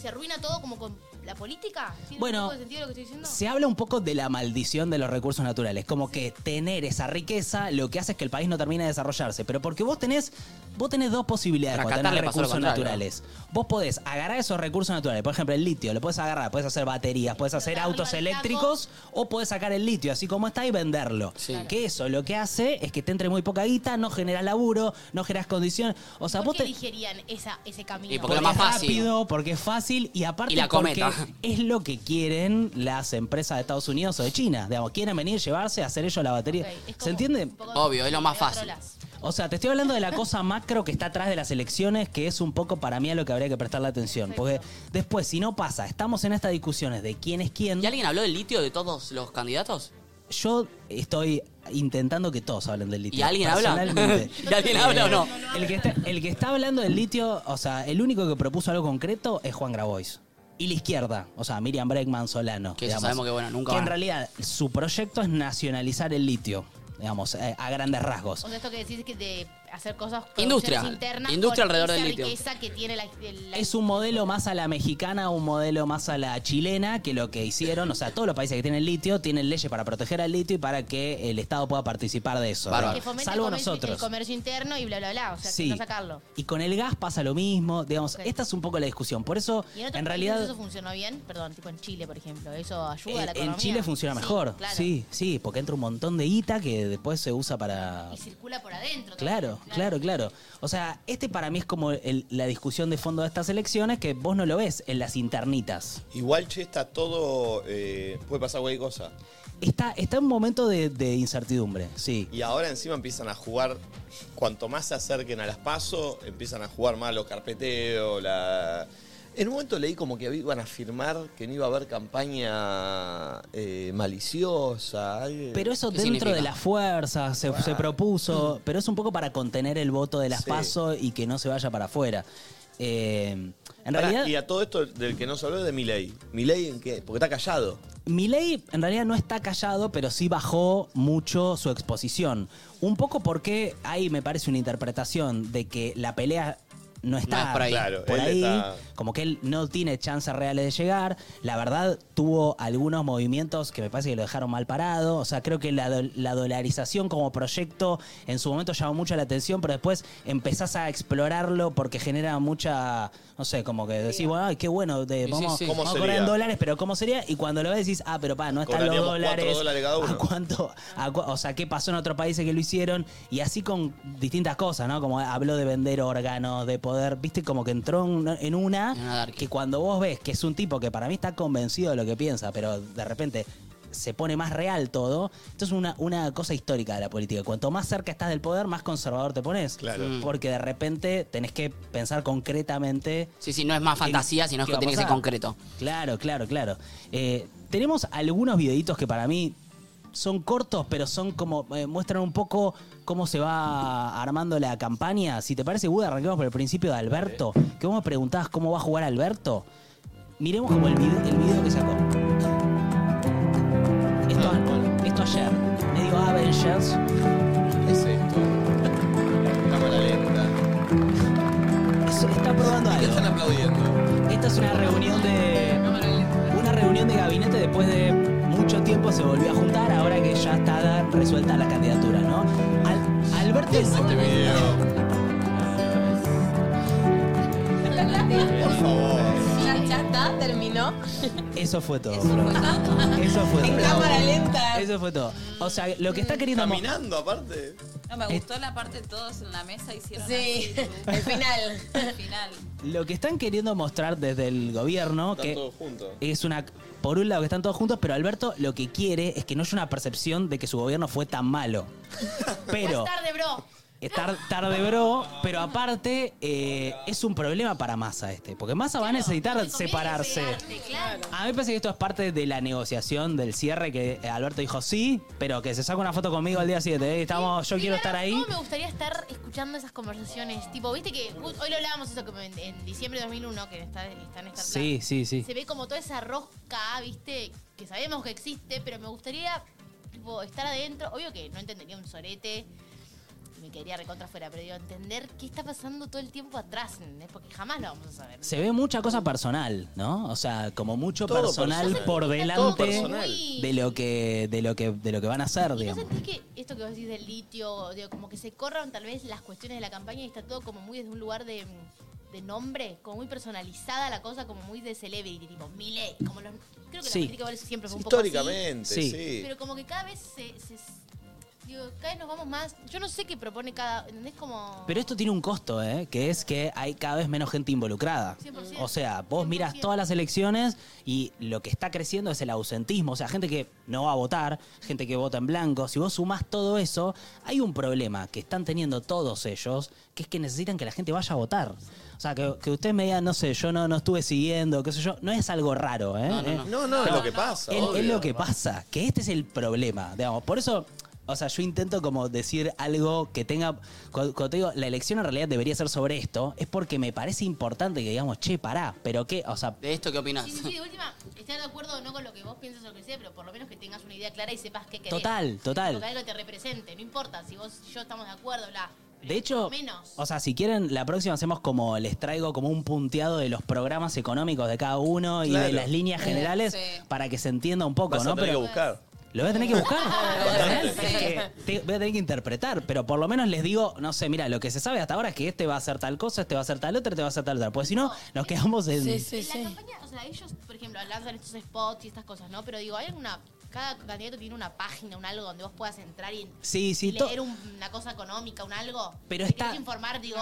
Speaker 6: se arruina todo como con la política. ¿Tiene
Speaker 15: Bueno,
Speaker 6: un poco de sentido lo que estoy diciendo?
Speaker 15: Se habla un poco de la maldición de los recursos naturales, como que tener esa riqueza lo que hace es que el país no termine de desarrollarse, pero porque vos tenés, vos tenés dos posibilidades cuando
Speaker 2: Racatar
Speaker 15: tenés
Speaker 2: le pasó lo
Speaker 15: recursos
Speaker 2: contrario.
Speaker 15: naturales. Vos podés agarrar esos recursos naturales, por ejemplo el litio, lo podés agarrar, podés hacer baterías, podés hacer autos eléctricos o podés sacar el litio así como está y venderlo. Que eso lo que hace es que te entre muy poca guita, no generás laburo, no generás condiciones, o sea,
Speaker 6: ¿Por
Speaker 15: vos
Speaker 6: qué
Speaker 15: te...
Speaker 6: elegirían esa, ese camino?
Speaker 15: es rápido, porque es fácil y aparte
Speaker 2: Y la cometa.
Speaker 15: porque es lo que quieren las empresas de Estados Unidos o de China. Digamos, quieren venir, llevarse, hacer ellos la batería. ¿Se entiende?
Speaker 2: Obvio, es lo más fácil.
Speaker 15: O sea, te estoy hablando de la cosa macro que está atrás de las elecciones, que es un poco para mí a lo que habría que prestarle atención. Porque después, si no pasa, estamos en estas discusiones de quién es quién.
Speaker 2: ¿Y alguien habló del litio de todos los candidatos?
Speaker 15: Yo estoy intentando que todos hablen del litio.
Speaker 2: ¿Y alguien habla?
Speaker 15: Personalmente.
Speaker 2: ¿Y alguien habla o no?
Speaker 15: El que, está, el que está hablando del litio, o sea, el único que propuso algo concreto es Juan Grabois. Y la izquierda, o sea, Miriam Bregman Solano.
Speaker 2: Que ya sabemos que, bueno, nunca
Speaker 15: Que
Speaker 2: van
Speaker 15: en
Speaker 2: a-
Speaker 15: realidad su proyecto es nacionalizar el litio, digamos, eh, a grandes rasgos.
Speaker 6: O sea, esto que decís que de hacer cosas
Speaker 15: Industria.
Speaker 6: producciones internas
Speaker 15: Industria
Speaker 6: con
Speaker 15: alrededor
Speaker 6: esa
Speaker 15: del litio.
Speaker 6: riqueza que tiene la, el- la-
Speaker 15: Es un modelo más a la mexicana, un modelo más a la chilena, que lo que hicieron, o sea, todos los países que tienen litio tienen leyes para proteger al litio y para que el Estado pueda participar de eso.
Speaker 6: que
Speaker 15: digamos.
Speaker 6: fomente el
Speaker 15: Salvo
Speaker 6: comercio-
Speaker 15: nosotros.
Speaker 6: el comercio interno y bla, bla, bla. O sea,
Speaker 15: Sí.
Speaker 6: que no sacarlo.
Speaker 15: Y con el gas pasa lo mismo, digamos, esta es un poco la discusión. Por eso,
Speaker 6: Y
Speaker 15: en,
Speaker 6: en otros países
Speaker 15: realidad,
Speaker 6: eso funcionó bien, perdón, tipo en Chile, por ejemplo. Eso ayuda a la
Speaker 15: en,
Speaker 6: economía.
Speaker 15: en Chile funciona
Speaker 6: Sí,
Speaker 15: mejor. Sí,
Speaker 6: claro.
Speaker 15: sí, porque entra un montón de guita que después se usa para...
Speaker 6: Circula por adentro.
Speaker 15: Claro, Claro, claro, claro. O sea, este para mí es como el- la discusión de fondo de estas elecciones que vos no lo ves en las internitas.
Speaker 11: Igual, che, está todo. eh, puede pasar cualquier cosa.
Speaker 15: Está, está en un momento de, de incertidumbre, sí.
Speaker 11: Y ahora encima empiezan a jugar. Cuanto más se acerquen a las PASO, empiezan a jugar más los carpeteos, la. En un momento leí como que iban a afirmar que no iba a haber campaña eh, maliciosa. algo-
Speaker 15: Pero eso dentro de las fuerzas se, se propuso, pero es un poco para contener el voto de las
Speaker 11: Sí.
Speaker 15: PASO y que no se vaya para afuera. Eh, en
Speaker 11: Pará,
Speaker 15: realidad,
Speaker 11: Y a todo esto del que no se habló es de Milei. ¿Milei en qué? Porque está callado.
Speaker 15: Milei en realidad no está callado, pero sí bajó mucho su exposición. Un poco porque ahí me parece una interpretación de que la pelea no está
Speaker 9: No es por ahí. Claro,
Speaker 15: por
Speaker 9: él
Speaker 15: ahí,
Speaker 9: está-
Speaker 15: como que él no tiene chances reales de llegar. La verdad, tuvo algunos movimientos que me parece que lo dejaron mal parado. O sea, creo que la, do- la dolarización como proyecto en su momento llamó mucho la atención, pero después empezás a explorarlo porque genera mucha, no sé, como que decís, bueno, ay, qué bueno, de,
Speaker 11: Sí,
Speaker 15: vamos,
Speaker 11: sí, sí.
Speaker 15: vamos
Speaker 11: ¿Cómo
Speaker 15: a cobrar en
Speaker 11: sería?
Speaker 15: dólares, pero ¿cómo sería? Y cuando lo ves decís, ah, pero pa, no están los
Speaker 11: Cobraríamos cuatro
Speaker 15: dólares.
Speaker 11: dólares cada uno.
Speaker 15: ¿A cuánto? A cu- o sea, ¿qué pasó en otros países que lo hicieron? Y así con distintas cosas, ¿no? Como habló de vender órganos, de poder, viste, como que entró en- en una que cuando vos ves que es un tipo que para mí está convencido de lo que piensa, pero de repente se pone más real todo. Esto es una, una cosa histórica de la política. Cuanto más cerca estás del poder, más conservador te pones.
Speaker 9: Claro. Mm.
Speaker 15: Porque de repente tenés que pensar concretamente.
Speaker 9: Sí, sí, no es más fantasía,
Speaker 15: qué-
Speaker 9: sino es
Speaker 15: Eh, qué
Speaker 9: que
Speaker 15: va a
Speaker 9: tiene que ser
Speaker 15: pasar.
Speaker 9: concreto.
Speaker 15: Claro, claro, claro. Eh, tenemos algunos videitos que para mí son cortos, pero son como. eh, muestran un poco cómo se va armando la campaña. Si te parece, Buda, arranquemos por el principio de Alberto. Que vos me preguntabas cómo va a jugar Alberto. Miremos como el video, el video que sacó.
Speaker 11: Ah,
Speaker 15: Esto, esto ayer. Medio Avengers.
Speaker 11: ¿Qué es esto? Cámara lenta.
Speaker 15: Eso está probando algo.
Speaker 11: están aplaudiendo?
Speaker 15: Esta es una reunión de. Una reunión de gabinete después de mucho tiempo se volvió a juntar ahora que ya está resuelta la candidatura, ¿no? Al- Alberto.
Speaker 11: Este video.
Speaker 10: Por favor. ¿Ya, ya está, terminó.
Speaker 15: Eso fue todo. bro. Eso fue todo.
Speaker 10: En cámara lenta.
Speaker 15: Eso fue todo. O sea, lo que está queriendo. mo-
Speaker 11: Caminando, aparte.
Speaker 5: No, me gustó la parte de todos en la mesa hicieron
Speaker 4: Sí,
Speaker 5: así,
Speaker 4: el final.
Speaker 5: al final.
Speaker 15: Lo que están queriendo mostrar desde el gobierno
Speaker 11: Están
Speaker 15: que
Speaker 11: todos juntos.
Speaker 15: es una por un lado que están todos juntos, pero Alberto lo que quiere es que no haya una percepción de que su gobierno fue tan malo. Pero
Speaker 6: Más tarde, bro.
Speaker 15: es tar- tarde, bro, pero aparte eh, es un problema para Massa este, porque Massa va a necesitar separarse. A mí me parece que esto es parte de la negociación del cierre que eh, Alberto dijo sí, pero que se saca una foto conmigo al día siguiente. eh, estamos, yo quiero estar ahí.
Speaker 6: ¿Cómo me gustaría estar escuchando esas conversaciones? Tipo, viste que ju- hoy lo hablábamos eso como en, en diciembre de 2001, que está, está en esta
Speaker 15: Sí, sí, sí.
Speaker 6: Se ve como toda esa rosca, viste, que sabemos que existe, pero me gustaría tipo, estar adentro. Obvio que no entendería un sorete, me quedaría recontra fuera, pero digo, entender qué está pasando todo el tiempo atrás, ¿entendés? Porque jamás lo vamos a saber.
Speaker 15: Se ve mucha cosa personal, ¿no? O sea, como mucho
Speaker 11: Todo
Speaker 15: personal,
Speaker 11: personal.
Speaker 15: por
Speaker 11: Todo
Speaker 15: delante
Speaker 11: personal.
Speaker 15: de lo que de lo que de lo que van a hacer,
Speaker 6: ¿Y no
Speaker 15: digamos.
Speaker 6: sentís que esto que vos decís del litio, digo, como que se corran tal vez las cuestiones de la campaña y está todo como muy desde un lugar de, de nombre, como muy personalizada la cosa, como muy de celebrity, tipo Milei, como los, creo que
Speaker 11: Sí.
Speaker 6: la política igual siempre fue un
Speaker 11: Históricamente,
Speaker 6: poco así.
Speaker 11: Sí. sí.
Speaker 6: Pero como que cada vez se, se- digo, cada vez nos vamos más, yo no sé qué propone cada, ¿entendés? Como
Speaker 15: Pero esto tiene un costo, ¿eh? que es que hay cada vez menos gente involucrada.
Speaker 6: 100%.
Speaker 15: O sea, vos miras todas las elecciones y lo que está creciendo es el ausentismo, o sea, gente que no va a votar, gente que vota en blanco. Si vos sumás todo eso, hay un problema que están teniendo todos ellos, que es que necesitan que la gente vaya a votar. O sea, que, que ustedes me digan, no sé, yo no, no estuve siguiendo, qué sé yo, no es algo raro, ¿eh?
Speaker 11: No, no, no. No, no, es lo que pasa,
Speaker 15: Es, es
Speaker 11: obvio.
Speaker 15: lo que pasa, que este es el problema, digamos. Por eso, o sea, yo intento como decir algo que tenga. Cuando, cuando te digo, la elección en realidad debería ser sobre esto, es porque me parece importante que digamos, che, pará, pero qué, o sea.
Speaker 9: ¿De esto qué opinás?
Speaker 6: Sí, sí, sí, de última, estar de acuerdo o no con lo que vos piensas o lo que sea, pero por lo menos que tengas una idea clara y sepas qué querés.
Speaker 15: Total, total.
Speaker 6: Porque algo te represente, no importa si vos y yo estamos de acuerdo, bla.
Speaker 15: De hecho,
Speaker 6: Menos.
Speaker 15: o sea, si quieren, la próxima hacemos como, les traigo como un punteado de los programas económicos de cada uno y de
Speaker 11: Claro.
Speaker 15: las líneas generales para que se entienda un poco,
Speaker 11: Vas
Speaker 15: ¿no?
Speaker 11: a tener que buscar.
Speaker 15: Lo voy a tener que buscar. Te- voy a tener que interpretar, pero por lo menos les digo, no sé, mira, lo que se sabe hasta ahora es que este va a hacer tal cosa, este va a hacer tal otra, este va a hacer tal otra. Porque si no, nos quedamos en.
Speaker 6: en la campaña, o sea, ellos, por ejemplo, lanzan estos spots y estas cosas, ¿no? Pero digo, ¿hay alguna cada candidato tiene una página, un algo donde vos puedas entrar y
Speaker 15: Sí, sí, to-
Speaker 6: leer un- una cosa económica, un algo.
Speaker 15: Pero
Speaker 6: Te
Speaker 15: está-
Speaker 6: querés informar, digo,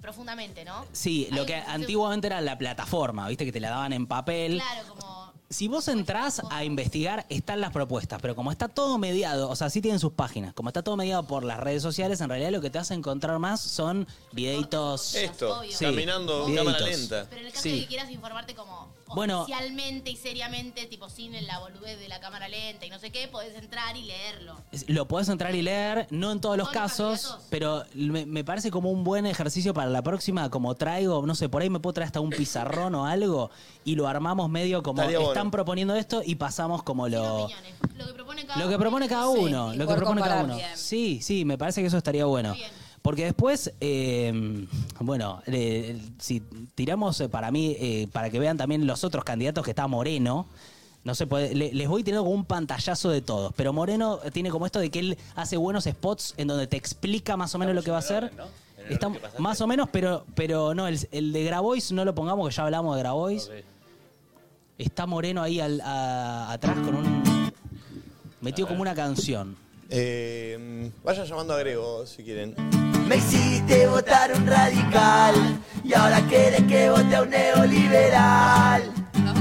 Speaker 6: profundamente, ¿no?
Speaker 15: Sí, lo que antiguamente era la plataforma, viste que te la daban en papel.
Speaker 6: Claro, como
Speaker 15: Si vos entrás a investigar, están las propuestas, pero como está todo mediado, o sea, sí tienen sus páginas, como está todo mediado por las redes sociales, en realidad lo que te vas a encontrar más son videitos.
Speaker 11: Esto, caminando en cámara lenta.
Speaker 6: Pero en el caso de
Speaker 15: Sí.
Speaker 6: que quieras informarte como
Speaker 15: Bueno.
Speaker 6: oficialmente y seriamente, tipo sin la boludez de la cámara lenta y no sé qué, podés entrar y leerlo.
Speaker 15: Es- Lo podés entrar y leer, no en todos los casos, pero me, me parece como un buen ejercicio para la próxima, como traigo, no sé, por ahí me puedo traer hasta un pizarrón o algo y lo armamos medio como
Speaker 11: Estaría
Speaker 15: están
Speaker 11: bueno.
Speaker 15: proponiendo esto y pasamos como lo... Lo que propone cada
Speaker 6: Sí,
Speaker 15: uno,
Speaker 6: y
Speaker 15: lo que
Speaker 6: poder
Speaker 15: propone cada
Speaker 6: comparar.
Speaker 15: uno.
Speaker 6: Bien.
Speaker 15: Sí, sí, me parece que eso estaría bueno. Porque después, eh, bueno, eh, si tiramos eh, para mí, eh, para que vean también los otros candidatos que está Moreno, no sé, puede- le- les voy tirando como un pantallazo de todos, pero Moreno tiene como esto de que él hace buenos spots en donde te explica más o menos lo que va a hacer. Está- más o menos, pero, pero no, el, el de Grabois no lo pongamos, que ya hablamos de Grabois. Está Moreno ahí al- a- atrás con un... Metió como una canción.
Speaker 1: Oh.
Speaker 11: Eh, vayan llamando a Grego si quieren.
Speaker 3: Me hiciste votar un radical y ahora quieres que vote a un neoliberal.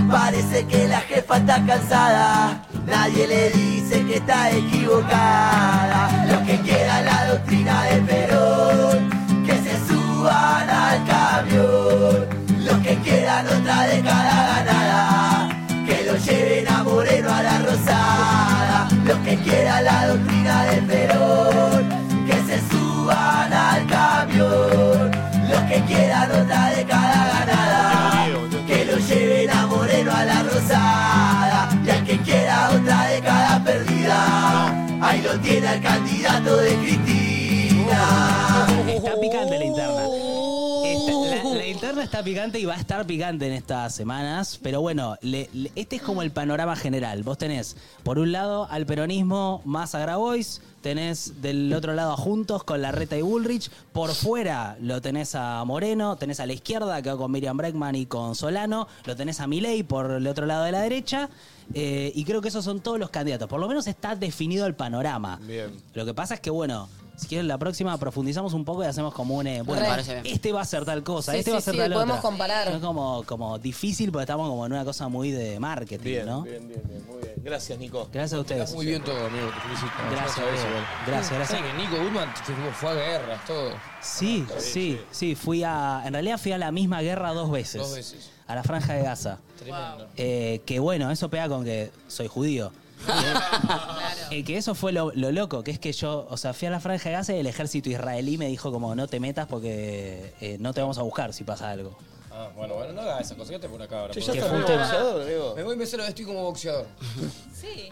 Speaker 3: Parece que la jefa está cansada, nadie le dice que está equivocada. Los que quieran la doctrina de Perón, que se suban al camión. Los que quieran otra década ganada, que lo lleven a Moreno a la Rosada. Los que quieran la doctrina de Perón que se suban al camión. Los que quieran otra década ganada, que lo lleven a Moreno a la Rosada. Y al que quiera otra década perdida, ahí lo tiene el candidato de Cristina.
Speaker 15: Está picante la interna.
Speaker 4: Uh.
Speaker 15: Está- la, la interna está picante y va a estar picante en estas semanas. Pero bueno, le- le- este es como el panorama general. Vos tenés, por un lado, al peronismo más a Grabois. Tenés del otro lado a Juntos con la Reta y Bullrich. Por fuera lo tenés a Moreno. Tenés a la izquierda, que va con Miriam Breckman y con Solano. Lo tenés a Milei por el otro lado de la derecha. Eh, y creo que esos son todos los candidatos. Por lo menos está definido el panorama.
Speaker 11: Bien.
Speaker 15: Lo que pasa es que, bueno, si quieren la próxima profundizamos un poco y hacemos como un... eh, bueno,
Speaker 4: Me parece bien.
Speaker 15: este va a ser tal cosa,
Speaker 4: Sí,
Speaker 15: este
Speaker 4: sí,
Speaker 15: va a ser
Speaker 4: sí,
Speaker 15: tal
Speaker 4: podemos
Speaker 15: otra.
Speaker 4: comparar.
Speaker 15: Es como, como difícil porque estamos como en una cosa muy de marketing,
Speaker 11: Bien,
Speaker 15: ¿no?
Speaker 11: bien, bien, bien, muy bien. Gracias, Nico.
Speaker 15: Gracias a ustedes.
Speaker 13: Muy bien todo, amigo. Te felicito.
Speaker 15: Gracias,
Speaker 13: Yo no sabés
Speaker 15: Diego.
Speaker 13: igual.
Speaker 15: Gracias, gracias.
Speaker 13: Saben que Nico Goodman fue- fue a guerras, todo.
Speaker 15: Sí, sí, sí, fui a... En realidad fui a la misma guerra dos veces.
Speaker 13: Dos veces.
Speaker 15: A la franja de Gaza.
Speaker 13: Tremendo.
Speaker 15: Eh, que bueno, eso pega con que soy judío. Eh, que eso fue lo, lo loco, que es que yo, o sea, fui a la franja de Gaza y el ejército israelí me dijo como no te metas porque eh, no te vamos a buscar si pasa algo.
Speaker 13: Ah, bueno, bueno, no hagas esas cosas, que te por acá ahora.
Speaker 15: Che,
Speaker 13: por
Speaker 15: ya
Speaker 13: favor.
Speaker 15: está medio boxeador, Diego.
Speaker 13: Me voy a empezar a vestir como boxeador.
Speaker 5: Sí.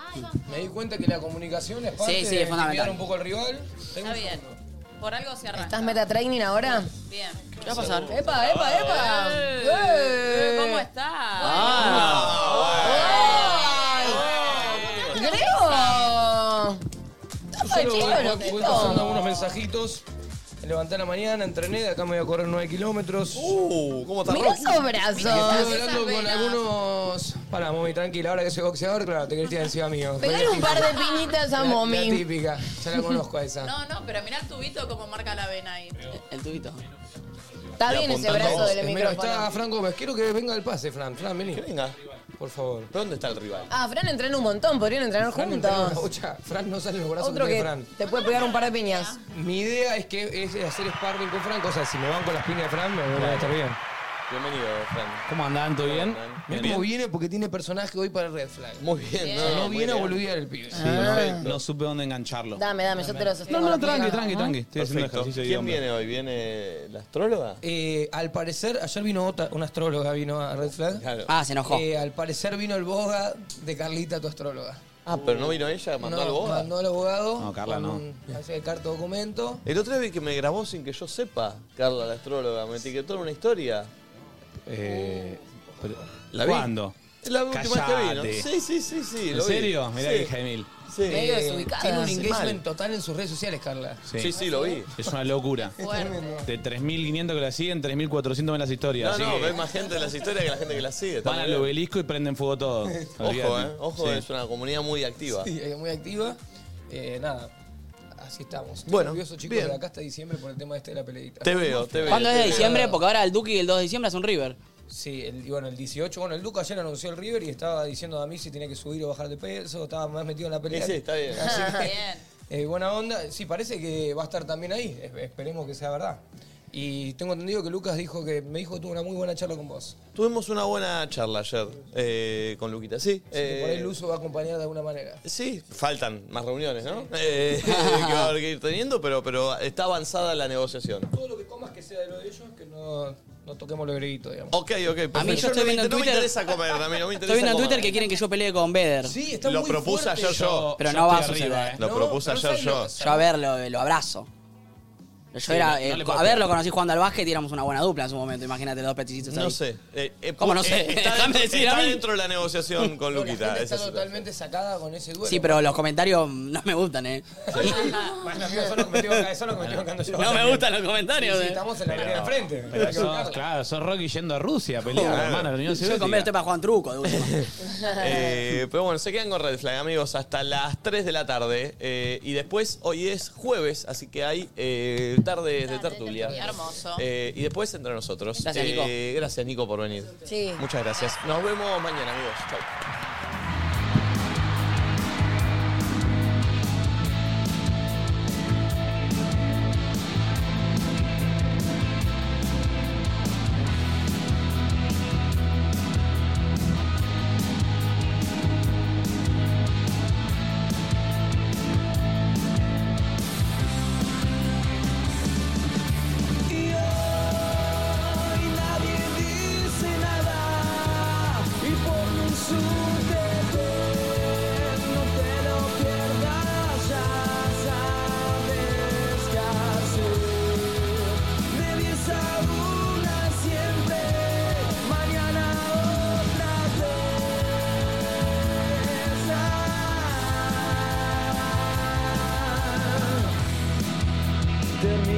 Speaker 13: Me di cuenta que la comunicación es parte
Speaker 9: Sí, sí, es
Speaker 13: de
Speaker 9: fundamental.
Speaker 13: intimidar un poco al rival.
Speaker 5: Está bien. Por algo se arranca.
Speaker 4: ¿Estás metatraining ahora?
Speaker 5: Bien.
Speaker 4: ¿Qué va a pasar? ¡Epa, epa, epa! ¡Eh!
Speaker 5: ¿Cómo estás?
Speaker 1: Ah,
Speaker 4: ¡Grego! ¿Estás
Speaker 13: Yo
Speaker 4: fachero,
Speaker 13: voy- voy, voy pasando
Speaker 4: loquito?
Speaker 13: algunos mensajitos. Me levanté a la mañana, entrené, de acá me voy a correr 9 kilómetros.
Speaker 11: ¡Uh! ¿Cómo
Speaker 4: está Mirá Rocky? esos brazos.
Speaker 13: Estoy
Speaker 4: Esas
Speaker 13: hablando con
Speaker 4: venas.
Speaker 13: algunos. Pará, mami, tranquila, ahora que soy boxeador, claro, te querés tirar encima mío.
Speaker 4: Pegale un par de piñitas a
Speaker 13: La- La
Speaker 4: mommy.
Speaker 13: típica, ya la conozco a esa.
Speaker 5: No, no, pero mirá el tubito como marca la vena ahí.
Speaker 9: El tubito.
Speaker 4: Está bien ese brazo del
Speaker 13: Mira,
Speaker 4: micrófono.
Speaker 13: está Fran Gómez. Quiero que venga el pase, Fran. Fran, vení. Que
Speaker 11: venga.
Speaker 13: Por favor.
Speaker 11: ¿Dónde está el rival?
Speaker 4: Ah, Fran entrena un montón, podrían entrenar
Speaker 13: Fran, entra en la
Speaker 4: juntos.
Speaker 13: bocha. Fran no sale los brazos
Speaker 4: Otro
Speaker 13: de
Speaker 4: que
Speaker 13: Fran.
Speaker 4: te puede pegar un par de piñas.
Speaker 13: Mi idea es que es hacer sparring con Fran. O sea, si me van con las piñas de Fran, me voy a estar bien.
Speaker 11: Bienvenido, Fran.
Speaker 13: ¿Cómo andan? ¿Todo bien? Mirá
Speaker 11: Bien.
Speaker 13: cómo viene porque tiene personaje hoy para Red Flag.
Speaker 11: Muy bien,
Speaker 13: no, no,
Speaker 11: muy
Speaker 13: viene a
Speaker 11: bien.
Speaker 13: boludear el pibe.
Speaker 31: Sí,
Speaker 7: Ah.
Speaker 31: no, no supe dónde engancharlo.
Speaker 4: Dame, dame, yo te lo sostengo.
Speaker 31: No, no,
Speaker 4: con la
Speaker 31: tranqui,
Speaker 4: pija.
Speaker 31: tranqui, tranqui. Estoy haciendo
Speaker 11: Perfecto.
Speaker 31: ejercicio de
Speaker 11: ¿Quién
Speaker 31: hombro.
Speaker 11: viene hoy? ¿Viene la astróloga?
Speaker 13: Eh, al parecer, ayer vino otra, una astróloga, vino a Red Flag.
Speaker 9: Ah, se enojó.
Speaker 13: Eh, al parecer vino el boga de Carlita, tu astróloga.
Speaker 11: Ah, pero no vino ella, mandó
Speaker 13: No,
Speaker 11: al boga. Ah,
Speaker 13: Mandó al abogado.
Speaker 11: No, Carla,
Speaker 13: con
Speaker 11: no.
Speaker 13: un- Hace el carto documento.
Speaker 11: El otro día vi que me grabó sin que yo sepa, Carla, la astróloga. Me etiquetó en una historia.
Speaker 31: Eh, pero-
Speaker 11: ¿La vi?
Speaker 31: ¿Cuándo?
Speaker 1: La última vez que
Speaker 7: Callate.
Speaker 1: vino. Sí, sí, sí, sí.
Speaker 7: ¿En
Speaker 1: lo vi.
Speaker 7: serio? Mirá
Speaker 1: Sí.
Speaker 7: que Gemil.
Speaker 1: Sí.
Speaker 7: Medio
Speaker 1: desubicada,
Speaker 13: Tiene un
Speaker 1: hace
Speaker 13: engagement
Speaker 1: mal.
Speaker 13: total en sus redes sociales, Carla.
Speaker 7: Es una locura.
Speaker 13: Es tremendo.
Speaker 7: De 3.500 que la siguen, 3.400 ven las historias.
Speaker 1: No,
Speaker 7: así
Speaker 1: no,
Speaker 7: que
Speaker 1: ves más gente de las historias que la gente que las sigue. está
Speaker 7: van
Speaker 1: muy
Speaker 7: al
Speaker 1: bien.
Speaker 7: obelisco y prenden fuego todo.
Speaker 1: Ojo,
Speaker 7: Olvídate.
Speaker 1: eh. Ojo,
Speaker 7: Sí.
Speaker 1: es una comunidad muy activa.
Speaker 13: Sí, eh, muy activa. Eh, nada, así estamos. Estoy
Speaker 1: Bueno,
Speaker 13: nervioso, chicos,
Speaker 1: bien.
Speaker 13: de acá hasta diciembre por el tema este de la peleita.
Speaker 1: Te veo, te veo.
Speaker 9: ¿Cuándo es de
Speaker 1: Sí.
Speaker 9: diciembre? Porque ahora el Duki el 2 de diciembre hace un River.
Speaker 13: Sí, el, y bueno, el 18, bueno, el Duca ayer anunció el River y estaba diciendo a mí si tenía que subir o bajar de peso, estaba más metido en la pelea.
Speaker 1: Sí, sí, está bien.
Speaker 13: Así que,
Speaker 1: Bien.
Speaker 13: eh, buena onda, sí, parece que va a estar también ahí, Es- esperemos que sea verdad. Y tengo entendido que Lucas dijo que me dijo que tuvo una muy buena charla con vos.
Speaker 1: Tuvimos una buena charla ayer eh, con Luquita, sí.
Speaker 13: Así que por ahí
Speaker 1: eh,
Speaker 13: Luzo va a acompañar de alguna manera.
Speaker 1: Sí, faltan más reuniones, ¿no? Eh, que va a haber que ir teniendo, pero, pero está avanzada la negociación.
Speaker 13: Todo lo que comas que sea de lo de ellos, que no, no toquemos lo grito, digamos.
Speaker 1: Ok, ok, perfecto.
Speaker 9: A mí yo estoy
Speaker 1: no me
Speaker 9: viendo en
Speaker 1: inter- no me
Speaker 9: Twitter-
Speaker 1: interesa comer, a mí no me interesa
Speaker 9: Estoy viendo en
Speaker 1: comer.
Speaker 9: Twitter que quieren que yo pelee con Beder.
Speaker 13: Sí,
Speaker 1: está Lo muy propuse fuerte. ayer yo.
Speaker 9: Pero
Speaker 1: Yo
Speaker 9: no va a
Speaker 1: estoy
Speaker 9: suceder.
Speaker 1: arriba, eh. Lo No, propuse pero ayer sabes lo yo. que son.
Speaker 9: Yo a verlo, lo abrazo. Yo
Speaker 1: Sí,
Speaker 9: era,
Speaker 1: no-
Speaker 9: eh,
Speaker 1: no le
Speaker 9: co- a
Speaker 1: pateas.
Speaker 9: ver, lo conocí jugando al básquet y éramos una buena dupla en su momento. Imagínate, dos peticitos ahí.
Speaker 1: No sé. Eh, eh,
Speaker 9: ¿Cómo
Speaker 1: pu-
Speaker 9: no sé?
Speaker 1: eh, Está,
Speaker 9: Déjame
Speaker 1: dentro,
Speaker 9: decir
Speaker 1: está
Speaker 9: a mí.
Speaker 1: dentro de la negociación con
Speaker 13: No, la
Speaker 1: Luquita.
Speaker 13: gente está
Speaker 1: esa es-
Speaker 13: totalmente sacada con ese duelo.
Speaker 9: Sí, pero los comentarios no me gustan, ¿eh?
Speaker 13: Bueno, amigo, son los que me estoy bancando- son los que me estoy bancando yo.
Speaker 9: No me gustan los comentarios.
Speaker 13: Sí, sí,
Speaker 9: eh.
Speaker 13: estamos en la pelea de enfrente.
Speaker 7: Pero
Speaker 13: Hay que
Speaker 7: sos-
Speaker 13: bancarla.
Speaker 7: claro, sos Rocky yendo a Rusia a pelear, hermano, la Unión
Speaker 9: Yo con Beder estoy
Speaker 7: Soviética.
Speaker 9: para jugar un truco. de última.
Speaker 1: Eh, pero bueno, se quedan con Red Flag, amigos, hasta las 3 de la tarde. Eh, y después, hoy es jueves, así que hay eh, tardes de tertulia.
Speaker 4: tertulia. Hermoso.
Speaker 1: Eh, y después entre nosotros.
Speaker 4: Gracias, Nico.
Speaker 1: Eh, gracias, Nico, por venir.
Speaker 4: Sí.
Speaker 1: Muchas gracias. Nos vemos mañana, amigos. Chau.
Speaker 11: Y hoy nadie dice nada Y por un sujetón No te lo pierdas Ya sabes qué hacer De 10 a una siempre Mañana otra vez Termina